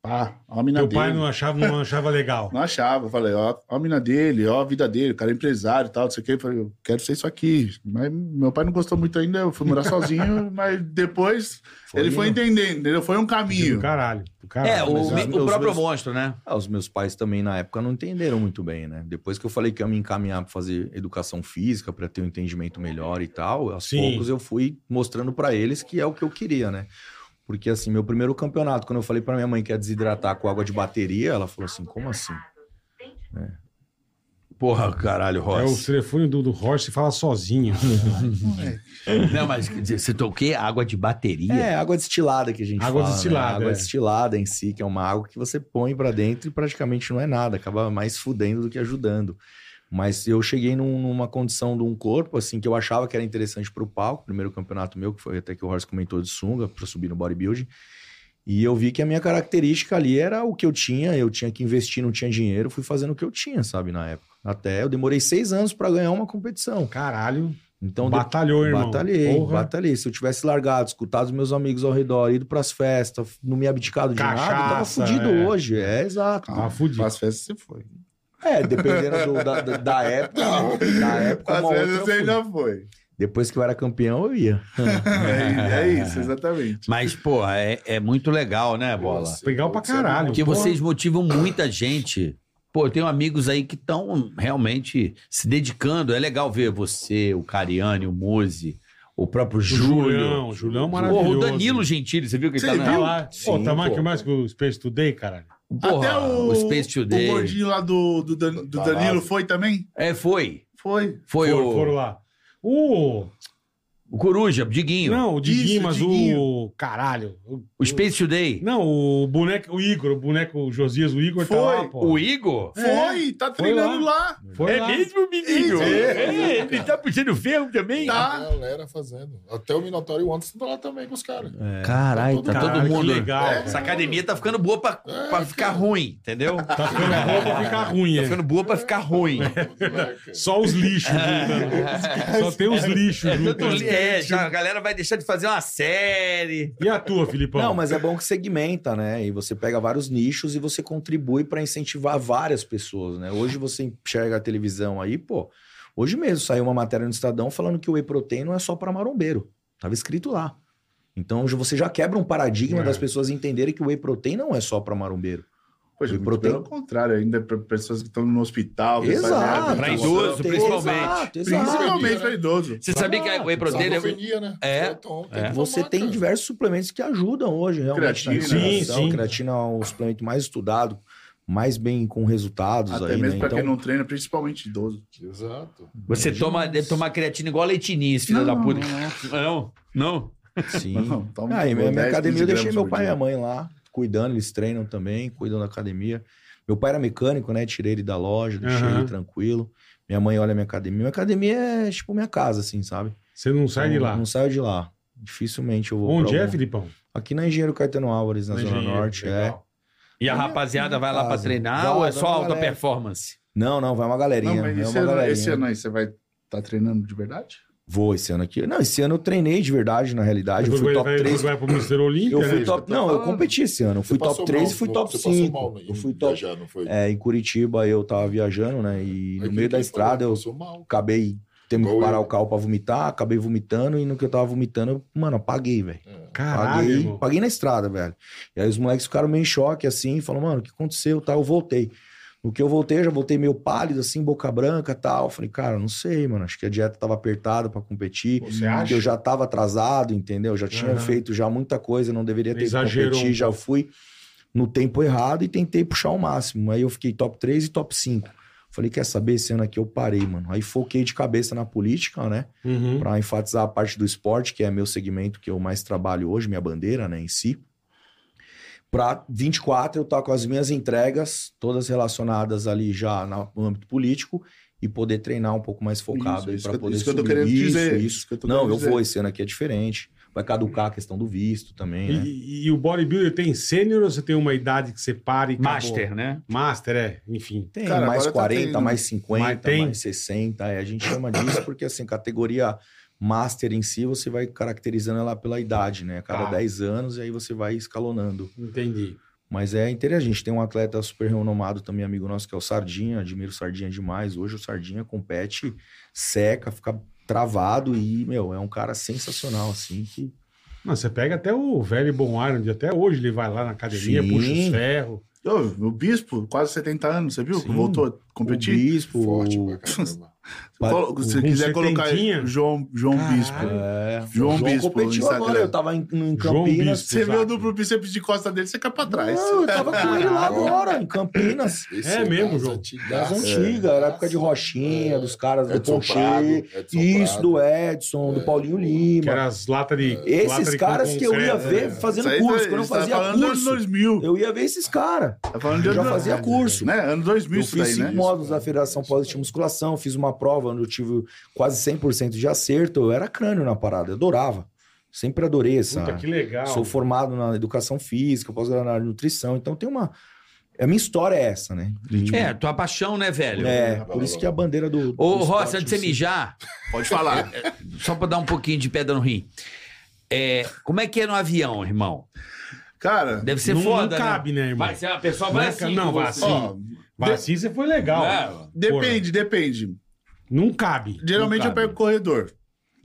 [SPEAKER 8] Pá, olha a mina
[SPEAKER 3] Teu
[SPEAKER 8] dele.
[SPEAKER 3] pai não achava, não achava legal.
[SPEAKER 8] Não achava. Eu falei, ó, ó a mina dele, ó a vida dele, o cara é empresário e tal, não sei o quê. Eu falei, eu quero ser isso aqui. Mas meu pai não gostou muito ainda, eu fui morar sozinho, mas depois ele foi entendendo, entendeu? Foi um
[SPEAKER 3] Do
[SPEAKER 8] caminho.
[SPEAKER 3] caralho. Do caralho.
[SPEAKER 4] É, o,
[SPEAKER 7] Mas
[SPEAKER 4] me-
[SPEAKER 7] os
[SPEAKER 4] o
[SPEAKER 7] meus-
[SPEAKER 4] próprio
[SPEAKER 7] meus-
[SPEAKER 4] monstro, né?
[SPEAKER 7] Ah, os meus pais também na época não entenderam muito bem, né? Depois que eu falei que ia me encaminhar para fazer educação física, para ter um entendimento melhor e tal, aos
[SPEAKER 3] Sim.
[SPEAKER 7] poucos eu fui mostrando para eles que é o que eu queria, né? Porque assim, meu primeiro campeonato, quando eu falei para minha mãe que ia desidratar com água de bateria, ela falou assim: "Como assim?"
[SPEAKER 4] Porra, caralho,
[SPEAKER 3] É o
[SPEAKER 4] Ross.
[SPEAKER 3] telefone do, do Horst fala sozinho.
[SPEAKER 4] Não, mas quer dizer, você toquei água de bateria.
[SPEAKER 7] É, água destilada que a gente
[SPEAKER 3] Água
[SPEAKER 7] fala, né?
[SPEAKER 3] destilada,
[SPEAKER 7] Água
[SPEAKER 3] é.
[SPEAKER 7] destilada em si, que é uma água que você põe pra dentro e praticamente não é nada, acaba mais fudendo do que ajudando. Mas eu cheguei num- numa condição de um corpo, assim, que eu achava que era interessante pro palco, primeiro campeonato meu, que foi até que o Horst comentou de sunga, pra subir no bodybuilding. E eu vi que a minha característica ali era o que eu tinha, eu tinha que investir, não tinha dinheiro, fui fazendo o que eu tinha, sabe, na época. Até eu demorei seis anos pra ganhar uma competição.
[SPEAKER 3] Caralho.
[SPEAKER 7] Então, depois-
[SPEAKER 3] batalhou, irmão.
[SPEAKER 7] Batalhei,
[SPEAKER 3] Porra.
[SPEAKER 7] batalhei. Se eu tivesse largado, escutado os meus amigos ao redor, ido pras festas, não me abdicado de nada, eu tava
[SPEAKER 3] Cachaça,
[SPEAKER 7] fudido
[SPEAKER 3] é. Ah.
[SPEAKER 7] hoje. É, exato.
[SPEAKER 3] Tava tá fudido.
[SPEAKER 8] As festas você foi.
[SPEAKER 7] É, dependendo do- da, da- da
[SPEAKER 3] *laughs*
[SPEAKER 7] época. né? Da época,
[SPEAKER 8] As
[SPEAKER 7] uma
[SPEAKER 8] festas você
[SPEAKER 7] outra eu fui.
[SPEAKER 8] ainda foi.
[SPEAKER 7] Depois que eu era campeão, eu ia.
[SPEAKER 8] É, é isso, exatamente.
[SPEAKER 4] Mas, porra, é, é muito legal, né, Bola?
[SPEAKER 3] Legal pra caralho.
[SPEAKER 4] Porque
[SPEAKER 3] porra.
[SPEAKER 4] vocês motivam muita gente. Pô, eu tenho amigos aí que estão realmente se dedicando. É legal ver você, o Cariani, o Muzi, o próprio Júlio.
[SPEAKER 3] Julião, Julião é
[SPEAKER 4] Porra,
[SPEAKER 3] maravilhoso.
[SPEAKER 4] o Danilo Gentili, você viu que ele
[SPEAKER 8] Você
[SPEAKER 4] tá na...
[SPEAKER 8] viu?
[SPEAKER 3] Lá. Pô,
[SPEAKER 7] Sim,
[SPEAKER 3] tá mais
[SPEAKER 7] pô.
[SPEAKER 3] que mais que o Space Today, caralho.
[SPEAKER 4] Porra,
[SPEAKER 8] Até
[SPEAKER 4] o,
[SPEAKER 8] o,
[SPEAKER 4] Space Today.
[SPEAKER 8] o gordinho lá do, do, Dan- do
[SPEAKER 1] Tá
[SPEAKER 8] Danilo
[SPEAKER 1] lá.
[SPEAKER 8] foi também?
[SPEAKER 4] É, foi.
[SPEAKER 8] Foi.
[SPEAKER 4] Foi
[SPEAKER 3] Foram,
[SPEAKER 4] o...
[SPEAKER 3] foram lá. O.
[SPEAKER 4] O Coruja, o Diguinho.
[SPEAKER 3] Não, o Diguinho,
[SPEAKER 8] Isso,
[SPEAKER 3] mas
[SPEAKER 8] Diguinho.
[SPEAKER 3] o. Caralho. O,
[SPEAKER 4] O Space Today.
[SPEAKER 3] Não, o boneco, o Igor, o boneco o Josias, o Igor tá
[SPEAKER 8] Foi,
[SPEAKER 3] lá, pô.
[SPEAKER 4] O Igor?
[SPEAKER 7] É.
[SPEAKER 8] Foi, tá treinando lá.
[SPEAKER 3] Foi lá.
[SPEAKER 4] É mesmo,
[SPEAKER 8] menino?
[SPEAKER 4] É, ele tá puxando ferro também?
[SPEAKER 8] Tá.
[SPEAKER 1] A galera fazendo. Até o Minotauro e o Anderson estão lá também com os caras.
[SPEAKER 3] É.
[SPEAKER 7] É.
[SPEAKER 4] Caralho, tá
[SPEAKER 3] Cara,
[SPEAKER 4] todo
[SPEAKER 3] que
[SPEAKER 4] mundo.
[SPEAKER 3] legal.
[SPEAKER 1] É,
[SPEAKER 3] cara.
[SPEAKER 4] Essa academia tá ficando boa pra, pra ficar ruim, entendeu? Tá
[SPEAKER 3] É, então. Tá ficando bom pra ficar ruim, é.
[SPEAKER 4] ficando boa pra ficar ruim.
[SPEAKER 7] *laughs*
[SPEAKER 3] Só
[SPEAKER 4] *laughs*
[SPEAKER 3] os lixos juntando. Só tem os lixos
[SPEAKER 4] É, tanto
[SPEAKER 3] juntando.
[SPEAKER 4] li- é, já a galera vai deixar de fazer uma série.
[SPEAKER 3] E a tua, Filipão?
[SPEAKER 7] Não, mas é bom que segmenta, né? E você pega vários nichos e você contribui para incentivar várias pessoas, né? Hoje você enxerga a televisão aí, pô. Hoje mesmo saiu uma matéria no Estadão falando que o whey protein não é só para marombeiro. Tava escrito lá. Então já- você já quebra um paradigma
[SPEAKER 3] É.
[SPEAKER 7] das pessoas entenderem que o whey protein não é só para marombeiro.
[SPEAKER 8] Pois é,
[SPEAKER 7] Foi
[SPEAKER 8] muito
[SPEAKER 7] proteína.
[SPEAKER 8] pelo contrário, ainda para pessoas que estão no hospital.
[SPEAKER 7] Exato.
[SPEAKER 8] detalhado,
[SPEAKER 4] Pra
[SPEAKER 8] então,
[SPEAKER 4] idoso,
[SPEAKER 8] tem-
[SPEAKER 4] principalmente.
[SPEAKER 7] Exato, exato.
[SPEAKER 8] Principalmente para idoso.
[SPEAKER 4] Você sabia que a whey proteína é...
[SPEAKER 1] Sarcopenia, né?
[SPEAKER 4] É.
[SPEAKER 1] Então, tem
[SPEAKER 4] É.
[SPEAKER 1] que
[SPEAKER 7] Você
[SPEAKER 1] tomar,
[SPEAKER 7] tem
[SPEAKER 1] cara.
[SPEAKER 7] diversos suplementos que ajudam hoje, realmente. na
[SPEAKER 8] Creatina.
[SPEAKER 7] recuperação.
[SPEAKER 3] Sim, sim.
[SPEAKER 7] Creatina é o suplemento mais estudado, mais bem com resultados
[SPEAKER 8] Até
[SPEAKER 7] aí,
[SPEAKER 8] mesmo
[SPEAKER 7] né?
[SPEAKER 8] para
[SPEAKER 7] Então,
[SPEAKER 8] quem não treina, principalmente idoso.
[SPEAKER 1] Exato.
[SPEAKER 4] Você toma, deve tomar creatina igual a leitinins, filha da puta. Não, não.
[SPEAKER 7] sim.
[SPEAKER 8] Não, toma
[SPEAKER 7] Ah, e minha,
[SPEAKER 8] 10,
[SPEAKER 7] minha
[SPEAKER 8] 15
[SPEAKER 7] academia eu deixei
[SPEAKER 8] gramas
[SPEAKER 7] meu
[SPEAKER 8] por
[SPEAKER 7] pai e
[SPEAKER 8] dia.
[SPEAKER 7] minha mãe lá, cuidando, eles treinam também, cuidam da academia. Meu pai era mecânico, né? Tirei ele da loja, deixei
[SPEAKER 3] Aham.
[SPEAKER 7] ele tranquilo. Minha mãe olha a minha academia. Minha academia é tipo minha casa, assim, sabe?
[SPEAKER 3] Você não sai de
[SPEAKER 7] Então,
[SPEAKER 3] lá.
[SPEAKER 7] Não saio de lá. Dificilmente eu vou.
[SPEAKER 3] Onde
[SPEAKER 7] pra
[SPEAKER 3] é,
[SPEAKER 7] algum-
[SPEAKER 3] Filipão?
[SPEAKER 7] Aqui na Engenheiro Caetano Álvares, na
[SPEAKER 3] Na
[SPEAKER 7] Zona
[SPEAKER 3] Engenheiro,
[SPEAKER 7] Norte. É.
[SPEAKER 3] legal.
[SPEAKER 4] E a rapaziada vai lá pra treinar ou é só alta performance?
[SPEAKER 7] Não, não, vai uma galerinha.
[SPEAKER 8] Não,
[SPEAKER 7] vai
[SPEAKER 8] mas
[SPEAKER 7] né?
[SPEAKER 8] esse,
[SPEAKER 7] É uma
[SPEAKER 8] ano,
[SPEAKER 7] galerinha.
[SPEAKER 8] esse ano aí você vai estar treinando de verdade?
[SPEAKER 7] Vou esse ano aqui. Não, esse ano eu treinei de verdade, na realidade. Eu fui
[SPEAKER 3] Vai-
[SPEAKER 7] top
[SPEAKER 3] vai,
[SPEAKER 7] 3.
[SPEAKER 3] Vai pro Mister Olímpia,
[SPEAKER 7] Eu fui
[SPEAKER 3] né?
[SPEAKER 7] top.
[SPEAKER 1] Tá
[SPEAKER 7] Não, eu
[SPEAKER 1] falando.
[SPEAKER 7] competi esse ano. Eu fui
[SPEAKER 1] Você
[SPEAKER 7] top
[SPEAKER 1] passou
[SPEAKER 7] 3
[SPEAKER 1] mal,
[SPEAKER 7] e fui
[SPEAKER 1] não-
[SPEAKER 7] top
[SPEAKER 1] você passou
[SPEAKER 7] 5.
[SPEAKER 1] mal em
[SPEAKER 7] Eu fui top.
[SPEAKER 1] viajar, não foi?
[SPEAKER 7] É, em Curitiba eu tava viajando, né? E
[SPEAKER 1] Aí
[SPEAKER 7] no meio
[SPEAKER 1] quem
[SPEAKER 7] da
[SPEAKER 1] falou,
[SPEAKER 7] estrada eu
[SPEAKER 1] Passou mal.
[SPEAKER 7] acabei tendo que
[SPEAKER 1] Igual
[SPEAKER 7] parar
[SPEAKER 1] eu.
[SPEAKER 7] o carro pra vomitar, acabei vomitando e no que eu tava vomitando, eu, mano, apaguei, velho.
[SPEAKER 1] É.
[SPEAKER 3] Caralho,
[SPEAKER 7] Paguei,
[SPEAKER 3] irmão.
[SPEAKER 7] paguei na estrada, velho. E aí os moleques ficaram meio em choque, assim, falou, mano, o que aconteceu, tal, eu voltei. No que eu voltei, eu já voltei meio pálido, assim, boca branca, tal. Eu Falei, cara, não sei, mano, acho que a dieta tava apertada pra competir.
[SPEAKER 3] Você acha?
[SPEAKER 7] Porque Hum, eu já tava atrasado, entendeu? Já tinha
[SPEAKER 3] Aham.
[SPEAKER 7] feito já muita coisa, não deveria ter
[SPEAKER 3] Exagerou
[SPEAKER 7] que
[SPEAKER 3] um
[SPEAKER 7] competir, já fui no tempo errado e tentei puxar o máximo. Aí eu fiquei top 3 e top 5. Falei, quer saber, esse ano aqui eu parei, mano. Aí foquei de cabeça na política, né?
[SPEAKER 3] Uhum.
[SPEAKER 7] Pra enfatizar a parte do esporte, que é meu segmento que eu mais trabalho hoje, minha bandeira, né, em si. Pra 24 eu tá com as minhas entregas, todas relacionadas ali já na- no âmbito político, e poder treinar um pouco mais focado aí
[SPEAKER 8] isso,
[SPEAKER 7] pra
[SPEAKER 8] que, eu-
[SPEAKER 7] poder
[SPEAKER 8] isso que eu tô
[SPEAKER 7] subir.
[SPEAKER 8] querendo
[SPEAKER 7] Isso,
[SPEAKER 8] dizer.
[SPEAKER 7] isso.
[SPEAKER 8] que eu tô
[SPEAKER 7] Não,
[SPEAKER 8] querendo
[SPEAKER 7] eu
[SPEAKER 8] dizer.
[SPEAKER 7] vou, esse ano aqui é diferente. Vai caducar a questão do visto também,
[SPEAKER 8] Uhum.
[SPEAKER 7] né?
[SPEAKER 3] E, e o bodybuilder tem sênior ou você tem uma idade que você para e acabou?
[SPEAKER 4] Master, né?
[SPEAKER 3] Master, é. Enfim.
[SPEAKER 7] Tem
[SPEAKER 8] Cara,
[SPEAKER 7] mais
[SPEAKER 8] agora tá
[SPEAKER 7] 40,
[SPEAKER 8] tendo.
[SPEAKER 7] mais 50,
[SPEAKER 3] Mas tem.
[SPEAKER 7] mais 60. é, a gente chama disso porque, assim, categoria master em si, você vai caracterizando ela pela idade, né? A Cada
[SPEAKER 3] Tá.
[SPEAKER 7] 10 anos, e aí você vai escalonando.
[SPEAKER 3] Entendi.
[SPEAKER 7] Mas é interessante. A gente tem um atleta super renomado também, amigo nosso, que é o Sardinha. Admiro o Sardinha demais. Hoje o Sardinha compete, seca, fica travado e, meu, é um cara sensacional, assim, que...
[SPEAKER 3] Não, você pega até o velho Bom Iron, até hoje ele vai lá na academia,
[SPEAKER 7] Sim.
[SPEAKER 3] puxa os ferros.
[SPEAKER 8] Ô, o Bispo, quase 70 anos, você viu?
[SPEAKER 7] Sim.
[SPEAKER 8] Voltou a
[SPEAKER 7] O
[SPEAKER 8] competir.
[SPEAKER 7] Bispo,
[SPEAKER 1] Forte
[SPEAKER 7] o-
[SPEAKER 1] pra caramba.
[SPEAKER 7] Pa-
[SPEAKER 8] Colo- Se
[SPEAKER 3] um
[SPEAKER 8] você quiser colocar
[SPEAKER 3] setentinha?
[SPEAKER 8] João, João
[SPEAKER 3] Caralho.
[SPEAKER 8] Bispo.
[SPEAKER 7] É.
[SPEAKER 8] João
[SPEAKER 7] O
[SPEAKER 8] Bispo
[SPEAKER 7] competiu
[SPEAKER 8] no
[SPEAKER 7] agora.
[SPEAKER 8] Instagram.
[SPEAKER 7] Eu tava em, em
[SPEAKER 3] João
[SPEAKER 7] Campinas.
[SPEAKER 3] Bispo.
[SPEAKER 8] Você vê o
[SPEAKER 3] Exato.
[SPEAKER 8] duplo bíceps de costa dele, você cai pra trás.
[SPEAKER 7] Não, eu tava com ele lá agora, em Campinas.
[SPEAKER 1] Esse
[SPEAKER 3] É mesmo,
[SPEAKER 1] das
[SPEAKER 3] João.
[SPEAKER 7] Das
[SPEAKER 1] antigas.
[SPEAKER 7] antigas, era época de Rochinha,
[SPEAKER 1] É.
[SPEAKER 7] dos caras do
[SPEAKER 1] Edson Prado,
[SPEAKER 7] Ponche.
[SPEAKER 1] Edson
[SPEAKER 7] Isso,
[SPEAKER 1] Prado.
[SPEAKER 7] do Edson, do
[SPEAKER 1] É.
[SPEAKER 7] Paulinho
[SPEAKER 3] Que
[SPEAKER 7] Lima.
[SPEAKER 3] eram as latas de. lata
[SPEAKER 7] Esses
[SPEAKER 3] de
[SPEAKER 7] caras que eu ia
[SPEAKER 3] concreto,
[SPEAKER 7] ver
[SPEAKER 3] né?
[SPEAKER 7] fazendo
[SPEAKER 8] Isso aí,
[SPEAKER 7] curso,
[SPEAKER 8] isso
[SPEAKER 7] que eu não
[SPEAKER 8] aí, tá
[SPEAKER 7] fazia
[SPEAKER 8] falando dos anos
[SPEAKER 7] curso.
[SPEAKER 8] 2000.
[SPEAKER 7] Eu ia ver esses caras.
[SPEAKER 8] Tá falando
[SPEAKER 7] Eu já
[SPEAKER 8] anos-
[SPEAKER 7] fazia curso.
[SPEAKER 8] Né? Ano 2000
[SPEAKER 7] Eu
[SPEAKER 8] isso
[SPEAKER 7] fiz
[SPEAKER 8] daí,
[SPEAKER 7] cinco
[SPEAKER 8] né?
[SPEAKER 7] módulos da Federação Positiva de Musculação, fiz uma prova onde eu tive quase 100% de acerto. Eu era crânio na parada, eu adorava. Sempre adorei essa,
[SPEAKER 3] Puta, que legal.
[SPEAKER 7] Sou formado na educação física, posso graduar na área de nutrição, então tem uma. A minha história é essa, né?
[SPEAKER 4] É, tua paixão, né, velho?
[SPEAKER 7] É, por isso que a bandeira do. do
[SPEAKER 4] Ô,
[SPEAKER 7] esporte,
[SPEAKER 4] Rossi, antes de você
[SPEAKER 7] assim,
[SPEAKER 4] mijar,
[SPEAKER 8] Pode falar.
[SPEAKER 4] só pra dar um pouquinho de pedra no rim. É, como é que é no avião, irmão?
[SPEAKER 8] Cara,
[SPEAKER 4] Deve
[SPEAKER 7] é
[SPEAKER 4] ser
[SPEAKER 3] não,
[SPEAKER 4] foda,
[SPEAKER 3] não cabe, né,
[SPEAKER 4] né?
[SPEAKER 3] irmão?
[SPEAKER 4] Vai ser a pessoa vai
[SPEAKER 3] Não,
[SPEAKER 4] assim.
[SPEAKER 3] não,
[SPEAKER 4] com
[SPEAKER 3] vai
[SPEAKER 4] você.
[SPEAKER 3] assim.
[SPEAKER 8] ó,
[SPEAKER 3] Vai assim você foi legal.
[SPEAKER 4] É.
[SPEAKER 8] depende, depende.
[SPEAKER 3] Porra, não cabe.
[SPEAKER 8] Geralmente
[SPEAKER 4] Não
[SPEAKER 8] eu
[SPEAKER 4] cabe.
[SPEAKER 8] pego corredor.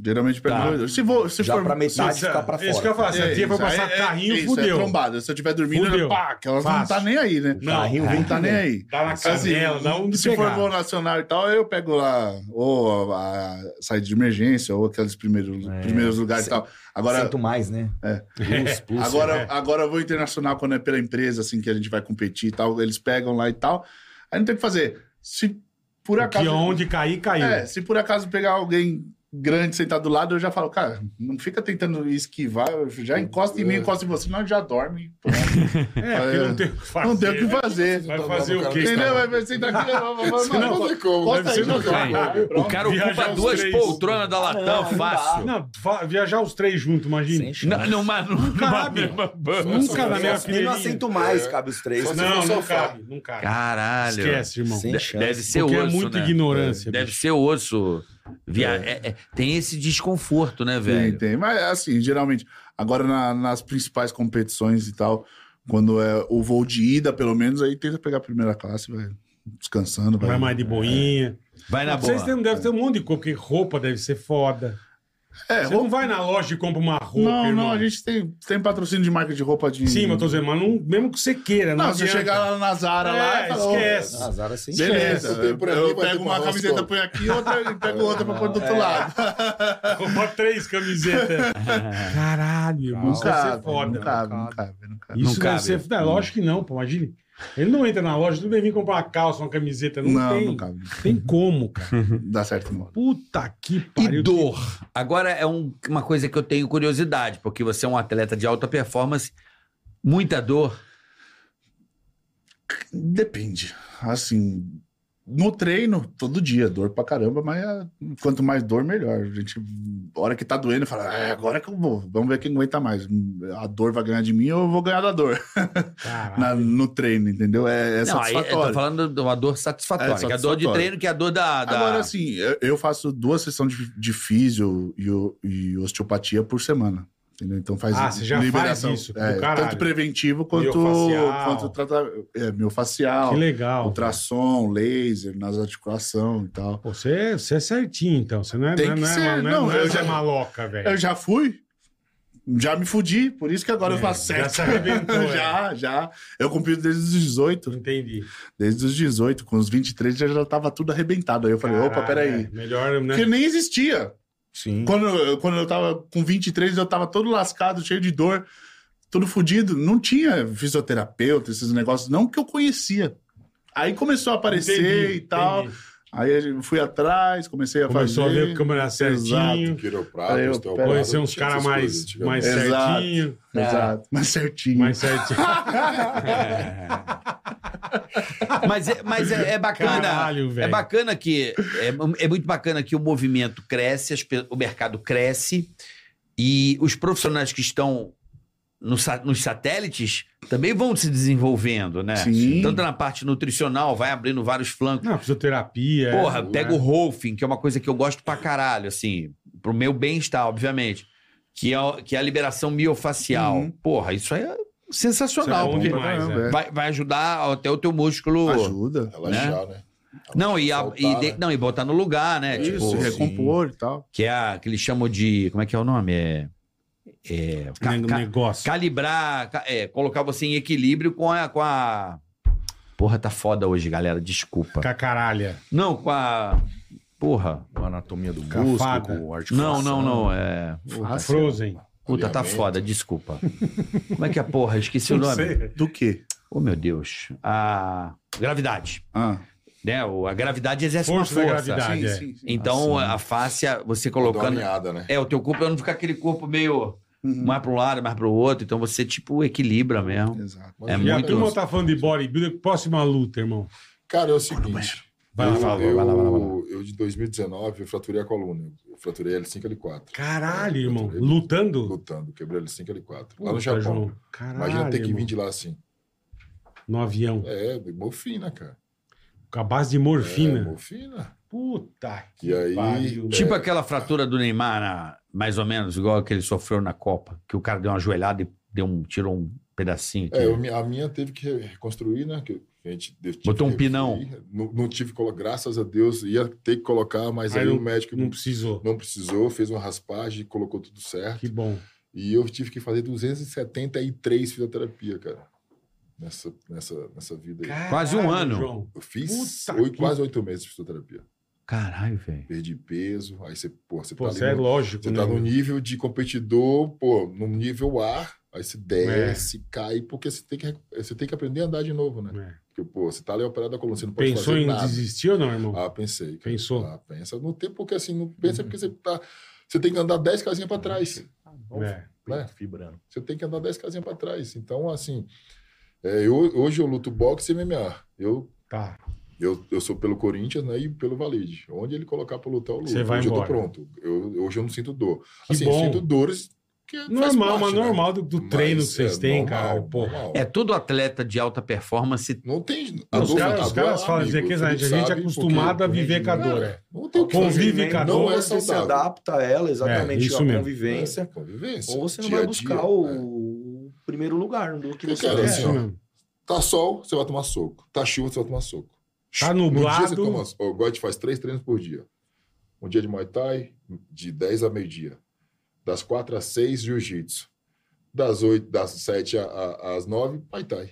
[SPEAKER 8] Geralmente eu pego
[SPEAKER 4] Tá.
[SPEAKER 8] corredor. Se, vou, se
[SPEAKER 7] Já
[SPEAKER 8] for. É
[SPEAKER 7] pra metade
[SPEAKER 3] Se-
[SPEAKER 7] ficar pra fora.
[SPEAKER 3] Isso que eu ia falar, se a tia for
[SPEAKER 8] isso,
[SPEAKER 3] é passar carrinho,
[SPEAKER 8] isso,
[SPEAKER 3] fudeu.
[SPEAKER 8] É trombada. Se eu estiver dormindo,
[SPEAKER 3] Fudeu.
[SPEAKER 8] ela, pá, aquela não
[SPEAKER 3] Fácil.
[SPEAKER 8] tá nem aí, né?
[SPEAKER 3] Não.
[SPEAKER 7] Carrinho
[SPEAKER 8] não
[SPEAKER 7] vem
[SPEAKER 8] tá
[SPEAKER 7] que
[SPEAKER 8] nem
[SPEAKER 7] vem.
[SPEAKER 8] aí.
[SPEAKER 3] Dá na
[SPEAKER 8] Assim,
[SPEAKER 3] canela, dá um de
[SPEAKER 8] se for
[SPEAKER 3] pegar.
[SPEAKER 8] voo nacional e tal, eu pego lá ou a, a saída de emergência ou aqueles primeiros,
[SPEAKER 3] É.
[SPEAKER 8] primeiros lugares e tal. Agora,
[SPEAKER 7] Sinto mais, né? Plus, plus,
[SPEAKER 8] agora,
[SPEAKER 3] é.
[SPEAKER 8] agora eu vou internacional quando é pela empresa, assim, que a gente vai competir e tal. Eles pegam lá e tal. Aí não tem o que fazer. Se por
[SPEAKER 3] Que
[SPEAKER 8] acaso.
[SPEAKER 3] onde cair, caiu. É,
[SPEAKER 8] É, se por acaso pegar alguém grande sentado do lado, eu já falo, cara, não fica tentando esquivar, já encosta em mim, encosta em você, nós já dorme. *laughs* pronto.
[SPEAKER 3] É, porque não tem o que fazer.
[SPEAKER 8] Não tem o que fazer.
[SPEAKER 3] Vai fazer o quê?
[SPEAKER 8] Entendeu? Vai- Vai sentar aqui, vai- vai- vai-
[SPEAKER 3] não-
[SPEAKER 8] vai-
[SPEAKER 1] né,
[SPEAKER 8] encosta aí,
[SPEAKER 3] não-
[SPEAKER 8] encosta aí.
[SPEAKER 3] Vai.
[SPEAKER 4] O cara
[SPEAKER 3] Viajar
[SPEAKER 4] ocupa
[SPEAKER 3] os
[SPEAKER 4] duas
[SPEAKER 3] três.
[SPEAKER 4] poltronas da Latam, fácil.
[SPEAKER 8] É.
[SPEAKER 3] Não, fa- viajar os três juntos, imagina.
[SPEAKER 7] Sem chance.
[SPEAKER 4] Não, numa, numa
[SPEAKER 3] Cabe.
[SPEAKER 4] mesma banda.
[SPEAKER 3] Nunca na minha
[SPEAKER 7] Nem no
[SPEAKER 3] filha.
[SPEAKER 7] assento mais cabe os três.
[SPEAKER 1] Só se
[SPEAKER 3] Não,
[SPEAKER 1] for
[SPEAKER 3] não
[SPEAKER 1] sofá.
[SPEAKER 3] cabe, não cabe.
[SPEAKER 4] Caralho.
[SPEAKER 3] Esquece, irmão.
[SPEAKER 7] Sem
[SPEAKER 4] De-
[SPEAKER 7] chance.
[SPEAKER 4] deve ser
[SPEAKER 3] Porque é
[SPEAKER 4] osso,
[SPEAKER 3] muita
[SPEAKER 4] né?
[SPEAKER 3] ignorância.
[SPEAKER 4] Deve
[SPEAKER 3] bicho.
[SPEAKER 4] ser osso. Via... é- é- tem esse desconforto, né,
[SPEAKER 8] Tem,
[SPEAKER 4] velho?
[SPEAKER 8] tem. Mas assim, geralmente, agora na- nas principais competições e tal, quando é o voo de ida, pelo menos, aí tenta pegar a primeira classe, vai descansando.
[SPEAKER 3] Vai mais de boinha.
[SPEAKER 4] Vai na boa.
[SPEAKER 3] Vocês têm, deve ter um monte de coisa, porque roupa deve ser foda.
[SPEAKER 8] É,
[SPEAKER 3] Você
[SPEAKER 8] roupa-
[SPEAKER 3] não vai na loja e compra uma roupa,
[SPEAKER 8] Não,
[SPEAKER 3] irmão.
[SPEAKER 8] não, a gente tem, tem patrocínio de marca de roupa de.
[SPEAKER 3] Sim, mas eu tô dizendo, mas não- mesmo que você queira, não,
[SPEAKER 8] Não, se eu
[SPEAKER 3] adianta.
[SPEAKER 8] chegar lá na Zara lá.
[SPEAKER 3] É,
[SPEAKER 8] e falar, "Ô,
[SPEAKER 3] esquece.
[SPEAKER 7] Ah, Zara sem chance.
[SPEAKER 8] Beleza,
[SPEAKER 1] Eu tenho por aqui,
[SPEAKER 8] eu
[SPEAKER 1] vai ter
[SPEAKER 8] pego uma
[SPEAKER 1] uma
[SPEAKER 8] camiseta,
[SPEAKER 1] rosca.
[SPEAKER 8] põe aqui, outra, e pego outra pra pôr do outro lado.
[SPEAKER 3] Comprar três camisetas. Caralho, irmão.
[SPEAKER 8] Não
[SPEAKER 3] Isso deve
[SPEAKER 8] cabe,
[SPEAKER 3] ser foda.
[SPEAKER 8] não cabe, não cabe, não cabe.
[SPEAKER 3] Isso
[SPEAKER 4] Não
[SPEAKER 3] deve
[SPEAKER 4] cabe.
[SPEAKER 3] ser foda. Lógico que não, pô. Imagine. Ele não entra na loja, tudo bem vir comprar uma calça, uma camiseta. Não,
[SPEAKER 8] Não,
[SPEAKER 3] tem.
[SPEAKER 8] não cabe.
[SPEAKER 3] Tem como, cara.
[SPEAKER 8] Dá certo, mano.
[SPEAKER 3] Puta que pariu.
[SPEAKER 4] E dor. Agora é um- uma coisa que eu tenho curiosidade, porque você é um atleta de alta performance, muita dor.
[SPEAKER 8] Depende. Assim, no treino, todo dia, dor pra caramba, mas ah, quanto mais dor, melhor. A gente, a hora que tá doendo, fala, é, agora que eu vou. Vamos ver quem aguenta mais. A dor vai ganhar de mim ou eu vou ganhar da dor
[SPEAKER 3] Caralho.
[SPEAKER 8] na- no treino, entendeu? É, é
[SPEAKER 4] não, aí eu tô
[SPEAKER 8] satisfatório.
[SPEAKER 4] falando de uma dor satisfatória,
[SPEAKER 8] É,
[SPEAKER 4] que é a dor de
[SPEAKER 8] satisfatória.
[SPEAKER 4] treino, que é a dor da. da-
[SPEAKER 8] Agora, assim, eu- eu faço duas sessões de, de físio e, o- e osteopatia por semana. Entendeu? Então faz
[SPEAKER 3] Ah, você já faz isso, do
[SPEAKER 8] É,
[SPEAKER 3] caralho.
[SPEAKER 8] tanto preventivo quanto,
[SPEAKER 3] Miofacial.
[SPEAKER 8] quanto tratamento. É, miofacial,
[SPEAKER 3] Que legal.
[SPEAKER 8] ultrassom, laser, nas articulações e tal.
[SPEAKER 3] Pô, Você, você é certinho, então. Você não é,
[SPEAKER 8] Tem
[SPEAKER 3] não é-
[SPEAKER 8] que
[SPEAKER 3] não é-
[SPEAKER 8] ser,
[SPEAKER 3] não é-
[SPEAKER 8] não,
[SPEAKER 3] não é
[SPEAKER 8] eu
[SPEAKER 3] Zé
[SPEAKER 8] já-
[SPEAKER 3] maloca,
[SPEAKER 8] Eu
[SPEAKER 3] velho.
[SPEAKER 8] já fui, já me fudi, por isso que agora eu
[SPEAKER 3] É,
[SPEAKER 8] faço
[SPEAKER 3] já
[SPEAKER 8] certo.
[SPEAKER 3] se
[SPEAKER 8] *laughs*
[SPEAKER 3] arrebentou, é.
[SPEAKER 8] já, já. Eu cumpri desde os 18.
[SPEAKER 3] Entendi.
[SPEAKER 8] Desde os 18, com os 23 já já tava tudo arrebentado. Aí eu falei, opa,
[SPEAKER 3] Caralho,
[SPEAKER 8] peraí.
[SPEAKER 3] é. Melhor, né?
[SPEAKER 8] Porque nem existia.
[SPEAKER 7] Sim.
[SPEAKER 8] Quando, eu- quando eu tava com 23, eu tava todo lascado, cheio de dor, todo fudido. Não tinha fisioterapeuta, esses negócios, não que eu conhecia. Aí começou a aparecer
[SPEAKER 3] Entendi,
[SPEAKER 8] e tal.
[SPEAKER 3] entendi.
[SPEAKER 8] Aí eu fui atrás, comecei a
[SPEAKER 3] Começou a
[SPEAKER 8] fazer.
[SPEAKER 3] ver o câmera certinho.
[SPEAKER 1] Quiroprata,
[SPEAKER 8] Aí eu-
[SPEAKER 1] osteopata,
[SPEAKER 3] Conhecer
[SPEAKER 8] tipo
[SPEAKER 3] uns
[SPEAKER 1] tinha
[SPEAKER 3] caras
[SPEAKER 1] essas coisas,
[SPEAKER 3] mais,
[SPEAKER 1] tinha
[SPEAKER 3] mais
[SPEAKER 8] Exato.
[SPEAKER 3] certinho.
[SPEAKER 8] É. Exato, mas certinho.
[SPEAKER 3] Mais certinho.
[SPEAKER 1] É.
[SPEAKER 4] Mas é, mas é, é bacana.
[SPEAKER 3] *laughs* Caralho,
[SPEAKER 4] é
[SPEAKER 3] velho.
[SPEAKER 4] bacana que. É, é muito bacana que o movimento cresce, as pe- o mercado cresce e os profissionais que estão no sa- nos satélites também vão se desenvolvendo, né?
[SPEAKER 8] Sim.
[SPEAKER 4] Tanto na parte nutricional, vai abrindo vários flancos.
[SPEAKER 3] Não, fisioterapia.
[SPEAKER 4] Porra,
[SPEAKER 3] né?
[SPEAKER 4] pega o Rolfing, que é uma coisa que eu gosto pra caralho, assim, pro meu bem-estar, obviamente. Que é, o- que é a liberação miofacial.
[SPEAKER 8] Uhum.
[SPEAKER 4] Porra, isso aí é
[SPEAKER 3] Isso é
[SPEAKER 4] sensacional.
[SPEAKER 3] bom
[SPEAKER 4] porque
[SPEAKER 3] demais,
[SPEAKER 8] caramba,
[SPEAKER 3] é.
[SPEAKER 8] é.
[SPEAKER 4] vai, vai ajudar até o teu músculo.
[SPEAKER 8] Ajuda.
[SPEAKER 1] Relaxar, né?
[SPEAKER 4] Não, e, a-
[SPEAKER 1] Soltar,
[SPEAKER 4] e de-
[SPEAKER 1] né?
[SPEAKER 4] não, e botar no lugar, né?
[SPEAKER 8] Isso,
[SPEAKER 4] tipo,
[SPEAKER 8] se recompor e tal.
[SPEAKER 4] que é a, que eles chamam de. Como é que é o nome? É. é, ca-
[SPEAKER 3] Ne-
[SPEAKER 4] ca-
[SPEAKER 3] Né, negócio.
[SPEAKER 4] calibrar, ca- é, colocar você em equilíbrio com a, com a. Porra, tá foda hoje, galera. Desculpa.
[SPEAKER 3] Com a caralha.
[SPEAKER 4] Não, com a. Porra.
[SPEAKER 7] Com a anatomia do
[SPEAKER 3] Com a
[SPEAKER 7] músculo,
[SPEAKER 3] fada.
[SPEAKER 7] com o articulação.
[SPEAKER 4] Não, não, não. É.
[SPEAKER 3] Frozen.
[SPEAKER 4] Puta, tá
[SPEAKER 1] Alinhamento.
[SPEAKER 4] foda, desculpa. Como é que é, porra? Esqueci o nome.
[SPEAKER 8] Do quê?
[SPEAKER 4] Ô, meu Deus. A. Gravidade.
[SPEAKER 8] Ah,
[SPEAKER 4] Né? O- A gravidade exerce
[SPEAKER 3] Força
[SPEAKER 4] uma
[SPEAKER 3] da
[SPEAKER 4] força.
[SPEAKER 3] gravidade. é.
[SPEAKER 4] Então,
[SPEAKER 8] Assim.
[SPEAKER 4] a fáscia, você
[SPEAKER 1] Dá uma
[SPEAKER 4] colocando.
[SPEAKER 1] alinhada, né?
[SPEAKER 4] É, o teu corpo pra não ficar aquele corpo meio
[SPEAKER 8] Uhum.
[SPEAKER 4] mais pra um lado, mais pro outro. Então você, tipo, equilibra mesmo.
[SPEAKER 8] Exato.
[SPEAKER 1] Mas
[SPEAKER 4] É
[SPEAKER 3] E a
[SPEAKER 4] muito-
[SPEAKER 3] turma tá falando de bodybuilder. Próxima luta, irmão.
[SPEAKER 1] Cara, é o seguinte.
[SPEAKER 3] Vai lá,
[SPEAKER 1] eu,
[SPEAKER 3] vai lá,
[SPEAKER 1] eu,
[SPEAKER 3] vai lá, vai lá, vai lá.
[SPEAKER 1] eu, de 2019, eu fraturei a coluna. Eu fraturei L5 e L4.
[SPEAKER 3] Caralho,
[SPEAKER 1] Eu
[SPEAKER 3] irmão.
[SPEAKER 1] fraturei
[SPEAKER 3] Lutando?
[SPEAKER 1] Lutando, quebrei L5 e L4. Lá
[SPEAKER 3] Puta,
[SPEAKER 1] no Japão.
[SPEAKER 3] João. Caralho,
[SPEAKER 1] Imagina ter que
[SPEAKER 3] irmão.
[SPEAKER 1] vir de lá assim.
[SPEAKER 3] No avião.
[SPEAKER 1] É, morfina, cara.
[SPEAKER 3] Com a base de
[SPEAKER 1] É,
[SPEAKER 3] morfina.
[SPEAKER 1] morfina.
[SPEAKER 3] Puta que
[SPEAKER 1] E aí,
[SPEAKER 3] pariu.
[SPEAKER 1] é,
[SPEAKER 4] Tipo aquela fratura do Neymar, na- mais ou menos, igual a que ele sofreu na Copa, que o cara deu uma joelhada e deu um, tirou um pedacinho. aqui.
[SPEAKER 1] É, eu me- a minha teve que re- reconstruir, né? Que a gente teve- tive
[SPEAKER 4] Botou um
[SPEAKER 1] que reconstruir.
[SPEAKER 4] pinão.
[SPEAKER 1] Não, não tive, que colo- graças a Deus, ia ter que colocar, mas
[SPEAKER 3] Aí
[SPEAKER 1] aí,
[SPEAKER 3] não-
[SPEAKER 1] o médico
[SPEAKER 3] Não
[SPEAKER 1] não,
[SPEAKER 3] precisou.
[SPEAKER 1] precisou, fez uma raspagem, colocou tudo certo.
[SPEAKER 3] Que bom.
[SPEAKER 1] E eu tive que fazer 273 fisioterapia, cara. Nessa, nessa, nessa vida aí.
[SPEAKER 4] Quase um
[SPEAKER 3] Caralho,
[SPEAKER 4] ano.
[SPEAKER 3] João.
[SPEAKER 1] Eu fiz
[SPEAKER 3] Puta
[SPEAKER 1] oi-
[SPEAKER 3] que-
[SPEAKER 1] quase oito meses de fisioterapia.
[SPEAKER 4] Caralho, velho.
[SPEAKER 1] Perdi peso, aí você, pô, você
[SPEAKER 3] Pô,
[SPEAKER 1] tá
[SPEAKER 3] você
[SPEAKER 1] ali
[SPEAKER 3] é
[SPEAKER 1] no-
[SPEAKER 3] lógico,
[SPEAKER 1] Você
[SPEAKER 3] né?
[SPEAKER 1] tá no nível de competidor, pô, no nível A, aí você desce, cai, porque você tem, que, recu- você tem que aprender a andar de novo, né?
[SPEAKER 3] É.
[SPEAKER 1] Porque, pô, você tá ali operado da coluna, você não pode
[SPEAKER 3] Pensou
[SPEAKER 1] fazer
[SPEAKER 3] em
[SPEAKER 1] nada.
[SPEAKER 3] desistir ou não, irmão?
[SPEAKER 1] Ah, pensei. cara.
[SPEAKER 3] Pensou? Uhum.
[SPEAKER 1] Ah, pensa. Não tem porque assim, não pensa porque você tá. Você tem que andar 10 casinhas para trás.
[SPEAKER 3] É.
[SPEAKER 1] né?
[SPEAKER 7] Fibrando.
[SPEAKER 1] Você tem que andar 10 casinhas para trás. Então, assim, é, eu, hoje eu luto boxe e MMA. Eu,
[SPEAKER 3] Tá.
[SPEAKER 1] eu, eu sou pelo Corinthians né, e pelo Valide. Onde ele colocar para lutar, eu luto.
[SPEAKER 3] Você vai
[SPEAKER 1] hoje eu
[SPEAKER 3] embora.
[SPEAKER 1] tô pronto. Eu, hoje eu não sinto dor.
[SPEAKER 3] Que
[SPEAKER 1] assim, eu
[SPEAKER 3] bom.
[SPEAKER 1] sinto dores que faz
[SPEAKER 3] Normal,
[SPEAKER 1] parte,
[SPEAKER 3] mas
[SPEAKER 1] né?
[SPEAKER 3] normal do, do
[SPEAKER 1] Mas
[SPEAKER 3] treino que
[SPEAKER 1] é
[SPEAKER 3] vocês têm,
[SPEAKER 1] normal,
[SPEAKER 3] cara. Pô,
[SPEAKER 1] normal.
[SPEAKER 4] É todo atleta de alta performance.
[SPEAKER 1] Não tem.
[SPEAKER 3] Os
[SPEAKER 1] dor-
[SPEAKER 3] caras,
[SPEAKER 1] a
[SPEAKER 3] os
[SPEAKER 1] dor,
[SPEAKER 3] caras falam
[SPEAKER 1] amigo,
[SPEAKER 3] dizer que a
[SPEAKER 1] todo
[SPEAKER 3] gente, a
[SPEAKER 1] mundo
[SPEAKER 3] gente é
[SPEAKER 1] sabe, porque
[SPEAKER 3] acostumado a viver com a
[SPEAKER 1] Cara,
[SPEAKER 3] dor. é.
[SPEAKER 1] Não tem o que fazer.
[SPEAKER 7] né?
[SPEAKER 3] Convive com a
[SPEAKER 1] Não
[SPEAKER 3] dor.
[SPEAKER 1] é
[SPEAKER 7] Você se
[SPEAKER 1] saudável.
[SPEAKER 7] adapta a ela, exatamente,
[SPEAKER 3] É, isso
[SPEAKER 7] a
[SPEAKER 3] mesmo.
[SPEAKER 7] convivência.
[SPEAKER 1] É, convivência.
[SPEAKER 7] Ou você não
[SPEAKER 1] Dia
[SPEAKER 7] vai
[SPEAKER 1] a
[SPEAKER 7] buscar
[SPEAKER 1] dia,
[SPEAKER 7] o,
[SPEAKER 1] é.
[SPEAKER 7] o primeiro lugar do que
[SPEAKER 1] Porque,
[SPEAKER 7] você
[SPEAKER 1] cara,
[SPEAKER 7] quer.
[SPEAKER 1] assim,
[SPEAKER 3] Isso mesmo.
[SPEAKER 1] Tá sol, você vai tomar soco. Tá chuva, você vai tomar soco.
[SPEAKER 3] Tá
[SPEAKER 1] No dia
[SPEAKER 3] nublado.
[SPEAKER 1] você toma. O God faz três treinos por dia. Um dia de Muay Thai, de 10 a meio-dia. Das 4 às 6, Jiu-Jitsu. Das 8, das 7 a- a- às 9, Muay Thai.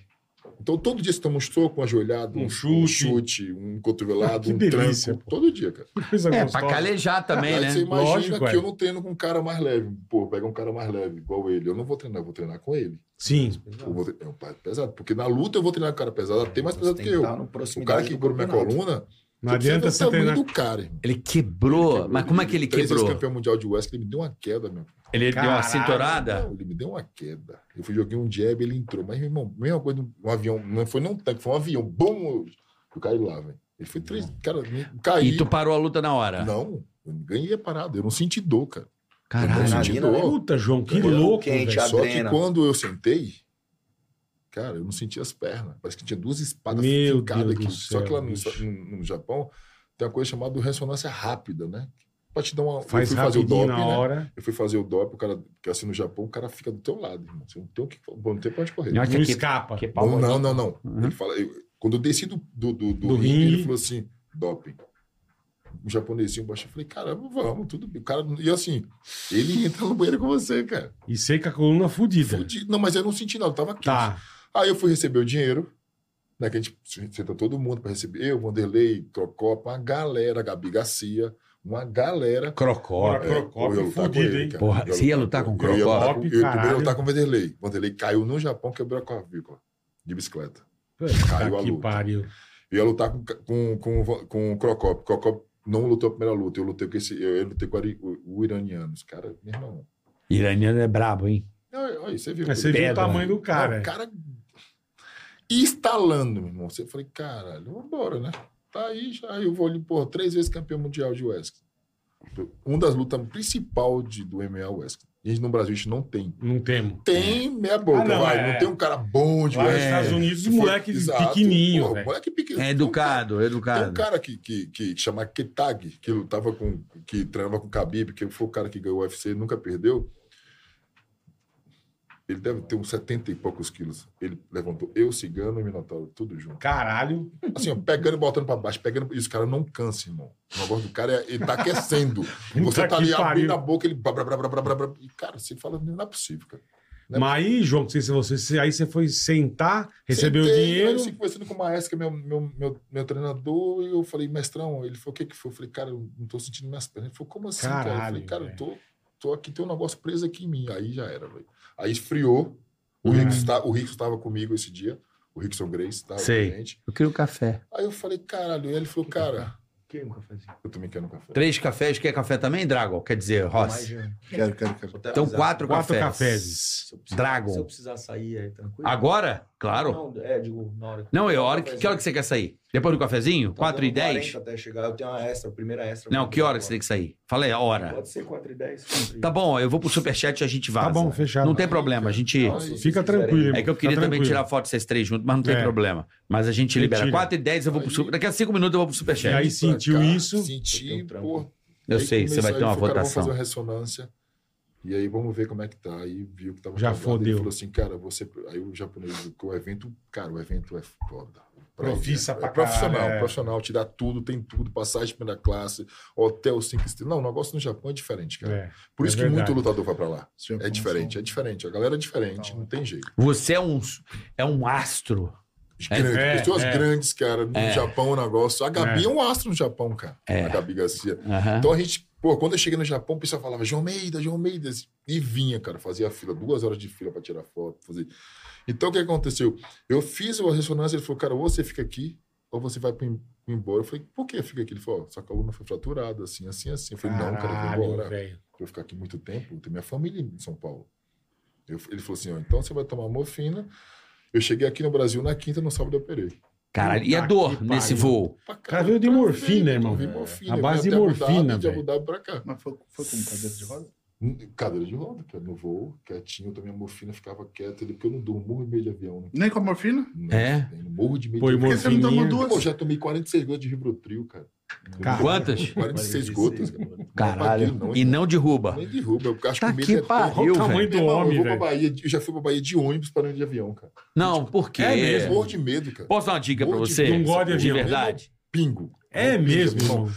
[SPEAKER 1] Então, todo dia você toma um soco, um ajoelhado,
[SPEAKER 3] Um
[SPEAKER 1] um, um
[SPEAKER 3] chute.
[SPEAKER 1] chute, um cotovelado,
[SPEAKER 3] Que
[SPEAKER 1] um
[SPEAKER 3] delícia,
[SPEAKER 1] tranco.
[SPEAKER 3] pô.
[SPEAKER 1] Todo dia, cara.
[SPEAKER 3] Que coisa
[SPEAKER 4] É, pra
[SPEAKER 3] gostosa.
[SPEAKER 4] calejar também,
[SPEAKER 1] Aí
[SPEAKER 4] né?
[SPEAKER 1] você imagina
[SPEAKER 3] Lógico,
[SPEAKER 1] que
[SPEAKER 3] é.
[SPEAKER 1] eu não treino com um cara mais leve. Pô, pega um cara mais leve, igual ele. Eu não vou treinar, eu vou treinar com ele.
[SPEAKER 3] Sim.
[SPEAKER 1] Eu vou tre- É um cara pesado. Porque na luta eu vou treinar com um cara pesado,
[SPEAKER 4] É,
[SPEAKER 1] até mais pesado
[SPEAKER 7] Você
[SPEAKER 1] que
[SPEAKER 7] tem
[SPEAKER 1] eu.
[SPEAKER 7] estar no
[SPEAKER 1] O cara
[SPEAKER 7] proximidade do
[SPEAKER 1] que quebrou minha
[SPEAKER 7] campeonato.
[SPEAKER 1] coluna.
[SPEAKER 3] Não adianta você
[SPEAKER 1] precisa ver o
[SPEAKER 3] treinar.
[SPEAKER 1] tamanho do cara, irmão.
[SPEAKER 4] Ele quebrou. Mas como é que ele
[SPEAKER 1] Três vezes
[SPEAKER 4] quebrou?
[SPEAKER 1] campeão mundial de Wesley, ele me deu uma queda, meu.
[SPEAKER 4] Ele deu uma
[SPEAKER 3] Caralho.
[SPEAKER 4] cinturada?
[SPEAKER 1] Não, ele me deu uma queda. Eu fui joguei um jab, ele entrou. Mas, meu irmão, mesma coisa, um avião. Não foi nem um tanque, foi um avião. Bum! Eu caí lá, velho. Ele foi três. Cara, eu caí.
[SPEAKER 4] E tu parou a luta na hora?
[SPEAKER 1] Não, eu ganhei a parada. Eu não senti dor, cara. Eu
[SPEAKER 4] Caralho. é
[SPEAKER 1] não senti
[SPEAKER 7] Adrenalina,
[SPEAKER 1] dor.
[SPEAKER 7] né?
[SPEAKER 3] Puta, João, que
[SPEAKER 7] Olhando
[SPEAKER 3] louco,
[SPEAKER 7] quente,
[SPEAKER 3] velho.
[SPEAKER 7] a-
[SPEAKER 1] Só que
[SPEAKER 7] Adrena.
[SPEAKER 1] quando eu sentei, cara, eu não senti as pernas. Parece que tinha duas espadas
[SPEAKER 3] Meu
[SPEAKER 1] fincadas
[SPEAKER 3] Deus
[SPEAKER 1] aqui.
[SPEAKER 3] do
[SPEAKER 1] Só
[SPEAKER 3] céu,
[SPEAKER 1] que lá no,
[SPEAKER 3] bicho.
[SPEAKER 1] no- no Japão tem uma coisa chamada ressonância rápida, né? Pra te dar uma.
[SPEAKER 3] Faz
[SPEAKER 1] eu fui fazer o
[SPEAKER 3] rapidinho
[SPEAKER 1] DOP,
[SPEAKER 3] na
[SPEAKER 1] né?
[SPEAKER 3] hora.
[SPEAKER 1] Eu fui fazer o DOP, o cara. Porque assim no Japão, o cara fica do teu lado, irmão. Você não tem, o que, bom, não tem pra onde correr.
[SPEAKER 4] Não,
[SPEAKER 1] Não,
[SPEAKER 4] Acho
[SPEAKER 3] Não
[SPEAKER 4] que-
[SPEAKER 3] escapa.
[SPEAKER 4] Que pau-
[SPEAKER 1] não, não, não.
[SPEAKER 4] Uhum.
[SPEAKER 1] Ele fala. eu- quando eu desci do, do, do, do
[SPEAKER 3] Do
[SPEAKER 1] ringue,
[SPEAKER 3] ringue.
[SPEAKER 1] ele falou assim: doping. Um japonesinho baixo. Eu falei, caramba, vamos, tudo bem. O cara, e assim, ele entra no banheiro com você, cara.
[SPEAKER 3] E sei que a coluna fudida.
[SPEAKER 1] Fudido. Não, mas eu não senti nada, eu tava quente.
[SPEAKER 3] Tá.
[SPEAKER 1] Aí eu fui receber o dinheiro, né? Que a gente senta todo mundo para receber. Eu, Vanderlei, Crocopa, uma galera, Gabi Garcia, uma galera. É,
[SPEAKER 3] Crocó.
[SPEAKER 1] eu ia
[SPEAKER 3] Crocó
[SPEAKER 1] lutar com
[SPEAKER 3] fudido,
[SPEAKER 1] ele,
[SPEAKER 3] hein?
[SPEAKER 1] cara.
[SPEAKER 4] Porra,
[SPEAKER 1] Eu ia
[SPEAKER 4] você ia lutar com o
[SPEAKER 1] Eu,
[SPEAKER 4] Crocop?
[SPEAKER 1] ia lutar com- eu ia
[SPEAKER 3] Caralho.
[SPEAKER 1] primeiro lutar com o Vanderlei. Vanderlei caiu no Japão, quebrou a clavícula de bicicleta. Caiu
[SPEAKER 3] Puta
[SPEAKER 1] a
[SPEAKER 3] que
[SPEAKER 1] luta.
[SPEAKER 3] pariu.
[SPEAKER 1] Eu ia lutar com, com, com, com o Crocop. Crocop não lutou a primeira luta. Eu lutei com esse. Eu, eu lutei com o, ari- o, o iraniano. Os caras, meu irmão.
[SPEAKER 4] Iraniano é brabo, hein?
[SPEAKER 1] Olha, olha, você viu. né?
[SPEAKER 3] Mas É, você viu o
[SPEAKER 4] Pedra.
[SPEAKER 3] tamanho do
[SPEAKER 1] Não,
[SPEAKER 3] cara. é.
[SPEAKER 1] o cara instalando, meu irmão. Você falei, caralho, vambora, né? Tá aí, já eu vou ali, porra, três vezes campeão mundial de Wesley. Uma Um das lutas principal de, do MMA Wesley. A gente no Brasil a gente não tem.
[SPEAKER 3] Não temo.
[SPEAKER 1] Tem meia boca,
[SPEAKER 3] Ah, não,
[SPEAKER 1] vai.
[SPEAKER 3] é.
[SPEAKER 1] Não tem um cara bom de
[SPEAKER 3] Lá nos
[SPEAKER 1] Wesley.
[SPEAKER 3] Estados Unidos,
[SPEAKER 1] Se
[SPEAKER 3] o
[SPEAKER 1] for-
[SPEAKER 3] moleque
[SPEAKER 1] Exato.
[SPEAKER 3] pequenininho,
[SPEAKER 1] Porra,
[SPEAKER 3] velho.
[SPEAKER 1] moleque pequenininho.
[SPEAKER 4] É
[SPEAKER 1] Tem um cara-
[SPEAKER 4] educado,
[SPEAKER 1] Tem um
[SPEAKER 4] educado.
[SPEAKER 1] cara que, que, que chama Ketag, que lutava com. que treinava com o Khabib, que foi o cara que ganhou o UFC e nunca perdeu. Ele deve ter uns 70 e poucos quilos. Ele levantou eu, Cigano e Minotauro, tudo junto.
[SPEAKER 3] Caralho.
[SPEAKER 1] Assim,
[SPEAKER 3] *laughs*
[SPEAKER 1] ó, pegando e botando pra baixo, pegando. E os caras não cansam, irmão. O negócio do cara é. Ele tá aquecendo.
[SPEAKER 3] *laughs* Puta
[SPEAKER 1] Você tá
[SPEAKER 3] que
[SPEAKER 1] ali
[SPEAKER 3] pariu.
[SPEAKER 1] abrindo a boca, ele. Blá, blá, blá, blá, blá, blá, blá. E, cara, você fala, não é possível, cara. né?
[SPEAKER 3] Mas aí, João, não sei se você. se- Aí você foi sentar, recebeu o
[SPEAKER 1] Sentei,
[SPEAKER 3] dinheiro.
[SPEAKER 1] Eu fiquei conversando com o maestro, que é meu, meu, meu, meu treinador, e eu falei, mestrão, ele falou, o que que foi? Eu falei, cara, eu não tô sentindo minhas pernas. Ele falou, como assim, cara? Eu
[SPEAKER 3] Caralho,
[SPEAKER 1] falei, cara,
[SPEAKER 3] velho.
[SPEAKER 1] eu tô, tô aqui, tem um negócio preso aqui em mim. Aí já era, velho. Aí esfriou. O
[SPEAKER 3] Hum.
[SPEAKER 1] Rickson tá- o Rickson estava comigo esse dia. O Rickson Grace estava com a
[SPEAKER 4] Sei.
[SPEAKER 1] gente.
[SPEAKER 4] Eu queria um café.
[SPEAKER 1] Aí eu falei, caralho. E ele falou, cara,
[SPEAKER 7] Quem nunca fazia?
[SPEAKER 1] eu também quero um café.
[SPEAKER 4] Três cafés, quer café também, Dragon? Quer dizer,
[SPEAKER 7] Mais
[SPEAKER 4] Ross?
[SPEAKER 7] de um.
[SPEAKER 8] Quero, quero, quero.
[SPEAKER 7] Vou até
[SPEAKER 4] Então,
[SPEAKER 7] avisar.
[SPEAKER 4] quatro,
[SPEAKER 3] Quatro
[SPEAKER 4] cafés.
[SPEAKER 3] cafés.
[SPEAKER 7] Se eu precisar-
[SPEAKER 4] Dragon.
[SPEAKER 7] Se eu precisar sair, é tranquilo.
[SPEAKER 4] Agora? Claro.
[SPEAKER 7] Não, é, digo, na hora.
[SPEAKER 4] Não, é a hora que, que hora que você quer sair? Depois do cafezinho?
[SPEAKER 7] Tá
[SPEAKER 4] 4 e
[SPEAKER 7] dando 40
[SPEAKER 4] 10?
[SPEAKER 7] Até chegar, eu tenho uma extra, a primeira extra.
[SPEAKER 4] Não, que hora que você tem que sair? Fala aí, a hora.
[SPEAKER 7] Pode ser 4 e 10. 4 e-
[SPEAKER 4] Tá bom, eu vou pro superchat e a gente vaza.
[SPEAKER 3] Tá bom, fechado.
[SPEAKER 4] Não tem problema, a gente...
[SPEAKER 1] Nossa,
[SPEAKER 7] Nossa,
[SPEAKER 3] Fica
[SPEAKER 7] se quiserem-
[SPEAKER 3] tranquilo, irmão.
[SPEAKER 4] É que eu queria
[SPEAKER 3] Tá
[SPEAKER 4] também
[SPEAKER 3] tranquilo.
[SPEAKER 4] tirar foto de vocês três juntos, mas não tem
[SPEAKER 3] É.
[SPEAKER 4] problema. Mas a gente
[SPEAKER 3] Ele
[SPEAKER 4] libera.
[SPEAKER 3] tira.
[SPEAKER 4] 4 e 10 eu vou pro
[SPEAKER 1] Aí-
[SPEAKER 4] super... Daqui a 5 minutos eu vou pro
[SPEAKER 1] Vim
[SPEAKER 4] superchat.
[SPEAKER 3] E aí,
[SPEAKER 1] pra
[SPEAKER 3] sentiu isso?
[SPEAKER 7] Eu
[SPEAKER 1] Senti,
[SPEAKER 7] tenho um trampo.
[SPEAKER 1] porra.
[SPEAKER 4] Eu
[SPEAKER 1] Aí
[SPEAKER 4] sei, você
[SPEAKER 1] comecei,
[SPEAKER 4] vai
[SPEAKER 1] aí
[SPEAKER 4] ter uma
[SPEAKER 1] falei, cara, vamos
[SPEAKER 4] votação.
[SPEAKER 1] fazer uma ressonância. E aí vamos ver como é que tá. Aí viu que tava
[SPEAKER 3] Já
[SPEAKER 1] travado,
[SPEAKER 3] fodeu.
[SPEAKER 1] Ele falou assim, cara, você. Aí o japonês, viu que o evento, cara, o evento é foda. Pra
[SPEAKER 3] Profissa
[SPEAKER 1] ele, é,
[SPEAKER 3] pra
[SPEAKER 1] é profissional,
[SPEAKER 3] caralho, é.
[SPEAKER 1] profissional, te dá tudo, tem tudo, passagem de primeira classe, hotel cinco estrelas. Não, o negócio no Japão é diferente, cara.
[SPEAKER 3] É.
[SPEAKER 1] Por
[SPEAKER 3] é
[SPEAKER 1] isso que
[SPEAKER 3] verdade.
[SPEAKER 1] muito lutador vai pra lá.
[SPEAKER 8] Isso já
[SPEAKER 1] É
[SPEAKER 8] começou.
[SPEAKER 1] diferente, é diferente. A galera é diferente, não tem jeito.
[SPEAKER 4] Você é um, é um astro.
[SPEAKER 1] Grande,
[SPEAKER 3] é,
[SPEAKER 1] pessoas
[SPEAKER 3] é.
[SPEAKER 1] grandes, cara, no
[SPEAKER 4] É.
[SPEAKER 1] Japão o negócio. A Gabi
[SPEAKER 3] É.
[SPEAKER 1] é. um astro no Japão, cara.
[SPEAKER 4] É.
[SPEAKER 7] tá-
[SPEAKER 1] A Gabi Garcia.
[SPEAKER 4] Aham.
[SPEAKER 1] Então a gente Pô, quando eu cheguei no Japão, o pessoal falava João Meida, João Meida. E vinha, cara, fazia fila, duas horas de fila para tirar foto. Fazer... Então, o que aconteceu? Eu fiz a ressonância, ele falou, cara, ou você fica aqui, ou você vai pro em- embora. Eu falei, por que fica aqui? Ele falou, ó, sua coluna foi fraturada, assim, assim, assim. Eu falei, não, cara, eu vou embora.
[SPEAKER 3] velho.
[SPEAKER 1] Pra eu ficar aqui muito tempo, eu tenho minha família em São Paulo. Eu- ele falou assim, ó, então você vai tomar morfina. Eu cheguei aqui no Brasil na quinta, no sábado eu operei.
[SPEAKER 4] Caralho, e a
[SPEAKER 3] Puta
[SPEAKER 4] dor
[SPEAKER 3] que
[SPEAKER 4] nesse
[SPEAKER 3] pariu.
[SPEAKER 4] voo?
[SPEAKER 1] Pra
[SPEAKER 3] cara veio de
[SPEAKER 1] pra
[SPEAKER 3] morfina,
[SPEAKER 1] frente,
[SPEAKER 3] irmão.
[SPEAKER 1] veio
[SPEAKER 3] É.
[SPEAKER 1] morfina.
[SPEAKER 3] A
[SPEAKER 1] Eu
[SPEAKER 3] base
[SPEAKER 1] vim
[SPEAKER 3] de
[SPEAKER 1] até Abu Dhabi,
[SPEAKER 3] morfina,
[SPEAKER 1] De Abu
[SPEAKER 3] velho.
[SPEAKER 1] Dhabi pra cá.
[SPEAKER 8] Mas foi, foi com cadeira de roda?
[SPEAKER 1] Cadeira de roda, cara, no voo, quietinho. Eu tomei a morfina, ficava quieto ali, porque eu não durmo, morro de meio de avião. Né?
[SPEAKER 8] Nem com a morfina?
[SPEAKER 1] Nossa,
[SPEAKER 4] É?
[SPEAKER 1] velho, morro de meio
[SPEAKER 3] Pô, e
[SPEAKER 1] de
[SPEAKER 8] Por que você não tomou
[SPEAKER 3] Morfininha.
[SPEAKER 1] Pô,
[SPEAKER 8] duas?
[SPEAKER 1] eu já tomei 46 gotas de Ribotril,
[SPEAKER 4] *laughs*
[SPEAKER 1] cara.
[SPEAKER 3] Caralho.
[SPEAKER 4] Quantas?
[SPEAKER 1] 46 gotas, cara.
[SPEAKER 4] Caralho.
[SPEAKER 1] Não,
[SPEAKER 4] E não derruba.
[SPEAKER 1] Nem derruba, eu acho
[SPEAKER 4] Tá
[SPEAKER 1] que o medo
[SPEAKER 4] que
[SPEAKER 1] é todo-
[SPEAKER 4] pariu.
[SPEAKER 3] Olha o
[SPEAKER 4] velho.
[SPEAKER 3] tamanho do
[SPEAKER 1] Meu irmão,
[SPEAKER 3] homem,
[SPEAKER 1] eu, vou
[SPEAKER 3] velho.
[SPEAKER 1] pra Bahia, de- eu já fui pra Bahia de ônibus para ir de tipo, avião, cara.
[SPEAKER 4] Não, por quê?
[SPEAKER 3] É mesmo.
[SPEAKER 1] Morro de medo, cara.
[SPEAKER 4] Posso dar uma dica pra
[SPEAKER 1] Morro de
[SPEAKER 4] você?
[SPEAKER 1] medo,
[SPEAKER 3] Não gosto de
[SPEAKER 1] cara.
[SPEAKER 4] De
[SPEAKER 3] avião.
[SPEAKER 4] verdade.
[SPEAKER 1] Pingo.
[SPEAKER 3] É
[SPEAKER 1] Pingo,
[SPEAKER 3] mesmo,
[SPEAKER 1] meu irmão.
[SPEAKER 3] irmão.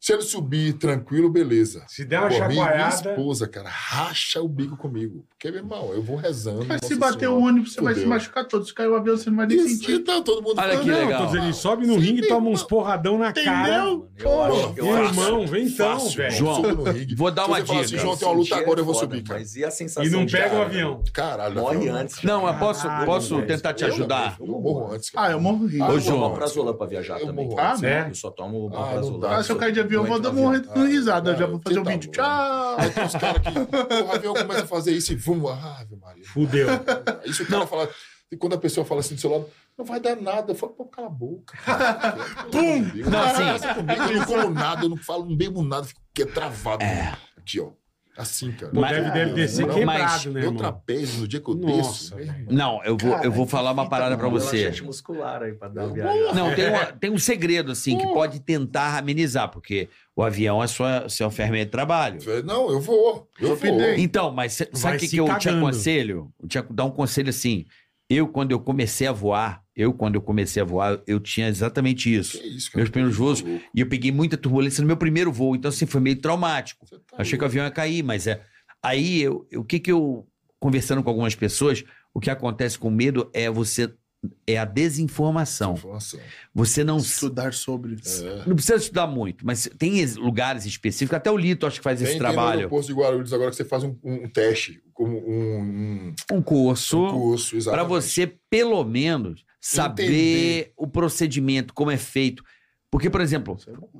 [SPEAKER 1] Se ele subir tranquilo, beleza.
[SPEAKER 3] Se der uma
[SPEAKER 1] Pô, minha- minha
[SPEAKER 3] chacoalhada.
[SPEAKER 1] esposa, cara, racha o bico comigo. Porque, meu irmão, eu vou rezando.
[SPEAKER 8] Mas se
[SPEAKER 1] Nossa
[SPEAKER 8] bater o
[SPEAKER 3] um
[SPEAKER 1] Senhora.
[SPEAKER 8] ônibus, você vai se
[SPEAKER 1] Fudeu.
[SPEAKER 8] machucar todo. Se cair o avião, você não vai nem
[SPEAKER 1] Isso,
[SPEAKER 8] sentir.
[SPEAKER 1] então, todo mundo
[SPEAKER 4] Olha
[SPEAKER 1] falando,
[SPEAKER 4] que
[SPEAKER 1] não,
[SPEAKER 3] Não,
[SPEAKER 4] legal.
[SPEAKER 3] tô dizendo, ele sobe no ringue e toma uns porradão na cara.
[SPEAKER 8] Entendeu?
[SPEAKER 7] Eu acho, eu
[SPEAKER 3] Meu
[SPEAKER 7] acho-
[SPEAKER 3] irmão, vem então,
[SPEAKER 1] fácil,
[SPEAKER 3] velho.
[SPEAKER 1] irmão,
[SPEAKER 4] João,
[SPEAKER 1] subo no ringue.
[SPEAKER 4] Vou dar
[SPEAKER 1] Se
[SPEAKER 4] uma
[SPEAKER 1] você falar assim,
[SPEAKER 4] dica.
[SPEAKER 1] João, tem uma luta
[SPEAKER 7] sentir é
[SPEAKER 1] agora, eu vou
[SPEAKER 7] foda,
[SPEAKER 1] subir, cara.
[SPEAKER 7] Mas e a sensação
[SPEAKER 3] E não
[SPEAKER 7] de
[SPEAKER 3] pega o
[SPEAKER 7] ar,
[SPEAKER 3] avião.
[SPEAKER 1] Caralho,
[SPEAKER 7] Morre
[SPEAKER 1] avião,
[SPEAKER 7] antes.
[SPEAKER 4] Não, eu posso,
[SPEAKER 3] Caralho,
[SPEAKER 4] posso
[SPEAKER 7] velho.
[SPEAKER 4] tentar te
[SPEAKER 1] Eu não,
[SPEAKER 4] ajudar?
[SPEAKER 1] Eu não morro antes, cara.
[SPEAKER 8] Ah, eu morro rindo.
[SPEAKER 1] Ah,
[SPEAKER 4] Ô,
[SPEAKER 7] Eu
[SPEAKER 4] João.
[SPEAKER 7] tomo prazolam pra viajar
[SPEAKER 1] Eu
[SPEAKER 7] também.
[SPEAKER 1] morro.
[SPEAKER 3] Ah, né?
[SPEAKER 7] Eu só tomo
[SPEAKER 1] Ah, não
[SPEAKER 7] prazolam.
[SPEAKER 1] dá.
[SPEAKER 8] Ah, se eu cair de avião, eu vou dar uma
[SPEAKER 1] Ah,
[SPEAKER 8] risada. Eu já vou
[SPEAKER 1] você
[SPEAKER 8] fazer um
[SPEAKER 1] tá
[SPEAKER 8] vídeo.
[SPEAKER 1] louco.
[SPEAKER 8] Tchau!
[SPEAKER 1] Aí tem uns caras que. pô, O avião começa a fazer isso e vum, ah, Ave Maria.
[SPEAKER 3] Fudeu.
[SPEAKER 1] Isso o cara fala. E quando a pessoa fala assim do seu lado, não vai dar nada. Eu falo, pô, cala a boca.
[SPEAKER 8] *laughs*
[SPEAKER 1] Pum!
[SPEAKER 4] Não, assim-
[SPEAKER 1] eu não como nada, eu não falo, não bebo nada, fico que travado. Aqui, ó. Assim, cara.
[SPEAKER 3] Pô,
[SPEAKER 4] É. Mas-
[SPEAKER 3] deve, deve descer
[SPEAKER 1] Mas-
[SPEAKER 3] quebrado, né,
[SPEAKER 1] Meu
[SPEAKER 3] irmão?
[SPEAKER 1] trapézio, no dia que eu
[SPEAKER 3] Nossa,
[SPEAKER 1] desço. meu irmão,
[SPEAKER 4] Não, eu vou, eu vou falar uma parada pra você.
[SPEAKER 7] Relaxante muscular aí pra dar
[SPEAKER 1] Eu
[SPEAKER 7] uma viajada.
[SPEAKER 4] Não,
[SPEAKER 1] *laughs*
[SPEAKER 4] tem, uma- tem um segredo, assim, que pode tentar amenizar, porque o avião é sua, seu ferramenta de trabalho.
[SPEAKER 1] velho, Não, eu vou. Eu vou.
[SPEAKER 4] Então, mas cê- sabe
[SPEAKER 3] Vai
[SPEAKER 4] o que,
[SPEAKER 3] se
[SPEAKER 4] que eu te
[SPEAKER 3] cagando.
[SPEAKER 4] aconselho? Eu te ac- dar um conselho assim. Eu, quando eu comecei a voar, eu, quando eu comecei a voar, eu tinha exatamente
[SPEAKER 1] Que
[SPEAKER 4] isso.
[SPEAKER 1] isso,
[SPEAKER 4] Meus primeiros voos,
[SPEAKER 1] Tá louco.
[SPEAKER 4] E eu peguei muita turbulência no meu primeiro voo, então assim, foi meio traumático.
[SPEAKER 1] Você tá
[SPEAKER 4] Achei que o
[SPEAKER 1] louco.
[SPEAKER 4] avião ia cair, mas é. Aí, eu, eu- o que que eu. Conversando com algumas pessoas, o que acontece com medo é você. É a desinformação.
[SPEAKER 1] Informação.
[SPEAKER 4] Você não.
[SPEAKER 8] Estudar sobre.
[SPEAKER 1] É.
[SPEAKER 4] Não precisa estudar muito, mas tem es- lugares específicos, até o Lito acho que faz esse
[SPEAKER 1] Tem- tem no
[SPEAKER 4] trabalho.
[SPEAKER 1] aeroporto de Guarulhos agora que você faz um, um- um teste, como um, um,
[SPEAKER 4] Um curso,
[SPEAKER 1] um curso,
[SPEAKER 4] para
[SPEAKER 1] exatamente.
[SPEAKER 4] você, pelo menos, saber
[SPEAKER 1] Entender.
[SPEAKER 4] o procedimento, como é feito. Porque, por exemplo,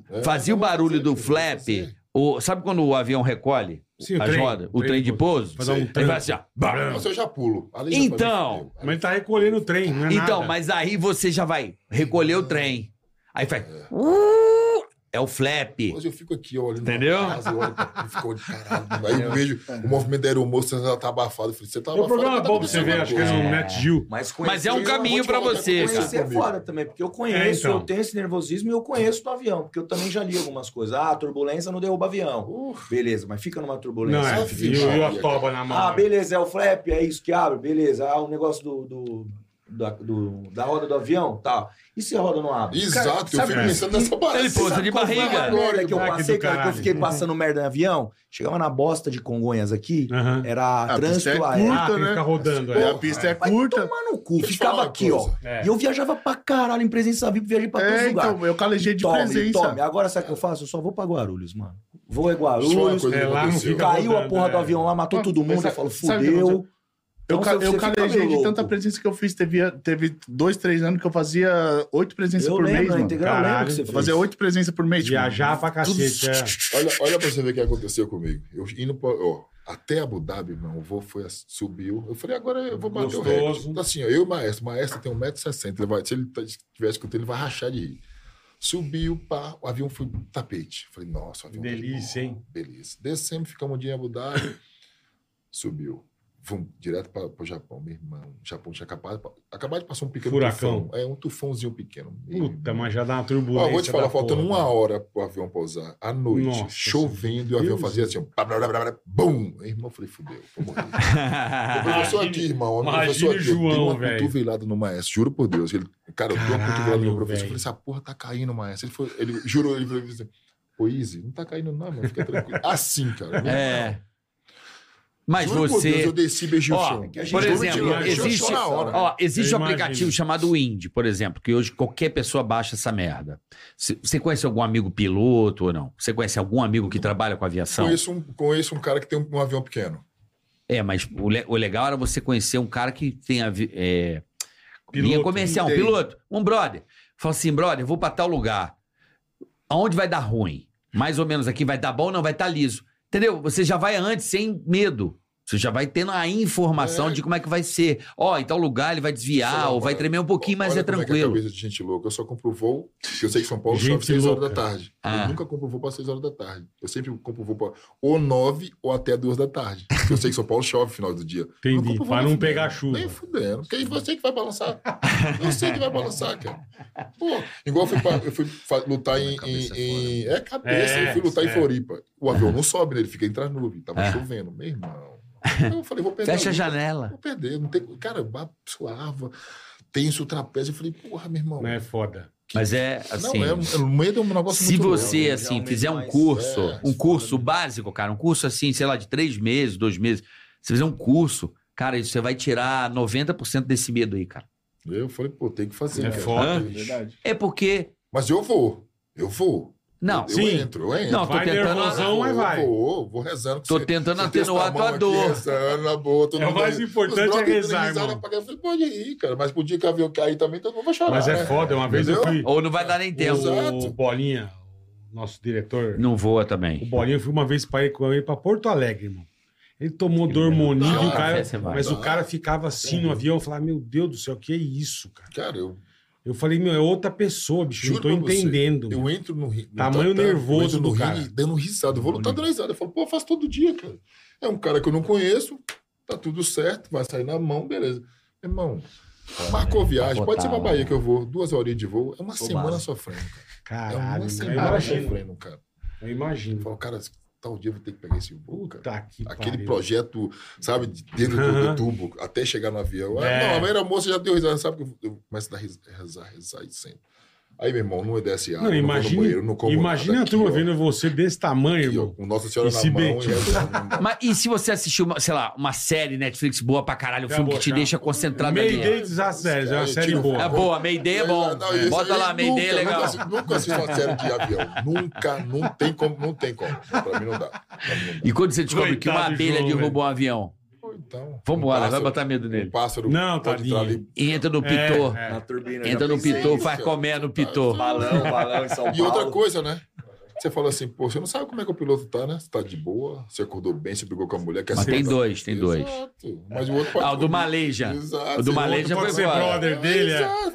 [SPEAKER 1] É,
[SPEAKER 4] fazia o
[SPEAKER 1] vamos
[SPEAKER 4] barulho
[SPEAKER 1] fazer,
[SPEAKER 4] do
[SPEAKER 1] vamos
[SPEAKER 4] flap,
[SPEAKER 1] fazer.
[SPEAKER 4] o, sabe quando o avião recolhe
[SPEAKER 3] Sim, o
[SPEAKER 4] as
[SPEAKER 3] trem,
[SPEAKER 4] rodas, Tá o trem de pouso?
[SPEAKER 3] Pra dar um
[SPEAKER 4] Ele
[SPEAKER 3] tranco.
[SPEAKER 4] vai assim, ó.
[SPEAKER 1] é. Nossa, eu já pulo. Ali já
[SPEAKER 4] Então,
[SPEAKER 1] pra mim,
[SPEAKER 3] Mas ele tá recolhendo o trem, não é
[SPEAKER 4] Então,
[SPEAKER 3] nada.
[SPEAKER 4] mas aí você já vai recolher o trem. Aí faz. "Uh", é o flap.
[SPEAKER 1] Hoje eu fico aqui ó, olhando.
[SPEAKER 4] Entendeu?
[SPEAKER 1] pra casa, eu olho pra- eu fico olhando,
[SPEAKER 4] *laughs*
[SPEAKER 1] caralho. Aí eu vejo o movimento da aeromoça, ela tá abafada. Eu falei, você tá
[SPEAKER 3] Tem um
[SPEAKER 1] abafado.
[SPEAKER 3] programa
[SPEAKER 1] tá
[SPEAKER 3] bom pra você ver, acho que é
[SPEAKER 1] acontecendo
[SPEAKER 3] no
[SPEAKER 1] alguma
[SPEAKER 3] Net Gil.
[SPEAKER 7] Mas,
[SPEAKER 4] Mas é um caminho pra você,
[SPEAKER 1] cara.
[SPEAKER 7] Conhecer é foda também, porque eu conheço,
[SPEAKER 3] É, então.
[SPEAKER 7] eu tenho esse nervosismo e eu conheço do avião, porque eu também já li algumas coisas. Ah, turbulência não derruba avião.
[SPEAKER 1] coisa. Uh,
[SPEAKER 7] Beleza, mas fica numa turbulência.
[SPEAKER 3] Não, é.
[SPEAKER 1] Essa
[SPEAKER 3] E o- e a
[SPEAKER 1] ficha.
[SPEAKER 3] toba na mão.
[SPEAKER 7] Ah, beleza, é o flap, é isso que abre, beleza. Ah, o negócio do, do, da, do- da roda do avião, tá. E se a roda não abre?
[SPEAKER 1] Exato, eu
[SPEAKER 7] sabe-
[SPEAKER 1] fico pensando nessa parada.
[SPEAKER 4] Ele pousa de
[SPEAKER 7] Qual foi a
[SPEAKER 4] barriga.
[SPEAKER 7] merda que eu
[SPEAKER 3] Ah, que do
[SPEAKER 7] passei, cara, que eu
[SPEAKER 3] caralho.
[SPEAKER 7] fiquei passando merda em avião. Chegava na bosta de Congonhas aqui,
[SPEAKER 3] Aham.
[SPEAKER 7] era
[SPEAKER 8] Ah,
[SPEAKER 7] trânsito
[SPEAKER 8] você é
[SPEAKER 7] aéreo.
[SPEAKER 3] Ah, tem que
[SPEAKER 8] né?
[SPEAKER 3] ficar rodando.
[SPEAKER 8] E
[SPEAKER 3] É.
[SPEAKER 8] a pista é
[SPEAKER 7] Vai
[SPEAKER 8] curta.
[SPEAKER 7] tomar no cu.
[SPEAKER 1] Deixa eu te
[SPEAKER 7] Ficava
[SPEAKER 1] falar uma
[SPEAKER 7] aqui, ó.
[SPEAKER 1] coisa.
[SPEAKER 3] É.
[SPEAKER 7] E eu viajava pra caralho em presença VIP, viajei pra todos os
[SPEAKER 8] É,
[SPEAKER 7] lugares.
[SPEAKER 8] então, eu calejei de
[SPEAKER 7] tome,
[SPEAKER 8] presença.
[SPEAKER 7] tome. Agora sabe o que eu faço? Eu só vou pra Guarulhos, mano. Vou é
[SPEAKER 1] Isso foi uma
[SPEAKER 7] Guarulhos.
[SPEAKER 1] coisa
[SPEAKER 3] É,
[SPEAKER 1] que
[SPEAKER 3] lá não
[SPEAKER 1] aconteceu.
[SPEAKER 3] fica-
[SPEAKER 7] Caiu a
[SPEAKER 3] rodando,
[SPEAKER 7] porra do
[SPEAKER 3] é.
[SPEAKER 7] avião lá, matou
[SPEAKER 8] Mas-
[SPEAKER 7] todo mundo.
[SPEAKER 8] mas
[SPEAKER 7] Eu falo,
[SPEAKER 8] sabe o que
[SPEAKER 7] fudeu.
[SPEAKER 8] Eu,
[SPEAKER 7] Então,
[SPEAKER 8] ca
[SPEAKER 7] você-
[SPEAKER 8] eu
[SPEAKER 7] você fica
[SPEAKER 8] calejei
[SPEAKER 7] meio
[SPEAKER 8] de
[SPEAKER 7] louco.
[SPEAKER 8] tanta presença que eu fiz. Teve, teve dois, três anos que eu fazia oito presenças
[SPEAKER 7] Eu
[SPEAKER 8] por
[SPEAKER 7] lembro,
[SPEAKER 8] mês,
[SPEAKER 7] a
[SPEAKER 8] mano.
[SPEAKER 7] integral eu lembro que você
[SPEAKER 8] Eu
[SPEAKER 7] fez.
[SPEAKER 8] fazia oito presenças por mês. tipo,
[SPEAKER 3] né, Viajar pra cacete, é.
[SPEAKER 1] Olha, olha pra você ver o que aconteceu comigo. Eu indo pra, ó, até Abu Dhabi, irmão, o voo foi, ass- subiu. Eu falei, agora eu vou bater o
[SPEAKER 3] Gostoso.
[SPEAKER 1] recorde. Então, assim, ó, eu e o maestro. O maestro tem 1,60m. Ele vai, se ele tá- estiver escutando, ele vai rachar de rir. Subiu, pá, o avião foi pro tapete. Falei, nossa, o avião tá de
[SPEAKER 3] Delícia, hein?
[SPEAKER 1] Beleza. Descemos, ficamos um dia em Abu Dhabi. Subiu. Vum, direto para o Japão, meu irmão. O Japão tinha acabado, acabado de passar um pequeno
[SPEAKER 3] Furacão.
[SPEAKER 1] tufão. É, um tufãozinho pequeno. Meu
[SPEAKER 3] Puta,
[SPEAKER 1] irmão.
[SPEAKER 3] mas já dá uma turbulência.
[SPEAKER 1] Ó, vou te
[SPEAKER 3] da
[SPEAKER 1] falar, faltando um
[SPEAKER 3] porra,
[SPEAKER 1] uma
[SPEAKER 3] né?
[SPEAKER 1] hora pro avião pousar, à noite,
[SPEAKER 3] Nossa
[SPEAKER 1] chovendo, e o avião
[SPEAKER 3] Deus.
[SPEAKER 1] fazia assim, ó, blá, blá, blá, blá, blá, bum! Meu irmão, eu falei, fudeu,
[SPEAKER 3] *laughs*
[SPEAKER 1] vou morrer.
[SPEAKER 4] *laughs*
[SPEAKER 1] O *laughs* professor aqui, irmão, o
[SPEAKER 3] imagine o
[SPEAKER 1] professor aqui, eu dei
[SPEAKER 3] João,
[SPEAKER 1] uma
[SPEAKER 3] velho.
[SPEAKER 1] cotovelada no maestro, juro por Deus. Ele, cara, eu dei uma
[SPEAKER 3] Caralho,
[SPEAKER 1] cotovelada no meu professor, eu
[SPEAKER 3] velho.
[SPEAKER 1] falei, essa porra tá caindo, maestro. Ele, foi, ele jurou, ele falou *laughs* assim, ô Izzy, não tá caindo não, mano, fica tranquilo. Assim, cara.
[SPEAKER 4] É. Mas
[SPEAKER 1] Juro por
[SPEAKER 4] você.
[SPEAKER 1] Deus, eu desci e beijei o
[SPEAKER 4] Ó,
[SPEAKER 1] chão.
[SPEAKER 7] que a gente-
[SPEAKER 4] Por
[SPEAKER 1] Juro de
[SPEAKER 4] exemplo,
[SPEAKER 1] Deus, eu choro
[SPEAKER 4] existe,
[SPEAKER 1] na hora. né?
[SPEAKER 4] ó, existe
[SPEAKER 3] Eu
[SPEAKER 4] um aplicativo
[SPEAKER 3] imagino.
[SPEAKER 4] chamado Wind, por exemplo, que hoje qualquer pessoa baixa essa merda. C- Você conhece algum amigo piloto ou não? Você conhece algum amigo que trabalha com aviação?
[SPEAKER 1] Conheço um, conheço um cara que tem um, um avião pequeno.
[SPEAKER 4] É, mas o, le- o legal era você conhecer um cara que tem avi- é,
[SPEAKER 3] Piloto.
[SPEAKER 4] linha comercial, um
[SPEAKER 8] Entendi.
[SPEAKER 4] piloto, um brother. Fala assim, brother, eu vou pra tal lugar. Aonde vai dar ruim? Mais ou menos aqui vai dar bom, não vai estar liso. Entendeu? Você já vai antes sem medo. Você já vai tendo a informação
[SPEAKER 1] É.
[SPEAKER 4] de como é que vai ser. Ó, em tal lugar ele vai desviar
[SPEAKER 1] Sei lá,
[SPEAKER 4] ou vai
[SPEAKER 1] olha-
[SPEAKER 4] tremer um pouquinho, mas
[SPEAKER 1] Olha
[SPEAKER 4] é
[SPEAKER 1] como
[SPEAKER 4] tranquilo.
[SPEAKER 1] que é a cabeça de gente louca. Eu só compro voo, que eu sei que São Paulo
[SPEAKER 3] Gente
[SPEAKER 1] chove 6 horas da
[SPEAKER 3] louca.
[SPEAKER 1] tarde.
[SPEAKER 4] Ah.
[SPEAKER 1] Eu nunca compro voo para 6 horas da tarde. Eu sempre compro voo para ou 9 ou até 2 da tarde. Porque eu sei que São Paulo chove no final do dia. Eu
[SPEAKER 3] Entendi,
[SPEAKER 1] compro voo
[SPEAKER 3] pra
[SPEAKER 1] nem
[SPEAKER 3] não
[SPEAKER 1] fudendo.
[SPEAKER 3] pegar chuva.
[SPEAKER 1] Nem fudendo. Porque aí você que vai balançar. Eu sei que vai balançar, cara. Pô, igual eu fui, pra- eu fui fa- lutar em.
[SPEAKER 4] Cabeça
[SPEAKER 1] em- em- é cabeça.
[SPEAKER 3] É,
[SPEAKER 1] eu fui lutar
[SPEAKER 3] é.
[SPEAKER 1] em Floripa. O avião não sobe, né? Ele fica entre as nuvens. Tava
[SPEAKER 4] Ah.
[SPEAKER 1] chovendo. Meu irmão. Eu falei, vou um". perder.
[SPEAKER 4] Fecha a
[SPEAKER 1] luta.
[SPEAKER 4] janela.
[SPEAKER 1] Vou perder. Não tem... Cara, ba- suava, tenso o trapézio. Eu falei, porra, meu irmão.
[SPEAKER 3] Não é foda.
[SPEAKER 4] Mas é assim.
[SPEAKER 1] não, é, um- é um medo é um negócio
[SPEAKER 4] Se
[SPEAKER 1] muito louco.
[SPEAKER 4] você,
[SPEAKER 7] né?
[SPEAKER 4] assim,
[SPEAKER 7] Realmente
[SPEAKER 4] fizer um
[SPEAKER 7] mais-
[SPEAKER 4] curso,
[SPEAKER 1] é,
[SPEAKER 4] um curso básico, cara, um curso assim, sei lá, de três meses, dois meses, você fizer um curso, cara, isso você vai tirar 90% desse medo aí, cara.
[SPEAKER 1] Eu falei, pô, tem que fazer.
[SPEAKER 3] É
[SPEAKER 1] cara.
[SPEAKER 3] foda.
[SPEAKER 8] Verdade.
[SPEAKER 4] É porque.
[SPEAKER 1] Mas eu vou. Eu vou.
[SPEAKER 4] Não,
[SPEAKER 1] Eu
[SPEAKER 3] Sim.
[SPEAKER 1] entro, eu entro.
[SPEAKER 4] não, tô
[SPEAKER 3] Vai
[SPEAKER 4] tentando.
[SPEAKER 3] nervosão.
[SPEAKER 1] eu
[SPEAKER 3] mas vai.
[SPEAKER 1] Vou, vou rezando. que
[SPEAKER 4] Tô
[SPEAKER 1] você-
[SPEAKER 4] tentando
[SPEAKER 1] você testa
[SPEAKER 4] atenuar a
[SPEAKER 1] mão
[SPEAKER 4] tua
[SPEAKER 1] aqui,
[SPEAKER 4] dor.
[SPEAKER 1] Rezando na boa, todo
[SPEAKER 3] É, o
[SPEAKER 1] mundo
[SPEAKER 3] mais
[SPEAKER 1] aí.
[SPEAKER 3] importante
[SPEAKER 1] Os brothers
[SPEAKER 3] é
[SPEAKER 1] dando
[SPEAKER 3] rezar,
[SPEAKER 1] risada
[SPEAKER 3] irmão.
[SPEAKER 1] pra cá, Eu falei, pode rir, cara. Mas pro dia que o avião cair também, todo mundo vai chorar.
[SPEAKER 3] Mas é
[SPEAKER 1] né?
[SPEAKER 3] foda. Uma vez eu fui.
[SPEAKER 1] Entendeu?
[SPEAKER 4] Ou não vai dar nem tempo.
[SPEAKER 3] é. O
[SPEAKER 1] Exato.
[SPEAKER 3] Bolinha, o nosso diretor.
[SPEAKER 4] Não voa
[SPEAKER 3] O
[SPEAKER 4] também.
[SPEAKER 3] Bolinha, eu fui uma vez pra ele com ele pra Porto Alegre, irmão. Ele tomou dormonil
[SPEAKER 1] Não,
[SPEAKER 3] do
[SPEAKER 1] café
[SPEAKER 3] cara,
[SPEAKER 4] você vai. Uhum.
[SPEAKER 3] mas o
[SPEAKER 1] Vai.
[SPEAKER 3] cara ficava assim no avião. Eu falava, meu Deus do céu, que é isso, cara?
[SPEAKER 1] Cara, eu,
[SPEAKER 3] Eu falei, meu, é outra pessoa, bicho.
[SPEAKER 1] Juro
[SPEAKER 3] não
[SPEAKER 1] pra
[SPEAKER 3] tô
[SPEAKER 1] você,
[SPEAKER 3] entendendo.
[SPEAKER 1] eu entro no ringue. no
[SPEAKER 3] Tamanho
[SPEAKER 1] tatame,
[SPEAKER 3] nervoso
[SPEAKER 1] eu entro no
[SPEAKER 3] do cara. Uhum.
[SPEAKER 1] ringue dando risada. Eu vou lutar dando risada. Eu falo, pô, eu faço todo dia, cara. É um cara que eu não conheço, tá tudo certo, vai sair na mão, beleza. Irmão, marcou viagem, pode ser pra Bahia que eu vou, duas horinhas de voo, é uma semana sofrendo. É
[SPEAKER 3] Caralho, né?
[SPEAKER 1] uma
[SPEAKER 3] eu
[SPEAKER 1] semana
[SPEAKER 3] imagino.
[SPEAKER 1] sofrendo, cara.
[SPEAKER 3] Eu
[SPEAKER 1] Eu
[SPEAKER 3] imagino.
[SPEAKER 1] falo, cara, tal dia eu vou ter que pegar esse voo, cara.
[SPEAKER 3] Puta que
[SPEAKER 1] Aquele
[SPEAKER 3] pariu.
[SPEAKER 1] projeto, sabe, de dentro do-
[SPEAKER 3] Aham.
[SPEAKER 1] do tubo, até chegar no avião. Ah,
[SPEAKER 3] É.
[SPEAKER 1] não, a primeira moça já deu risada, sabe que eu, eu começo a dar ris- rezar, rezar e sempre. Aí, meu irmão, Ah, não desce
[SPEAKER 3] Não,
[SPEAKER 1] água, não vou no
[SPEAKER 3] imagina,
[SPEAKER 1] banheiro, não como
[SPEAKER 3] imagina
[SPEAKER 1] nada
[SPEAKER 3] a turma
[SPEAKER 1] aqui, ó.
[SPEAKER 3] vendo você desse tamanho,
[SPEAKER 1] Aqui, ó,
[SPEAKER 3] irmão.
[SPEAKER 1] com Nossa Senhora
[SPEAKER 3] E
[SPEAKER 1] na
[SPEAKER 3] se
[SPEAKER 1] mão.
[SPEAKER 3] bem-
[SPEAKER 1] e eu-
[SPEAKER 4] Mas e se você assistiu, uma, sei lá, uma série Netflix boa pra caralho, um
[SPEAKER 3] Vai
[SPEAKER 4] filme que te
[SPEAKER 3] botar.
[SPEAKER 4] deixa concentrado ali?
[SPEAKER 3] Mayday desassédio, é uma
[SPEAKER 1] Aí,
[SPEAKER 3] série
[SPEAKER 1] tira o
[SPEAKER 4] É
[SPEAKER 3] boa.
[SPEAKER 4] boa, Mayday é bom.
[SPEAKER 1] Não, isso
[SPEAKER 4] Bota
[SPEAKER 1] aí
[SPEAKER 4] lá, Mayday é
[SPEAKER 1] nunca,
[SPEAKER 4] legal.
[SPEAKER 1] Nunca, assisti- nunca assisti uma série de avião. Nunca, não tem como, não tem como. Pra mim não dá. Pra mim não dá.
[SPEAKER 4] E quando você descobre que uma
[SPEAKER 3] Coitado do
[SPEAKER 4] abelha
[SPEAKER 3] João,
[SPEAKER 4] derrubou um avião?
[SPEAKER 1] Ou Então,
[SPEAKER 4] Vambora, vai
[SPEAKER 1] um pássaro-
[SPEAKER 4] botar medo nele.
[SPEAKER 1] Um pássaro
[SPEAKER 3] Não,
[SPEAKER 1] pode entrar
[SPEAKER 3] tadinho.
[SPEAKER 1] ali.
[SPEAKER 4] E entra no
[SPEAKER 3] É,
[SPEAKER 4] pitô.
[SPEAKER 3] é.
[SPEAKER 7] Na turbina.
[SPEAKER 4] Entra
[SPEAKER 7] já
[SPEAKER 4] no
[SPEAKER 7] pensei.
[SPEAKER 4] pitô,
[SPEAKER 1] isso,
[SPEAKER 4] faz
[SPEAKER 1] cara.
[SPEAKER 4] comendo no pitô.
[SPEAKER 7] Balão, balão em São Paulo.
[SPEAKER 1] E outra coisa, né? Você fala assim, pô, você não sabe como é que o piloto tá, né? Você tá de boa, você acordou bem, você brigou com a mulher. Quer
[SPEAKER 4] Mas
[SPEAKER 1] se
[SPEAKER 4] tem
[SPEAKER 1] matar.
[SPEAKER 4] dois, tem dois.
[SPEAKER 1] Exato. Mas o outro pode...
[SPEAKER 4] Ah, o do Maleja.
[SPEAKER 1] Exato.
[SPEAKER 4] O do
[SPEAKER 1] Você
[SPEAKER 4] Maleja
[SPEAKER 3] Pode
[SPEAKER 4] foi
[SPEAKER 3] ser
[SPEAKER 4] embora.
[SPEAKER 3] brother dele, é.
[SPEAKER 1] Exato.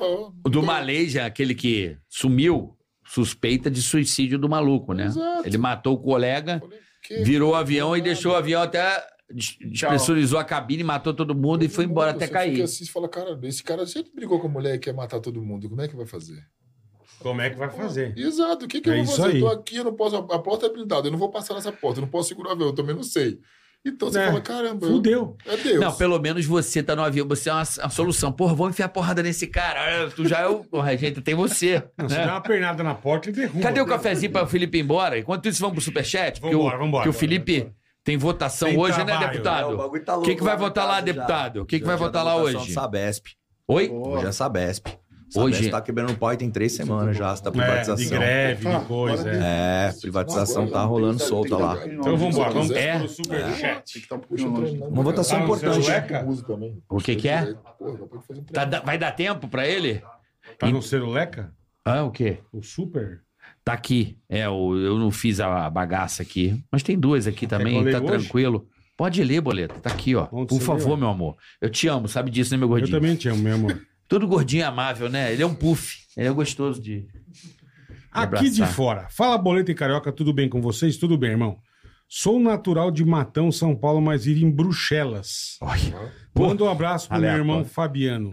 [SPEAKER 4] O do
[SPEAKER 1] Então,
[SPEAKER 4] Maleja, aquele que sumiu, suspeita de suicídio do maluco, né?
[SPEAKER 1] Exato.
[SPEAKER 4] Ele matou o colega,
[SPEAKER 1] falei, que-
[SPEAKER 4] virou o avião e deixou o avião até. des- Despressurizou a cabine, matou todo mundo e foi embora até
[SPEAKER 1] Você Fica
[SPEAKER 4] cair.
[SPEAKER 1] assim, você fala, cara, esse cara sempre brigou com a mulher e quer matar todo mundo. Como é que vai fazer?
[SPEAKER 3] Como é que vai fazer?
[SPEAKER 1] Exato. O que, que
[SPEAKER 3] É
[SPEAKER 1] eu
[SPEAKER 3] isso
[SPEAKER 1] vou fazer?
[SPEAKER 3] aí.
[SPEAKER 1] Eu tô aqui, eu não posso. A porta é blindada, eu não vou passar nessa porta, eu não posso segurar o avião, eu também não sei. Então você
[SPEAKER 3] É.
[SPEAKER 1] fala,
[SPEAKER 4] Hum.
[SPEAKER 1] caramba. eu-
[SPEAKER 3] Fudeu.
[SPEAKER 1] É Deus.
[SPEAKER 4] Não, pelo menos você tá no avião, você é uma, uma solução. Porra, vou enfiar porrada nesse cara. Ah, Tu já é o. Porra, a gente tem você.
[SPEAKER 3] Não, você é um
[SPEAKER 4] né?
[SPEAKER 3] dá uma pernada na porta e derruba.
[SPEAKER 4] Cadê o cafezinho para o Felipe ir embora? Enquanto isso, vamos pro Superchat? Porque,
[SPEAKER 3] Vambora,
[SPEAKER 4] o,
[SPEAKER 3] vambora. É,
[SPEAKER 4] porque o Felipe tem votação
[SPEAKER 3] Tem
[SPEAKER 4] hoje, né,
[SPEAKER 3] trabalho,
[SPEAKER 7] É, o
[SPEAKER 4] deputado?
[SPEAKER 7] bagulho tá
[SPEAKER 4] O
[SPEAKER 7] louco.
[SPEAKER 4] que, que vai
[SPEAKER 7] lá em
[SPEAKER 4] votar lá,
[SPEAKER 7] casa já.
[SPEAKER 4] deputado? O que, que
[SPEAKER 7] Já
[SPEAKER 4] vai
[SPEAKER 7] tinha
[SPEAKER 4] votar lá
[SPEAKER 7] votação
[SPEAKER 4] hoje?
[SPEAKER 7] do Sabesp.
[SPEAKER 4] Oi?
[SPEAKER 8] Boa.
[SPEAKER 7] Hoje é Sabesp. Sabesp
[SPEAKER 4] Hoje?
[SPEAKER 7] tá quebrando o pau e tem três semanas já, essa
[SPEAKER 3] É, de
[SPEAKER 7] privatização.
[SPEAKER 3] greve,
[SPEAKER 8] Ah,
[SPEAKER 3] de coisa.
[SPEAKER 8] bora
[SPEAKER 3] É.
[SPEAKER 7] É, privatização tá rolando solta lá.
[SPEAKER 3] Então vambora, vamos
[SPEAKER 1] quiser,
[SPEAKER 3] pro
[SPEAKER 4] é.
[SPEAKER 3] superchat. né?
[SPEAKER 1] Uma
[SPEAKER 7] votação importante.
[SPEAKER 4] O que que é?
[SPEAKER 1] é, Porra, pode fazer um
[SPEAKER 4] Tá
[SPEAKER 1] treino.
[SPEAKER 4] da- vai dar tempo para ele?
[SPEAKER 3] Tá no celuleca?
[SPEAKER 4] Ah, o quê?
[SPEAKER 3] O super?
[SPEAKER 4] Tá aqui. É, o- eu não fiz a bagaça aqui. Mas tem duas aqui
[SPEAKER 3] que
[SPEAKER 4] também,
[SPEAKER 3] eu
[SPEAKER 4] tá
[SPEAKER 3] leio hoje?
[SPEAKER 4] tranquilo. Pode ler, Boleta. Tá aqui, ó.
[SPEAKER 3] Onde
[SPEAKER 4] Por
[SPEAKER 3] você
[SPEAKER 4] favor,
[SPEAKER 3] leu?
[SPEAKER 4] meu amor. Eu te amo, sabe disso, né, meu
[SPEAKER 3] Eu
[SPEAKER 4] gordinho?
[SPEAKER 3] também te amo, meu amor.
[SPEAKER 4] Todo gordinho é amável, né? Ele é um puff. Ele é gostoso de...
[SPEAKER 3] Aqui de
[SPEAKER 4] abraçar.
[SPEAKER 3] fora. Fala, Boleta e Carioca, tudo bem com vocês? Tudo bem, irmão. Sou natural de Matão, São Paulo, mas vivo em Bruxelas. Manda um abraço pro meu
[SPEAKER 4] aleatório.
[SPEAKER 3] irmão Fabiano.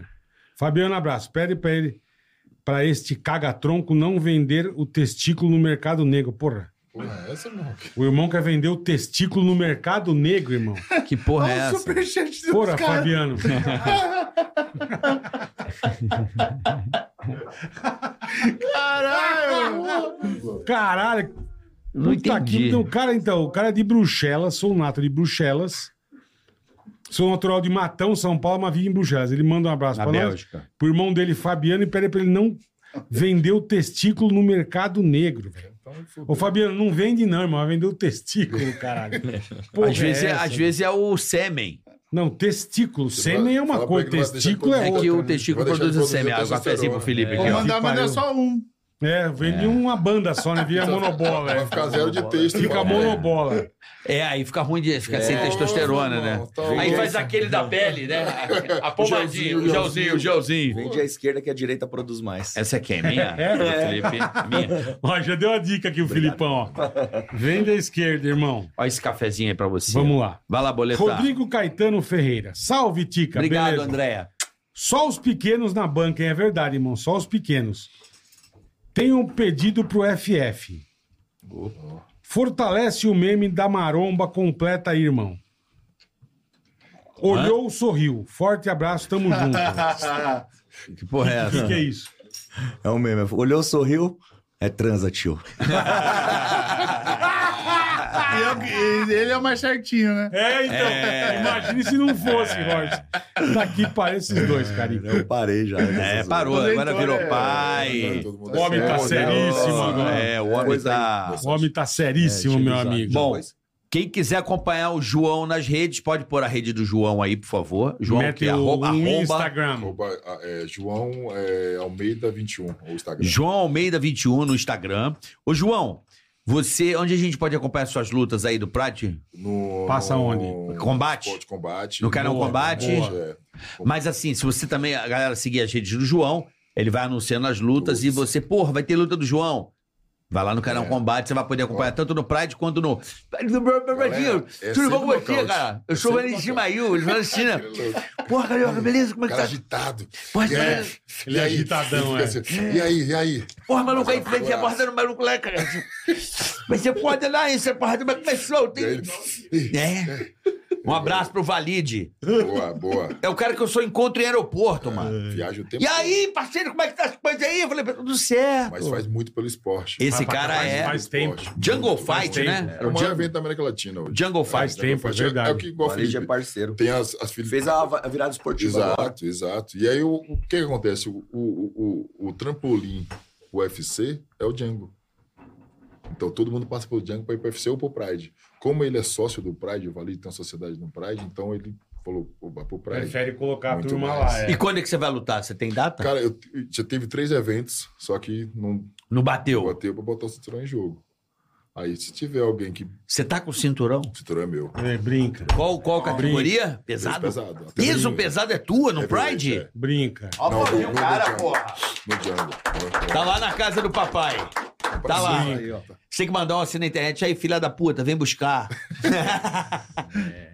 [SPEAKER 3] Fabiano, abraço. Pede pra ele, pra este cagatronco não vender o testículo no mercado negro. Porra,
[SPEAKER 1] Porra, é essa, mano.
[SPEAKER 3] o irmão quer vender o testículo no mercado negro,
[SPEAKER 4] *laughs*
[SPEAKER 3] irmão.
[SPEAKER 4] Que porra é essa? *laughs*
[SPEAKER 3] Porra, Fabiano. Caralho!
[SPEAKER 4] Não
[SPEAKER 3] Puta
[SPEAKER 4] entendi.
[SPEAKER 3] que- tá então, o cara, então, o cara é de Bruxelas, sou nato de Bruxelas, Sou natural de Matão, São Paulo, mas vivo em Bruxelas. Ele manda um abraço
[SPEAKER 4] Na
[SPEAKER 3] pra nós.
[SPEAKER 4] Bélgica.
[SPEAKER 3] Pro irmão dele, Fabiano, e pede pra ele não vender o testículo no mercado negro, velho. Ô, Fabiano, não vende não, irmão. Vai vender o
[SPEAKER 1] *laughs*
[SPEAKER 3] testículo, caralho. Porra,
[SPEAKER 4] às, vezes,
[SPEAKER 3] é
[SPEAKER 4] é,
[SPEAKER 3] essa,
[SPEAKER 4] às
[SPEAKER 3] né?
[SPEAKER 4] vezes é o sêmen.
[SPEAKER 3] Não, testículo. Sêmen é uma
[SPEAKER 1] Fala pra
[SPEAKER 3] coisa,
[SPEAKER 1] ele que não vai deixar
[SPEAKER 3] testículo
[SPEAKER 1] de
[SPEAKER 3] é
[SPEAKER 4] É que
[SPEAKER 1] produzir.
[SPEAKER 3] outra.
[SPEAKER 4] o
[SPEAKER 1] né?
[SPEAKER 4] testículo
[SPEAKER 1] Vai deixar
[SPEAKER 4] produz
[SPEAKER 1] de
[SPEAKER 4] o
[SPEAKER 1] produzir
[SPEAKER 4] sêmen. Ah,
[SPEAKER 1] testosterona.
[SPEAKER 4] cafezinho pro Felipe
[SPEAKER 8] Vou
[SPEAKER 4] aqui, ó.
[SPEAKER 8] mandar, mas é
[SPEAKER 3] pariu.
[SPEAKER 8] só um.
[SPEAKER 3] É, vende uma banda só, né? Vira monobola.
[SPEAKER 1] *laughs* Vai
[SPEAKER 3] é.
[SPEAKER 1] ficar zero de texto.
[SPEAKER 3] Fica
[SPEAKER 1] irmão.
[SPEAKER 3] monobola.
[SPEAKER 4] É, aí fica ruim de ficar sem
[SPEAKER 1] É.
[SPEAKER 4] testosterona,
[SPEAKER 1] Não,
[SPEAKER 4] né?
[SPEAKER 1] tá
[SPEAKER 4] Aí
[SPEAKER 1] bom.
[SPEAKER 4] faz aquele da pele,
[SPEAKER 3] *laughs*
[SPEAKER 4] né? A pomadinha, o gelzinho, o gelzinho.
[SPEAKER 7] Vende a esquerda que a direita produz mais.
[SPEAKER 4] Essa aqui é minha?
[SPEAKER 3] *laughs* É.
[SPEAKER 4] Do Felipe? Minha.
[SPEAKER 3] Ó, já deu a dica aqui o Filipão, ó. Vende à esquerda, irmão.
[SPEAKER 4] Olha esse cafezinho aí pra você.
[SPEAKER 3] Vamos lá.
[SPEAKER 4] Vai lá, boletar.
[SPEAKER 3] Rodrigo Caetano Ferreira. Salve, Tica.
[SPEAKER 4] Obrigado,
[SPEAKER 3] beleza? *laughs*
[SPEAKER 4] Andréa.
[SPEAKER 3] Só os pequenos na banca, hein? é verdade, irmão. Só os pequenos. Tem um pedido pro FF. Fortalece o meme da maromba completa aí, irmão. Olhou, sorriu. Forte abraço, tamo
[SPEAKER 4] *laughs*
[SPEAKER 3] junto.
[SPEAKER 4] Que porra é
[SPEAKER 3] O que,
[SPEAKER 4] essa?
[SPEAKER 3] que é isso?
[SPEAKER 7] *laughs* É o mesmo. Olhou, sorriu, é transa, tio.
[SPEAKER 8] E eu- e ele é o mais certinho, né?
[SPEAKER 3] É, então.
[SPEAKER 4] É.
[SPEAKER 3] Imagine se não fosse, Jorge. Tá aqui para esses dois, carinho.
[SPEAKER 7] Eu parei já. né,
[SPEAKER 4] É, parou, agora virou
[SPEAKER 8] É,
[SPEAKER 4] pai.
[SPEAKER 1] Todo mundo
[SPEAKER 3] O
[SPEAKER 1] assim. Ah,
[SPEAKER 3] homem tá
[SPEAKER 1] certo.
[SPEAKER 3] seríssimo
[SPEAKER 4] Nossa,
[SPEAKER 3] agora.
[SPEAKER 4] É, o homem
[SPEAKER 7] Coisa
[SPEAKER 4] tá.
[SPEAKER 3] O homem tá
[SPEAKER 4] É,
[SPEAKER 3] seríssimo, meu amigo.
[SPEAKER 4] Bom, quem quiser acompanhar o João nas redes, pode pôr a rede do João aí, por favor. João,
[SPEAKER 3] Mete
[SPEAKER 4] que é
[SPEAKER 3] o-
[SPEAKER 4] arroba,
[SPEAKER 3] um
[SPEAKER 4] arroba
[SPEAKER 3] Instagram.
[SPEAKER 1] Arroba, ah, é, João é, Almeida 21, o Instagram.
[SPEAKER 4] João Almeida 21 no Instagram. Ô, João, você, onde a gente pode acompanhar suas lutas aí do Prate?
[SPEAKER 1] No,
[SPEAKER 3] Passa
[SPEAKER 1] no-
[SPEAKER 3] onde?
[SPEAKER 4] Combate?
[SPEAKER 1] Esporte Combate.
[SPEAKER 4] No canal
[SPEAKER 3] Boa,
[SPEAKER 4] Combate?
[SPEAKER 3] boa.
[SPEAKER 1] É.
[SPEAKER 4] Mas assim, se você também, a galera, seguir as redes do João, ele vai anunciando as lutas
[SPEAKER 1] Putz.
[SPEAKER 4] e você, porra, vai ter luta do João. Vai lá no canal
[SPEAKER 1] É.
[SPEAKER 4] Combate, você vai poder acompanhar tanto no Pride quanto no.
[SPEAKER 1] Galera, é
[SPEAKER 4] Tudo bom
[SPEAKER 1] sempre
[SPEAKER 4] com você,
[SPEAKER 1] nocaute.
[SPEAKER 4] cara? Eu
[SPEAKER 1] É
[SPEAKER 4] sou o
[SPEAKER 1] sempre
[SPEAKER 4] Valentim
[SPEAKER 1] nocaute. *laughs*
[SPEAKER 4] Maiu, de Valentina.
[SPEAKER 1] O
[SPEAKER 4] Porra, Carioca, beleza? Como é que
[SPEAKER 1] cara
[SPEAKER 4] tá? *laughs*
[SPEAKER 1] agitado.
[SPEAKER 4] Pode
[SPEAKER 1] É.
[SPEAKER 3] Ele é
[SPEAKER 1] E aí?
[SPEAKER 3] agitadão,
[SPEAKER 1] Fica
[SPEAKER 3] é.
[SPEAKER 1] assim, E aí, e aí?
[SPEAKER 4] Porra, maluco, aí
[SPEAKER 1] Mas é
[SPEAKER 4] frente a
[SPEAKER 1] figuraça.
[SPEAKER 4] porta do maluco lá, cara. Mas você pode lá, isso é porra, mas começou.
[SPEAKER 1] E aí
[SPEAKER 4] Tem...
[SPEAKER 1] ele- Ih,
[SPEAKER 4] É. Um abraço pro Valide.
[SPEAKER 1] Boa, boa.
[SPEAKER 4] É o cara que eu só encontro em aeroporto, mano.
[SPEAKER 1] Viaja o tempo
[SPEAKER 4] E aí, parceiro, como é que tá as coisas aí? Eu falei, tudo certo.
[SPEAKER 1] todo, Mas faz muito pelo esporte.
[SPEAKER 4] Esse cara
[SPEAKER 3] faz-
[SPEAKER 4] é
[SPEAKER 3] faz tempo.
[SPEAKER 1] Esporte.
[SPEAKER 4] Jungle
[SPEAKER 3] faz
[SPEAKER 4] Fight,
[SPEAKER 3] tempo.
[SPEAKER 4] né?
[SPEAKER 1] É o dia evento da América Latina hoje.
[SPEAKER 4] Jungle Fight.
[SPEAKER 3] Faz tempo, é
[SPEAKER 1] Jungle Fight
[SPEAKER 3] verdade.
[SPEAKER 1] É o que igual o
[SPEAKER 7] Varejo é
[SPEAKER 1] Felipe.
[SPEAKER 7] parceiro.
[SPEAKER 1] Tem as, as filhas.
[SPEAKER 7] Fez a, va- a virada esportiva agora.
[SPEAKER 1] Exato, exato. E aí, o, o que que acontece? O, o, o, o trampolim UFC é o Django. Então, todo mundo passa pelo Django para ir para UFC ou para o Pride. Como ele é sócio do Pride, o Valide tem uma sociedade no Pride, então ele falou, pô, vai pro Pride.
[SPEAKER 3] Prefere colocar a
[SPEAKER 1] Muito
[SPEAKER 3] turma
[SPEAKER 1] mais.
[SPEAKER 3] lá. É.
[SPEAKER 4] E quando é que você vai lutar? Você tem data?
[SPEAKER 1] Cara, eu, eu- já teve três eventos, só que não
[SPEAKER 4] Não bateu.
[SPEAKER 1] bateu para botar o cinturão em jogo. Aí, se tiver alguém que... O
[SPEAKER 4] Você tá com o cinturão?
[SPEAKER 1] cinturão é meu.
[SPEAKER 3] É, brinca,
[SPEAKER 4] Qual, qual categoria?
[SPEAKER 1] Peso
[SPEAKER 4] Pesado?
[SPEAKER 1] pesado. Até
[SPEAKER 4] Peso
[SPEAKER 1] mim,
[SPEAKER 4] pesado é tua no
[SPEAKER 1] é verdade,
[SPEAKER 4] Pride?
[SPEAKER 1] é.
[SPEAKER 3] brinca.
[SPEAKER 1] Não, no- no Django, No Django.
[SPEAKER 4] Tá lá na casa do papai. Tá lá.
[SPEAKER 1] Aí, ó.
[SPEAKER 4] Você tem que mandar uma cena na internet aí, filha da puta, vem
[SPEAKER 1] *laughs*
[SPEAKER 4] buscar.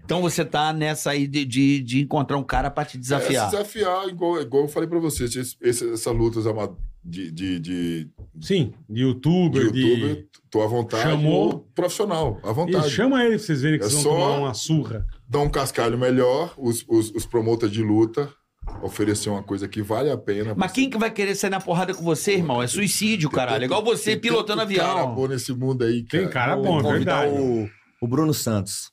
[SPEAKER 4] Então você tá nessa aí de, de, de encontrar um cara pra te
[SPEAKER 1] É,
[SPEAKER 4] desafiar.
[SPEAKER 1] se desafiar, igual, igual eu falei pra vocês, esse- esse- essa luta ama- de, de, de,
[SPEAKER 3] Sim, de
[SPEAKER 1] de
[SPEAKER 3] youtuber, de...
[SPEAKER 1] youtuber, tô à vontade.
[SPEAKER 3] Chamou.
[SPEAKER 1] ou Profissional, à
[SPEAKER 3] Ele
[SPEAKER 1] vontade.
[SPEAKER 3] chama ele pra vocês verem que
[SPEAKER 1] É
[SPEAKER 3] vocês
[SPEAKER 1] só-
[SPEAKER 3] vão tomar uma surra.
[SPEAKER 1] Dá um cascalho melhor, os, os, os promotores de luta oferecer uma coisa que vale a pena.
[SPEAKER 4] Mas quem que vai querer sair na porrada com você, irmão? É suicídio, caralho. É igual você
[SPEAKER 1] Tem
[SPEAKER 4] pilotando
[SPEAKER 1] tanto Cara
[SPEAKER 4] avião.
[SPEAKER 1] bom nesse mundo aí, cara.
[SPEAKER 3] Tem cara
[SPEAKER 7] Vou
[SPEAKER 3] bom, é
[SPEAKER 7] convidar
[SPEAKER 3] verdade.
[SPEAKER 7] o, o Bruno Santos.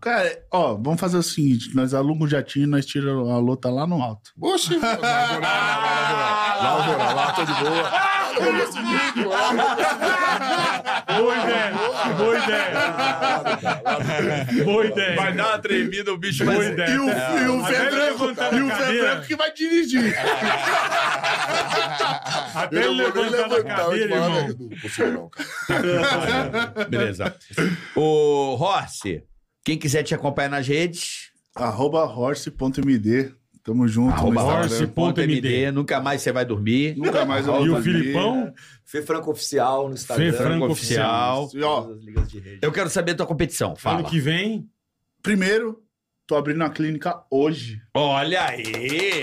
[SPEAKER 8] Cara, ó, vamos fazer o seguinte: nós alugamos o jatinho e nós tiramos a lota lá no alto.
[SPEAKER 1] Oxi, lá, lá, lá, lá, lá, lá, lá, tá de boa. Olha esse vídeo,
[SPEAKER 3] Boa ideia, boa ideia. Boa ideia. Vai dar uma
[SPEAKER 4] tremida, o bicho
[SPEAKER 3] boa ideia.
[SPEAKER 8] E o, e o
[SPEAKER 3] Até é, tá. ele levantar
[SPEAKER 8] Febranco,
[SPEAKER 3] da
[SPEAKER 8] e o
[SPEAKER 3] cadeira.
[SPEAKER 8] Febranco que vai dirigir.
[SPEAKER 3] Até ele
[SPEAKER 1] vou nem
[SPEAKER 3] levantar da
[SPEAKER 1] levantar, eu
[SPEAKER 3] cadeira,
[SPEAKER 1] te
[SPEAKER 3] irmão.
[SPEAKER 1] falo, né, Edu? Você não, cara.
[SPEAKER 4] Beleza. Ô, Rossi, quem quiser te acompanhar nas redes,
[SPEAKER 8] Arroba horse.md. Tamo
[SPEAKER 1] Ah,
[SPEAKER 8] junto. no
[SPEAKER 1] tá
[SPEAKER 4] arroba
[SPEAKER 8] Instagram.
[SPEAKER 3] horse.
[SPEAKER 4] horse.md, nunca mais você vai dormir.
[SPEAKER 8] Nunca mais eu
[SPEAKER 3] E o
[SPEAKER 8] vou dormir.
[SPEAKER 3] Filipão?
[SPEAKER 7] Fê Franco Oficial no Instagram.
[SPEAKER 3] Fê Franco Oficial.
[SPEAKER 8] E, ó,
[SPEAKER 7] Todas as ligas de rede.
[SPEAKER 4] Eu quero saber a tua competição,
[SPEAKER 3] Ano
[SPEAKER 4] fala.
[SPEAKER 3] que vem.
[SPEAKER 8] Primeiro, tô abrindo a clínica hoje.
[SPEAKER 4] Olha aí!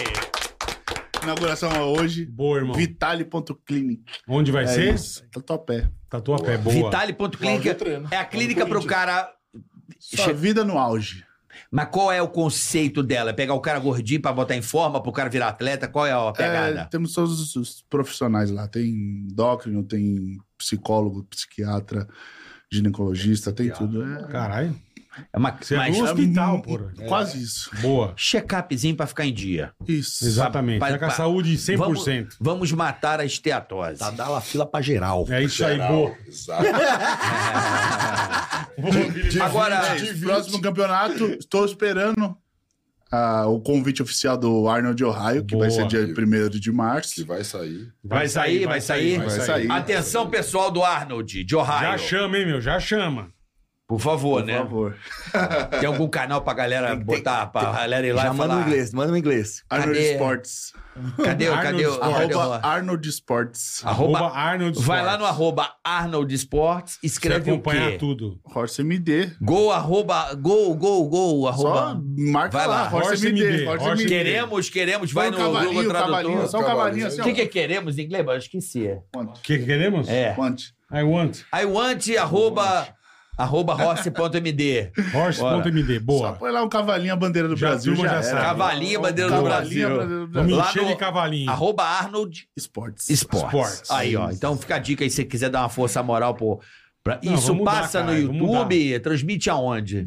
[SPEAKER 8] Inauguração é hoje.
[SPEAKER 3] Boa, irmão.
[SPEAKER 8] Vitale.clinic.
[SPEAKER 3] Onde vai
[SPEAKER 8] É
[SPEAKER 3] ser?
[SPEAKER 8] isso. Eu tô a pé.
[SPEAKER 3] Tatuapé, boa.
[SPEAKER 4] Vitale.clínica é a clínica pro cara.
[SPEAKER 8] Sua vida no auge.
[SPEAKER 4] Mas qual é o conceito dela? É pegar o cara gordinho pra botar em forma, pro cara virar atleta? Qual é a
[SPEAKER 8] É,
[SPEAKER 4] pegada?
[SPEAKER 8] temos todos os profissionais lá. Tem endócrino, tem psicólogo, psiquiatra, ginecologista, tem tudo. É,
[SPEAKER 3] Caralho.
[SPEAKER 4] É uma,
[SPEAKER 3] Você é
[SPEAKER 4] mas
[SPEAKER 3] um hospital,
[SPEAKER 8] É,
[SPEAKER 3] porra.
[SPEAKER 8] Quase isso.
[SPEAKER 3] Boa.
[SPEAKER 4] check-upzinho pra ficar em dia.
[SPEAKER 8] Isso.
[SPEAKER 3] Exatamente.
[SPEAKER 4] Vai-
[SPEAKER 3] Tá com a
[SPEAKER 4] vai-
[SPEAKER 3] saúde 100%.
[SPEAKER 4] Vamos, vamos matar a esteatose.
[SPEAKER 7] Tá dá la fila pra geral.
[SPEAKER 3] É isso aí,
[SPEAKER 1] Geral,
[SPEAKER 3] boa. *laughs*
[SPEAKER 1] Exato.
[SPEAKER 4] *laughs*
[SPEAKER 1] De
[SPEAKER 4] Agora,
[SPEAKER 1] 20, de 20.
[SPEAKER 8] Próximo campeonato, estou esperando ah, o convite oficial do Arnold de Ohio, que vai
[SPEAKER 3] Boa.
[SPEAKER 8] ser dia 1 de
[SPEAKER 1] que
[SPEAKER 8] março.
[SPEAKER 1] vai sair.
[SPEAKER 4] Vai sair, vai sair.
[SPEAKER 8] Vai sair.
[SPEAKER 4] Atenção, pessoal do Arnold, de Ohio.
[SPEAKER 3] Já chama, hein, meu? Já chama.
[SPEAKER 4] Por favor,
[SPEAKER 8] Por
[SPEAKER 4] né?
[SPEAKER 8] favor.
[SPEAKER 4] Tem algum canal pra galera botar, pra galera ir lá
[SPEAKER 9] Já
[SPEAKER 4] e
[SPEAKER 9] manda
[SPEAKER 4] falar.
[SPEAKER 9] um inglês, manda um inglês.
[SPEAKER 8] Arnold
[SPEAKER 4] Cadê?
[SPEAKER 8] Sports.
[SPEAKER 4] Cadê, o- cadê, o-
[SPEAKER 3] Arnold
[SPEAKER 4] cadê o...
[SPEAKER 8] Arroba Arnold Sports.
[SPEAKER 4] Arroba-
[SPEAKER 3] Arroba, Arnold
[SPEAKER 4] Vai
[SPEAKER 3] Sports.
[SPEAKER 4] lá no arroba Arnold Sports,
[SPEAKER 3] Você
[SPEAKER 4] escreve o
[SPEAKER 3] acompanhar
[SPEAKER 4] quê?
[SPEAKER 3] tudo.
[SPEAKER 8] Horse MD.
[SPEAKER 4] Gol, arroba, gol, gol, gol,
[SPEAKER 8] Só
[SPEAKER 4] arroba.
[SPEAKER 8] marca
[SPEAKER 4] Vai lá,
[SPEAKER 8] lá, Horse,
[SPEAKER 3] Horse
[SPEAKER 8] MD.
[SPEAKER 3] MD,
[SPEAKER 8] Horse
[SPEAKER 3] Horse
[SPEAKER 8] MD.
[SPEAKER 4] Queremos, queremos, vai
[SPEAKER 8] Põe
[SPEAKER 4] no
[SPEAKER 8] um cavalinho,
[SPEAKER 4] Google
[SPEAKER 8] cavalinho,
[SPEAKER 4] Tradutor.
[SPEAKER 8] só um cavalinho assim,
[SPEAKER 4] O
[SPEAKER 8] ó.
[SPEAKER 4] que, que é queremos em inglês? Eu esqueci.
[SPEAKER 3] O que que queremos?
[SPEAKER 4] É.
[SPEAKER 8] Quante.
[SPEAKER 3] I want.
[SPEAKER 4] I want arroba, arroba rossi.md.
[SPEAKER 3] Horse.md.
[SPEAKER 8] Só
[SPEAKER 3] Boa.
[SPEAKER 8] põe lá um cavalinho, a bandeira do
[SPEAKER 3] Já
[SPEAKER 8] Brasil
[SPEAKER 3] turma
[SPEAKER 8] já,
[SPEAKER 3] já
[SPEAKER 8] era.
[SPEAKER 3] sabe.
[SPEAKER 4] Cavalinho,
[SPEAKER 8] Um
[SPEAKER 4] bandeira do Brasil.
[SPEAKER 8] cavalinho, a bandeira do
[SPEAKER 3] Vamos
[SPEAKER 8] Brasil.
[SPEAKER 4] Lá
[SPEAKER 3] encher
[SPEAKER 4] no-
[SPEAKER 3] de cavalinho.
[SPEAKER 4] Arroba Arnold
[SPEAKER 8] Sports.
[SPEAKER 4] Sports.
[SPEAKER 3] Sports. É
[SPEAKER 4] Aí, ó. Então fica a dica aí se você quiser dar uma força moral pro. pra-
[SPEAKER 3] Não,
[SPEAKER 4] Isso
[SPEAKER 3] vamos mudar,
[SPEAKER 4] passa no
[SPEAKER 3] cara, vamos
[SPEAKER 4] YouTube, transmite aonde?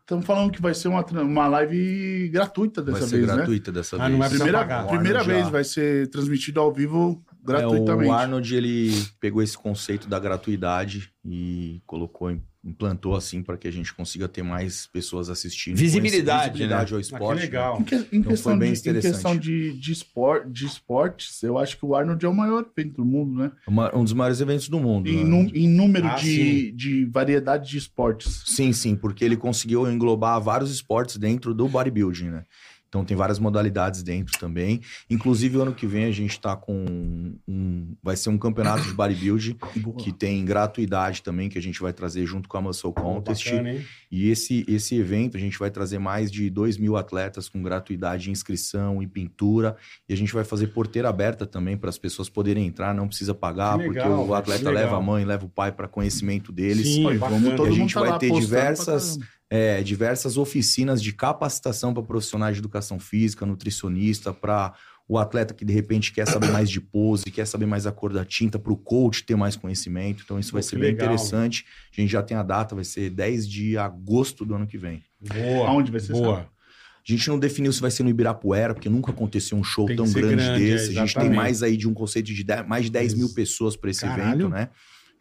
[SPEAKER 8] Estamos falando que vai ser uma, tra- uma live gratuita dessa
[SPEAKER 7] Vai ser
[SPEAKER 8] vez, né?
[SPEAKER 7] gratuita dessa
[SPEAKER 3] Ah,
[SPEAKER 7] vez.
[SPEAKER 3] não vai precisar
[SPEAKER 8] Primeira,
[SPEAKER 3] pagar.
[SPEAKER 8] primeira
[SPEAKER 7] Arnold
[SPEAKER 8] vez
[SPEAKER 7] já.
[SPEAKER 8] vai ser transmitido ao vivo
[SPEAKER 7] É,
[SPEAKER 8] gratuitamente.
[SPEAKER 7] o Arnold, ele pegou esse conceito da gratuidade e colocou, im- implantou assim para que a gente consiga ter mais pessoas assistindo.
[SPEAKER 4] Visibilidade,
[SPEAKER 7] Conhecer- visibilidade né? ao
[SPEAKER 3] Ah,
[SPEAKER 7] esporte.
[SPEAKER 3] que
[SPEAKER 4] né?
[SPEAKER 3] legal.
[SPEAKER 8] Em, que- em
[SPEAKER 7] Então foi
[SPEAKER 8] questão, de,
[SPEAKER 7] bem
[SPEAKER 8] em
[SPEAKER 7] interessante.
[SPEAKER 8] questão de, de, espor- de esportes, eu acho que o Arnold é o maior evento do mundo, né?
[SPEAKER 7] né? Uma- um dos maiores eventos do mundo. né?
[SPEAKER 8] Em, nu- em número
[SPEAKER 3] Ah,
[SPEAKER 8] de, de variedade de esportes.
[SPEAKER 7] Sim, sim, porque ele conseguiu englobar vários esportes dentro do bodybuilding, né? Então tem várias modalidades dentro também. Inclusive, ano que vem a gente está com um. Vai ser um campeonato de
[SPEAKER 3] *coughs*
[SPEAKER 7] bodybuilding que tem gratuidade também, que a gente vai trazer junto com a Muscle Contest.
[SPEAKER 3] Bacana, hein?
[SPEAKER 7] E esse, esse evento a gente vai trazer mais de 2 mil atletas com gratuidade de inscrição e pintura. E a gente vai fazer porteira aberta também para as pessoas poderem entrar, não precisa pagar,
[SPEAKER 3] Que legal,
[SPEAKER 7] porque
[SPEAKER 3] velho,
[SPEAKER 7] o atleta
[SPEAKER 3] que legal.
[SPEAKER 7] leva a mãe, leva o pai para conhecimento deles.
[SPEAKER 3] Sim,
[SPEAKER 8] Pô, e
[SPEAKER 3] bacana.
[SPEAKER 8] vamos todo
[SPEAKER 7] a gente
[SPEAKER 8] mundo tá
[SPEAKER 7] vai
[SPEAKER 8] lá
[SPEAKER 7] ter
[SPEAKER 8] apostando pra
[SPEAKER 7] diversas-
[SPEAKER 8] caramba.
[SPEAKER 7] é, diversas oficinas de capacitação para profissionais de educação física, nutricionista, para o atleta que de repente quer saber mais de pose, quer saber mais a cor da tinta, para o coach ter mais conhecimento. Então isso
[SPEAKER 3] Pô,
[SPEAKER 7] vai
[SPEAKER 3] que
[SPEAKER 7] ser bem
[SPEAKER 3] legal.
[SPEAKER 7] interessante. A gente já tem a data, vai ser 10 de agosto do ano que vem.
[SPEAKER 3] Boa.
[SPEAKER 8] Aonde vai ser sabe?
[SPEAKER 3] Boa.
[SPEAKER 7] A gente não definiu se vai ser no Ibirapuera, porque nunca aconteceu um show
[SPEAKER 3] Tem que
[SPEAKER 7] tão
[SPEAKER 3] ser
[SPEAKER 7] grande,
[SPEAKER 3] grande, é,
[SPEAKER 7] desse. a gente tem
[SPEAKER 3] exatamente.
[SPEAKER 7] mais aí de um conceito de dez- mais de 10 mil
[SPEAKER 3] Isso.
[SPEAKER 7] pessoas para esse
[SPEAKER 3] Caralho.
[SPEAKER 7] evento, né?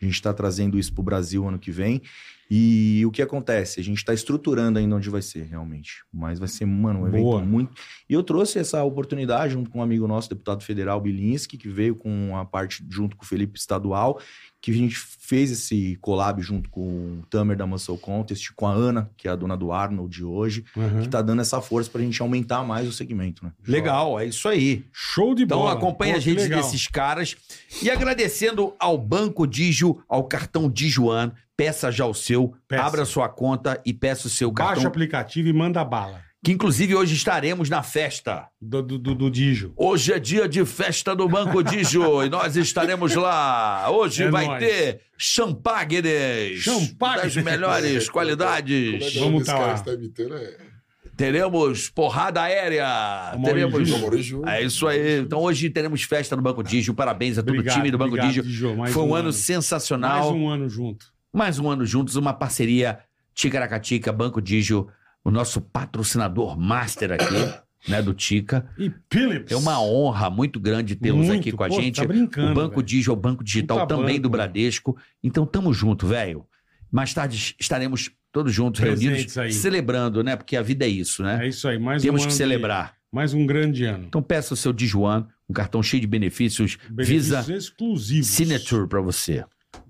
[SPEAKER 7] A gente está trazendo isso para o Brasil ano que vem. E o que acontece? A gente está estruturando ainda onde vai ser, realmente. Mas vai ser, mano, um evento
[SPEAKER 3] Boa.
[SPEAKER 7] muito. E eu trouxe essa oportunidade junto com um amigo nosso, deputado federal Bilinski, que veio com a parte junto com o Felipe Estadual que a gente fez esse collab junto com o Tamer da Muscle Contest, com a Ana, que é a dona do Arnold de hoje,
[SPEAKER 3] Aham.
[SPEAKER 7] que tá dando essa força pra gente aumentar mais o segmento, né?
[SPEAKER 4] Uhum. Legal, é isso aí.
[SPEAKER 3] Show de
[SPEAKER 4] Então
[SPEAKER 3] bola.
[SPEAKER 4] acompanha
[SPEAKER 3] Pô,
[SPEAKER 4] a
[SPEAKER 3] que
[SPEAKER 4] gente
[SPEAKER 3] legal.
[SPEAKER 4] desses caras. E agradecendo ao Banco Digio, ao cartão Dijuan. Peça já o seu,
[SPEAKER 3] Peça.
[SPEAKER 4] abra sua conta e peça o seu
[SPEAKER 3] Baixa o
[SPEAKER 4] cartão.
[SPEAKER 3] aplicativo e manda bala.
[SPEAKER 4] Que inclusive hoje estaremos na festa.
[SPEAKER 3] Do, do, do, do Dijo.
[SPEAKER 4] Hoje é dia de festa do Banco
[SPEAKER 3] *laughs*
[SPEAKER 4] Digio e nós estaremos lá. Hoje
[SPEAKER 3] É
[SPEAKER 4] vai
[SPEAKER 3] nóis.
[SPEAKER 4] ter champagnes.
[SPEAKER 3] Champagnes.
[SPEAKER 4] Das melhores qualidades.
[SPEAKER 3] Vamos
[SPEAKER 1] Vamos
[SPEAKER 3] tá
[SPEAKER 1] tá
[SPEAKER 3] lá.
[SPEAKER 1] Está imitando, é...
[SPEAKER 4] Teremos porrada aérea.
[SPEAKER 3] Amor,
[SPEAKER 4] teremos.
[SPEAKER 3] Digio.
[SPEAKER 1] Amorim
[SPEAKER 4] É isso aí. Então hoje teremos festa no Banco Digio. Parabéns a todo o time do Banco
[SPEAKER 3] obrigado,
[SPEAKER 4] Digio.
[SPEAKER 3] Dijo. Mais
[SPEAKER 4] Foi um, ano
[SPEAKER 3] Mais
[SPEAKER 4] sensacional.
[SPEAKER 3] um ano junto.
[SPEAKER 4] Mais um ano juntos, uma parceria Ticaracatica, Banco Digio, o nosso patrocinador master aqui, né, do Tica.
[SPEAKER 3] E Philips.
[SPEAKER 4] É uma honra muito grande tê-los
[SPEAKER 3] Muito,
[SPEAKER 4] aqui com a
[SPEAKER 3] pô,
[SPEAKER 4] gente.
[SPEAKER 3] Tá brincando,
[SPEAKER 4] o Banco
[SPEAKER 3] velho.
[SPEAKER 4] Digio é o Banco Digital
[SPEAKER 3] Puta
[SPEAKER 4] também
[SPEAKER 3] banco,
[SPEAKER 4] do
[SPEAKER 3] mano.
[SPEAKER 4] Bradesco. Então tamo junto, velho. Mais tarde estaremos todos juntos,
[SPEAKER 3] Presentes
[SPEAKER 4] reunidos,
[SPEAKER 3] aí.
[SPEAKER 4] celebrando, né? Porque a vida é isso, né?
[SPEAKER 3] É isso aí. Mais
[SPEAKER 4] Temos
[SPEAKER 3] um
[SPEAKER 4] que
[SPEAKER 3] ano
[SPEAKER 4] celebrar.
[SPEAKER 3] de- mais um grande ano.
[SPEAKER 4] Então peça o seu Dijuan, um cartão cheio de benefícios,
[SPEAKER 3] Benefícios
[SPEAKER 4] Visa
[SPEAKER 3] exclusivos.
[SPEAKER 4] Signature pra você.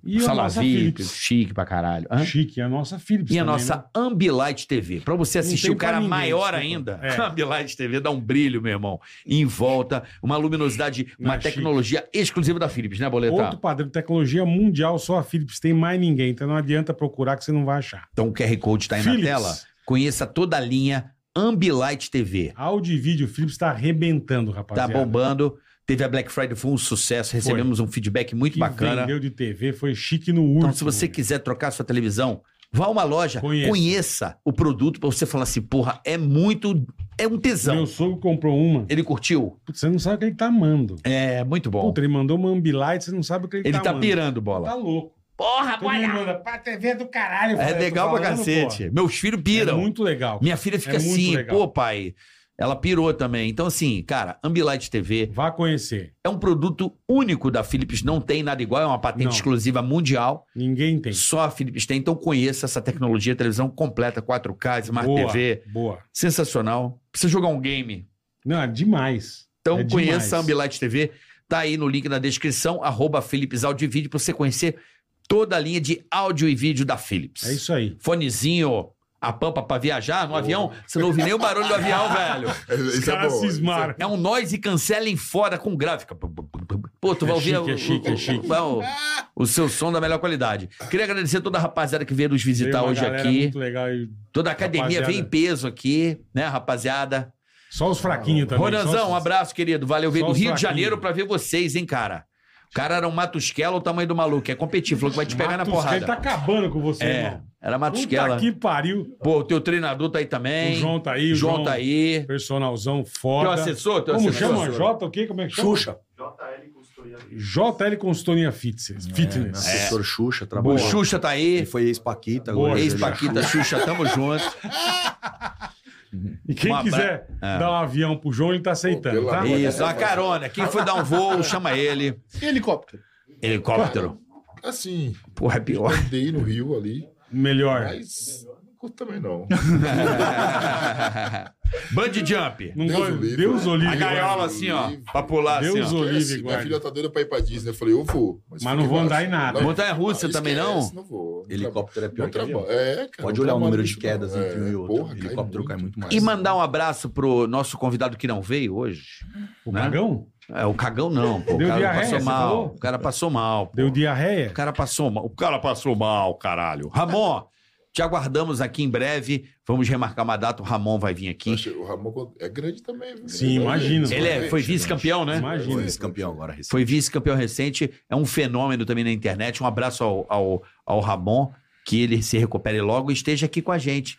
[SPEAKER 3] E a
[SPEAKER 4] Sala
[SPEAKER 3] nossa
[SPEAKER 4] VIP,
[SPEAKER 3] Philips.
[SPEAKER 4] chique pra caralho. Hã?
[SPEAKER 3] Chique, é a nossa Philips.
[SPEAKER 4] E a
[SPEAKER 3] também, né?
[SPEAKER 4] nossa Ambilight TV. Pra você
[SPEAKER 3] Não
[SPEAKER 4] assistir
[SPEAKER 3] tem
[SPEAKER 4] o cara
[SPEAKER 3] pra ninguém,
[SPEAKER 4] maior
[SPEAKER 3] desculpa.
[SPEAKER 4] ainda.
[SPEAKER 3] É.
[SPEAKER 4] *laughs* A Ambilight TV dá um brilho, meu irmão. Em volta, uma luminosidade, uma
[SPEAKER 3] Não, é chique.
[SPEAKER 4] tecnologia exclusiva da Philips, né, Boleta?
[SPEAKER 3] Outro padrão de tecnologia mundial, só a Philips tem mais ninguém. Então não adianta procurar que você não vai achar.
[SPEAKER 4] Então o QR Code tá aí na
[SPEAKER 3] Philips.
[SPEAKER 4] tela. Conheça toda a linha Ambilight TV.
[SPEAKER 3] Áudio e vídeo, o Philips tá arrebentando,
[SPEAKER 4] Tá
[SPEAKER 3] rapaziada.
[SPEAKER 4] bombando. Teve a Black Friday, foi um sucesso. Recebemos um feedback muito
[SPEAKER 3] Que
[SPEAKER 4] bacana.
[SPEAKER 3] vendeu de TV, foi chique no último.
[SPEAKER 4] Então, se você quiser trocar sua televisão, vá a uma loja, conheça,
[SPEAKER 3] Conheça.
[SPEAKER 4] o produto pra você falar assim, porra, é muito, é um tesão.
[SPEAKER 3] Meu sogro comprou uma.
[SPEAKER 4] Ele curtiu?
[SPEAKER 3] Putz, você não sabe o que ele tá amando.
[SPEAKER 4] É muito bom.
[SPEAKER 3] Puta, ele mandou uma Ambilight, você não sabe o que ele,
[SPEAKER 4] ele tá
[SPEAKER 3] amando.
[SPEAKER 4] pirando bola.
[SPEAKER 3] Tá louco.
[SPEAKER 4] Porra,
[SPEAKER 3] Todo mundo
[SPEAKER 4] olha!
[SPEAKER 3] manda, pá, TV do caralho.
[SPEAKER 4] É
[SPEAKER 3] eu falei, eu tô
[SPEAKER 4] legal pra
[SPEAKER 3] falando,
[SPEAKER 4] cacete.
[SPEAKER 3] pô.
[SPEAKER 4] Meus filhos
[SPEAKER 3] É
[SPEAKER 4] piram.
[SPEAKER 3] muito legal.
[SPEAKER 4] Minha filha fica
[SPEAKER 3] É muito
[SPEAKER 4] assim,
[SPEAKER 3] legal.
[SPEAKER 4] pô, pai. Ela pirou também. Então, assim, cara, Ambilight TV
[SPEAKER 3] Vá conhecer.
[SPEAKER 4] é um produto único da Philips, não tem nada igual, é uma patente
[SPEAKER 3] Não.
[SPEAKER 4] exclusiva mundial.
[SPEAKER 3] Ninguém tem.
[SPEAKER 4] Só a Philips tem. Então conheça essa tecnologia, televisão completa, 4K, Smart
[SPEAKER 3] Boa,
[SPEAKER 4] TV.
[SPEAKER 3] Boa.
[SPEAKER 4] Sensacional. Precisa jogar um game.
[SPEAKER 3] Não, é demais.
[SPEAKER 4] Então
[SPEAKER 3] É demais.
[SPEAKER 4] conheça a Ambilight TV. Tá aí no link na descrição, arroba Philips Audio e Vídeo, pra você conhecer toda a linha de áudio e vídeo da Philips.
[SPEAKER 3] É isso aí.
[SPEAKER 4] Fonezinho, a pampa pra viajar no avião, você não ouve nem o barulho do
[SPEAKER 3] *laughs*
[SPEAKER 4] avião, velho.
[SPEAKER 3] Os
[SPEAKER 1] Isso é
[SPEAKER 3] caras
[SPEAKER 1] bom.
[SPEAKER 3] cismaram.
[SPEAKER 4] É um noise cancelem fora com gráfica. Pô, tu
[SPEAKER 3] É
[SPEAKER 4] vai ouvir
[SPEAKER 3] chique,
[SPEAKER 4] o-
[SPEAKER 3] é chique, é
[SPEAKER 4] o-
[SPEAKER 3] chique.
[SPEAKER 4] o- o seu som da melhor qualidade. Queria agradecer toda a rapaziada que veio nos visitar
[SPEAKER 3] Veio uma
[SPEAKER 4] hoje
[SPEAKER 3] galera
[SPEAKER 4] aqui.
[SPEAKER 3] Muito legal. e
[SPEAKER 4] Toda a academia
[SPEAKER 3] Rapaziada.
[SPEAKER 4] vem em peso aqui, né, rapaziada?
[SPEAKER 3] Só os fraquinhos também. só
[SPEAKER 4] Ronanzão,
[SPEAKER 3] os-
[SPEAKER 4] um abraço, querido. Valeu, veio
[SPEAKER 3] Só
[SPEAKER 4] do
[SPEAKER 3] os
[SPEAKER 4] Rio de
[SPEAKER 3] fraquinhos.
[SPEAKER 4] Janeiro pra ver vocês, hein, cara. O cara era um Matusquela, o tamanho do maluco. É competitivo, falou que vai te pegar
[SPEAKER 3] Matos,
[SPEAKER 4] na porrada.
[SPEAKER 3] Ele tá acabando com você,
[SPEAKER 4] É,
[SPEAKER 3] irmão.
[SPEAKER 4] era
[SPEAKER 3] Puta
[SPEAKER 4] Matusquela.
[SPEAKER 3] que pariu.
[SPEAKER 4] Pô, o teu treinador tá aí também.
[SPEAKER 3] O João tá aí. O
[SPEAKER 4] João tá aí.
[SPEAKER 3] Personalzão
[SPEAKER 4] Teu
[SPEAKER 3] foda.
[SPEAKER 4] assessor, teu
[SPEAKER 3] Como
[SPEAKER 4] assessor.
[SPEAKER 3] chama? J o quê? Como é que chama?
[SPEAKER 7] Xuxa.
[SPEAKER 3] JL Consultoria Fitness.
[SPEAKER 4] É,
[SPEAKER 7] Meu
[SPEAKER 4] né?
[SPEAKER 3] Fitness.
[SPEAKER 7] né? assessor Xuxa
[SPEAKER 4] O
[SPEAKER 7] trabalhou.
[SPEAKER 4] Xuxa tá aí.
[SPEAKER 7] Ele foi ex-Paquita.
[SPEAKER 3] Boa,
[SPEAKER 7] agora ele já-
[SPEAKER 4] Ex-Paquita, Xuxa, tamo junto.
[SPEAKER 3] E quem
[SPEAKER 4] Um abra-
[SPEAKER 3] quiser dar um avião pro João, ele tá aceitando,
[SPEAKER 1] Pô,
[SPEAKER 3] tá?
[SPEAKER 1] pelo
[SPEAKER 4] *laughs* Isso, uma carona. Quem for dar um voo, chama ele.
[SPEAKER 8] E helicóptero?
[SPEAKER 4] Helicóptero.
[SPEAKER 1] Assim,
[SPEAKER 4] Porra, é *laughs* pior.
[SPEAKER 1] andei no Rio ali,
[SPEAKER 3] Melhor.
[SPEAKER 1] mas não curto também não.
[SPEAKER 4] Band jump.
[SPEAKER 3] Não
[SPEAKER 1] Deus
[SPEAKER 3] gosto-
[SPEAKER 1] o livre. né?
[SPEAKER 3] Deus o livre.
[SPEAKER 4] A gaiola assim, ó. Pra pular assim,
[SPEAKER 3] Deus
[SPEAKER 4] ó.
[SPEAKER 3] o
[SPEAKER 1] É assim,
[SPEAKER 3] livre,
[SPEAKER 1] minha filha
[SPEAKER 3] guarda.
[SPEAKER 1] tá doida pra ir pra Disney. Eu falei, eu vou.
[SPEAKER 3] Mas não
[SPEAKER 1] fica
[SPEAKER 3] vou
[SPEAKER 1] embaixo.
[SPEAKER 3] andar em nada.
[SPEAKER 4] Montanha-russa
[SPEAKER 1] Ah,
[SPEAKER 4] também
[SPEAKER 1] esquece,
[SPEAKER 4] não?
[SPEAKER 1] Não vou. Não
[SPEAKER 7] Helicóptero é pior
[SPEAKER 1] Não
[SPEAKER 7] que avião.
[SPEAKER 1] trabalha. É, cara.
[SPEAKER 7] Pode
[SPEAKER 1] não
[SPEAKER 7] olhar o
[SPEAKER 1] trabalha
[SPEAKER 7] número
[SPEAKER 1] nisso,
[SPEAKER 7] de quedas
[SPEAKER 1] não.
[SPEAKER 7] entre um
[SPEAKER 1] É,
[SPEAKER 7] e outro.
[SPEAKER 1] porra, cai
[SPEAKER 7] helicóptero cai muito mais.
[SPEAKER 4] E mandar um abraço pro nosso convidado que não veio hoje.
[SPEAKER 3] O
[SPEAKER 4] né?
[SPEAKER 3] Magão
[SPEAKER 4] É, o cagão não, pô. O
[SPEAKER 3] Deu
[SPEAKER 4] cara
[SPEAKER 3] diarreia,
[SPEAKER 4] passou
[SPEAKER 3] você
[SPEAKER 4] mal.
[SPEAKER 3] falou?
[SPEAKER 4] O cara passou mal. pô.
[SPEAKER 3] deu diarreia.
[SPEAKER 4] O cara passou mal. O cara passou mal, caralho. Ramon, te aguardamos aqui em breve. Vamos remarcar uma data. O Ramon vai vir aqui.
[SPEAKER 1] Poxa, O Ramon é grande também. viu?
[SPEAKER 3] Sim, imagino.
[SPEAKER 4] Ele é- foi vice-campeão, né?
[SPEAKER 3] Imagina.
[SPEAKER 7] Foi ex-campeão agora, recente.
[SPEAKER 4] Foi vice-campeão recente, é um fenômeno também na internet. Um abraço ao, ao, ao Ramon, que ele se recupere logo e esteja aqui com a gente.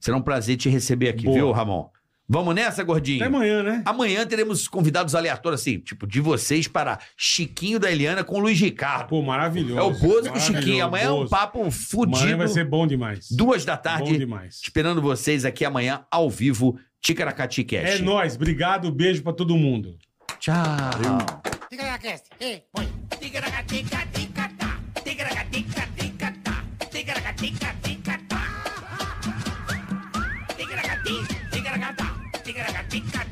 [SPEAKER 4] Será um prazer te receber aqui,
[SPEAKER 3] Boa.
[SPEAKER 4] viu, Ramon? Vamos nessa,
[SPEAKER 3] Até
[SPEAKER 4] gordinho?
[SPEAKER 3] amanhã, né?
[SPEAKER 4] Amanhã teremos convidados aleatórios, assim, tipo, de vocês para Chiquinho da Eliana com o Luiz Ricardo.
[SPEAKER 3] Ah, Pô, maravilhoso.
[SPEAKER 4] é o Bozo com o
[SPEAKER 3] Maravilhoso,
[SPEAKER 4] Chiquinho. Amanhã é um
[SPEAKER 3] Bozo.
[SPEAKER 4] papo
[SPEAKER 3] Amanhã
[SPEAKER 4] fudido.
[SPEAKER 3] vai ser bom demais.
[SPEAKER 4] Duas da
[SPEAKER 3] Bom
[SPEAKER 4] tarde,
[SPEAKER 3] demais.
[SPEAKER 4] esperando vocês aqui amanhã, ao vivo, Ticaracati
[SPEAKER 3] É
[SPEAKER 4] Cash.
[SPEAKER 3] nóis. Obrigado. Beijo pra todo mundo.
[SPEAKER 4] Tchau.
[SPEAKER 2] Tigaracast, ei, põe. Tigaracatica, ticatá. Tigaracatica, ticatá. Tigaracatica, ticatá. Tigaracati, tigaracatá. Tigaracatica,